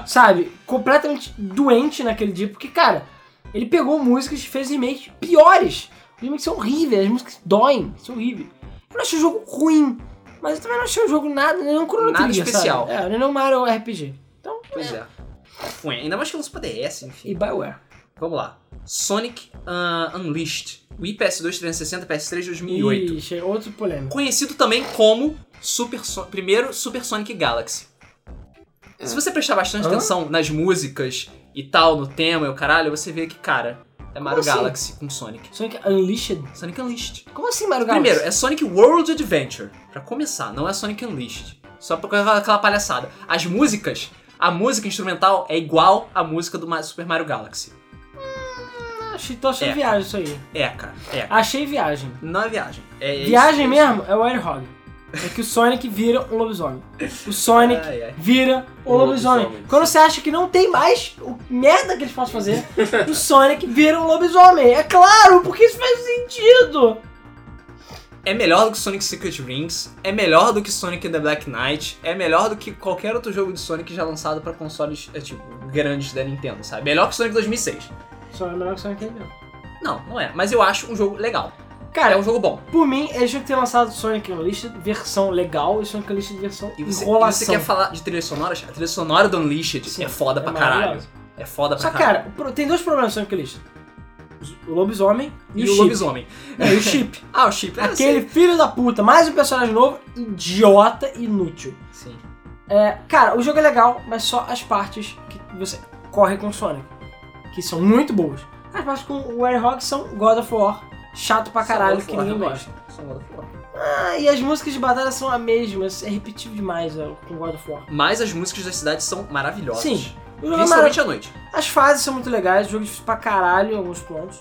S3: sabe? Completamente doente naquele dia, porque, cara, ele pegou músicas e fez remakes piores. Os remakes são horríveis, as músicas doem, são horríveis. Eu não achei o jogo ruim, mas eu também não achei o jogo nada, nem um Chrono
S1: Nada
S3: Trigger,
S1: especial.
S3: Sabe? É, nem um Mario RPG. Então,
S1: Pois é. Foi. Ainda mais que lançou pra DS, enfim.
S3: e Bioware.
S1: Vamos lá. Sonic ah, Unleashed. Wii PS2 360, PS3 2008.
S3: Ixi, é outro polêmico.
S1: Conhecido também como Super So- primeiro Super Sonic Galaxy. Se você prestar bastante
S3: Hã?
S1: atenção nas músicas e tal, no tema e o caralho, você vê que, cara, É Mario
S5: assim?
S1: Galaxy com Sonic.
S3: Sonic Unleashed?
S1: Sonic Unleashed.
S3: Como assim, Mario Galaxy?
S1: Primeiro, é Sonic World Adventure. Pra começar, não é Sonic Unleashed. Só por causa daquela palhaçada. As músicas, a música instrumental é igual à música do Ma- Super Mario Galaxy.
S3: Ah, Achei, tô achando
S1: É.
S3: viagem isso aí.
S1: É, cara. É.
S3: Achei viagem.
S1: Não é viagem. É isso,
S3: viagem
S1: é isso.
S3: mesmo é o Warthog. É que o Sonic vira um lobisomem. O Sonic
S1: Ai, ai.
S3: vira um
S2: Um
S3: lobisomem.
S2: lobisomem.
S3: Quando você acha que não tem mais o merda que eles possam fazer, o Sonic vira um lobisomem. É claro, porque isso faz sentido.
S1: É melhor do que Sonic Secret Rings, é melhor do que Sonic and the Black Knight, é melhor do que qualquer outro jogo de Sonic já lançado pra consoles, é, tipo, grandes da Nintendo, sabe? Melhor que Sonic 2006.
S3: Só é melhor que o Sonic Unleashed.
S1: Não, não é, mas eu acho um jogo legal.
S3: Cara,
S1: é um jogo bom.
S3: Por mim, eles tinham que ter lançado Sonic Unleashed versão legal e Sonic Unleashed versão
S1: E você, e
S3: enrolação.
S1: você quer falar de trilhas sonoras? A trilha sonora do Unleashed
S3: Sim,
S1: é foda pra caralho.
S3: maravilhoso.
S1: É foda pra
S3: Só que,
S1: caralho.
S3: cara, o pro- tem dois problemas no Sonic Unleashed. O lobisomem
S1: E,
S3: e, o
S1: o
S3: chip.
S1: lobisomem.
S3: Não, e o chip.
S1: Ah, o chip. É,
S3: Aquele filho da puta, mais um personagem novo, idiota e inútil.
S1: Sim. sim.
S3: É, cara, o jogo é legal, mas só as partes que você corre com o Sonic, que são muito boas. As partes com o Warhog são God of War, chato pra caralho, que ninguém gosta.
S1: Só God of War.
S3: Ah, e as músicas de batalha são as mesmas, é repetido demais ó, com God of War.
S1: Mas as músicas das cidades são maravilhosas.
S3: Sim. O jogo é maravilhoso.
S1: Principalmente à noite.
S3: As fases são muito legais, o jogo é difícil pra caralho em alguns pontos.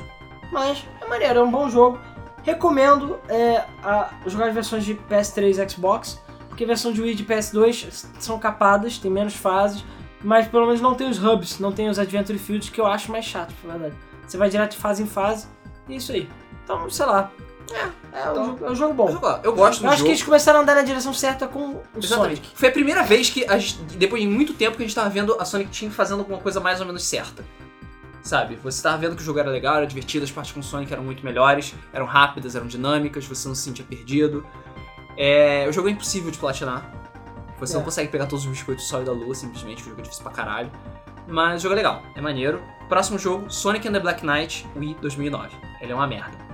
S3: Mas é maneiro, é um bom jogo. Recomendo é, a- jogar as versões de PS3 e Xbox, porque a versão de Wii e de PS2 s- são capadas, tem menos fases, mas pelo menos não tem os hubs, não tem os Adventure Fields, que eu acho mais chato, na verdade. Você vai direto de fase em fase, e é isso aí. Então, sei lá. É, é, um,
S1: Então,
S3: jogo- é um jogo
S1: Mas
S3: bom.
S1: eu gosto- Eu gosto do
S3: Eu acho que
S1: jogo.
S3: eles começaram a andar na direção certa com o
S1: Exatamente.
S3: Sonic.
S1: Foi a primeira vez que, a gente- depois de muito tempo, que a gente tava vendo a Sonic Team fazendo alguma coisa mais ou menos certa. Sabe? Você tava vendo que o jogo era legal, era divertido, as partes com o Sonic eram muito melhores, eram rápidas, eram dinâmicas, você não se sentia perdido. É, o jogo é impossível de platinar. Você
S3: É.
S1: não consegue pegar todos os biscoitos do sol e da lua, simplesmente, o jogo é difícil pra caralho. Mas o jogo é legal, é maneiro. Próximo jogo, Sonic and the Black Knight Wii 2009. Ele é uma merda.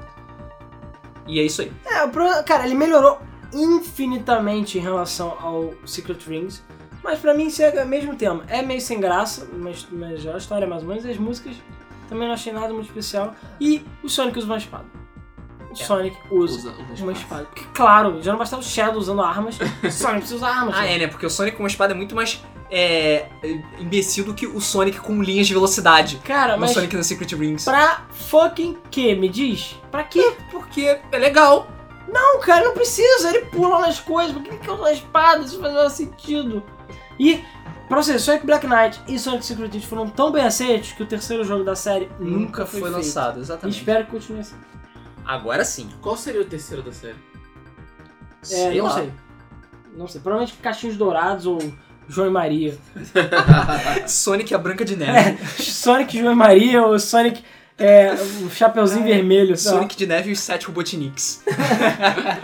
S1: E é isso aí.
S3: É, o problema, cara, ele melhorou infinitamente em relação ao Secret Rings. Mas pra mim segue o mesmo tema. É meio sem graça, mas, mas a história é mais ou menos. e As músicas também não achei nada muito especial. E o Sonic usa uma espada. O Sonic usa,
S2: Usa uma
S3: uma
S2: espada.
S3: espada. Porque, claro, já não bastava o Shadow usando armas. o Sonic precisa usar armas.
S1: Ah,
S3: né?
S1: é, né? Porque o Sonic com uma espada é muito mais é, imbecil do que o Sonic com linhas de velocidade.
S3: Cara,
S1: No
S3: Ah, mas
S1: Sonic no Secret Rings.
S3: pra fucking que, me diz? Pra quê?
S1: Porque é legal.
S3: Não, cara, não precisa. Ele pula nas coisas. Por que ele quer usar a espada? Isso não faz o menor sentido. E, pra você, Sonic Black Knight e Sonic Secret Agent foram tão bem aceitos que o terceiro jogo da série nunca, foi, feito.
S1: lançado,
S3: E
S1: exatamente.
S3: espero que continue assim.
S1: Agora sim.
S2: Qual seria o terceiro da série?
S3: É, não sei. Não sei. Provavelmente Caixinhos Dourados ou João e Maria.
S1: Sonic e a Branca
S3: É.
S1: de Neve.
S3: Sonic João e Maria ou Sonic é, o Chapeuzinho Vermelho. sei lá.
S1: Sonic de Neve e os sete Robotniks.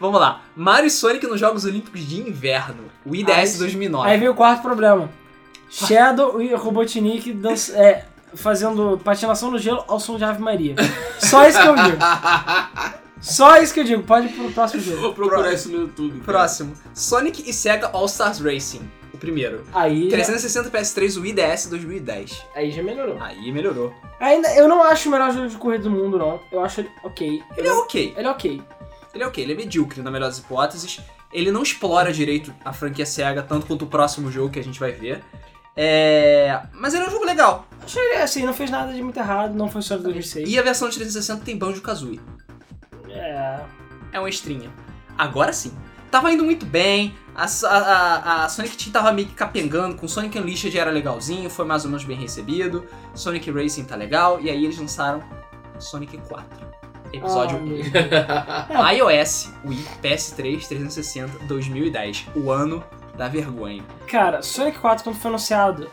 S1: Vamos lá. Mario e Sonic nos Jogos Olímpicos de Inverno. O IDS
S3: Aí-
S1: 2009.
S3: Aí vem o quarto problema. Shadow e Robotnik dan- é, fazendo patinação no gelo ao som de Ave Maria. Só isso que eu digo. Só isso que eu digo. Pode ir pro próximo jogo.
S2: Vou procurar isso no YouTube. cara.
S1: Próximo. Sonic e Sega All Stars Racing. O primeiro.
S3: Aí,
S1: 360 PS3, o IDS 2010.
S3: aí já melhorou.
S1: Aí melhorou.
S3: Ainda, eu não acho o melhor jogo de corrida do mundo, não. Eu acho ele ok.
S1: Ele é ok.
S3: Ele é ok.
S1: Ele é ok, ele é medíocre, na melhor das hipóteses. Ele não explora direito a franquia SEGA, tanto quanto o próximo jogo que a gente vai ver. É... Mas ele é um jogo legal.
S3: Acho ele assim, não fez nada de muito errado, não foi só de 2006.
S1: E a versão de 360 tem Banjo-Kazooie.
S3: É.
S1: É uma estrinha. Agora sim. Tava indo muito bem, a, a- a- a Sonic Team tava meio que capengando, com Sonic Unleashed era legalzinho, foi mais ou menos bem recebido, Sonic Racing tá legal, e aí eles lançaram Sonic 4. Episódio 1.
S3: Ah, meu.
S2: É,
S1: iOS, Wii, PS3, 360, 2010. O ano da vergonha.
S3: Cara, Sonic 4, quando foi anunciado,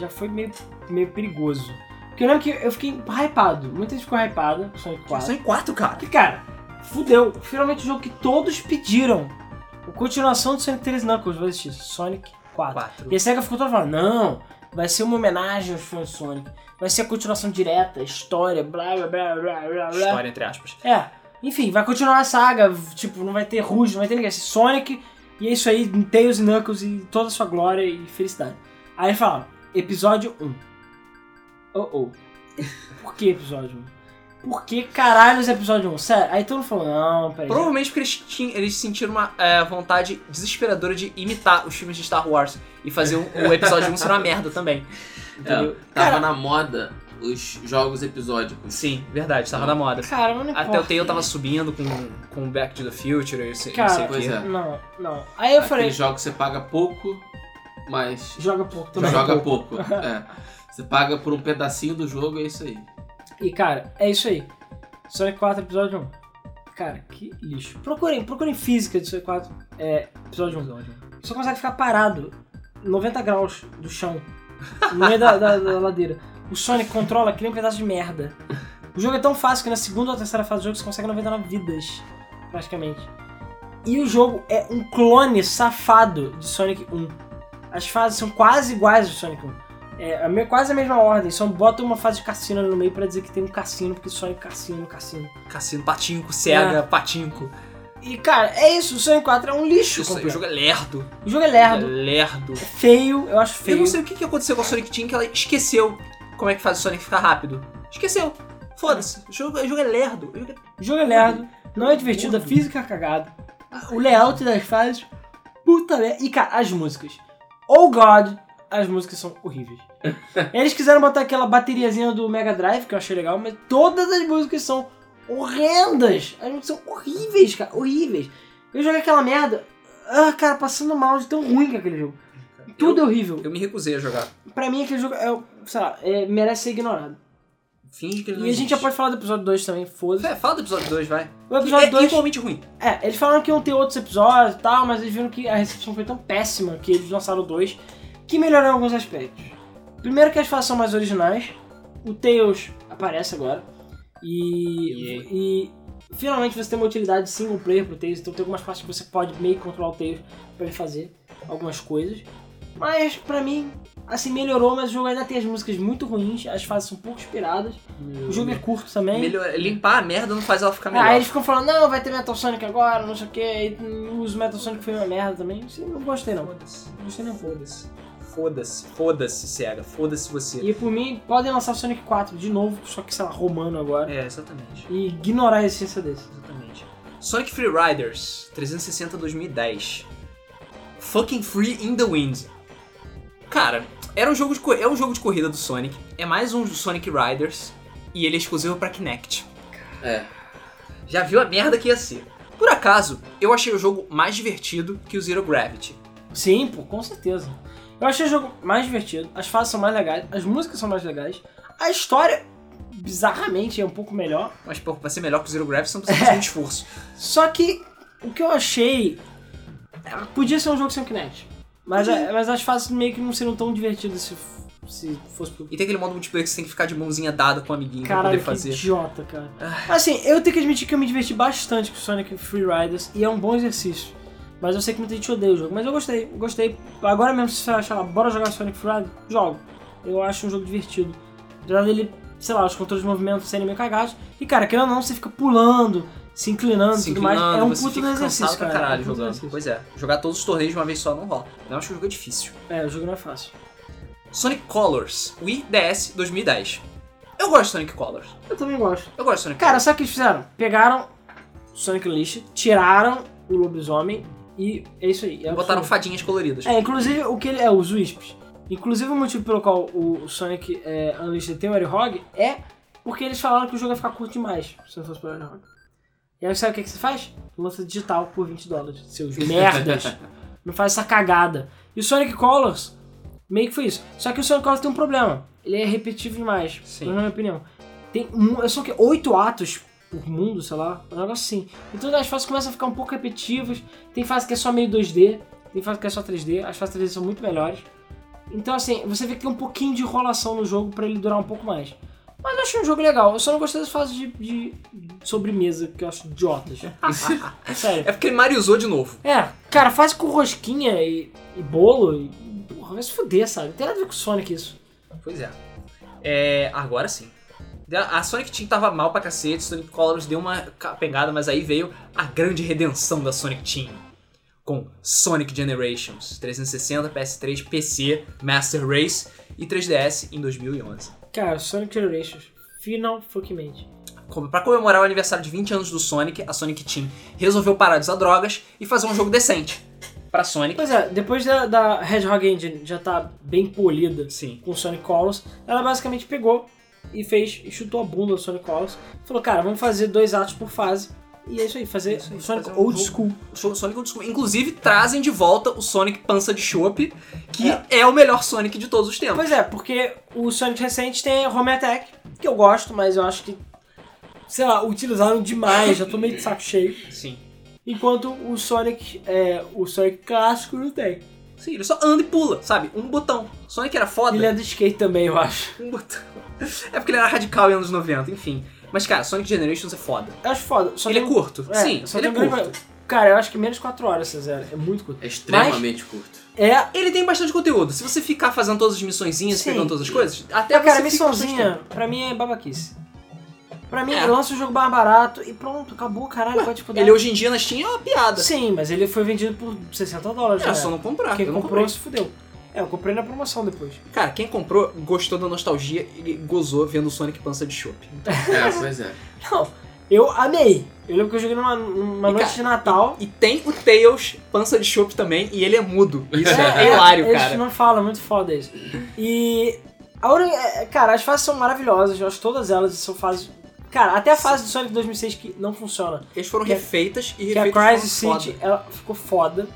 S3: já foi meio, meio perigoso. Porque eu lembro que eu fiquei hypado. Muita gente ficou hypada com Sonic 4.
S1: Sonic 4, cara.
S3: Porque, cara, fudeu. Finalmente o jogo que todos pediram. A continuação do Sonic 3 Knuckles vai existir. Sonic 4.
S1: 4.
S3: E a SEGA ficou toda falando, não, vai ser uma homenagem aos fãs de Sonic. Vai ser a continuação direta, história, blá, blá, blá, blá, blá, blá.
S1: História, entre aspas.
S3: É, enfim, vai continuar a saga, tipo, não vai ter Rouge, não vai ter ninguém, vai ser Sonic, e é isso aí, Tails e Knuckles e toda a sua glória e felicidade. Aí fala, episódio 1. Oh oh. Por que episódio 1? Por que caralhos é episódio 1? Sério? Aí todo mundo falou, não, peraí.
S1: Provavelmente porque eles, tin- eles sentiram uma é, vontade desesperadora de imitar os filmes de Star Wars e fazer um- o episódio 1 ser uma merda também. Entendeu?
S2: Tava na moda os jogos episódicos.
S1: É. Sim, verdade, tava na moda.
S3: Cara, mas não
S1: Até o
S3: importa.
S1: Tail tava subindo com, com Back to the Future e sei- não
S3: Cara,
S1: sei o
S2: Pois
S1: quê.
S2: é.
S3: Não, não. Aí eu
S2: Aquele
S3: falei,
S2: jogo que você paga pouco, mas
S3: joga pouco também.
S2: joga pouco. É. Você paga por um pedacinho do jogo, é isso aí.
S3: E cara, é isso aí. Sonic 4 episódio 1. Cara, que lixo. Procurem, procurem física de Sonic 4 é, episódio 1. Você consegue ficar parado 90 graus do chão, no meio da, da- da ladeira. O Sonic controla que nem um pedaço de merda. O jogo é tão fácil que na segunda ou terceira fase do jogo você consegue 99 vidas, praticamente. E o jogo é um clone safado de Sonic 1. As fases são quase iguais ao Sonic 1. É a me- quase a mesma ordem, só bota uma fase de cassino ali no meio pra dizer que tem um cassino, porque Sonic cassino, cassino.
S1: Cassino, patinco, cega, patinco.
S3: E cara, é isso, o Sonic 4 é um lixo.
S1: Isso aí, o
S3: completo.
S1: jogo é lerdo.
S3: o jogo é
S1: É
S3: lerdo,
S1: lerdo.
S3: é feio, eu acho feio.
S1: Eu não sei o que, que aconteceu com a Sonic Team que ela esqueceu como é que faz o Sonic ficar rápido. Esqueceu. Foda-se. O jogo, o jogo é lerdo. O jogo é-
S3: O jogo é lerdo, não é divertido, a física é cagada. O layout das fases, puta merda. E cara, as músicas. Oh God, as músicas são horríveis. Eles quiseram botar aquela bateriazinha do Mega Drive, que eu achei legal, mas todas as músicas são horrendas. As músicas são horríveis, cara, horríveis. Eu joguei aquela merda, ah, cara, passando mal de tão ruim que é aquele jogo. Tudo é horrível.
S1: Eu me recusei a jogar.
S3: Pra mim, aquele jogo, é, sei lá, é, merece ser ignorado.
S1: Finge que ele não
S3: E a gente já pode falar do episódio 2 também, foda-se.
S1: É, fala do episódio 2, vai.
S3: O episódio
S1: é
S3: 2...
S1: igualmente ruim.
S3: É, eles falaram que iam ter outros episódios e tal, mas eles viram que a recepção foi tão péssima que eles lançaram dois, que melhoraram alguns aspectos. Primeiro que as fases são mais originais, o Tails aparece agora, e, e finalmente você tem uma utilidade single player pro Tails, então tem algumas partes que você pode meio que controlar o Tails pra ele fazer algumas coisas. Mas pra mim, assim, melhorou, mas o jogo ainda tem as músicas muito ruins, as fases são pouco inspiradas, o jogo é curto também.
S1: Melhor- limpar a merda não faz ela ficar melhor.
S3: Ah, eles ficam falando, não, vai ter Metal Sonic agora, não sei o que, aí os Metal Sonic foi uma merda também. Isso eu Não gostei não,
S1: Foda-se. é
S3: não gostei nem um pouco.
S1: Foda-se. Foda-se. Foda-se, cega. Foda-se você.
S3: E por mim, podem lançar Sonic 4 de novo, só que sei lá, romano agora,
S1: É, exatamente.
S3: e ignorar a essência desse.
S1: Exatamente. Sonic Free Riders, 360 2010. Fucking Free in the Wind. Cara, era um jogo de, co- é um jogo de corrida do Sonic. É mais um do Sonic Riders. E ele é exclusivo pra Kinect.
S2: É.
S1: Já viu a merda que ia ser. Por acaso, eu achei o jogo mais divertido que o Zero Gravity.
S3: Sim, pô, com certeza. Eu achei o jogo mais divertido, as fases são mais legais, as músicas são mais legais, a história, bizarramente, é um pouco melhor.
S1: Mas, pô, pra ser melhor que o Zero Gravity, você não
S3: É.
S1: precisa fazer um esforço.
S3: Só que, o que eu achei, podia ser um jogo sem Kinect, mas, a- mas as fases meio que não seriam tão divertidas se, f- se fosse pro
S1: E tem aquele modo multiplayer que você tem que ficar de mãozinha dada com o amiguinho pra
S3: Caralho,
S1: poder
S3: que
S1: fazer. Ah.
S3: idiota, cara. Assim, eu tenho que admitir que eu me diverti bastante com Sonic Free Riders e é um bom exercício. Mas eu sei que muita gente odeia o jogo, mas eu gostei, gostei. Agora mesmo, se você achar lá, bora jogar Sonic Free Riders, jogo. Eu acho um jogo divertido. Apesar dele, sei lá, os controles de movimento serem meio cagados. E cara, querendo ou não, você fica pulando, se inclinando e
S1: se
S3: tudo mais.
S1: inclinando,
S3: É um
S1: você
S3: puto
S1: fica
S3: do exercício,
S1: cansado pra
S3: cara.
S1: caralho
S3: é um puto do
S1: jogando.
S3: exercício.
S1: Pois é, jogar todos os torneios de uma vez só não rola. Eu acho que o jogo é difícil.
S3: É, o jogo não é fácil.
S1: Sonic Colors, Wii DS 2010. Eu gosto de Sonic Colors.
S3: Eu também gosto.
S1: Eu gosto de Sonic
S3: Cara, sabe o que eles fizeram? Pegaram Sonic Unleashed, tiraram o lobisomem e é isso aí. É
S1: Colors. Botaram
S3: absurdo.
S1: fadinhas coloridas.
S3: É, inclusive o que ele é, os Wisps. Inclusive o motivo pelo qual o Sonic é, Unleashed tem o Hog é porque eles falaram que o jogo ia ficar curto demais se não fosse pro Hog. E aí sabe o que, que você faz? Lança digital por 20 dólares, seus merdas. não faz essa cagada. E o Sonic Colors, meio que foi isso. Só que o Sonic Colors tem um problema. Ele é repetitivo demais,
S1: Sim.
S3: na minha opinião. Tem um, são o quê? oito atos por mundo, sei lá, um negócio assim. Então as fases começam a ficar um pouco repetitivas. Tem fase que é só meio 2D, tem fase que é só 3D. As fases 3D são muito melhores. Então assim, você vê que tem um pouquinho de enrolação no jogo pra ele durar um pouco mais. Mas eu achei um jogo legal. Eu só não gostei das fases de, de sobremesa, que eu acho idiotas. Sério.
S1: É porque ele mariozou de novo.
S3: É, cara, faz com rosquinha e, e bolo e. Porra, vai se fuder, sabe? Não tem nada a ver com Sonic isso.
S1: Pois é. É, Agora sim. A a Sonic Team tava mal pra cacete, Sonic Colors deu uma ca- pegada, mas aí veio a grande redenção da Sonic Team. Com Sonic Generations, 360, PS3, PC, Master Race e 3DS em 2011.
S3: Cara, Sonic Generations, final fuckmente.
S1: Como- Pra comemorar o aniversário de 20 anos do Sonic, a Sonic Team resolveu parar de usar drogas e fazer um jogo decente pra Sonic.
S3: Pois é, depois da, da Hedgehog Engine já tá bem polida
S1: Sim.
S3: com Sonic Colors, ela basicamente pegou e fez, e chutou a bunda do Sonic Colors, falou, cara, vamos fazer dois atos por fase, e é isso aí, fazer
S1: Isso aí,
S3: Sonic
S1: fazer um
S3: Old
S1: jogo.
S3: School.
S1: So- Sonic Old School. Inclusive, trazem de volta o Sonic Pança de Chope, que é. o melhor Sonic de todos os tempos.
S3: Pois é, porque o Sonic recente tem Home Attack, que eu gosto, mas eu acho que, sei lá, utilizaram demais, já tô meio de saco cheio.
S1: Sim.
S3: Enquanto o Sonic, é, o Sonic clássico não tem.
S1: Sim, ele só anda e pula, sabe? Um botão. Sonic era foda.
S3: Ele é do skate também, eu acho.
S1: Um botão. É porque ele era radical em anos 90, enfim. Mas, cara, Sonic Generations é foda.
S3: Eu acho foda. Só
S1: ele
S3: tem-
S1: é curto.
S3: É,
S1: Sim,
S3: só
S1: ele é
S3: tem um grande
S1: curto.
S3: problema. Cara, eu acho que menos 4 horas, César. É muito curto.
S2: É extremamente curto.
S3: É,
S1: Ele tem bastante conteúdo. Se você ficar fazendo todas as missõezinhas,
S3: Sim.
S1: pegando todas as coisas, até
S3: até cara,
S1: você fica
S3: missãozinha, pra mim é babaquice. Pra mim,
S1: É.
S3: lança o jogo mais barato e pronto, acabou, caralho, pode
S1: bastante.
S3: foder.
S1: Ele hoje em dia na Steam é uma piada.
S3: Sim, mas ele foi vendido por 60 dólares.
S1: É,
S3: né?
S1: é só não comprar.
S3: Quem
S1: eu não
S3: comprou
S1: comprei.
S3: se fudeu. É, eu comprei na promoção depois.
S1: Cara, quem comprou gostou da nostalgia e gozou vendo o Sonic Pança de Chope.
S2: É, pois é.
S3: Não, eu amei. Eu lembro que eu joguei numa, numa
S1: E,
S3: noite
S1: cara,
S3: de Natal.
S1: E tem o Tails Pança de Chope também, e ele é mudo. Isso é,
S2: É,
S1: hilário,
S3: eles
S1: cara.
S3: não falam, é muito foda isso. E. A Ori- é, cara, as fases são maravilhosas, eu acho que todas elas são fases. Cara, até a fase do Sonic 2006 que não funciona.
S1: Eles foram
S3: Que- é-
S1: refeitas e
S3: que a
S1: refeitas
S3: Crisis
S1: foram
S3: City
S1: foda.
S3: ela ficou foda.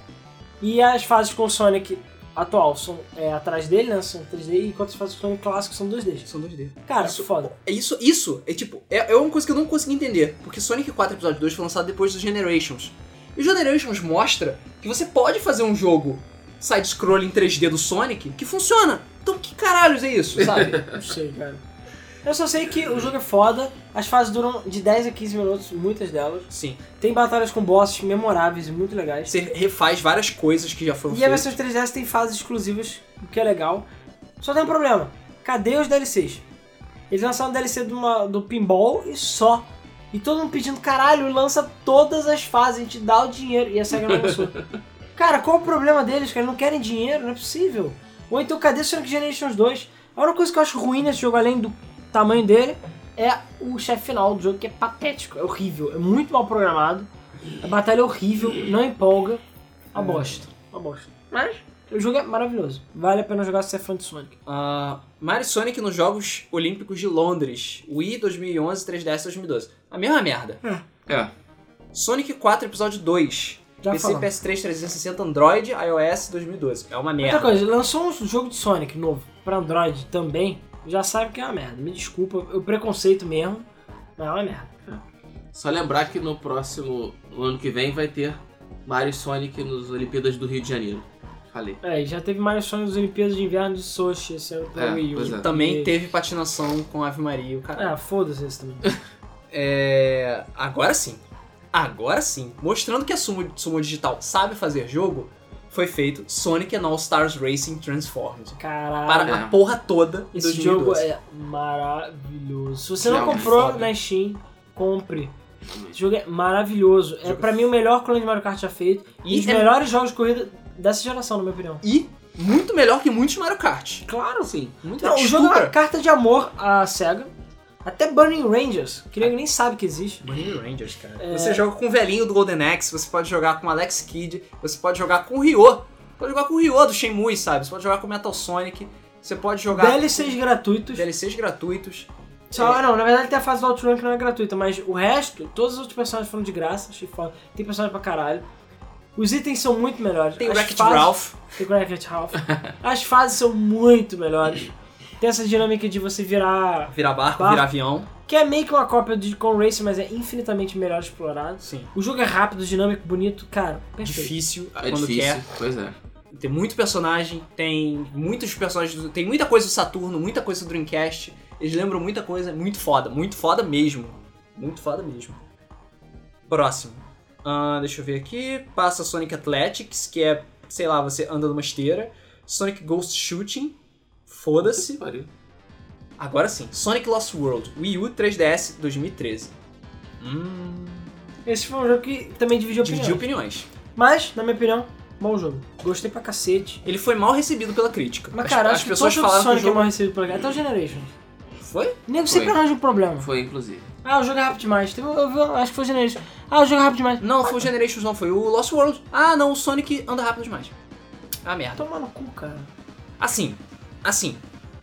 S3: E as fases com o Sonic atual são é, atrás dele, né? São 3D, enquanto as fases com o Sonic clássico são 2D.
S1: São 2D.
S3: Cara,
S1: Isso-
S3: foda.
S1: É Isso, isso é tipo, é, é uma coisa que eu não consegui entender. Porque Sonic 4 Episódio 2 foi lançado depois do Generations. E o Generations mostra que você pode fazer um jogo side-scrolling 3D do Sonic que funciona. Então que caralhos é isso, sabe?
S3: Não sei, cara. Eu só sei que o jogo é foda, as fases duram de 10 a 15 minutos, muitas delas.
S1: Sim.
S3: Tem batalhas com bosses memoráveis e muito legais.
S1: Você refaz várias coisas que já foram
S3: E a
S1: feitas.
S3: versão 3DS tem fases exclusivas, o que é legal. Só tem um problema. Cadê os DLCs? Eles lançaram um DLC de uma- do pinball e só. E todo mundo pedindo, caralho, lança todas as fases, a gente dá o dinheiro. E é a SEGA não lançou. Cara, qual o problema deles? Que eles não querem dinheiro, não é possível. Ou então, cadê Sonic Generations 2? A única coisa que eu acho ruim nesse jogo, além do tamanho dele, é o chefe final do jogo, que é patético, é horrível, é muito mal programado. A batalha é horrível, não empolga. Uma
S2: É.
S3: bosta. Uma bosta. Mas o jogo é maravilhoso. Vale a pena jogar se você é fã de Sonic.
S1: Ah, Mario e Sonic nos Jogos Olímpicos de Londres. Wii 2011, 3DS 2012. A mesma merda.
S2: É.
S1: Sonic 4 Episódio 2.
S3: Já
S1: PC,
S3: falamos.
S1: PS3, 360, Android, iOS 2012. É uma merda.
S3: Outra coisa, lançou um jogo de Sonic novo pra Android também. Já sabe que é uma merda. Me desculpa, eu preconceito mesmo. Mas é uma merda.
S2: Só lembrar que no próximo, no ano que vem, vai ter Mario e Sonic nos Olimpíadas do Rio de Janeiro. Falei.
S3: É, e já teve Mario Sonic nas Olimpíadas de Inverno de Sochi esse ano pra
S2: É,
S3: Wii U.
S2: pois é.
S1: Também
S3: E-
S1: teve patinação com Ave Maria e o cara.
S3: Ah, foda-se esse também.
S1: É. Agora sim. Agora sim. Mostrando que a Sumo, Sumo Digital sabe fazer jogo, foi feito Sonic and All Stars Racing Transformed.
S3: Caralho.
S1: Para
S2: Ah, é.
S1: a porra toda em
S3: Esse
S1: 2012.
S3: jogo é maravilhoso. Se você não
S2: Realmente
S3: comprou
S1: é foda.
S3: na Steam, compre.
S2: Realmente.
S3: Esse jogo é maravilhoso. É
S1: Jogo-
S3: pra mim o melhor clone de Mario Kart já feito. E
S1: E
S3: os
S1: é-
S3: melhores jogos de corrida dessa geração, na minha opinião.
S1: E muito melhor que muitos Mario Kart.
S2: Claro, sim. Muito
S3: Não,
S1: Não,
S3: o jogo é uma
S1: estupra.
S3: carta de amor à SEGA. Até Burning Rangers, que
S1: É.
S3: ninguém nem sabe que existe.
S1: Bunny Rangers, cara. Você joga com o velhinho do Golden Axe, você pode jogar com o Alex Kidd, você pode jogar com o Ryo. Pode jogar com o Ryo do Shenmue, sabe? Você pode jogar com o Metal Sonic, você pode jogar
S3: DLCs
S1: com
S3: gratuitos.
S1: DLCs gratuitos.
S3: Só, ah, não, na verdade tem a fase do Outrun que não é gratuita, mas o resto, todos os outros personagens foram de graça, achei foda. Tem personagem pra caralho. Os itens são muito melhores.
S1: Tem o
S3: As
S1: Wreck-It
S3: fases-
S1: Ralph.
S3: Tem o Wreck-It Ralph. As fases são muito melhores. Tem essa dinâmica de você virar...
S1: Virar barco,
S3: Barco.
S1: virar avião.
S3: Que é meio que uma cópia do Con Racing, mas é infinitamente melhor explorado.
S1: Sim.
S3: O jogo é rápido, dinâmico, bonito, cara, perfeito.
S1: Difícil,
S2: É
S1: quando
S2: difícil.
S1: quer.
S2: Pois é.
S1: Tem muito personagem, tem muitos personagens, do- tem muita coisa do Saturno, muita coisa do Dreamcast. Eles lembram muita coisa, muito foda, muito foda mesmo. Muito foda mesmo. Próximo. Ah, deixa eu ver aqui. Passa Sonic Athletics, que é, sei lá, você anda numa esteira. Sonic Ghost Shooting, foda-se.
S2: Pariu.
S1: Agora sim, Sonic Lost World, Wii U 3DS 2013. Hum,
S3: Esse foi um jogo que também dividiu opinião.
S1: dividiu opiniões.
S3: Mas, na minha opinião, bom jogo. Gostei pra cacete.
S1: Ele foi mal recebido pela crítica.
S3: Mas,
S1: As-
S3: cara,
S1: as,
S3: acho que
S1: pessoas
S3: todo jogo
S1: falaram que
S3: do
S1: o
S3: Sonic é
S1: jogo
S3: mal recebido por aqui. Até o Generations.
S2: Foi?
S3: O nego sempre
S2: Foi.
S3: arranja um problema.
S2: Foi, inclusive.
S3: Ah, o jogo é rápido demais. Teve- eu vi- acho que foi generoso. Ah, o jogo é rápido demais.
S1: Não, foi o Generations, não, foi o Lost World. Ah, não, o Sonic anda rápido demais. Ah, merda.
S3: Toma no cu, cara.
S1: Assim, assim,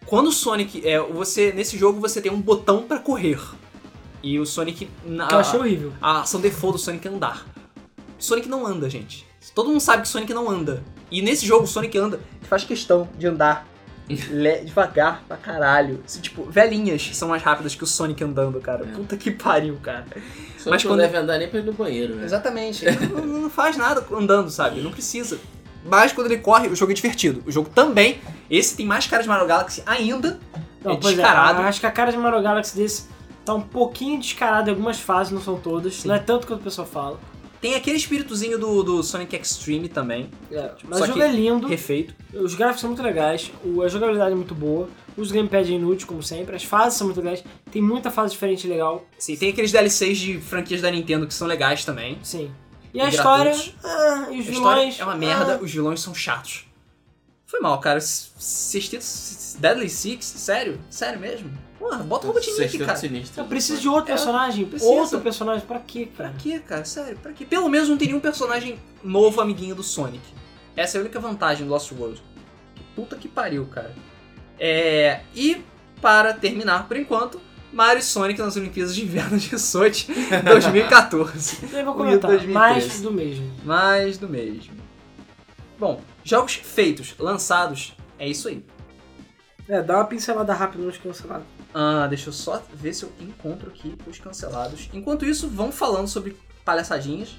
S1: quando o Sonic é, você nesse jogo você tem um botão pra correr. E o Sonic na
S3: Que eu achei horrível.
S1: a ação default do Sonic é andar. Sonic não anda, gente. Todo mundo sabe que Sonic não anda. E nesse jogo o Sonic anda, ele faz questão de andar le- devagar pra caralho. Se, tipo, velhinhas são mais rápidas que o Sonic andando,
S3: É.
S1: cara. Puta que pariu, cara.
S2: Só
S1: Mas
S2: que
S1: quando-
S2: não deve andar nem pra ir no banheiro, né?
S1: Exatamente. Ele não, não faz nada andando, sabe? Não precisa. Mas quando ele corre, o jogo é divertido. O jogo também. Esse tem mais cara de Mario Galaxy ainda.
S3: Não,
S1: é
S3: pois é,
S1: descarado.
S3: acho que a cara de Mario Galaxy desse tá um pouquinho descarada em algumas fases, não são todas. Não é tanto quanto o pessoal fala.
S1: Tem aquele espíritozinho do, do Sonic Extreme também.
S3: Mas
S1: só
S3: o jogo
S1: que-
S3: é lindo,
S1: Refeito.
S3: os gráficos são muito legais, o- a jogabilidade é muito boa, os gamepads é inútil, como sempre, as fases são muito legais, tem muita fase diferente legal,
S1: Sim, tem aqueles DLCs de franquias da Nintendo que são legais também.
S3: sim. E
S1: E
S3: a história,
S1: gratuitos.
S3: ah, e os
S1: A
S3: vilões...
S1: história é uma merda,
S3: ah,
S1: os vilões são chatos. Foi mal, cara. S- Sexteto. S- Deadly Six? Sério? Sério mesmo? Porra, bota o Robotnik,
S2: Sexteto
S1: cara.
S2: sinistro.
S3: ah, eu preciso de outro
S1: É,
S3: personagem,
S1: precisa.
S3: outro personagem, pra quê,
S1: Pra
S3: cara?
S1: quê, cara? Sério, pra quê? Pelo menos não tem nenhum personagem novo amiguinho do Sonic. Essa é a única vantagem do Lost World. Que Puta que pariu, cara. É... E, para terminar por enquanto, Mario e Sonic nas Olimpíadas de Inverno de Sochi 2014.
S3: Eu vou
S1: O
S3: comentar,
S1: Rio 2013.
S3: mais do mesmo.
S1: Mais do mesmo. Bom, jogos feitos, lançados, é isso aí.
S3: É, dá uma pincelada rápida nos cancelados.
S1: Ah, deixa eu só ver se eu encontro aqui os cancelados. Enquanto isso, vão falando sobre palhaçadinhas.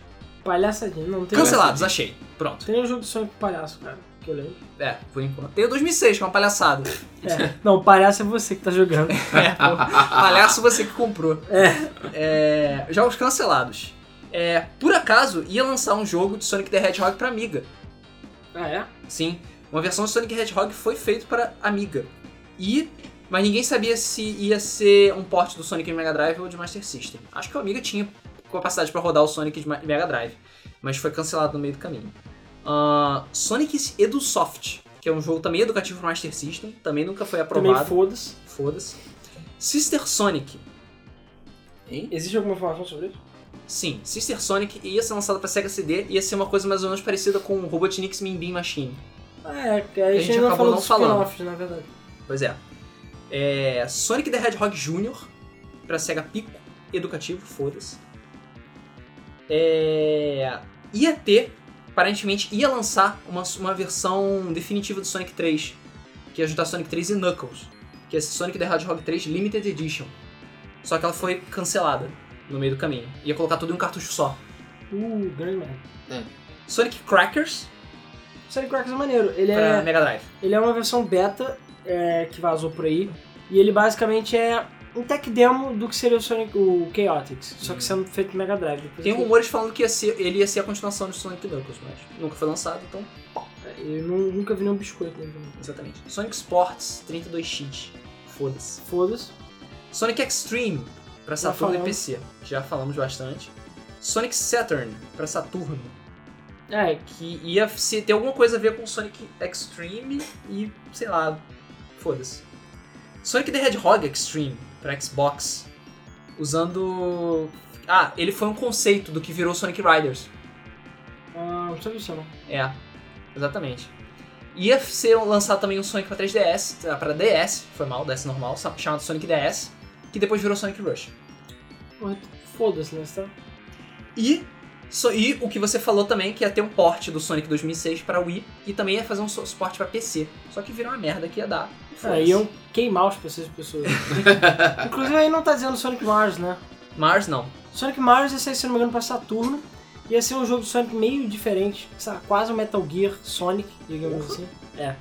S3: Palhaçadinha, não tem... um
S1: Cancelados, achei. Pronto.
S3: Tem um jogo de sonho com palhaço, cara, que eu lembro.
S1: É, por enquanto. Tem o 2006, que é uma palhaçada.
S3: É, não, palhaço é você que tá jogando.
S1: É, pô, palhaço você que comprou. É. jogos cancelados. É, por acaso, ia lançar um jogo de Sonic the Hedgehog pra Amiga.
S3: Ah, é?
S1: Sim, uma versão de Sonic the Hedgehog foi feita para Amiga. E... Mas ninguém sabia se ia ser um port do Sonic de Mega Drive ou de Master System. Acho que o Amiga tinha capacidade pra rodar o Sonic de Ma- Mega Drive, mas foi cancelado no meio do caminho. Ah, Sonic EduSoft, que é um jogo também educativo para Master System, também nunca foi aprovado.
S3: Também foda-se.
S1: Foda-se. Sister Sonic.
S2: Hein?
S3: Existe alguma informação sobre isso?
S1: Sim, Sister Sonic ia ser lançada pra Sega CD ia ser uma coisa mais ou menos parecida com o Robotnik's Min Bean Machine.
S3: Ah, é, que a
S1: A
S3: gente
S1: gente
S3: ainda não
S1: acabou
S3: falou
S1: não
S3: dos
S1: falando.
S3: spin-offs, na verdade.
S1: Pois é. É, Sonic the Hedgehog Jr. pra Sega Pico. Educativo, foda-se. É, ia ter, aparentemente, ia lançar uma, uma versão definitiva do Sonic 3. Que ia juntar Sonic 3 e Knuckles. Que é esse Sonic the Hedgehog 3 Limited Edition. Só que ela foi cancelada no meio do caminho. Ia colocar tudo em um cartucho só.
S3: Uh, grande merda.
S1: Sonic Crackers
S3: O Sonic Crackers é maneiro. Ele
S1: pra
S3: é,
S1: Mega Drive.
S3: ele é uma versão beta é, que vazou por aí. E ele basicamente é um tech demo do que seria o Sonic, o Chaotix. Só que sendo feito no Mega Drive. Depois
S1: Tem um-
S3: eu-
S1: rumores falando que ia ser- ele ia ser a continuação de Sonic Knuckles, mas nunca foi lançado, então
S3: Eu nu- nunca vi nenhum biscoito. Né?
S1: Exatamente. Sonic Sports 32X. Foda-se.
S3: Foda-se.
S1: Sonic Extreme pra
S3: Já
S1: Saturno e
S3: falamos.
S1: PC. Já falamos bastante. Sonic Saturn pra Saturno,
S3: É,
S1: que ia se- ter alguma coisa a ver com Sonic Extreme e sei lá. Foda-se. Sonic the Hedgehog Extreme pra Xbox. Usando. Ah, ele foi um conceito do que virou Sonic Riders.
S3: ah, não sei se não.
S1: É, exatamente. Ia ser lançado também o Sonic pra 3DS, ah, pra DS, foi mal, DS normal, sa- chamado Sonic DS, que depois virou Sonic Rush.
S3: Porra, Foda-se, né? Tá?
S1: E, so- e o que você falou também, que ia ter um port do Sonic 2006 pra Wii, e também ia fazer um so- suporte pra PC. Só que virou uma merda que ia dar. e
S3: É,
S1: foda-se.
S3: iam queimar os pessoas. pessoas. Inclusive aí não tá dizendo Sonic Mars, né?
S1: Mars não.
S3: Sonic Mars ia sair, se não me engano, pra Saturno. Ia ser um jogo de Sonic meio diferente, sabe? quase um Metal Gear Sonic, digamos assim. É.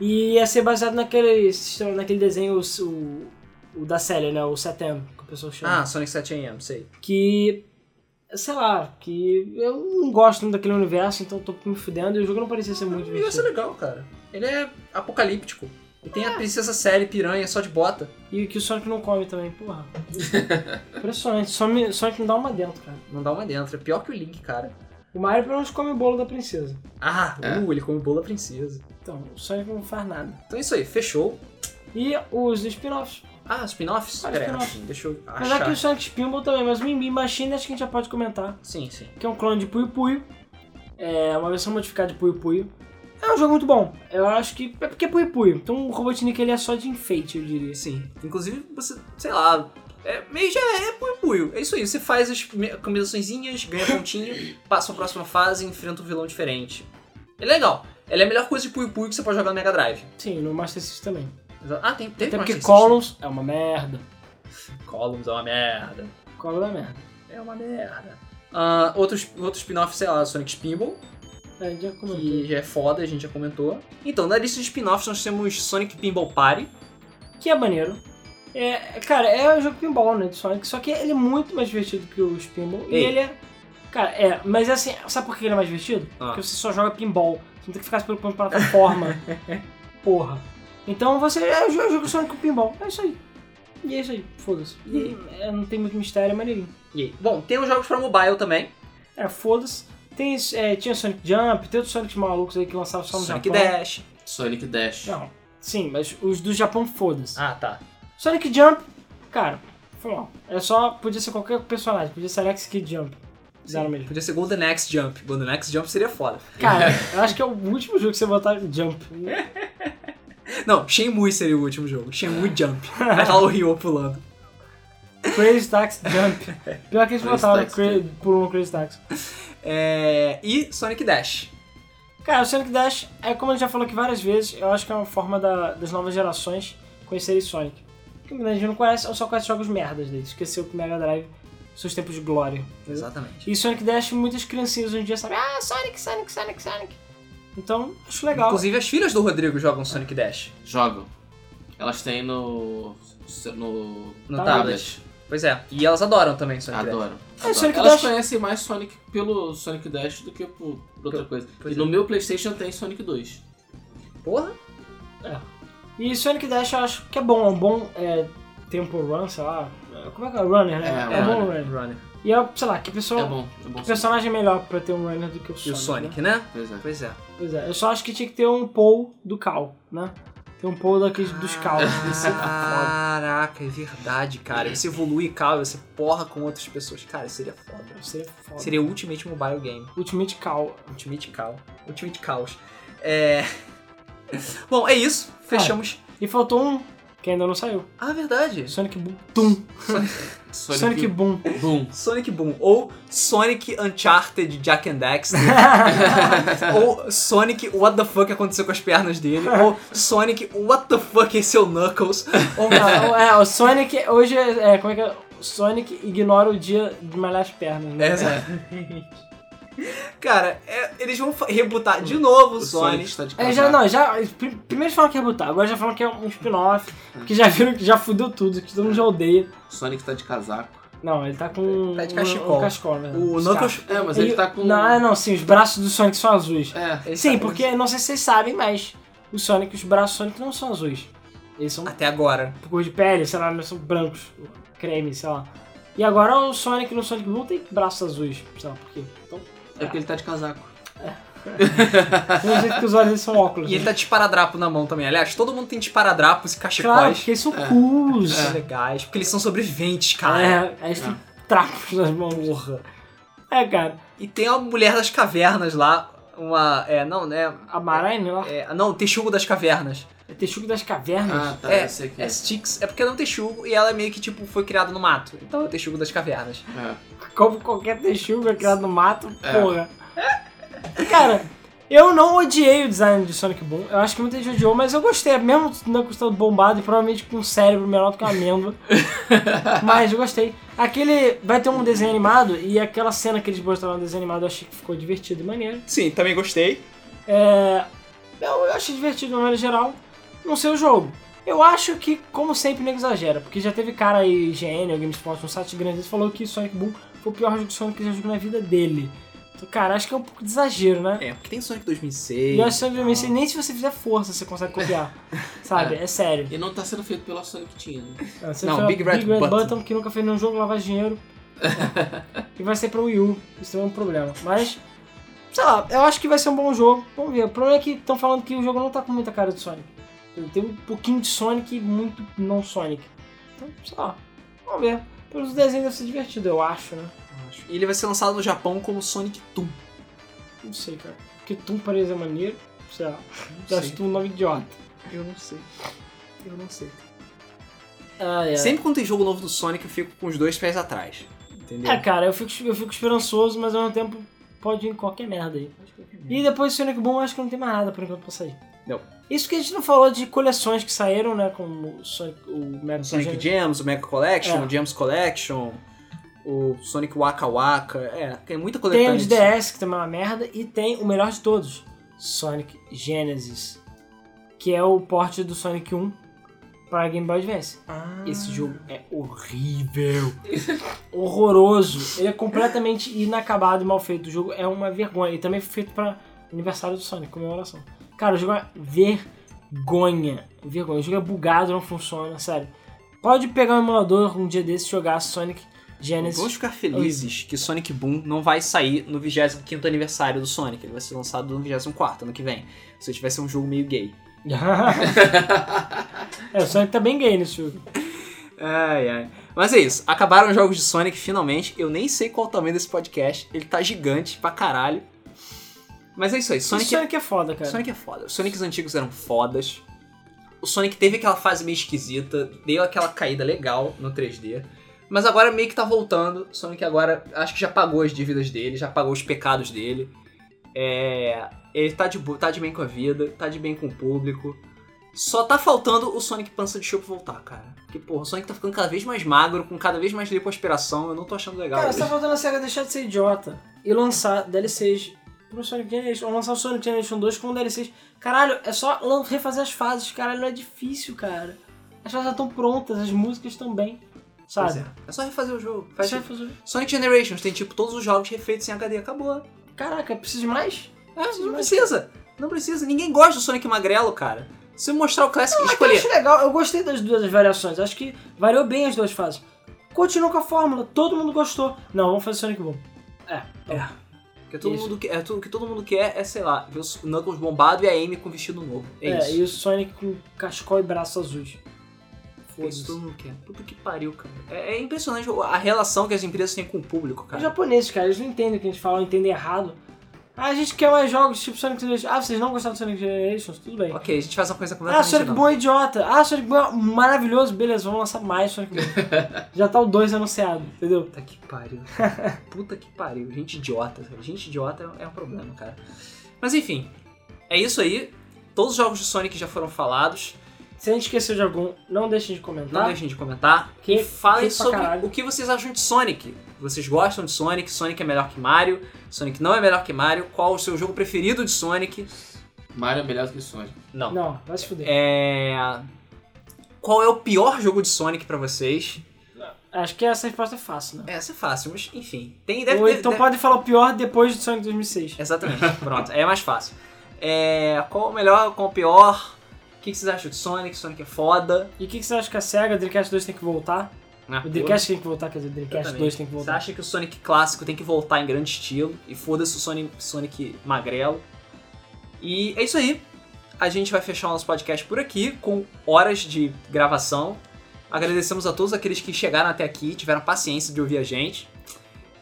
S3: E ia ser baseado naquele, sistema- naquele desenho, o, o da série, né? O Setem, que o pessoal chama.
S1: Ah, Sonic 7AM, sei.
S3: Que, sei lá, que eu não gosto muito daquele universo, então tô me fudendo. E o jogo não parecia ser
S1: Ia
S3: muito
S1: ser
S3: divertido.
S1: legal, cara. Ele é apocalíptico. E tem a princesa Sally piranha só de bota.
S3: E que o Sonic não come também, porra. Impressionante. Sonic, Sonic não dá uma dentro, cara.
S1: Não dá uma dentro, é pior que o Link, cara.
S3: O Mario pelo menos come o bolo da princesa.
S1: Ah,
S2: É.
S1: uh, ele come bolo da princesa.
S3: Então, o Sonic não faz nada.
S1: Então é isso aí, fechou.
S3: E os spin-offs.
S1: Ah, spin-offs?
S3: Ah, spin-off.
S1: Pera aí, Deixa eu
S3: Mas aqui
S1: achar.
S3: o Sonic Spinball também, mas o Mimim Machine acho que a gente já pode comentar.
S1: Sim, sim.
S3: Que é um clone de Puyo Puyo. É uma versão modificada de Puyo Puyo. É um jogo muito bom. Eu acho que. É porque é Puyo Puyo. Então o Robotnik ele é só de enfeite, eu diria.
S1: Sim. Inclusive, você, sei lá, é meio já é puio-puio. É isso aí. Você faz as prime- combinaçõezinhas, ganha pontinho, passa a próxima fase e enfrenta um vilão diferente. É legal. Ela é a melhor coisa de puio-puio que você pode jogar no Mega Drive.
S3: Sim, no Master System também.
S1: Exa- Ah, tem, tem
S3: Até porque
S1: Columns.
S3: Columns é uma merda.
S1: Columns é uma merda.
S3: Columns é merda.
S1: É uma merda. Ah, outros, outro spin-off, sei lá, Sonic Spinball,
S3: É, já comentou.
S1: que já é foda, a gente já comentou. Então, na lista de spin-offs nós temos Sonic Pinball Party.
S3: Que é maneiro. É, cara, é um jogo pinball, né, de Sonic, só que ele é muito mais divertido que o Spinball. E
S1: Ei.
S3: ele é... Cara, é, mas é assim, sabe por que ele é mais divertido?
S1: Ah.
S3: Porque você só joga pinball, você não tem que ficar se preocupando com a plataforma. Porra. Então você é o jo- jogo Sonic com pinball, é isso aí. E é isso aí, foda-se. E
S1: Hum.
S3: é, não tem muito mistério, é maneirinho.
S1: E aí? Bom, tem os jogos pra mobile também.
S3: É, foda-se. Tem, esse- é, tinha Sonic Jump, tem outros Sonics malucos aí que lançavam só no
S1: Sonic
S3: Japão.
S1: Dash.
S2: Sonic Dash.
S3: Não, sim, mas os do Japão, foda-se.
S1: Ah, tá.
S3: Sonic Jump, cara, foi mal. É só. Podia ser qualquer personagem, podia ser Alex Kid Jump. Fizeram mesmo.
S1: Podia ser Golden Axe Jump. Golden Axe Jump seria foda.
S3: Cara, eu acho que é o último jogo que você botar Jump.
S1: Não, Shenmue seria o último jogo. Shenmue Jump. Vai lá o Ryo pulando.
S3: Crazy Taxi Jump. Pior que eles
S2: Crazy
S3: botaram
S2: Taxi
S3: cra- por um Crazy Taxi.
S1: É, E Sonic Dash.
S3: Cara, o Sonic Dash é como a gente já falou aqui várias vezes, eu acho que é uma forma da- das novas gerações conhecerem Sonic. Porque a gente não conhece, ou só conhece jogos merdas dele. Esqueceu que o Mega Drive, seus tempos de glória.
S1: Exatamente.
S3: E Sonic Dash, muitas criancinhas hoje em dia sabem, ah, Sonic, Sonic, Sonic, Sonic. Então, acho legal.
S1: Inclusive, as filhas do Rodrigo jogam Sonic Dash
S2: Jogam. Elas têm no. no.
S1: no
S3: Tá.
S1: tablet. Pois é. E elas adoram também Sonic Dash.
S2: Adoro.
S3: É, Sonic
S2: Elas
S3: Dash-
S2: conhecem mais Sonic pelo Sonic Dash do que por, por outra
S1: Pelo-
S2: coisa.
S1: pois
S2: e
S1: é.
S2: no meu PlayStation tem Sonic 2.
S1: Porra.
S3: E Sonic Dash eu acho que é bom, é um bom é, tempo run, sei lá. É, Como é que é? Runner, né?
S2: É,
S3: um bom
S2: runner.
S3: runner.
S1: Runner.
S3: E é, sei lá, que pessoa.
S2: É bom, é bom.
S3: Que personagem é melhor pra ter um runner do que o
S1: E
S3: Sonic?
S1: o
S3: né?
S1: Sonic, né?
S2: Pois é.
S1: Pois é.
S3: Pois é, eu só acho que tinha que ter um Paul do Cal, né? Tem um Paul daqueles dos
S2: Ah.
S3: Cal.
S1: né?
S3: Esse é foda.
S1: Caraca, é verdade, cara. Você evolui Cal, você porra com outras pessoas. Cara, seria foda.
S3: Esse é foda.
S1: Seria Ultimate Mobile Game.
S3: Ultimate Cal.
S1: Ultimate Cal. Ultimate Caos. É. Bom, é isso. Fechamos.
S3: E faltou um que ainda não saiu.
S1: Ah, verdade.
S3: Sonic Boom. Tum.
S2: Sonic,
S3: Sonic, Boom.
S2: Boom.
S1: Sonic Boom. Ou Sonic Uncharted Jack and Daxter. ou Sonic What the fuck aconteceu com as pernas dele. ou Sonic What the fuck é seu Knuckles.
S3: Ou não, é, o Sonic hoje é, é, Como é que é? Sonic ignora o dia de malhar as pernas, né?
S1: É. Cara, é- eles vão fa- rebutar de novo o
S2: O
S1: Sonic.
S2: Sonic está de
S3: É,
S2: casaco.
S3: já, não, já, pri- primeiro falam que é botar, agora já falam que é um spin-off, que já viram que já fudeu tudo, que todo mundo já odeia.
S2: Sonic tá de casaco.
S3: Não, ele tá com
S1: Tá de
S3: um-
S1: cachecol.
S3: um cachecol, né?
S1: O
S3: Scar.
S1: Knuckles.
S2: É, mas
S3: Ele-
S2: ele tá com.
S3: Não, ah, não, sim, os braços do Sonic são azuis.
S2: É.
S1: ele
S3: sim,
S1: tá-
S3: porque, não sei se vocês sabem, mas o Sonic, os braços do Sonic não são azuis. Eles são
S1: Até agora.
S3: cor de pele, sei lá, eles são brancos, creme, sei lá. E agora o Sonic no Sonic Boom tem braços azuis, sei lá por quê. Então,
S2: É porque ele tá de casaco.
S3: não sei um que os olhos deles são óculos.
S1: E ele
S3: né?
S1: tá esparadrapo na mão também. Aliás, todo mundo tem esparadrapos e
S3: Claro,
S1: cachecóis. É.
S3: porque eles são cools.
S1: São legais, porque eles são sobreviventes, cara.
S3: É, aí eles têm trapos nas mãos. Porra. É, cara.
S1: E tem a mulher das cavernas lá, uma. É, não, né?
S3: A Maraine lá
S1: É, não, Texugo das Cavernas.
S3: é texugo das cavernas.
S2: Ah, tá.
S1: É,
S2: eu sei que
S1: É
S2: é.
S1: Styx, é porque ela é um Texugo e ela é meio que tipo foi criada no mato. Então é o Texugo das Cavernas.
S2: É.
S3: Como qualquer texugo criado no mato,
S2: É.
S3: porra. Cara, eu não odiei o design de Sonic Boom. Eu acho que muita gente odiou, mas eu gostei. É Mesmo na costela bombado e provavelmente com um cérebro menor do que uma amêndoa. mas eu gostei. Aquele. Vai ter um desenho animado e aquela cena que eles botaram no desenho animado eu achei que ficou divertido e maneiro.
S1: Sim, também gostei.
S3: É, eu, eu achei divertido de uma maneira geral. Não sei o jogo. Eu acho que, como sempre, nego exagera. Porque já teve cara aí, IGN, ou GameSpot, um site grande, ele falou que Sonic Boom foi o pior jogo de Sonic que ele já jogou na vida dele. Então, cara, acho que é um pouco de exagero, né?
S1: É, porque tem Sonic
S3: E eu
S1: 2006.
S3: acho que Sonic Boom, assim, nem se você fizer força, você consegue copiar. Sabe? É, sério.
S2: E não tá sendo feito pela Sonic Team. né?
S3: É, Você
S1: Não,
S3: fala
S1: Big Red Button.
S3: que nunca fez nenhum jogo lavar dinheiro. e vai ser pra Wii U. Isso é um problema. Mas, sei lá, eu acho que vai ser um bom jogo. Vamos ver. O problema é que estão falando que o jogo não tá com muita cara de Sonic. Ele tem um pouquinho de Sonic e muito não Sonic. Então, sei lá. Vamos ver. Pelos desenhos deve ser divertido, eu acho, né?
S1: E ele vai ser lançado no Japão como Sonic Toon.
S3: Não sei, cara. Porque Toon parece maneiro. Sei lá.
S1: Não
S3: Já acho
S1: sei.
S3: Toon um nome idiota.
S1: Eu não sei. Eu não sei.
S3: Ah, é.
S1: Sempre quando tem jogo novo do Sonic, eu fico com os dois pés atrás. Entendeu?
S3: É, cara, eu fico, eu fico esperançoso, mas ao mesmo tempo pode ir em qualquer merda aí. E depois do Sonic Boom, acho que não tem mais nada por enquanto pra sair.
S1: Não.
S3: Isso que a gente não falou de coleções que saíram, né? Como o Sonic, o Mega
S1: É O Sonic Gems, o Mega Collection,
S3: É.
S1: o Gems Collection, o Sonic Waka Waka. É, tem muita
S3: Tem o
S1: coletânea.
S3: de DS, que também é uma merda, e tem o melhor de todos, Sonic Genesis, que é o porte do Sonic 1 para Game Boy Advance.
S1: Ah.
S3: Esse jogo é horrível, horroroso, ele é completamente inacabado e mal feito. O jogo é uma vergonha, e também foi feito para aniversário do Sonic, comemoração. Cara, o jogo é vergonha, vergonha. O jogo é bugado, não funciona, sério. Pode pegar um emulador um dia desse e jogar Sonic Genesis.
S1: Vamos ficar felizes que Sonic Boom não vai sair no 25 aniversário do Sonic. Ele vai ser lançado no 24 ano que vem. Se tivesse um jogo meio gay.
S3: é, o Sonic tá bem gay nesse jogo.
S1: Ai, ai. Mas é isso. Acabaram os jogos de Sonic finalmente. Eu nem sei qual é o tamanho desse podcast. Ele tá gigante pra caralho. Mas é isso aí.
S3: Sonic,
S1: Sonic,
S3: Sonic é foda, cara.
S1: Sonic é foda. Os Sonics antigos eram fodas. O Sonic teve aquela fase meio esquisita, deu aquela caída legal no 3D. Mas agora meio que tá voltando. O Sonic agora acho que já pagou as dívidas dele, já pagou os pecados dele. É, Ele tá de, bo- tá de bem com a vida, tá de bem com o público. Só tá faltando o Sonic Pança de Choco voltar, cara. Porque, porra, o Sonic tá ficando cada vez mais magro, com cada vez mais lipoaspiração. Eu não tô achando legal.
S3: Cara,
S1: isso.
S3: só faltando a SEGA deixar de ser idiota e lançar DLCs pro Sonic Generation. Ou lançar o Sonic Generation 2 com DLCs. Caralho, é só lan- refazer as fases, caralho, não é difícil, cara. As fases já estão prontas, as músicas também,
S1: Pois
S3: sabe?
S1: é. é só refazer o jogo. Faz-
S3: Você vai fazer-
S1: Sonic Generations tem, tipo, todos os jogos refeitos em HD. Acabou.
S3: Caraca, precisa de mais?
S1: É, não precisa. Não precisa. Ninguém gosta do Sonic Magrelo, cara. Se eu mostrar o Classic e
S3: Mas eu
S1: escolher.
S3: acho legal, eu gostei das duas variações. Acho que variou bem as duas fases. Continua com a fórmula, todo mundo gostou. Não, vamos fazer Sonic Boom. É, tá bom.
S1: Porque todo
S3: Isso.
S1: mundo que- é, tudo, o que todo mundo quer é, sei lá, ver o Knuckles bombado e a Amy com vestido novo. É,
S3: É,
S1: isso.
S3: e o Sonic com cascol e braços azuis.
S1: É isso que todo mundo quer. Puta que pariu, cara. É, é impressionante a relação que as empresas têm com o público,
S3: Os
S1: cara.
S3: japoneses, cara, eles não entendem o que a gente fala, entendem errado. Ah, a gente quer mais jogos tipo Sonic Generations. Ah, vocês não gostaram do Sonic Generations? Tudo bem.
S1: Ok, a gente faz uma coisa
S3: Ah,
S1: completamente
S3: Sonic
S1: nova.
S3: Boom é idiota. Ah, Sonic Boom é maravilhoso. Beleza, vamos lançar mais Sonic Boom. Já tá o 2 anunciado, entendeu?
S1: Puta que pariu. cara. Puta que pariu. Gente idiota. cara. Gente idiota é um problema, cara. Mas enfim, é isso aí. Todos os jogos de Sonic já foram falados.
S3: Se a gente esqueceu de algum, um, não deixem de
S1: Não
S3: comentar.
S1: deixem de comentar.
S3: Que-
S1: e falem
S3: que Tá? pra
S1: sobre
S3: caralho.
S1: o que vocês acham de Sonic. Vocês gostam de Sonic? Sonic é melhor que Mario? Sonic não é melhor que Mario? Qual o seu jogo preferido de Sonic?
S2: Mario é melhor que Sonic.
S1: Não.
S3: Não, vai se fuder.
S1: É... Qual é o pior jogo de Sonic pra vocês?
S3: Acho que essa resposta é fácil, né?
S1: Essa é fácil, mas enfim. Tem, É, deve,
S3: Ou
S1: deve-
S3: então
S1: deve-
S3: podem falar o pior depois do Sonic 2006.
S1: Exatamente. Pronto, aí é mais fácil. É... Qual o melhor, qual o pior? O que que vocês acham de Sonic? Sonic é foda.
S3: E o que, que você acha que a SEGA, o Dreamcast 2 tem que voltar?
S1: né?
S3: O Dreamcast tem que voltar, quer dizer, o Dreamcast
S1: Exatamente.
S3: 2 tem que
S1: Você
S3: voltar.
S1: acha que o Sonic clássico tem que voltar em grande estilo e foda-se o Sonic, Sonic magrelo. E é isso aí. A gente vai fechar o nosso podcast por aqui com horas de gravação. Agradecemos a todos aqueles que chegaram até aqui, tiveram paciência de ouvir a gente.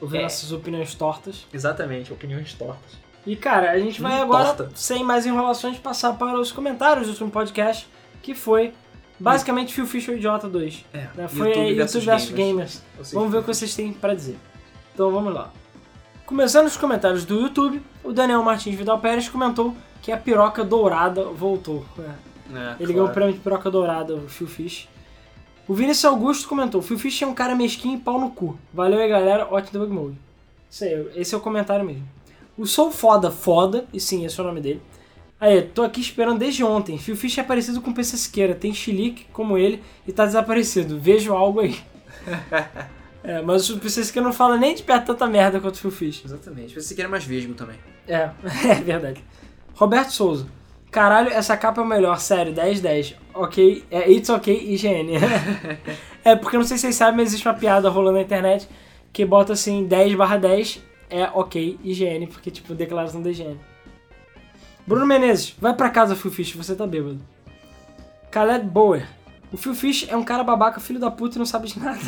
S3: Ouvir
S1: É.
S3: nossas opiniões tortas.
S1: Exatamente, opiniões tortas.
S3: E cara, a gente vai
S1: Hum,
S3: agora,
S1: torta.
S3: sem mais enrolações, passar para os comentários do último podcast, que foi basicamente Phil Fisher Idiota 2.
S1: É,
S3: né? Foi YouTube, versus, Gamers.
S1: Ou seja,
S3: Vamos ver o que vocês têm para dizer. Então vamos lá. Começando os comentários do YouTube, o Daniel Martins Vidal Pérez comentou que a piroca dourada voltou. né?
S1: né,
S3: Ele ganhou o
S1: claro.
S3: prêmio de piroca dourada, o Phil Fish. O Vinícius Augusto comentou: Phil Fish é um cara mesquinho e pau no cu. Valeu aí, galera. Ótimo debug mode. Isso aí, esse é o comentário mesmo. O Sou Foda Foda, e sim, esse é o nome dele. Aí, tô aqui esperando desde ontem. Phil Fish é parecido com o PC Siqueira, tem chilique como ele e tá desaparecido. Vejo algo aí. é, mas o PC Siqueira não fala nem de perto tanta merda quanto o Phil Fish.
S1: Exatamente. Você quer mais vesgo também.
S3: É, é verdade. Roberto Souza. Caralho, essa capa é o melhor, sério, 10-10. Ok, é It's Ok IGN. é porque eu não sei se vocês sabem, mas existe uma piada rolando na internet que bota assim 10 barra 10 é ok IGN, porque tipo, declaração da IGN. Bruno Menezes, vai pra casa, Fufish, você tá bêbado. Khaled Boer. O Phil Fish é um cara babaca, filho da puta e não sabe de nada.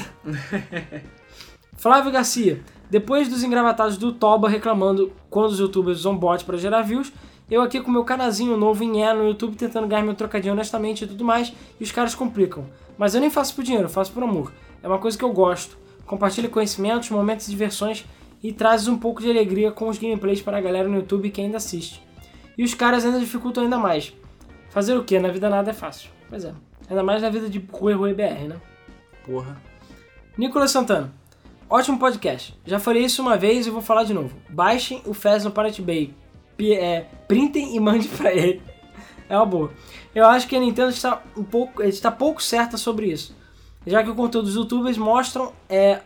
S3: Flávio Garcia. Depois dos engravatados do Toba reclamando quando os youtubers usam bot para gerar views, eu aqui com meu canazinho novo em E no YouTube tentando ganhar meu trocadinho honestamente e tudo mais, e os caras complicam. Mas eu nem faço por dinheiro, eu faço por amor. É uma coisa que eu gosto. Compartilha conhecimentos, momentos e diversões e trazes um pouco de alegria com os gameplays para a galera no YouTube que ainda assiste. E os caras ainda dificultam ainda mais. Fazer o que? Na vida nada é fácil. Pois é. Ainda mais na vida de Rui Rui BR, né?
S1: Porra.
S3: Nicolas Santana. Ótimo podcast. Já falei isso uma vez e vou falar de novo. Baixem o Fez no Pirate Bay. P- é, printem e mandem pra ele. É uma boa. Eu acho que a Nintendo está um pouco, está pouco certa sobre isso. Já que o conteúdo dos youtubers mostram é,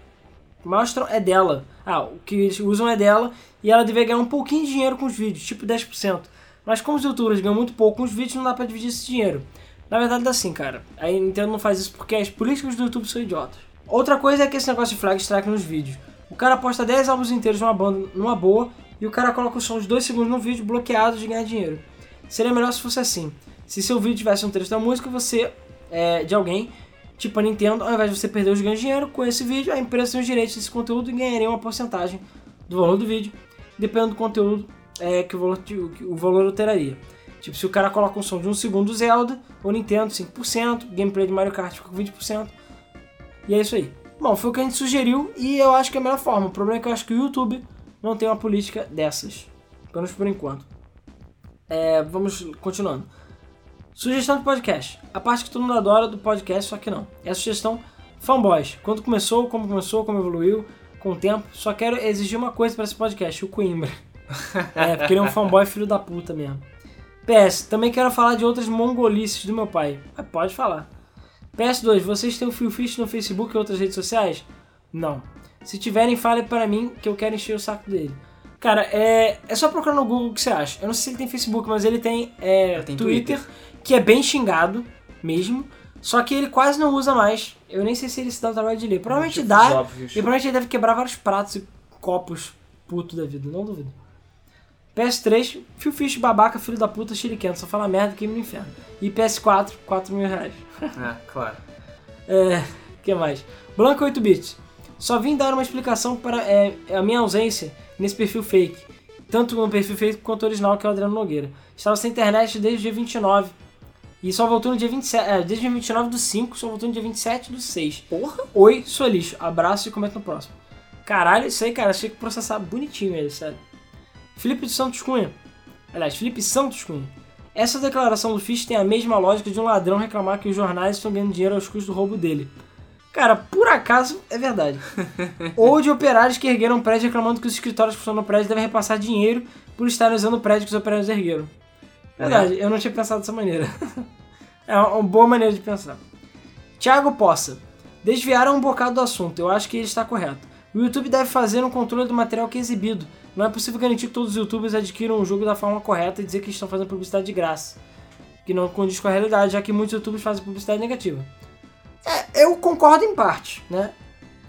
S3: mostram é dela. Ah, o que eles usam é dela e ela deveria ganhar um pouquinho de dinheiro com os vídeos, tipo 10%. Mas como os youtubers ganham muito pouco com os vídeos, não dá pra dividir esse dinheiro. Na verdade, dá sim, cara. A Nintendo não faz isso porque as políticas do YouTube são idiotas. Outra coisa é que esse negócio de flag strike nos vídeos. O cara posta 10 álbuns inteiros numa banda numa boa e o cara coloca o som de 2 segundos no vídeo bloqueado de ganhar dinheiro. Seria melhor se fosse assim. Se seu vídeo tivesse um trecho da música, você é, de alguém, tipo a Nintendo, ao invés de você perder os ganhos de dinheiro com esse vídeo, a empresa tem os direitos desse conteúdo e ganharia uma porcentagem do valor do vídeo, dependendo do conteúdo é, que, o valor, que o valor alteraria. Tipo, se o cara coloca um som de um segundo do Zelda, ou Nintendo 5%, gameplay de Mario Kart fica com 20%, e é isso aí. Bom, foi o que a gente sugeriu e eu acho que é a melhor forma. O problema é que eu acho que o YouTube não tem uma política dessas. Pelo menos por enquanto. É, vamos continuando. Sugestão de podcast. A parte que todo mundo adora do podcast, só que não. É a sugestão fanboys. Quando começou, como começou, como evoluiu, com o tempo. Só quero exigir uma coisa pra esse podcast, o Coimbra. É, porque ele é um fanboy filho da puta mesmo. PS, também quero falar de outras mongolices do meu pai. Mas pode falar. PS2, vocês têm o Fio Fish no Facebook e outras redes sociais? Não. Se tiverem, fale para mim que eu quero encher o saco dele. Cara, é, é só procurar no Google o que você acha. Eu não sei se ele tem Facebook, mas ele tem é,
S1: Ele tem
S3: Twitter,
S1: Twitter.
S3: que é bem xingado mesmo. Só que ele quase não usa mais. Eu nem sei se ele se dá o trabalho de ler.
S1: Tipo,
S3: Provavelmente dá.
S2: Motivos óbvios.
S3: E provavelmente ele deve quebrar vários pratos e copos puto da vida, não duvido. PS3, fio fish, babaca, filho da puta, chiliquento, só fala merda, queima no inferno. E PS4, 4 mil reais.
S1: É, claro.
S3: É, que mais? Blanco 8 bits. Só vim dar uma explicação para é, a minha ausência nesse perfil fake. Tanto no perfil fake quanto original, que é o Adriano Nogueira. Estava sem internet desde o dia 29. E só voltou no dia 27. É, desde o dia 29 do 5, só voltou no dia 27 do 6. Porra! Oi, sou lixo. Abraço e comenta no próximo. Caralho, isso aí, cara. Achei que processar bonitinho ele, sério. Felipe dos Santos Cunha. Aliás, Felipe Santos Cunha. Essa declaração do Fish tem a mesma lógica de um ladrão reclamar que os jornais estão ganhando dinheiro aos custos do roubo dele. Cara, por acaso é verdade. Ou de operários que ergueram um prédio reclamando que os escritórios que estão no prédio devem repassar dinheiro por estarem usando o prédio que os operários ergueram. Verdade, eu não tinha pensado dessa maneira. é uma boa maneira de pensar. Thiago Poça. Desviaram um bocado do assunto, eu acho que ele está correto. O YouTube deve fazer um controle do material que é exibido. Não é possível garantir que todos os youtubers adquiram o jogo da forma correta e dizer que estão fazendo publicidade de graça. Que não condiz com a realidade, já que muitos youtubers fazem publicidade negativa. É, eu concordo em parte, né?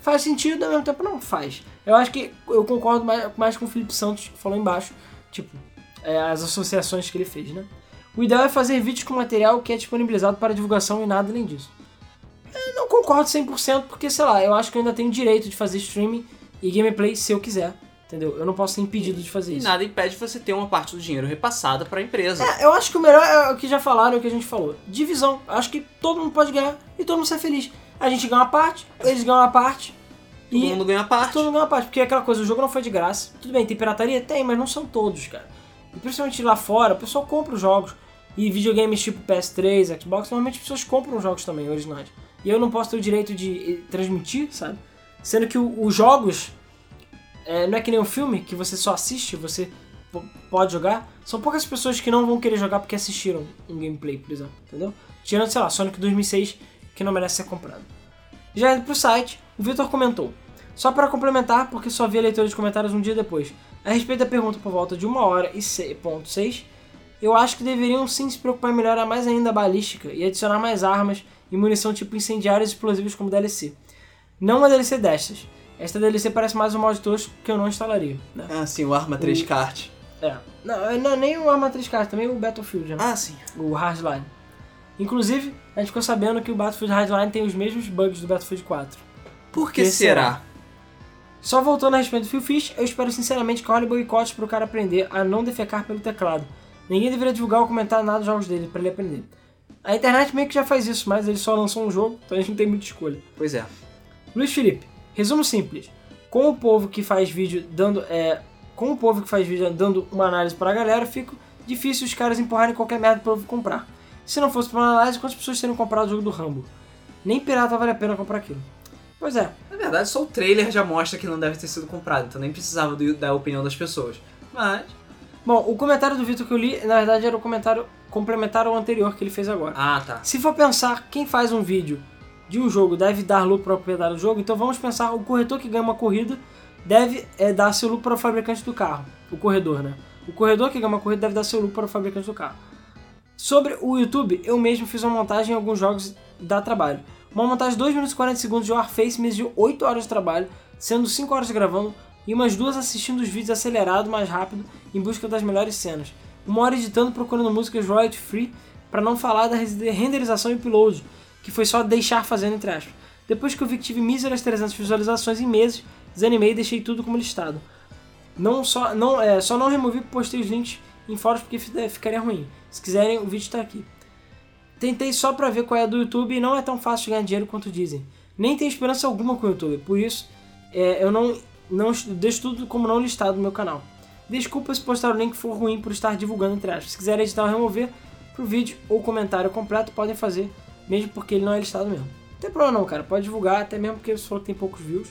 S3: Faz sentido, ao mesmo tempo não faz. Eu acho que eu concordo mais, mais com o Felipe Santos, que falou embaixo, tipo, é, as associações que ele fez, né? O ideal é fazer vídeos com material que é disponibilizado para divulgação e nada além disso não concordo 100%, porque, sei lá, eu acho que eu ainda tenho direito de fazer streaming e gameplay se eu quiser, entendeu? Eu não posso ser impedido de fazer
S1: E
S3: isso.
S1: nada impede você ter uma parte do dinheiro repassada pra empresa.
S3: É, eu acho que o melhor é o que já falaram, é o que a gente falou. Divisão. Eu acho que todo mundo pode ganhar e todo mundo ser feliz. A gente ganha uma parte, eles ganham uma parte.
S1: Todo
S3: e
S1: mundo ganha parte.
S3: Todo mundo ganha uma parte, porque é aquela coisa, o jogo não foi de graça. Tudo bem, tem pirataria? Tem, mas não são todos, cara. E principalmente lá fora, o pessoal compra os jogos. E videogames tipo PS3, Xbox, normalmente as pessoas compram os jogos também, originais. E eu não posso ter o direito de eh, transmitir, sabe? Sendo que o- os jogos, é, não é que nem um filme, que você só assiste, você po- pode jogar. São poucas pessoas que não vão querer jogar porque assistiram um gameplay, por exemplo, entendeu? Tirando, sei lá, Sonic 2006, que não merece ser comprado. Já indo pro site, o Victor comentou. Só para complementar, porque só vi a leitura de comentários um dia depois. A respeito da pergunta por volta de 1 hora e se- ponto 6, eu acho que deveriam sim se preocupar em melhorar mais ainda a balística e adicionar mais armas e munição tipo incendiários e explosivos como DLC. Não uma DLC destas. Esta DLC parece mais um mod tosco que eu não instalaria, né?
S1: Ah, sim, o Arma 3 Kart.
S3: É. Não, não nem o Arma 3 K, também o Battlefield, né?
S1: Ah, sim.
S3: O Hardline. Inclusive, a gente ficou sabendo que o Battlefield Hardline tem os mesmos bugs do Battlefield 4.
S1: Por que
S3: Que
S1: será?
S3: Só voltando a respeito do Phil Fish, eu espero sinceramente que olhe boicotes para o cara aprender a não defecar pelo teclado. Ninguém deveria divulgar ou comentar nada dos jogos dele para ele aprender. A internet meio que já faz isso, mas ele só lançou um jogo, então a gente não tem muita escolha.
S1: Pois é.
S3: Luiz Felipe, resumo simples. Com o povo que faz vídeo dando. É, com o povo que faz vídeo dando uma análise pra galera, fica difícil os caras empurrarem qualquer merda pro povo comprar. Se não fosse pra uma análise, quantas pessoas teriam comprado o jogo do Rambo? Nem pirata vale a pena comprar aquilo. Pois é,
S1: Na verdade, só o trailer já mostra que não deve ter sido comprado, então nem precisava do- da opinião das pessoas. Mas.
S3: Bom, o comentário do Vitor que eu li, na verdade, era o comentário complementar ao anterior que ele fez agora.
S1: Ah, tá.
S3: Se for pensar quem faz um vídeo de um jogo deve dar lucro para o proprietário do jogo, então vamos pensar o corretor que ganha uma corrida deve é, dar seu lucro para o fabricante do carro, o corredor, né? O corredor que ganha uma corrida deve dar seu lucro para o fabricante do carro. Sobre o YouTube, eu mesmo fiz uma montagem em alguns jogos e dá trabalho. Uma montagem de 2 minutos e 40 segundos de Warface me exigiu 8 horas de trabalho, sendo 5 horas gravando e umas duas assistindo os vídeos acelerado, mais rápido, em busca das melhores cenas. Uma hora editando procurando músicas royalty free, para não falar da res- renderização e upload, que foi só deixar fazendo entre aspas. Depois que eu vi que tive míseras 300 visualizações em meses, desanimei e deixei tudo como listado. Não só não, é, só não removi e postei os links em fóruns porque fi- ficaria ruim. Se quiserem, o vídeo tá aqui. Tentei só pra ver qual é a do YouTube e não é tão fácil ganhar dinheiro quanto dizem. Nem tenho esperança alguma com o YouTube, por isso é, eu não, não est- deixo tudo como não listado no meu canal. Desculpa se postar o link for ruim por estar divulgando entre aspas. Se quiser editar ou remover pro vídeo ou comentário completo, podem fazer, mesmo porque ele não é listado mesmo. Não tem problema não, cara. Pode divulgar, até mesmo porque você falou que tem poucos views.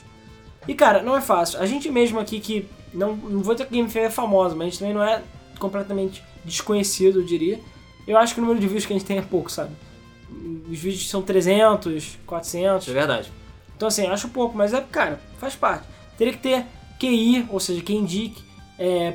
S3: E cara, não é fácil. A gente mesmo aqui que. Não, não vou dizer que Game Fair é famosa, mas a gente também não é completamente desconhecido, eu diria. Eu acho que o número de views que a gente tem é pouco, sabe? Os vídeos são 300, 400.
S1: Isso é verdade.
S3: Então, assim, acho pouco, mas é, cara, faz parte. Teria que ter QI, ou seja, quem indique, é,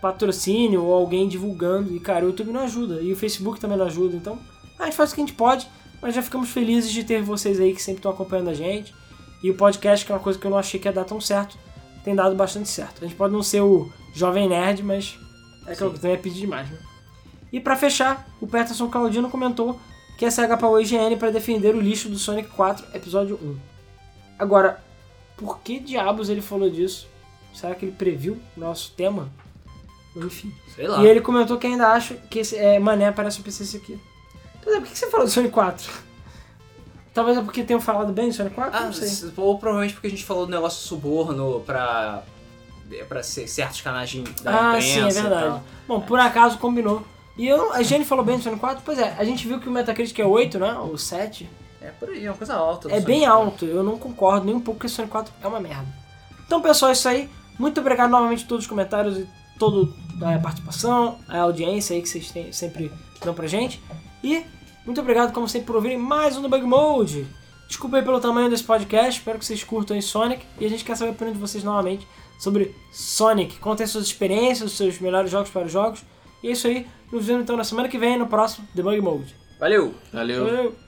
S3: patrocínio ou alguém divulgando. E, cara, o YouTube não ajuda. E o Facebook também não ajuda. Então, a gente faz o que a gente pode, mas já ficamos felizes de ter vocês aí que sempre estão acompanhando a gente. E o podcast, que é uma coisa que eu não achei que ia dar tão certo, tem dado bastante certo. A gente pode não ser o jovem nerd, mas é aquilo que também é pedir demais, né? E pra fechar, o Peterson Claudino comentou que é a SEGA pagou a IGN pra defender o lixo do Sonic 4 Episódio 1. Agora, por que diabos ele falou disso? Será que ele previu o nosso tema? Enfim.
S1: Sei lá.
S3: E ele comentou que ainda acha que esse, é, Mané aparece o PC isso aqui. Pois é, por que você falou do Sonic 4? Talvez é porque tenham falado bem do Sonic 4?
S1: Ah,
S3: não sei.
S1: s- ou provavelmente porque a gente falou do negócio do suborno pra. é, pra ser certos canais de- da
S3: Ah,
S1: imprensa.
S3: sim, é
S1: e
S3: verdade.
S1: tal. É.
S3: Bom, por acaso combinou. E eu, a Jenny falou bem do Sonic 4? Pois é, a gente viu que o Metacritic é 8, né? Ou 7.
S1: É por aí, é uma coisa alta.
S3: É bem alto, eu não concordo nem um pouco que o Sonic 4 é uma merda. Então, pessoal, é isso aí. Muito obrigado novamente a todos os comentários e toda a participação, a audiência aí que vocês têm- sempre dão pra gente. E muito obrigado, como sempre, por ouvirem mais um do Bug Mode. Desculpa aí pelo tamanho desse podcast, espero que vocês curtam aí Sonic. E a gente quer saber a opinião de vocês novamente sobre Sonic. Contem suas experiências, os seus melhores jogos para os jogos. E é isso aí. Nos vemos então na semana que vem, no próximo The Bug Mode.
S1: Valeu!
S2: Valeu.
S3: Valeu!